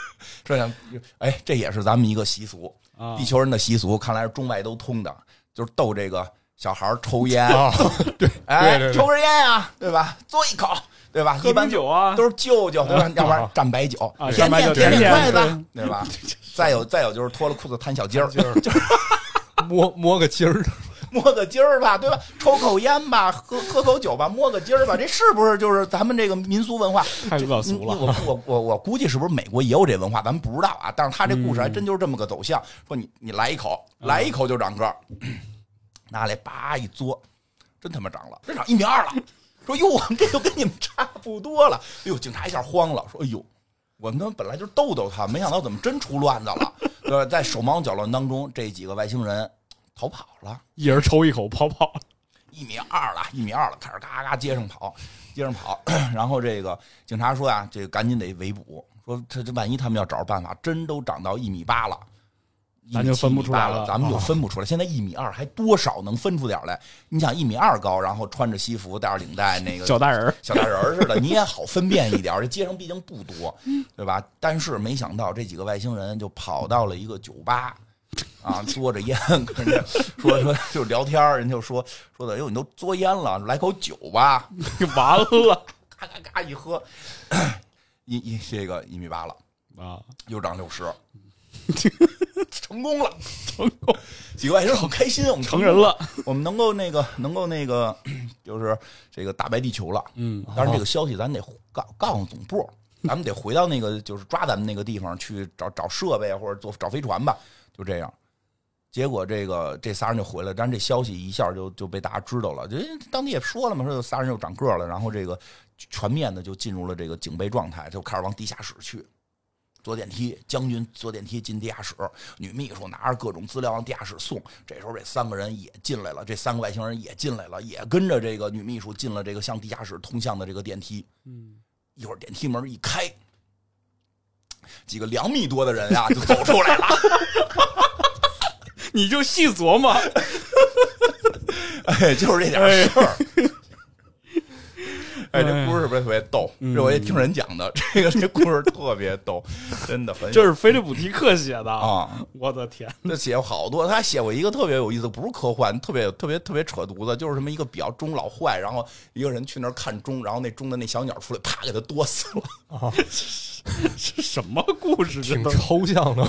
[SPEAKER 2] *laughs* 这样，哎，这也是咱们一个习俗，
[SPEAKER 1] 啊
[SPEAKER 2] 地球人的习俗，看来是中外都通的，就是逗这个小孩儿抽烟，
[SPEAKER 3] 啊， *laughs* 对
[SPEAKER 2] 哎，
[SPEAKER 3] 对对
[SPEAKER 2] 抽根烟啊，对吧？嘬一口，对吧？
[SPEAKER 1] 喝
[SPEAKER 2] 一
[SPEAKER 1] 冰
[SPEAKER 2] 般就
[SPEAKER 1] 酒啊，
[SPEAKER 2] 都是舅舅，对吧？要不然
[SPEAKER 3] 啊
[SPEAKER 2] 蘸白酒
[SPEAKER 1] 啊，
[SPEAKER 2] 舔
[SPEAKER 1] 蘸白
[SPEAKER 2] 舔
[SPEAKER 1] 酒
[SPEAKER 2] 舔
[SPEAKER 1] 舔
[SPEAKER 2] 舔筷
[SPEAKER 1] 舔
[SPEAKER 2] 子，对吧？再有再有就是脱了裤子摊小鸡儿，
[SPEAKER 3] 摸摸个筋儿的，
[SPEAKER 2] 摸个筋儿吧，对吧？抽口烟吧，喝喝口酒吧，摸个筋儿吧，这是不是就是咱们这个民俗文化？
[SPEAKER 1] 太恶俗
[SPEAKER 2] 你
[SPEAKER 1] 了。
[SPEAKER 2] 我我我我估计是不是美国也有这文化，咱们不知道啊。但是他这故事还
[SPEAKER 1] 嗯
[SPEAKER 2] 真就是这么个走向，说你你来一口，来一口就长个儿，拿来叭一嘬，真他妈长了，真长一米二了。说哟，我们这就跟你们差不多了。哎呦，警察一下慌了，说哎呦，我们他妈本来就是逗逗他，没想到怎么真出乱子了。 *laughs* 对吧？在手忙脚乱当中，这几个外星人逃跑了。
[SPEAKER 1] 一人抽一口泡泡，
[SPEAKER 2] 一米二了，一米二了，开始嘎嘎街上跑，街上跑。 *clears throat* 然后这个警察说啊，这个赶紧得围捕，说这这万一他们要找着办法，真都长到一米八了。一
[SPEAKER 1] 咱
[SPEAKER 2] 米
[SPEAKER 1] 就
[SPEAKER 2] 七
[SPEAKER 1] 分不
[SPEAKER 2] 一米
[SPEAKER 1] 出
[SPEAKER 2] 八
[SPEAKER 1] 来
[SPEAKER 2] 了，
[SPEAKER 1] 了
[SPEAKER 2] 咱们就分不出来。现在一米二还多少能分出点儿来？你想一米二高，然后穿着西服，戴着领带，那
[SPEAKER 1] *laughs*
[SPEAKER 2] 个
[SPEAKER 1] 小大人儿
[SPEAKER 2] 小大人儿似的，你也好分辨一点儿。这街上毕竟不多，对吧？但是没想到这几个外星人就跑到了一个酒吧，啊，嘬着烟，跟人家说说就聊天儿，人就说说的，哟，哎你都嘬烟了，来口酒吧，
[SPEAKER 1] 就完了
[SPEAKER 2] 咔咔咔一喝，一一这个一米八了，
[SPEAKER 1] 啊！
[SPEAKER 2] 又长六 *laughs* 十，成功了，成功。几个外星人好开心，啊我们
[SPEAKER 1] 成人了，
[SPEAKER 2] *laughs* 我们能够那个能够那个， *clears throat* 就是这个打败地球了。
[SPEAKER 1] 嗯，
[SPEAKER 2] 当然这个消息咱得告告诉总部，咱们得回到那个就是抓咱们那个地方去找找设备啊或者坐找飞船吧，就这样。结果这个这仨人就回来，但是这消息一下就就被大家知道了，就当地也说了嘛，说有仨人又长个儿了，然后这个全面的就进入了这个警备状态，就开始往地下室去。坐电梯，将军坐电梯进地下室，女秘书拿着各种资料往地下室送。这时候，这三个人也进来了，这三个外星人也进来了，也跟着这个女秘书进了这个向地下室通向的这个电梯。
[SPEAKER 1] 嗯，
[SPEAKER 2] 一会儿电梯门一开，几个两米多的人啊呀、就走出来了。 *laughs*
[SPEAKER 1] 你就细琢磨，
[SPEAKER 2] 哎，就是这点事儿。哎，这故事特别逗，这我也听人讲的，这个这故事特别逗，真的很。
[SPEAKER 1] 这是菲利普·迪克写的
[SPEAKER 2] 啊！
[SPEAKER 1] 我的天，
[SPEAKER 2] 这写过好多，他写过一个特别有意思，不是科幻，特别特别特别扯犊子，就是什么一个表钟老坏，然后一个人去那儿看钟，然后那钟的那小鸟出来，啪给他剁死了。
[SPEAKER 1] 啊，是什么故事？
[SPEAKER 2] *laughs*
[SPEAKER 3] 挺抽象的，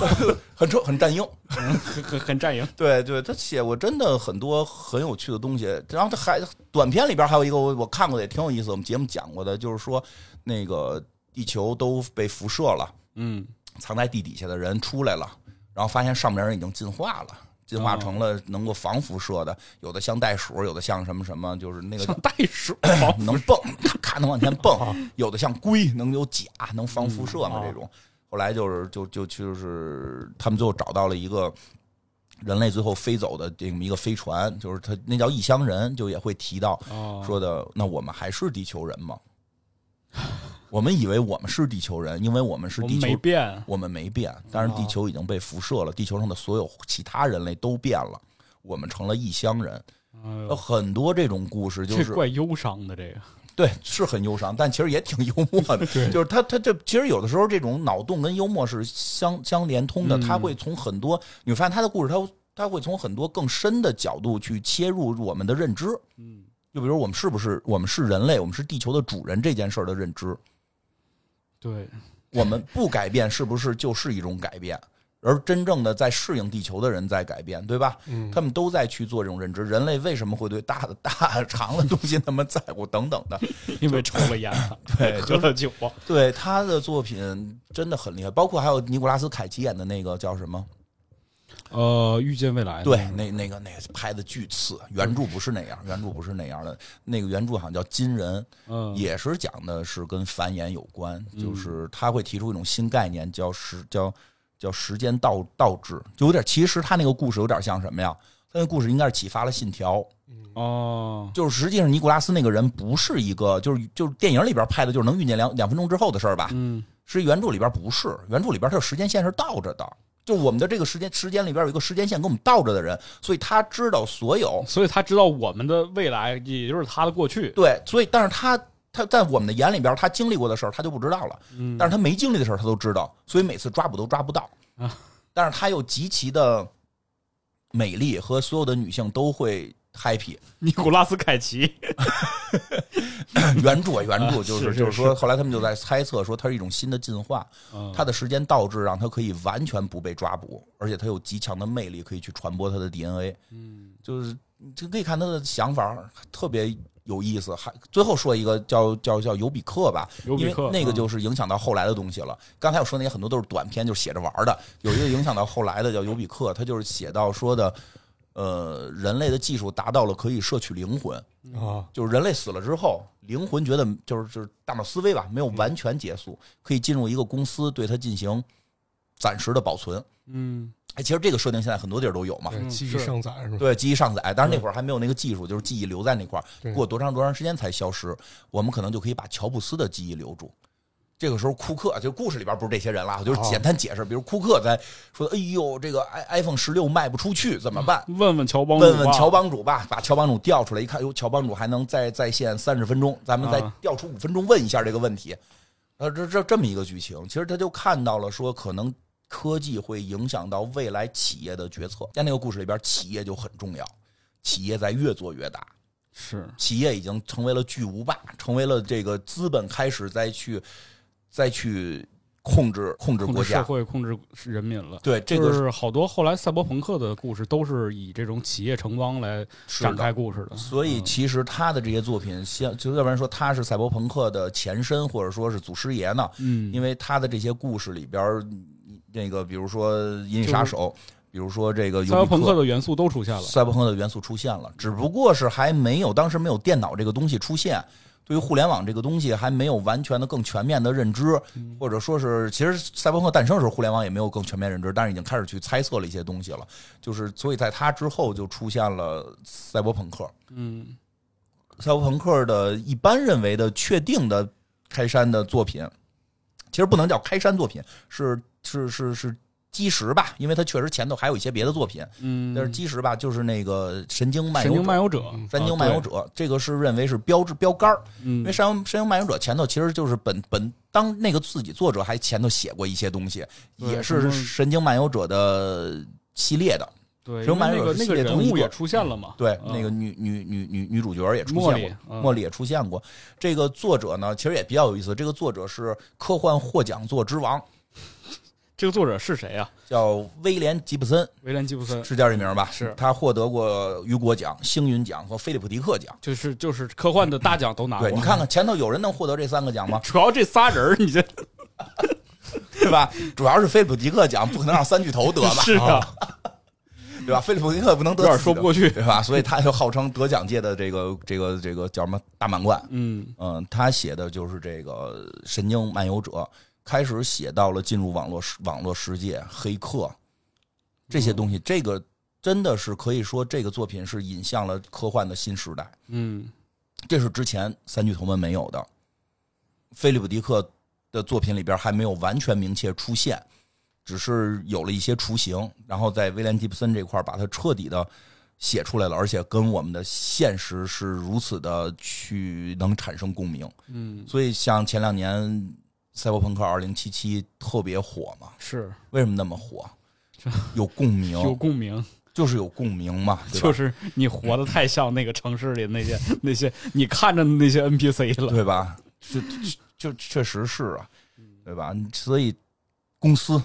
[SPEAKER 2] 很抽，很占硬，
[SPEAKER 1] 很很很占硬。
[SPEAKER 2] 对对，他写过真的很多很有趣的东西。然后他还短片里边还有一个我我看过的也挺有意思，我们节目讲过的，就是说那个地球都被辐射了，
[SPEAKER 1] 嗯，
[SPEAKER 2] 藏在地底下的人出来了，然后发现上面人已经进化了。进化成了能够防辐射的，有的像袋鼠，有的像什么什么，就是那个
[SPEAKER 1] 像袋鼠
[SPEAKER 2] 能蹦，咔能往前蹦；有的像龟，能有甲，能防辐射嘛这种。后来就是就就就是他们最后找到了一个人类最后飞走的这么一个飞船，就是他那叫异乡人，就也会提到
[SPEAKER 1] 哦啊
[SPEAKER 2] 说的，那我们还是地球人吗？我们以为我们是地球人，因为我们是地球
[SPEAKER 1] 没变，
[SPEAKER 2] 我们没变，但是地球已经被辐射了，地球上的所有其他人类都变了，我们成了异乡人。
[SPEAKER 1] 哎
[SPEAKER 2] 有
[SPEAKER 1] 呦
[SPEAKER 2] 很多这种故事哦就
[SPEAKER 1] 这
[SPEAKER 2] 是
[SPEAKER 1] 怪忧伤的这个，
[SPEAKER 2] 对，是很忧伤，但其实也挺 *laughs* 幽默的。就是他他这其实有的时候这种脑洞跟幽默是相相连通的，他会从很多你会发现他的故事，他他会从很多更深的角度去切入我们的认知。
[SPEAKER 1] 嗯，
[SPEAKER 2] 就比如我们是不是我们是人类，我们是地球的主人这件事儿的认知，
[SPEAKER 1] *laughs* 对，
[SPEAKER 2] 我们不改变是不是就是一种改变？而真正的在适应地球的人在改变，对吧？
[SPEAKER 3] 嗯
[SPEAKER 2] 他们都在去做这种认知。人类为什么会对大的大长的东西那么在乎？等等的，
[SPEAKER 1] 因为抽了烟了，
[SPEAKER 2] *laughs* 对
[SPEAKER 1] 喝了酒啊，
[SPEAKER 2] 对他的作品真的很厉害，包括还有尼古拉斯凯奇演的那个叫什么？
[SPEAKER 1] 呃，遇见未来，
[SPEAKER 2] 对，那那个那个拍的巨次，原著不是那样，原著不是那样的。那个原著好像叫《金人》，
[SPEAKER 1] 嗯，
[SPEAKER 2] 也是讲的是跟繁衍有关，就是他会提出一种新概念，叫时叫叫时间倒倒置，就有点其实他那个故事有点像什么呀？他那故事应该是启发了《信条》，
[SPEAKER 1] 哦，
[SPEAKER 2] 就是实际上尼古拉斯那个人不是一个，就是就是电影里边拍的，就是能遇见两两分钟之后的事儿吧？
[SPEAKER 1] 嗯，
[SPEAKER 2] 是原著里边不是，原著里边它的时间线是倒着的，就我们的这个时间时间里边有一个时间线跟我们倒着的人，所以他知道所有
[SPEAKER 1] 所以他知道我们的未来，也就是他的过去，
[SPEAKER 2] 对，所以但是他他在我们的眼里边，他经历过的事儿他就不知道了，
[SPEAKER 1] 嗯
[SPEAKER 2] 但是他没经历的事儿他都知道，所以每次抓捕都抓不到
[SPEAKER 1] 啊，
[SPEAKER 2] 但是他又极其的美丽和所有的女性都会 happy， *laughs*
[SPEAKER 1] 尼古拉斯凯奇，
[SPEAKER 2] 原著啊原
[SPEAKER 1] *laughs*
[SPEAKER 2] 著就
[SPEAKER 1] 啊是是
[SPEAKER 2] 就是说，后来他们就在猜测说它是一种新的进化，
[SPEAKER 1] 嗯
[SPEAKER 2] 它的时间倒置让它可以完全不被抓捕，而且它有极强的魅力可以去传播它的 DNA，
[SPEAKER 1] 嗯
[SPEAKER 2] 就是就可以看他的想法特别有意思。还最后说一个叫叫叫尤比克吧，
[SPEAKER 1] 尤比克
[SPEAKER 2] 因为那个
[SPEAKER 1] 嗯
[SPEAKER 2] 就是影响到后来的东西了。刚才我说那些很多都是短篇，就是写着玩儿的，有一个影响到后来的叫尤比克，他就是写到说的。呃，人类的技术达到了可以摄取灵魂，
[SPEAKER 3] 啊，
[SPEAKER 2] 就是人类死了之后，灵魂觉得就是就是大脑思维吧，没有完全结束，可以进入一个公司对它进行暂时的保存。
[SPEAKER 1] 嗯，
[SPEAKER 2] 哎，其实这个设定现在很多地儿都有嘛，
[SPEAKER 3] 对，记忆
[SPEAKER 1] 是
[SPEAKER 3] 上载是吧？
[SPEAKER 2] 嗯对，记忆上载，当然那会儿还没有那个技术，就是记忆留在那块儿，
[SPEAKER 3] 对
[SPEAKER 2] 过多长多长时间才消失，我们可能就可以把乔布斯的记忆留住。这个时候，库克就故事里边不是这些人了，就是简单解释，比如库克在说：“哎呦，这个 i iPhone 十六卖不出去，怎么办？”
[SPEAKER 1] 问问乔帮主吧，
[SPEAKER 2] 问问乔帮主吧，把乔帮主调出来一看，哟，乔帮主还能在在线三十分钟，咱们再
[SPEAKER 1] 啊
[SPEAKER 2] 调出五分钟问一下这个问题。呃，这这这么一个剧情，其实他就看到了说，可能科技会影响到未来企业的决策。在那个故事里边，企业就很重要，企业在越做越大，
[SPEAKER 1] 是，
[SPEAKER 2] 企业已经成为了巨无霸，成为了这个资本开始再去再去控制控制
[SPEAKER 1] 控
[SPEAKER 2] 国
[SPEAKER 1] 制社
[SPEAKER 2] 家。
[SPEAKER 1] 会，控制人民了。
[SPEAKER 2] 对，这个
[SPEAKER 1] 就是是好多后来赛博朋克的故事都是以这种企业城邦来
[SPEAKER 2] 是
[SPEAKER 1] 展
[SPEAKER 2] 的。
[SPEAKER 1] 开故事的，
[SPEAKER 2] 所以其实他的这些作品，像就要不然说他是赛博朋克的前身，或者说是祖师爷呢？
[SPEAKER 1] 嗯，
[SPEAKER 2] 因为他的这些故事里边儿，嗯那个比如说《银翼杀手》，比如说这个
[SPEAKER 1] 嗯赛博
[SPEAKER 2] 尤比
[SPEAKER 1] 朋克
[SPEAKER 2] 克，
[SPEAKER 1] 的元素都出现了，
[SPEAKER 2] 赛博朋克的元素出现了，只不过是还没有当时没有电脑这个东西出现。对于互联网这个东西还没有完全的更全面的认知，
[SPEAKER 1] 嗯
[SPEAKER 2] 或者说是，其实赛博朋克诞生时候，互联网也没有更全面认知，但是已经开始去猜测了一些东西了。就是所以在他之后就出现了赛博朋克，
[SPEAKER 1] 嗯，
[SPEAKER 2] 赛博朋克的一般认为的确定的开山的作品，其实不能叫开山作品，是是是是基石吧，因为他确实前头还有一些别的作品，
[SPEAKER 1] 嗯，
[SPEAKER 2] 但是基石吧就是那个神经漫
[SPEAKER 1] 神
[SPEAKER 2] 游
[SPEAKER 1] 经漫
[SPEAKER 2] 者。
[SPEAKER 1] 游者，
[SPEAKER 2] 神经漫游
[SPEAKER 1] 者，
[SPEAKER 2] 者，这个是认为是标志标杆儿，
[SPEAKER 1] 嗯
[SPEAKER 2] 因为山《神游漫游者》前头其实就是本本当那个自己作者还前头写过一些东西，
[SPEAKER 1] 对
[SPEAKER 2] 也
[SPEAKER 1] 什么
[SPEAKER 2] 是《神经漫游者》的系列的。
[SPEAKER 1] 对，
[SPEAKER 2] 神
[SPEAKER 1] 因
[SPEAKER 2] 经
[SPEAKER 1] 为
[SPEAKER 2] 漫游
[SPEAKER 1] 那
[SPEAKER 2] 者
[SPEAKER 1] 个
[SPEAKER 2] 是
[SPEAKER 1] 那
[SPEAKER 2] 系
[SPEAKER 1] 个
[SPEAKER 2] 列
[SPEAKER 1] 人
[SPEAKER 2] 中一
[SPEAKER 1] 物
[SPEAKER 2] 个
[SPEAKER 1] 也出现了嘛，
[SPEAKER 2] 对，
[SPEAKER 1] 嗯
[SPEAKER 2] 那个女女女女女女主角也出
[SPEAKER 1] 茉
[SPEAKER 2] 现
[SPEAKER 1] 莉
[SPEAKER 2] 过，，
[SPEAKER 1] 嗯
[SPEAKER 2] 茉莉也出现过。这个作者呢，其实也比较有意思。这个作者是科幻获奖作之王，
[SPEAKER 1] 这个作者是谁啊？
[SPEAKER 2] 叫威廉·吉普森，
[SPEAKER 1] 威廉·吉布森，
[SPEAKER 2] 是叫这名儿吧？
[SPEAKER 1] 嗯是
[SPEAKER 2] 他获得过雨果奖、星云奖和菲利普迪克奖。
[SPEAKER 1] 就是就是科幻的大奖都拿过？
[SPEAKER 2] 对，，你看看前头有人能获得这三个奖吗
[SPEAKER 1] *laughs* 主要这仨人儿，你这
[SPEAKER 2] 对吧？主要是菲利普迪克奖，不可能让三巨头得吧？
[SPEAKER 1] *laughs* 是啊，
[SPEAKER 2] 对吧？菲利普迪克不能得
[SPEAKER 1] 有点
[SPEAKER 2] 四
[SPEAKER 1] 说
[SPEAKER 2] 个
[SPEAKER 1] 不过去
[SPEAKER 2] 对吧？所以他就号称得奖界的这个这个这个叫什么大满贯。
[SPEAKER 1] 嗯
[SPEAKER 2] 嗯，他写的就是这个《神经漫游者》，开始写到了进入网络世网络世界、黑客这些东西，这个真的是可以说这个作品是引向了科幻的新时代，
[SPEAKER 1] 嗯，
[SPEAKER 2] 这是之前三巨头们没有的。菲利普·迪克的作品里边还没有完全明确出现，只是有了一些雏形，然后在威廉·吉布森这块儿把它彻底的写出来了，而且跟我们的现实是如此的去能产生共鸣。
[SPEAKER 1] 嗯
[SPEAKER 2] 所以像前两年《赛博朋克2077》特别火嘛，
[SPEAKER 1] 是
[SPEAKER 2] 为什么那么火
[SPEAKER 1] 这？
[SPEAKER 2] 有共鸣，
[SPEAKER 1] 有共鸣，
[SPEAKER 2] 就是有共鸣嘛，对吧？
[SPEAKER 1] 就是你活得太像那个城市里那些那些你看着的那些 NPC 了，
[SPEAKER 2] 对吧？就就就确实是啊，对吧？所以公司，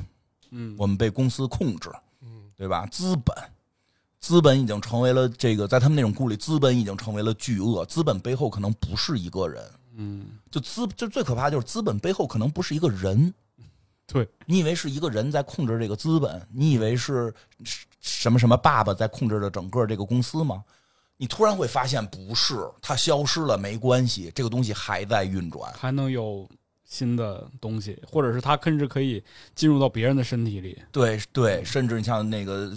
[SPEAKER 1] 嗯，
[SPEAKER 2] 我们被公司控制，
[SPEAKER 3] 嗯，
[SPEAKER 2] 对吧？资本，资本已经成为了这个，在他们那种故里，资本已经成为了巨鳄。资本背后可能不是一个人，
[SPEAKER 1] 嗯
[SPEAKER 2] 就资就最可怕就是资本背后可能不是一个人。
[SPEAKER 1] *laughs* 对，
[SPEAKER 2] 你以为是一个人在控制这个资本？你以为是什么什么爸爸在控制着整个这个公司吗？你突然会发现不是，它消失了没关系，这个东西还在运转。
[SPEAKER 1] 还能有新的东西，或者是他甚至可以进入到别人的身体里，
[SPEAKER 2] 对对，甚至你像那个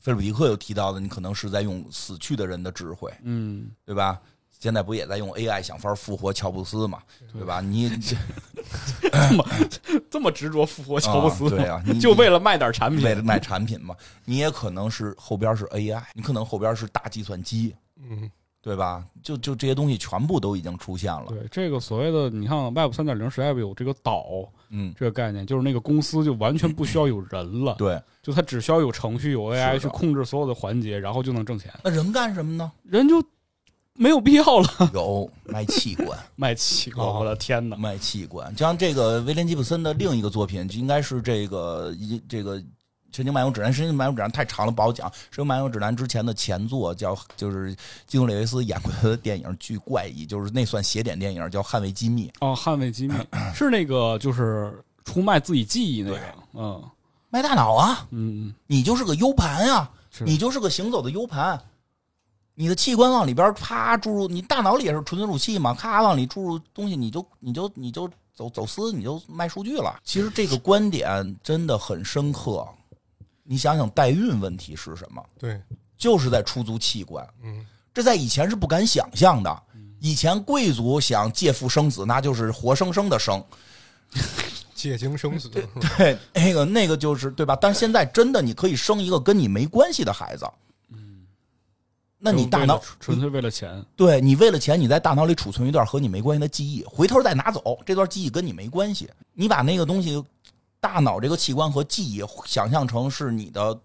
[SPEAKER 2] 菲利普迪克有提到的，你可能是在用死去的人的智慧，
[SPEAKER 1] 嗯，
[SPEAKER 2] 对吧？现在不也在用 AI 想法复活乔布斯嘛，对吧？你
[SPEAKER 1] 这么执着复活 *laughs* 乔布斯
[SPEAKER 2] 啊
[SPEAKER 1] 吗、
[SPEAKER 2] 对啊
[SPEAKER 1] *laughs*
[SPEAKER 2] 你
[SPEAKER 1] 就为了卖点产品
[SPEAKER 2] 为，了卖产品嘛，你也可能是后边是 AI，你可能后边是大计算机，
[SPEAKER 3] 嗯，
[SPEAKER 2] 对吧？就就这些东西全部都已经出现了，
[SPEAKER 1] 对这个所谓的，你看 Web 三点零时代有这个岛
[SPEAKER 2] 嗯，
[SPEAKER 1] 这个概念，就是那个公司就完全不需要有人了，
[SPEAKER 2] 对。
[SPEAKER 1] 就它只需要有程序、有 AI
[SPEAKER 2] 是的
[SPEAKER 1] 去控制所有的环节，然后就能挣钱，
[SPEAKER 2] 那人干什么呢？
[SPEAKER 1] 人就没有必要了。 *laughs*
[SPEAKER 2] 有卖器官，
[SPEAKER 1] 卖器官，
[SPEAKER 3] 哦
[SPEAKER 1] 我的天哪！
[SPEAKER 2] 卖器官。像这个威廉吉普森的另一个作品，就应该是这个一这个。神经漫游指南，神经漫游指南太长了，不好讲。神经漫游指南之前的前作叫，就是基努·里维斯演过他的电影，巨怪异，就是那算邪典电影，叫《捍卫机密》。
[SPEAKER 1] 哦，捍卫机密是那个，就是出卖自己记忆那个，嗯
[SPEAKER 2] 卖大脑啊，
[SPEAKER 1] 嗯，
[SPEAKER 2] 你就是个 U 盘呀、
[SPEAKER 1] 是
[SPEAKER 2] 你就是个行走的 U 盘。你的器官往里边啪注入，你大脑里也是纯存储器嘛，咔往里注入东西，你就你就你就走走私，你就卖数据了。其实这个观点真的很深刻。你想想代孕问题是什么？
[SPEAKER 3] 对，
[SPEAKER 2] 就是在出租器官，
[SPEAKER 3] 嗯，
[SPEAKER 2] 这在以前是不敢想象的。以前贵族想借腹生子，那就是活生生的生，
[SPEAKER 3] 借精生子，
[SPEAKER 2] 对，那个那个就是对吧？但是现在真的，你可以生一个跟你没关系的孩子。那你大脑
[SPEAKER 1] 就为了纯粹为了钱，
[SPEAKER 2] 对你为了钱，你在大脑里储存一段和你没关系的记忆，回头再拿走这段记忆跟你没关系。你把那个东西，大脑这个器官和记忆想象成是你的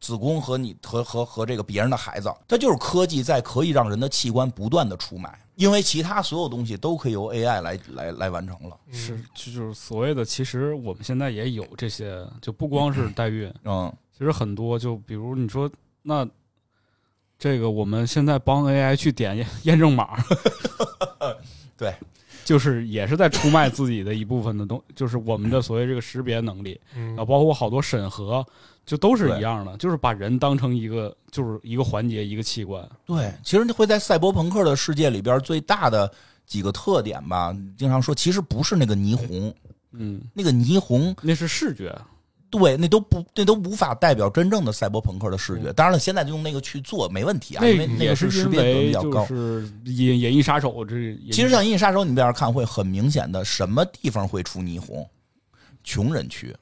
[SPEAKER 2] 子宫和你和和和这个别人的孩子，它就是科技在可以让人的器官不断的出卖，因为其他所有东西都可以由 AI 来来来完成了。
[SPEAKER 1] 是就就是所谓的，其实我们现在也有这些，就不光是代孕，
[SPEAKER 2] 嗯，
[SPEAKER 1] 其实很多，就比如你说那。这个我们现在帮 AI 去点 *laughs* 验验证码，
[SPEAKER 2] *laughs* 对，
[SPEAKER 1] 就是也是在出卖自己的一部分的东，就是我们的所谓这个识别能力。
[SPEAKER 3] 嗯
[SPEAKER 1] 啊，，包括好多审核，就都是
[SPEAKER 2] 对
[SPEAKER 1] 一样的，就是把人当成一个就是一个环节一个器官。
[SPEAKER 2] 对，其实会在赛博朋克的世界里边最大的几个特点吧，经常说其实不是那个霓虹，
[SPEAKER 1] 嗯，
[SPEAKER 2] 那个霓虹，
[SPEAKER 1] 那是视觉，
[SPEAKER 2] 对，那都不那都无法代表真正的赛博朋克的视觉。当然了，现在就用那个去做没问题啊，因为那
[SPEAKER 1] 嗯也
[SPEAKER 2] 个
[SPEAKER 1] 是
[SPEAKER 2] 是识
[SPEAKER 1] 因
[SPEAKER 2] 别度
[SPEAKER 1] 为
[SPEAKER 2] 比较
[SPEAKER 1] 就
[SPEAKER 2] 高。
[SPEAKER 1] 是演演绎杀手这也
[SPEAKER 2] 其实像《银翼杀手》，你这样看会很明显的，什么地方会出霓虹？穷人区，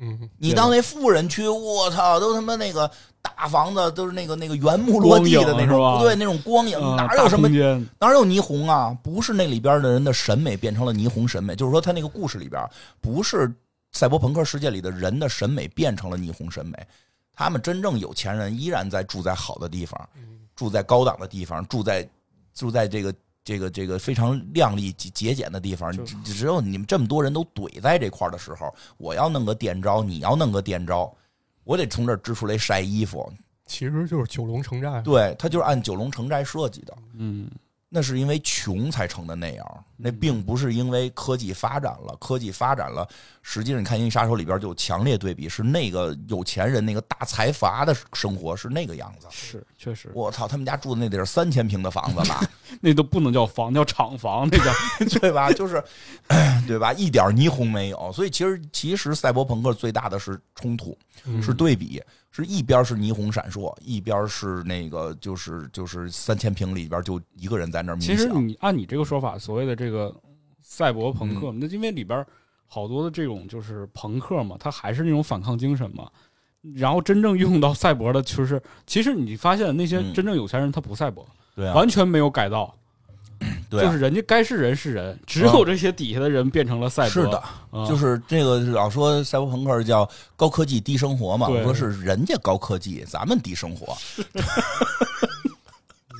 [SPEAKER 3] 嗯，
[SPEAKER 2] 你到那富人区，我操，都他妈那个大房子，都是那个那个原木落地的那
[SPEAKER 1] 光影是吧
[SPEAKER 2] 种，不对，那种光影，
[SPEAKER 1] 嗯
[SPEAKER 2] 哪有
[SPEAKER 1] 大
[SPEAKER 2] 什么
[SPEAKER 1] 空间
[SPEAKER 2] 哪有霓虹啊？不是那里边的人的审美变成了霓虹审美，就是说他那个故事里边不是赛博朋克世界里的人的审美变成了霓虹审美，他们真正有钱人依然在住在好的地方，住在高档的地方，住在住在这个。这个这个非常靓丽、节节俭的地方，
[SPEAKER 1] 就
[SPEAKER 2] 只只有你们这么多人都怼在这块儿的时候，我要弄个电招，你要弄个电招，我得从这儿支出来晒衣服。
[SPEAKER 3] 其实就是九龙城寨，啊
[SPEAKER 2] 对，它就是按九龙城寨设计的。
[SPEAKER 1] 嗯，
[SPEAKER 2] 那是因为穷才成的那样，那并不是因为科技发展了。科技发展了，实际上你看《银翼杀手》里边就有强烈对比，是那个有钱人那个大财阀的生活啊是那个样子。
[SPEAKER 1] 是确实，
[SPEAKER 2] 我操，他们家住的那得是三千平的房子吧， *laughs*
[SPEAKER 1] 那都不能叫房，叫厂房，那叫
[SPEAKER 2] 对吧？就是， *clears throat* 对吧？一点霓虹没有。所以其实其实赛博朋克最大的是冲突，
[SPEAKER 1] 嗯
[SPEAKER 2] 是对比，是一边是霓虹闪烁，一边是那个就是就是三千平里边就一个人在那儿冥
[SPEAKER 1] 其
[SPEAKER 2] 想。
[SPEAKER 1] 实你按你这个说法，所谓的这个赛博朋
[SPEAKER 2] 嗯
[SPEAKER 1] 克，那、因为里边儿好多的这种就是朋克嘛，它还是那种反抗精神嘛。然后真正用到赛博的，就是其实你发现那些
[SPEAKER 2] 嗯
[SPEAKER 1] 真正有钱人他不赛博，
[SPEAKER 2] 对啊，
[SPEAKER 1] 完全没有改造，
[SPEAKER 2] 对啊
[SPEAKER 1] 就
[SPEAKER 2] 嗯
[SPEAKER 1] 是人家该是人是人，只有这些底下的人变成了赛博。
[SPEAKER 2] 是的，
[SPEAKER 1] 嗯
[SPEAKER 2] 就是这个老说赛博朋克叫高科技低生活嘛，
[SPEAKER 1] 对
[SPEAKER 2] 我说是人家高科技，咱们低
[SPEAKER 1] *laughs*
[SPEAKER 2] 生活。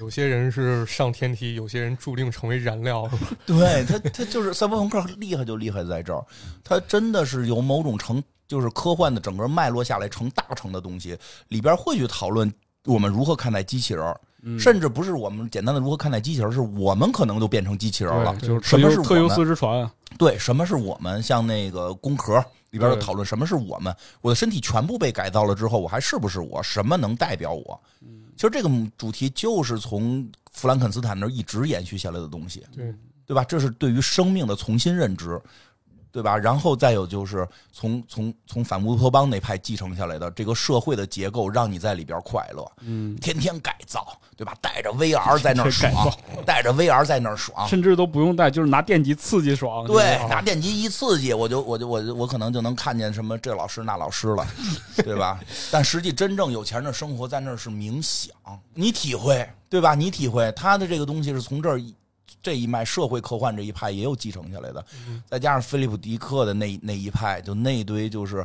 [SPEAKER 3] 有些人是上天梯，有些人注定成为燃料，
[SPEAKER 2] 对 *laughs* 他，他就是赛博朋克厉害就厉害在这儿，他真的是有某种成，就是科幻的整个脉络下来成大成的东西，里边会去讨论我们如何看待机器人儿。
[SPEAKER 1] 嗯
[SPEAKER 2] 甚至不是我们简单的如何看待机器人儿，是我们可能都变成机器人儿了
[SPEAKER 1] 对，。就是
[SPEAKER 2] 什么
[SPEAKER 1] 特
[SPEAKER 2] 是
[SPEAKER 1] 优特
[SPEAKER 2] 我
[SPEAKER 1] 优
[SPEAKER 2] 们
[SPEAKER 1] 斯之船，
[SPEAKER 2] 对，什么是我们？像那个工壳里边的
[SPEAKER 1] 对
[SPEAKER 2] 讨论，什么是我们？我的身体全部被改造了之后，我还是不是我？什么能代表我？
[SPEAKER 1] 嗯
[SPEAKER 2] 其实这个主题就是从弗兰肯斯坦那儿一直延续下来的东西，
[SPEAKER 3] 对，
[SPEAKER 2] 对吧？这是对于生命的重新认知，对吧？然后再有就是从从从反乌托邦那派继承下来的这个社会的结构，让你在里边快乐，
[SPEAKER 1] 嗯，
[SPEAKER 2] 天天改造，对吧？带着 VR 在那儿
[SPEAKER 1] 天天改
[SPEAKER 2] 爽，带着 VR 在那儿爽，
[SPEAKER 1] 甚至都不用带，就是拿电极刺激爽。
[SPEAKER 2] 啊对
[SPEAKER 1] 就是，
[SPEAKER 2] 拿电极一刺激，我就我就我就我可能就能看见什么这老师那老师了，对吧？但实际真正有钱人的生活在那儿是冥想，你体会对吧？你体会他的这个东西是从这儿一这一脉社会科幻这一派也有继承下来的，
[SPEAKER 1] 嗯
[SPEAKER 2] 再加上菲利普迪克的那那一派，就那一堆就是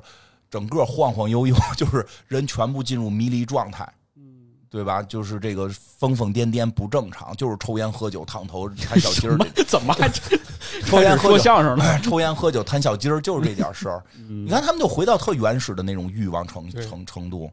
[SPEAKER 2] 整个晃晃悠悠， *laughs* 就是人全部进入迷离状态。
[SPEAKER 1] 嗯
[SPEAKER 2] 对吧？就是这个疯疯癫癫不正常，就是抽烟喝酒烫
[SPEAKER 1] *laughs*
[SPEAKER 2] 头弹小鸡儿
[SPEAKER 1] 怎
[SPEAKER 2] 这
[SPEAKER 1] 么怎么还
[SPEAKER 2] 抽烟
[SPEAKER 1] 开始
[SPEAKER 2] 喝
[SPEAKER 1] 说
[SPEAKER 2] 酒
[SPEAKER 1] 相声
[SPEAKER 2] *laughs*
[SPEAKER 1] 了？
[SPEAKER 2] 哎 *clears throat* 抽烟喝酒贪小鸡儿就是这点事儿。
[SPEAKER 1] 嗯
[SPEAKER 2] 你看他们就回到特原始的那种欲望程
[SPEAKER 3] 对
[SPEAKER 2] 程程度，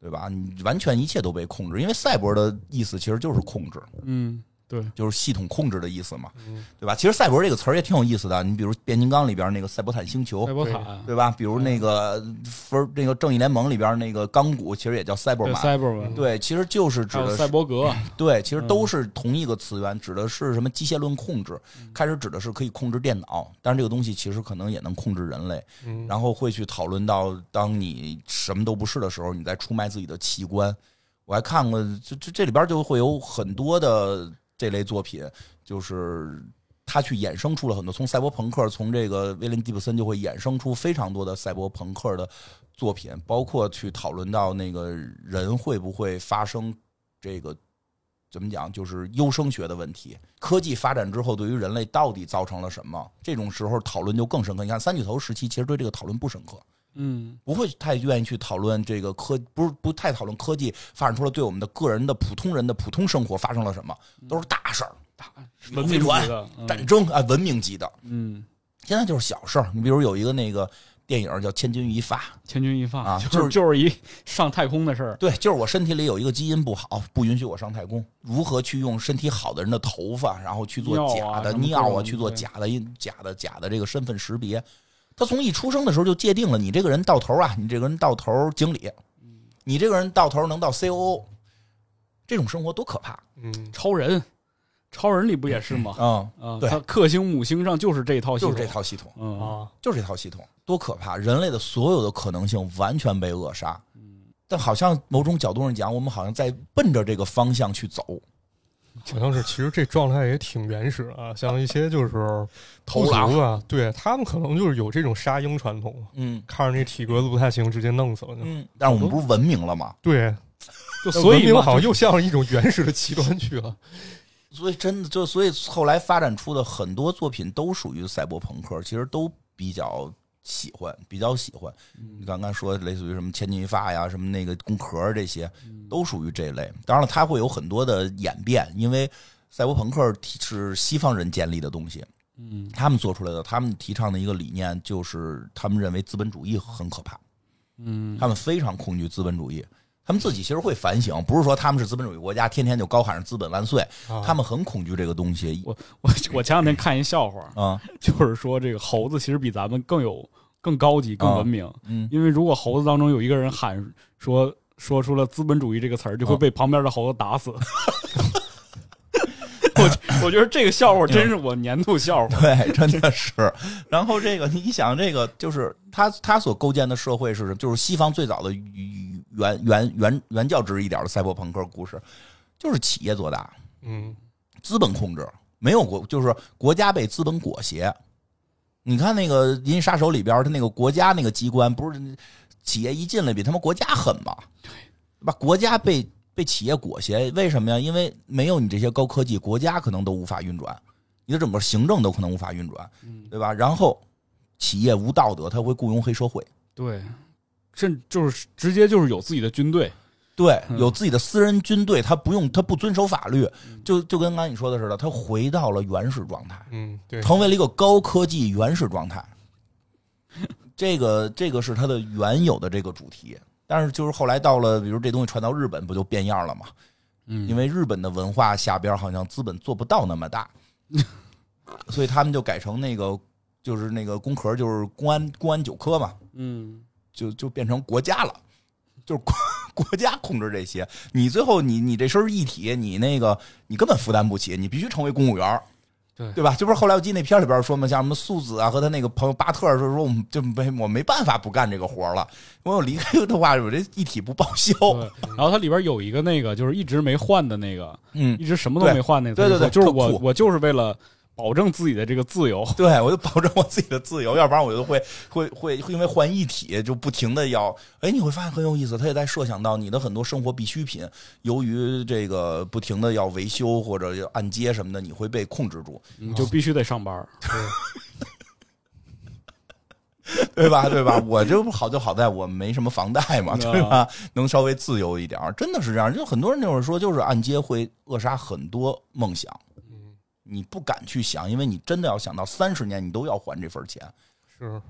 [SPEAKER 2] 对吧？你完全一切都被控制，因为赛博的意思其实就是控制，
[SPEAKER 1] 嗯，对，
[SPEAKER 2] 就是系统控制的意思嘛，
[SPEAKER 3] 嗯
[SPEAKER 2] 对吧？其实赛博这个词儿也挺有意思的，啊你比如变形金刚里边那个赛博坦星球
[SPEAKER 1] 赛。博
[SPEAKER 3] 对
[SPEAKER 1] 坦，
[SPEAKER 2] 哦对吧？比如那个分儿那个正义联盟里边那个钢骨，其实也叫赛博
[SPEAKER 1] 对
[SPEAKER 2] 马。
[SPEAKER 1] 赛博文，
[SPEAKER 2] 对，其实就是指
[SPEAKER 1] 还有
[SPEAKER 2] 嗯的
[SPEAKER 1] 赛
[SPEAKER 2] 是
[SPEAKER 1] 博嗯格，
[SPEAKER 2] 对，其实都是同一个词源，指的是什么机械论控制。
[SPEAKER 1] 嗯
[SPEAKER 2] 开始指的是可以控制电脑，但是这个东西其实可能也能控制人类。
[SPEAKER 3] 嗯，
[SPEAKER 2] 然后会去讨论到，当你什么都不是的时候，你再出卖自己的器官。我还看过，这这这里边就会有很多的这类作品，就是他去衍生出了很多，从赛博朋克，从这个威廉·吉布森就会衍生出非常多的赛博朋克的作品，包括去讨论到那个人会不会发生这个怎么讲，就是优生学的问题。科技发展之后，对于人类到底造成了什么？这种时候讨论就更深刻。你看三巨头时期，其实对这个讨论不深刻，
[SPEAKER 1] 嗯，
[SPEAKER 2] 不会太愿意去讨论这个科，不是不太讨论科技发展出了对我们的个人的普通人的普通生活发生了什么，都是大事儿、
[SPEAKER 1] 文
[SPEAKER 2] 飞
[SPEAKER 1] 明级
[SPEAKER 2] 船
[SPEAKER 1] 的，嗯
[SPEAKER 2] 战争啊，文明级的。
[SPEAKER 1] 嗯，
[SPEAKER 2] 现在就是小事儿。你比如有一个那个电影叫《千钧一发》，
[SPEAKER 1] 千钧一发
[SPEAKER 2] 啊
[SPEAKER 1] 就
[SPEAKER 2] 就是是
[SPEAKER 1] 就是一上太空的事儿，
[SPEAKER 2] 对，就是我身体里有一个基因不好，不允许我上太空。如何去用身体好的人的头发，然后去做
[SPEAKER 1] 尿啊
[SPEAKER 2] 假的
[SPEAKER 1] 什么
[SPEAKER 2] 尿
[SPEAKER 1] 各
[SPEAKER 2] 啊，
[SPEAKER 1] 种
[SPEAKER 2] 去做
[SPEAKER 1] 对
[SPEAKER 2] 假的印假的假的这个身份识别？他从一出生的时候就界定了你这个人到头啊，你这个人到头经理，
[SPEAKER 1] 嗯
[SPEAKER 2] 你这个人到头能到 COO，这种生活多可怕
[SPEAKER 3] 嗯，
[SPEAKER 1] 超人，超人里不也是吗？
[SPEAKER 2] 啊！
[SPEAKER 1] 啊，
[SPEAKER 2] 对
[SPEAKER 1] 他克星母星上就是这一套系
[SPEAKER 2] 就
[SPEAKER 1] 统，
[SPEAKER 2] 是这，套系统，
[SPEAKER 1] 嗯，
[SPEAKER 3] 啊，
[SPEAKER 2] 就是这套系统多可怕！人类的所有的可能性完全被扼杀。
[SPEAKER 1] 嗯
[SPEAKER 2] 但好像某种角度上讲，我们好像在奔着这个方向去走。
[SPEAKER 3] 好像是，其实这状态也挺原始啊，像一些就是
[SPEAKER 2] *laughs* 头
[SPEAKER 3] 部
[SPEAKER 2] 狼
[SPEAKER 3] 族啊，对他们可能就是有这种杀鹰传统，
[SPEAKER 2] 嗯
[SPEAKER 3] 看着那体格子不太行，直接弄死了就。
[SPEAKER 2] 嗯，但是我们不是文明了吗？
[SPEAKER 3] 对，
[SPEAKER 1] 就所以
[SPEAKER 3] 文明
[SPEAKER 1] 嘛
[SPEAKER 3] 好像
[SPEAKER 1] 就
[SPEAKER 3] 又像是一种原始的极端去
[SPEAKER 2] *laughs*
[SPEAKER 3] 了。
[SPEAKER 2] 所以真的就所以后来发展出的很多作品都属于赛博朋克，其实都比较喜欢，比较喜欢。你刚刚说类似于什么千钧一发呀，什么那个工壳这些，都属于这类。当然了，它会有很多的演变，因为赛博朋克提是西方人建立的东西，
[SPEAKER 1] 嗯
[SPEAKER 2] 他们做出来的，他们提倡的一个理念就是他们认为资本主义很可怕， *laughs*
[SPEAKER 1] 嗯
[SPEAKER 2] 他们非常恐惧资本主义。他们自己其实会反省，不是说他们是资本主义国家，天天就高喊着资本万岁，
[SPEAKER 3] 啊、
[SPEAKER 2] 他们很恐惧这个东西
[SPEAKER 1] 我我前两天看一笑话，
[SPEAKER 2] 啊。
[SPEAKER 1] 就是说这个猴子其实比咱们更有更高级、更
[SPEAKER 2] 啊
[SPEAKER 1] 文明，
[SPEAKER 2] 嗯，
[SPEAKER 1] 因为如果猴子当中有一个人喊说说出了资本主义这个词儿，就会
[SPEAKER 2] 啊
[SPEAKER 1] 被旁边的猴子打
[SPEAKER 2] *laughs*
[SPEAKER 1] 死。我我觉得这个笑话真是我年度笑话。
[SPEAKER 2] 对，真的是。 *laughs* 然后这个，你想，这个就是他他所构建的社会是什么？就是西方最早的原原原原教旨一点的赛博朋克故事，就是企业做大，
[SPEAKER 3] 嗯，
[SPEAKER 2] 资本控制，没有国就是国家被资本裹挟。你看那个《银翼杀手》里边，他那个国家那个机关，不是企业一进来比他们国家狠嘛？对吧？国家被被企业裹挟，为什么呀？因为没有你这些高科技，国家可能都无法运转，你的整个行政都可能无法运转，
[SPEAKER 1] 嗯，
[SPEAKER 2] 对吧？然后企业无道德，他会雇佣黑社会，
[SPEAKER 1] 对，甚就是直接就是有自己的军队。
[SPEAKER 2] 对，
[SPEAKER 1] 嗯
[SPEAKER 2] 有自己的私人军队，他不用，他不遵守法律，就就跟刚才你说的似的，他回到了原始状态。
[SPEAKER 3] 嗯，
[SPEAKER 2] *laughs*
[SPEAKER 3] 对，
[SPEAKER 2] 成为了一个高科技原始状态。这个这个是它的原有的这个主题，但是就是后来到了，比如这东西传到日本，不就变样了吗？
[SPEAKER 1] 嗯
[SPEAKER 2] 因为日本的文化下边好像资本做不到那么大，所以他们就改成那个就是那个工壳，就是公安公安九科嘛，
[SPEAKER 1] 嗯，
[SPEAKER 2] 就就变成国家了，就是国 *laughs* 国家控制这些。你最后你你这身一体，你那个你根本负担不起，你必须成为公务员儿。
[SPEAKER 1] 对
[SPEAKER 2] 对吧？这不是后来我记得那片儿里边说嘛，像什么素子啊和他那个朋友巴特说说我们就没我没办法不干这个活儿了，我有离开的话，我这一体不报销。
[SPEAKER 1] 对。然后它里边有一个那个就是一直没换的那个，
[SPEAKER 2] 嗯，
[SPEAKER 1] 一直什么都没换那个，
[SPEAKER 2] 对对对对
[SPEAKER 1] 就是
[SPEAKER 2] 特
[SPEAKER 1] 我
[SPEAKER 2] 酷
[SPEAKER 1] 我就是为了保证自己的这个自由。
[SPEAKER 2] *laughs* 对我就保证我自己的自由，要不然我就会会会会因为换一体就不停的要。哎，你会发现很有意思，他也在设想到你的很多生活必需品，由于这个不停的要维修或者要按揭什么的，你会被控制住，
[SPEAKER 1] 你就必须得上班
[SPEAKER 2] *laughs*
[SPEAKER 1] 儿。
[SPEAKER 2] 对吧？对吧？我这不好就好在我没什么房贷嘛，
[SPEAKER 1] 嗯
[SPEAKER 2] 对吧？能稍微自由一点儿，真的是这样。就很多人就是说，就是按揭会扼杀很多梦想，
[SPEAKER 3] 嗯，
[SPEAKER 2] 你不敢去想，因为你真的要想到三十年，你都要还这份钱，
[SPEAKER 3] 是，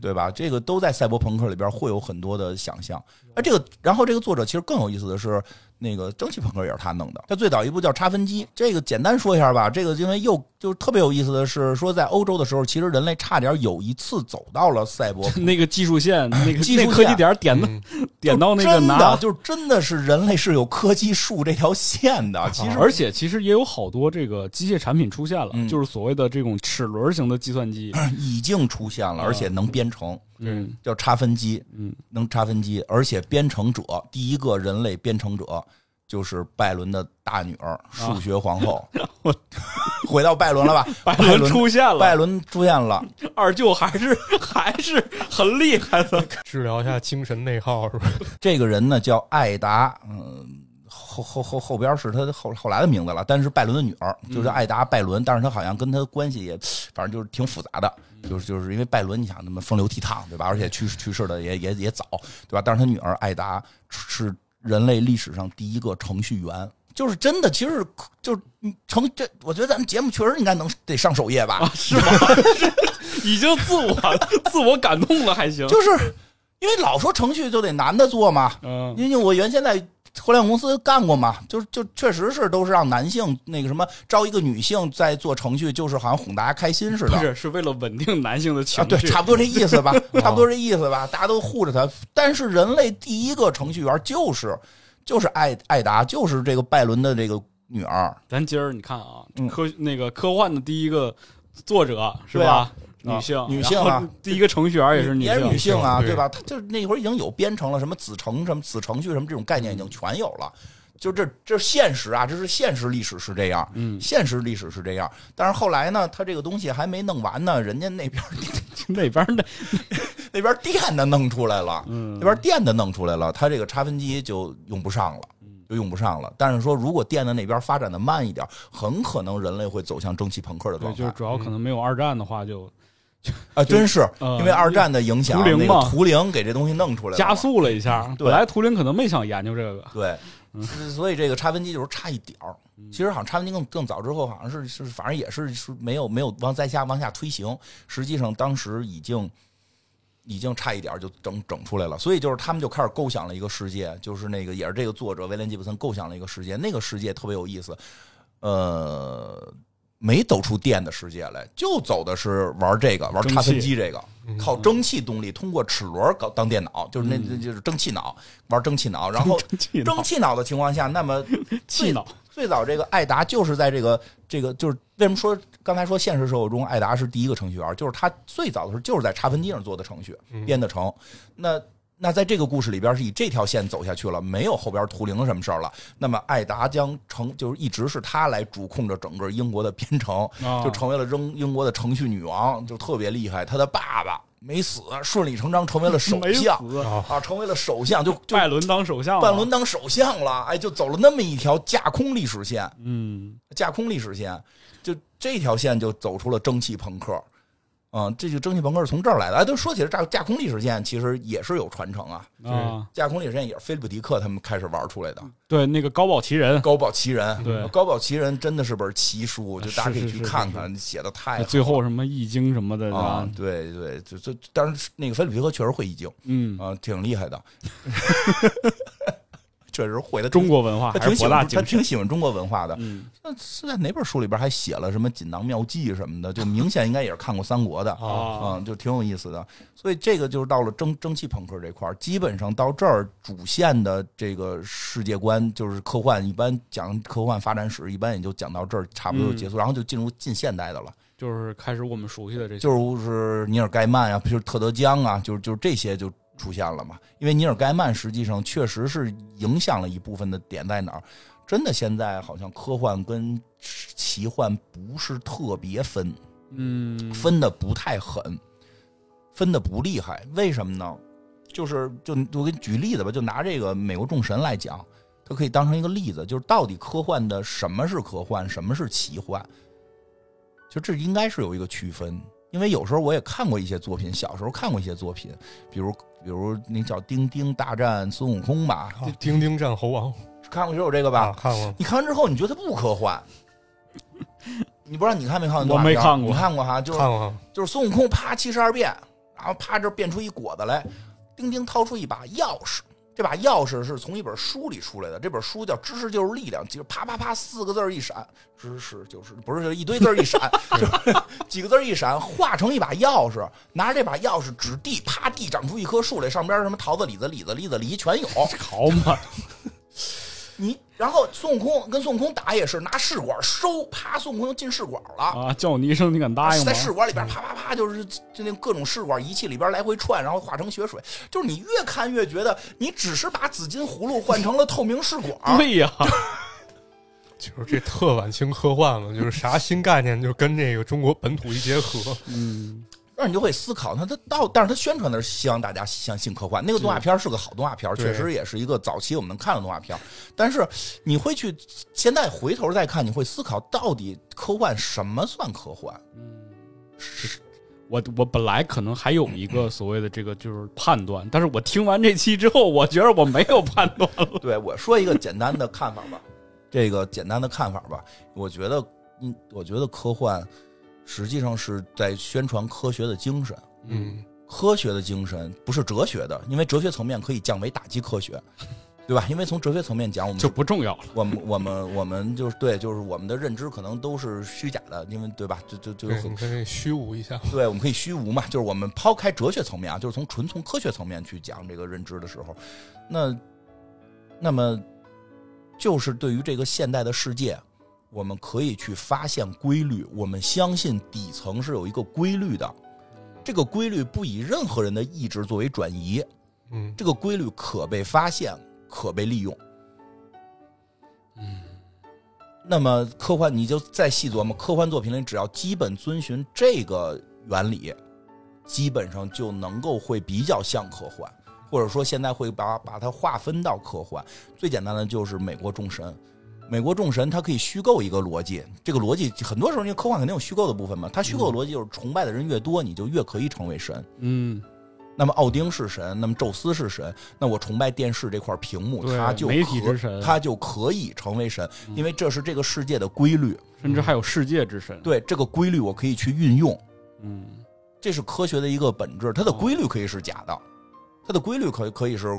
[SPEAKER 2] 对吧？这个都在赛博朋克里边会有很多的想象。而这个，然后这个作者其实更有意思的是，那个蒸汽朋克也是他弄的。他最早一部叫《差分机》，这个简单说一下吧。这个因为又就是特别有意思的是，说在欧洲的时候，其实人类差点有一次走到了赛博
[SPEAKER 1] 那个技术线，那个
[SPEAKER 2] 技术
[SPEAKER 1] 那科技
[SPEAKER 2] 线
[SPEAKER 1] 点儿点到
[SPEAKER 3] 嗯
[SPEAKER 1] 点 *laughs* 到那个
[SPEAKER 2] 真
[SPEAKER 1] 拿
[SPEAKER 2] 的，就是真的是人类是有科技树这条
[SPEAKER 1] *laughs*
[SPEAKER 2] 线的。其实，
[SPEAKER 1] 啊而且其实也有好多这个机械产品出现了，
[SPEAKER 2] 嗯
[SPEAKER 1] 就是所谓的这种齿轮型的计算机。
[SPEAKER 2] 已经出现了，而且能编程，
[SPEAKER 1] 嗯
[SPEAKER 2] 叫差分机，
[SPEAKER 1] 嗯，
[SPEAKER 2] 能差分机，而且编程者第一个人类编程者就是拜伦的大女儿，
[SPEAKER 1] 啊
[SPEAKER 2] 数学皇后。
[SPEAKER 1] *laughs*
[SPEAKER 2] 回到拜伦了吧？
[SPEAKER 1] 拜
[SPEAKER 2] 伦
[SPEAKER 1] 伦出现
[SPEAKER 2] 拜
[SPEAKER 1] 了，
[SPEAKER 2] 伦出现了，
[SPEAKER 1] 二舅还是还是很厉害 *laughs* 的。
[SPEAKER 3] 治疗一下精神内耗
[SPEAKER 2] *laughs*
[SPEAKER 3] 是吧？
[SPEAKER 2] 这个人呢叫艾达，嗯。后后后后边是他的后后来的名字了，但是拜伦的女儿就是艾达拜伦，但是他好像跟他关系也，反正就是挺复杂的，就是就是因为拜伦，你想那么风流倜傥对吧？而且去去世的也也也早对吧？但是他女儿艾达是人类历史上第一个程序员，就是真的，其实就是嗯程这，我觉得咱们节目确实应该能得上首页吧，
[SPEAKER 1] *laughs* 啊是吗？已经自我自我感动了，还行。
[SPEAKER 2] 就是因为老说程序就得男的做嘛，
[SPEAKER 1] 嗯，
[SPEAKER 2] 因为我原先在互联网公司干过嘛，就是就确实是都是让男性那个什么招一个女性在做程序，就是好像哄大家开心似
[SPEAKER 1] 不
[SPEAKER 2] 的。
[SPEAKER 1] 是是为了稳定男性的情
[SPEAKER 2] 啊，
[SPEAKER 1] 绪。哦
[SPEAKER 2] 对，差不多这意思吧， *laughs* 差不多这意思吧，大家都护着他。但是人类第一个程序员就是就是艾艾达，就是这个拜伦的这个女儿，
[SPEAKER 1] 咱今儿你看啊
[SPEAKER 2] 嗯，
[SPEAKER 1] 科那个科幻的第一个作者是
[SPEAKER 2] 对
[SPEAKER 1] 吧
[SPEAKER 2] 啊？
[SPEAKER 1] 女性，
[SPEAKER 2] 女性啊
[SPEAKER 1] 然后第一个程序员也是女
[SPEAKER 2] 也是女
[SPEAKER 1] 性。
[SPEAKER 2] 性啊，
[SPEAKER 3] 对
[SPEAKER 2] 吧？她就是那会儿已经有编程了，什么子程什么子程序什么这种概念已经全有了。就这这现实啊，这是现实历史是这样，
[SPEAKER 1] 嗯，
[SPEAKER 2] 现实历史是这样。但是后来呢，他这个东西还没弄完呢，人家那边
[SPEAKER 1] 那边的，
[SPEAKER 2] 那边电的弄出来了，
[SPEAKER 1] 嗯
[SPEAKER 2] 那，边电的弄出来了，它这个插分机就用不上了
[SPEAKER 1] 嗯。
[SPEAKER 2] 就用不上了。但是说，如果电的那边发展的慢一点，很可能人类会走向蒸汽朋克的
[SPEAKER 1] 对，
[SPEAKER 2] 状态。
[SPEAKER 1] 就是主要可能没有二战的话，就
[SPEAKER 2] 啊，真是
[SPEAKER 1] 呃
[SPEAKER 2] 因为二战的影响，
[SPEAKER 1] 图灵
[SPEAKER 2] 那
[SPEAKER 1] 嘛
[SPEAKER 2] 个图灵给这东西弄出来了
[SPEAKER 1] 加速了一下。
[SPEAKER 2] 对
[SPEAKER 1] 本来图灵可能没想研究这
[SPEAKER 2] *laughs*
[SPEAKER 1] 个，
[SPEAKER 2] 对，
[SPEAKER 1] 嗯
[SPEAKER 2] 是所以这个插分机就是差一点儿。其实好像插分机更更早之后，好像是是反正也是是没有没有往再下往下推行，实际上当时已经已经差一点儿就整整出来了。所以就是他们就开始构想了一个世界，就是那个也是这个作者威廉吉布森构想了一个世界，那个世界特别有意思，呃。没走出电的世界来，就走的是玩这个，玩
[SPEAKER 1] 蒸汽嗯
[SPEAKER 2] 插分机这个，靠蒸汽动力，通过齿轮搞当电脑，就是那、
[SPEAKER 1] 嗯
[SPEAKER 2] 就是蒸汽脑，玩蒸汽脑，然后
[SPEAKER 1] 气
[SPEAKER 2] 蒸
[SPEAKER 1] 脑
[SPEAKER 2] 汽脑的情况下，
[SPEAKER 1] *laughs*
[SPEAKER 2] 那么
[SPEAKER 1] 气脑，
[SPEAKER 2] 最早这个艾达就是在这个这个就是为什么说刚才说现实生活中艾达是第一个程序员，就是他最早的时候就是在查分机上做的程序
[SPEAKER 3] 嗯
[SPEAKER 2] 编的程。那那在这个故事里边是以这条线走下去了，没有后边图灵什么事儿了。那么艾达将成就是一直是他来主控着整个英国的编程，
[SPEAKER 1] 啊
[SPEAKER 2] 就成为了英英国的程序女王，就特别厉害。他的爸爸没死，顺理成章成为了首
[SPEAKER 1] 没
[SPEAKER 2] 相
[SPEAKER 1] 死，
[SPEAKER 3] 啊，。
[SPEAKER 2] 啊，成为了首相就就
[SPEAKER 1] 拜伦当首相，啊
[SPEAKER 2] 半轮，当首相了，哎，就走了那么一条架空历史线，
[SPEAKER 1] 嗯，
[SPEAKER 2] 架空历史线，就这条线就走出了蒸汽朋克，嗯，这就蒸汽朋克是从这儿来的。哎，都说起来架架空历史线，其实也是有传承啊，
[SPEAKER 1] 啊，
[SPEAKER 2] 架空历史线也是菲利普迪克他们开始玩出来的，
[SPEAKER 1] 对，那个高保奇人，
[SPEAKER 2] 高保奇人》。
[SPEAKER 1] 对
[SPEAKER 2] 《高保奇人》真的是本奇书，就大家可以
[SPEAKER 1] 是是
[SPEAKER 2] 去
[SPEAKER 1] 是
[SPEAKER 2] 看看，写的太好
[SPEAKER 1] 最后什么易经什么的
[SPEAKER 2] 了啊，，对对，就就当然那个菲利普迪克确实会易经
[SPEAKER 1] 嗯，
[SPEAKER 2] 啊，挺厉害的， *laughs* 确实会的。
[SPEAKER 1] 中国文化
[SPEAKER 2] 他
[SPEAKER 1] 还
[SPEAKER 2] 挺
[SPEAKER 1] 是
[SPEAKER 2] 喜
[SPEAKER 1] 博大
[SPEAKER 2] 欢他
[SPEAKER 1] 精深，
[SPEAKER 2] 挺喜欢中国文化的，
[SPEAKER 1] 嗯，
[SPEAKER 2] 那是在哪本书里边还写了什么锦囊妙计什么的，就明显应该也是看过三国的
[SPEAKER 1] 啊，
[SPEAKER 2] 嗯，就挺有意思的，所以这个就是到了蒸蒸汽朋克这块儿，基本上到这儿主线的这个世界观就是科幻，一般讲科幻发展史，一般也就讲到这儿差不多就结束，
[SPEAKER 1] 嗯
[SPEAKER 2] 然后就进入近现代的了，
[SPEAKER 1] 就是开始我们熟悉的这些，
[SPEAKER 2] 就是尼尔盖曼啊，就是特德江啊，就是就是这些就出现了嘛。因为尼尔盖曼实际上确实是影响了一部分的点在哪儿，真的现在好像科幻跟奇幻不是特别分，
[SPEAKER 1] 嗯，
[SPEAKER 2] 分的不太狠，分的不厉害。为什么呢？就是就我给你举例子吧，就拿这个美国众神来讲，它可以当成一个例子，就是到底科幻的什么是科幻，什么是奇幻，就这应该是有一个区分。因为有时候我也看过一些作品，小时候看过一些作品，比如比如那叫《丁丁大战孙悟空》吧，
[SPEAKER 3] 啊丁丁战猴王
[SPEAKER 2] 看过就有这个
[SPEAKER 3] 啊，
[SPEAKER 2] 吧？
[SPEAKER 3] 看过
[SPEAKER 2] 你看完之后，你觉得它不科幻？你不知道你看没看过动
[SPEAKER 1] 我
[SPEAKER 2] 画
[SPEAKER 1] 没
[SPEAKER 2] 片儿？
[SPEAKER 1] 看过
[SPEAKER 2] 你看过哈？就是
[SPEAKER 3] 看过
[SPEAKER 2] 就是孙悟空啪七十二变，然后啪这变出一果子来，丁丁掏出一把钥匙，这把钥匙是从一本书里出来的，这本书叫《知识就是力量》，就是啪啪啪四个字儿一闪，知识就是不是就是一堆字儿一闪，就是 *laughs* 几个字儿一闪，化成一把钥匙，拿着这把钥匙指地，啪地长出一棵树来，上边儿什么桃子、李子、李子、栗子、梨全有。
[SPEAKER 1] 好嘛，
[SPEAKER 2] 你然后孙悟空跟孙悟空打也是拿试管收，啪孙悟空就进试管了。
[SPEAKER 1] 啊，叫你一声，你敢答应吗
[SPEAKER 2] 在？试管里边啪啪啪，就是就那各种试管仪器里边来回串，然后化成血水。就是你越看越觉得，你只是把紫金葫芦换成了透明试管。
[SPEAKER 1] 对呀，
[SPEAKER 3] 就是这特晚清科幻嘛，就是啥新概念就跟这个中国本土一结合，
[SPEAKER 1] 嗯，
[SPEAKER 2] 那你就会思考，那它到，但是它宣传的是希望大家相信科幻。那个动画片是个好动画片，
[SPEAKER 3] 对
[SPEAKER 2] 确实也是一个早期我们能看的动画片。但是你会去现在回头再看，你会思考到底科幻什么算科幻？
[SPEAKER 1] 我我本来可能还有一个所谓的这个就是判断，但是我听完这期之后，我觉得我没有判断了，
[SPEAKER 2] 对我说一个简单的看法吧，这个简单的看法吧，我觉得，嗯，我觉得科幻实际上是在宣传科学的精神，
[SPEAKER 3] 嗯，
[SPEAKER 2] 科学的精神不是哲学的，因为哲学层面可以降维打击科学，对吧？因为从哲学层面讲，我们
[SPEAKER 1] 就不重要了。
[SPEAKER 2] 我们我们我们就是对，就是我们的认知可能都是虚假的，因为对吧？就就就
[SPEAKER 3] 对，你可以虚无一下，
[SPEAKER 2] 对，我们可以虚无嘛，就是我们抛开哲学层面啊，就是从纯从科学层面去讲这个认知的时候，那那么就是对于这个现代的世界，我们可以去发现规律，我们相信底层是有一个规律的，这个规律不以任何人的意志作为转移，
[SPEAKER 3] 嗯，
[SPEAKER 2] 这个规律可被发现，可被利用。那么科幻你就再细琢磨，科幻作品里只要基本遵循这个原理，基本上就能够会比较像科幻，或者说现在会把把它划分到科幻。最简单的就是美国众神。美国众神，它可以虚构一个逻辑，这个逻辑很多时候，因为科幻肯定有虚构的部分嘛。它虚构的逻辑就是崇拜的人越多，你就越可以成为神。
[SPEAKER 1] 嗯，
[SPEAKER 2] 那么奥丁是神，那么宙斯是神，那我崇拜电视这块屏幕，
[SPEAKER 1] 对
[SPEAKER 2] 它就
[SPEAKER 1] 媒体
[SPEAKER 2] 可
[SPEAKER 1] 之神嗯
[SPEAKER 2] 它就可以成为神，因为这是这个世界的规律。
[SPEAKER 1] 甚至还有世界之神。，
[SPEAKER 2] 对这个规律，我可以去运用，
[SPEAKER 1] 嗯，
[SPEAKER 2] 这是科学的一个本质。它的规律可以是假的，
[SPEAKER 1] 嗯
[SPEAKER 2] 它的规律可以可以是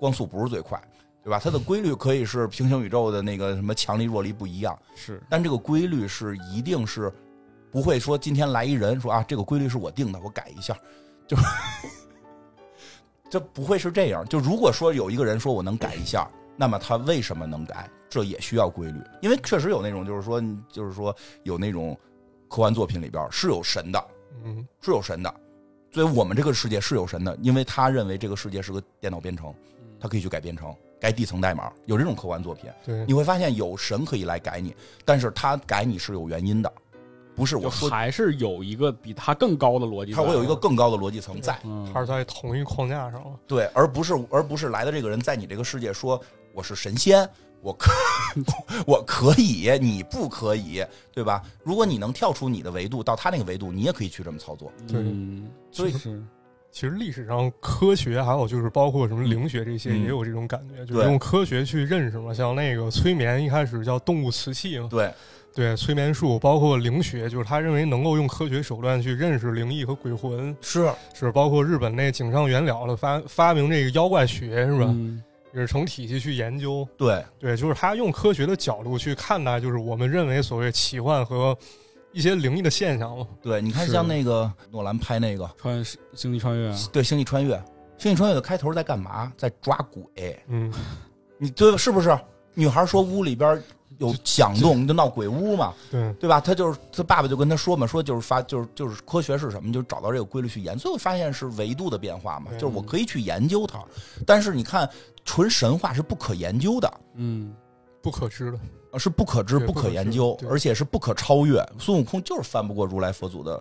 [SPEAKER 2] 光速不是最快，对吧？它的规律可以是平行宇宙的那个什么强力弱力不一样。
[SPEAKER 1] 是
[SPEAKER 2] 但这个规律是一定是不会说今天来一人说啊，这个规律是我定的，我改一下，就是 *laughs* 这不会是这样。就如果说有一个人说我能改一下，那么他为什么能改？这也需要规律，因为确实有那种就是说就是说有那种科幻作品里边是有神的，
[SPEAKER 3] 嗯，
[SPEAKER 2] 是有神的。所以我们这个世界是有神的，因为他认为这个世界是个电脑编程，他可以去改编程、改底层代码，有这种科幻作品。
[SPEAKER 3] 对
[SPEAKER 2] 你，会发现有神可以来改你，但是他改你是有原因的，不是我
[SPEAKER 1] 就
[SPEAKER 2] 说
[SPEAKER 1] 还是有一个比它更高的逻辑在
[SPEAKER 2] 他
[SPEAKER 1] 的。
[SPEAKER 2] 会有一个更高的逻辑层在，
[SPEAKER 1] 嗯，
[SPEAKER 3] 它是在同一框架上了。
[SPEAKER 2] 对，而不是而不是来的这个人在你这个世界说我是神仙，我可 *laughs* 我可以，你不可以，对吧？如果你能跳出你的维度到他那个维度，你也可以去这么操作。
[SPEAKER 3] 对
[SPEAKER 1] 嗯，
[SPEAKER 2] 所以
[SPEAKER 1] 是
[SPEAKER 3] 其实历史上科学还有就是包括什么灵学这些
[SPEAKER 2] 嗯
[SPEAKER 3] 也有这种感觉，就是
[SPEAKER 2] 对
[SPEAKER 3] 用科学去认识嘛。像那个催眠一开始叫动物瓷器嘛，
[SPEAKER 1] *laughs*
[SPEAKER 2] 对，
[SPEAKER 3] 对，催眠术包括灵学，就是他认为能够用科学手段去认识灵异和鬼魂，
[SPEAKER 2] 是
[SPEAKER 3] 是包括日本那井上元了的发发明这个妖怪学是吧？
[SPEAKER 1] 嗯
[SPEAKER 3] 也是成体系去研究。
[SPEAKER 2] 对，
[SPEAKER 3] 对，就是他用科学的角度去看待，就是我们认为所谓奇幻和一些灵异的现象嘛。
[SPEAKER 2] 对，你看
[SPEAKER 1] 是
[SPEAKER 2] 像那个诺兰拍那个
[SPEAKER 1] 穿越星际穿越啊，
[SPEAKER 2] 对《星际穿越》，《星际穿越》的开头在干嘛？在抓鬼。
[SPEAKER 3] 嗯，
[SPEAKER 2] 你对吧？是不是？女孩说屋里边有响动，你就闹鬼屋嘛，
[SPEAKER 3] 对，
[SPEAKER 2] 对吧？她就是她爸爸就跟她说嘛，说就是发就是就是科学是什么，就是找到这个规律去研，所以我发现是维度的变化嘛，
[SPEAKER 3] 嗯
[SPEAKER 2] 就是我可以去研究它，但是你看纯神话是不可研究的。
[SPEAKER 1] 嗯，
[SPEAKER 3] 不可知的。
[SPEAKER 2] 呃是不可知、
[SPEAKER 3] 对
[SPEAKER 2] 不可研究
[SPEAKER 3] 不可，知对
[SPEAKER 2] 而且是不可超越。孙悟空就是翻不过如来佛祖的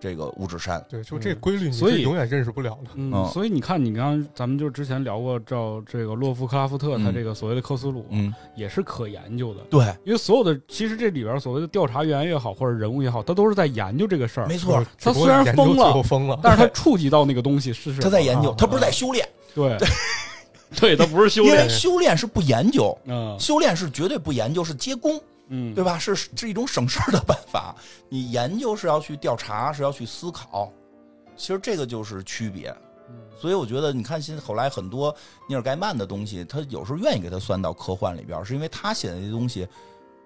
[SPEAKER 2] 这个五指山。
[SPEAKER 3] 对，就这规律你
[SPEAKER 1] 嗯所
[SPEAKER 3] 是
[SPEAKER 1] 以
[SPEAKER 3] 永远认识不了的。
[SPEAKER 1] 嗯
[SPEAKER 2] 嗯，
[SPEAKER 1] 所以你看，你刚刚咱们就之前聊过，照这个洛夫克拉夫特他
[SPEAKER 2] 嗯
[SPEAKER 1] 这个所谓的克苏鲁，
[SPEAKER 2] 嗯，
[SPEAKER 1] 也是可研究的，
[SPEAKER 2] 对，
[SPEAKER 1] 因为所有的其实这里边所谓的调查员也好，或者人物也好，他都是在研究这个事儿
[SPEAKER 2] 没，错，
[SPEAKER 3] 只不过
[SPEAKER 1] 虽然
[SPEAKER 3] 研究
[SPEAKER 1] 疯了
[SPEAKER 3] 最后疯了，
[SPEAKER 1] 但
[SPEAKER 3] *laughs*
[SPEAKER 1] 是他触及到那个东西是什么
[SPEAKER 2] 他在研究
[SPEAKER 3] 啊，
[SPEAKER 2] 他不是在修炼， *laughs*
[SPEAKER 1] 对，对，他不是修
[SPEAKER 2] 因
[SPEAKER 1] 炼
[SPEAKER 2] 为，修炼是不研究，
[SPEAKER 1] 嗯
[SPEAKER 2] 修炼是绝对不研究，是接工。
[SPEAKER 1] 嗯，
[SPEAKER 2] 对吧？是是一种省事儿的办法。你研究是要去调查，是要去思考，其实这个就是区别。所以我觉得，你看现在后来很多尼尔盖曼的东西，他有时候愿意给他算到科幻里边儿，是因为他写的这些东西，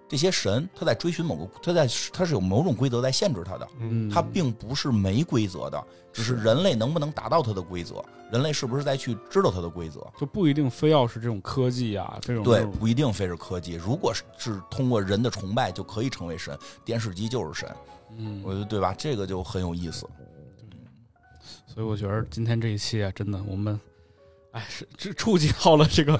[SPEAKER 2] 这些神他在追寻某个，他在他是有某种规则在限制他的，
[SPEAKER 1] 嗯，
[SPEAKER 2] 他并不是没规则的，只是人类能不能达到他的规则，人类是不是在去知道他的规则。
[SPEAKER 1] 就不一定非要是这种科技啊，这种
[SPEAKER 2] 对，
[SPEAKER 1] 这种
[SPEAKER 2] 不一定非是科技。如果是是通过人的崇拜就可以成为神，电视机就是神，
[SPEAKER 1] 嗯，
[SPEAKER 2] 我觉得对吧？这个就很有意思。
[SPEAKER 1] 所以我觉得今天这一期啊，真的我们，哎，是这触及到了这
[SPEAKER 2] *laughs*
[SPEAKER 1] 个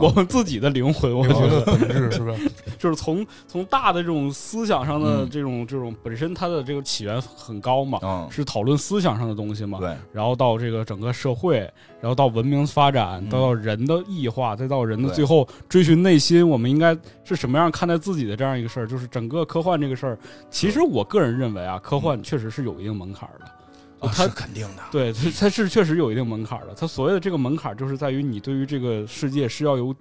[SPEAKER 1] 我们自己的灵魂，我
[SPEAKER 3] 我
[SPEAKER 1] 觉
[SPEAKER 3] 觉
[SPEAKER 1] 得
[SPEAKER 3] 得
[SPEAKER 2] 哦
[SPEAKER 3] 本质是吧？
[SPEAKER 1] *laughs* 就是从从大的这种思想上的
[SPEAKER 2] 嗯
[SPEAKER 1] 这种、这种本身它的这个起源很高嘛，
[SPEAKER 2] 嗯，
[SPEAKER 1] 是讨论思想上的东西嘛，
[SPEAKER 2] 对，
[SPEAKER 1] 然后到这个整个社会，然后到文明发展，
[SPEAKER 2] 嗯
[SPEAKER 1] 再到人的异化，再到人的
[SPEAKER 2] 对
[SPEAKER 1] 最后追寻内心，我们应该是什么样看待自己的这样一个事儿，就是整个科幻这个事儿，其实我个人认为啊，科幻确实是有一定门槛儿的。
[SPEAKER 2] 啊
[SPEAKER 1] 他
[SPEAKER 2] 嗯是肯定的。
[SPEAKER 1] 对，它它是确实有一定门槛儿的。它所谓的这个门槛，就是在于你对于这个世界是要有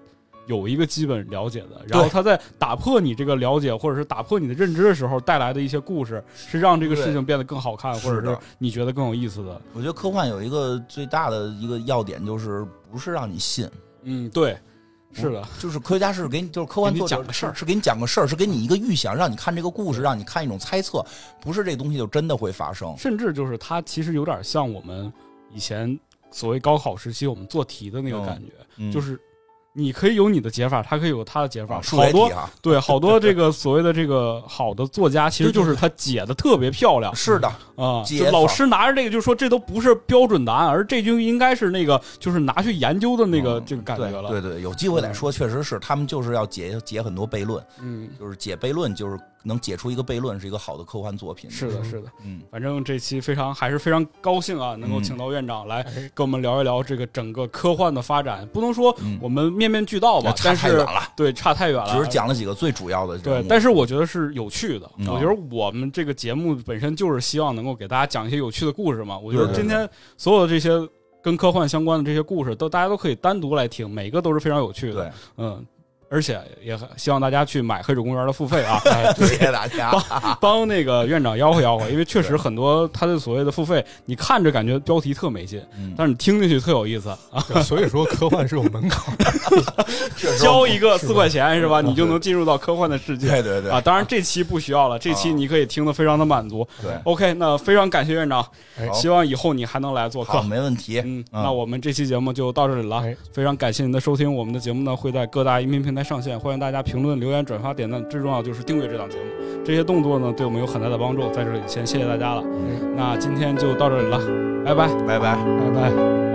[SPEAKER 1] 有一个基本了解的，然后它在打破你这个了解或者是打破你的认知的时候带来的一些故事，是让这个事情变得更好看，或者
[SPEAKER 2] 是的
[SPEAKER 1] 是你觉得更有意思的。
[SPEAKER 2] 我觉得科幻有一个最大的一个要点，就是不是让你信，
[SPEAKER 1] 嗯，对，是的，
[SPEAKER 2] 就是科学家是给你，就是科幻
[SPEAKER 1] 给你
[SPEAKER 2] 作者
[SPEAKER 1] 讲个事儿
[SPEAKER 2] 是是给你讲个事儿，是给你一个预想，让你看这个故事，让你看一种猜测，不是这东西就真的会发生。
[SPEAKER 1] 甚至就是它其实有点像我们以前所谓高考时期我们做题的那个
[SPEAKER 2] 嗯
[SPEAKER 1] 感觉，
[SPEAKER 2] 嗯
[SPEAKER 1] 就是你可以有你的解法，他可以有他的解法。
[SPEAKER 2] 啊数
[SPEAKER 1] 好
[SPEAKER 2] 学
[SPEAKER 1] 多
[SPEAKER 2] 题 *laughs* 啊，
[SPEAKER 1] 对好多这个所谓的这个好的作家，其实就是他解的特别漂亮
[SPEAKER 2] 是的，
[SPEAKER 1] 啊。
[SPEAKER 2] 解
[SPEAKER 1] 就
[SPEAKER 2] 法
[SPEAKER 1] 老师拿着这个就说这都不是标准答案，而这就应该是那个就是拿去研究的那个
[SPEAKER 2] 嗯
[SPEAKER 1] 这个感觉了。
[SPEAKER 2] 对对对，有机会来说，确实是他们就是要解解很多悖论，
[SPEAKER 1] 嗯，
[SPEAKER 2] 就是解悖论，就是能解出一个悖论是一个好的科幻作品。
[SPEAKER 1] 是的，是的。
[SPEAKER 2] 嗯，
[SPEAKER 1] 反正这期非常还是非常高兴啊，能够请到院长来
[SPEAKER 3] 哎
[SPEAKER 1] 跟我们聊一聊这个整个科幻的发展。不能说
[SPEAKER 2] 嗯
[SPEAKER 1] 我们面面俱到吧，
[SPEAKER 2] 差
[SPEAKER 1] 但
[SPEAKER 2] 太远
[SPEAKER 1] 是
[SPEAKER 2] 了，
[SPEAKER 1] 对差太远了，
[SPEAKER 2] 只是讲了几个最主要的
[SPEAKER 1] 对
[SPEAKER 2] 人，物
[SPEAKER 1] 但是我觉得是有趣的。
[SPEAKER 2] 嗯
[SPEAKER 1] 我觉得我们这个节目本身就是希望能够给大家讲一些有趣的故事嘛。我觉得
[SPEAKER 2] 对对
[SPEAKER 1] 今天所有的这些跟科幻相关的这些故事，都大家都可以单独来听，每个都是非常有趣的。
[SPEAKER 2] 对，
[SPEAKER 1] 嗯，而且也很希望大家去买《黑水公园》的付费
[SPEAKER 2] *laughs*
[SPEAKER 1] 啊，
[SPEAKER 2] *laughs* 谢谢大家。
[SPEAKER 1] 帮那个院长吆喝吆喝，因为确实很多他的所谓的付费，你看着感觉标题特没劲，
[SPEAKER 2] 嗯
[SPEAKER 1] 但是你听进去特有意思。
[SPEAKER 3] 对所以说科幻是有门
[SPEAKER 1] *laughs*
[SPEAKER 3] 槛的，
[SPEAKER 2] *laughs*
[SPEAKER 1] 交一个四块钱是吧，
[SPEAKER 2] 对
[SPEAKER 1] 你就能进入到科幻的世界。
[SPEAKER 2] 对对对
[SPEAKER 1] 啊，当然这期不需要了，这期
[SPEAKER 2] 啊
[SPEAKER 1] 你可以听得非常的满足。
[SPEAKER 2] 对，
[SPEAKER 1] OK，那非常感谢院长，
[SPEAKER 3] 哎
[SPEAKER 1] 希望以后你还能来做
[SPEAKER 2] 好，
[SPEAKER 1] 客。
[SPEAKER 2] 没问题。
[SPEAKER 1] 嗯，那我们这期节目就到这里了
[SPEAKER 3] 哎，
[SPEAKER 1] 非常感谢您的收听。我们的节目呢会在各大音频平台上线，欢迎大家评论、留言、转发、点赞，最重要就是订阅这档节目，这些动作呢对我们有很大的
[SPEAKER 2] 哎
[SPEAKER 1] 帮助。在这里先谢谢大家了，那今天就到这里了，拜拜，
[SPEAKER 2] 拜拜。
[SPEAKER 1] 拜拜。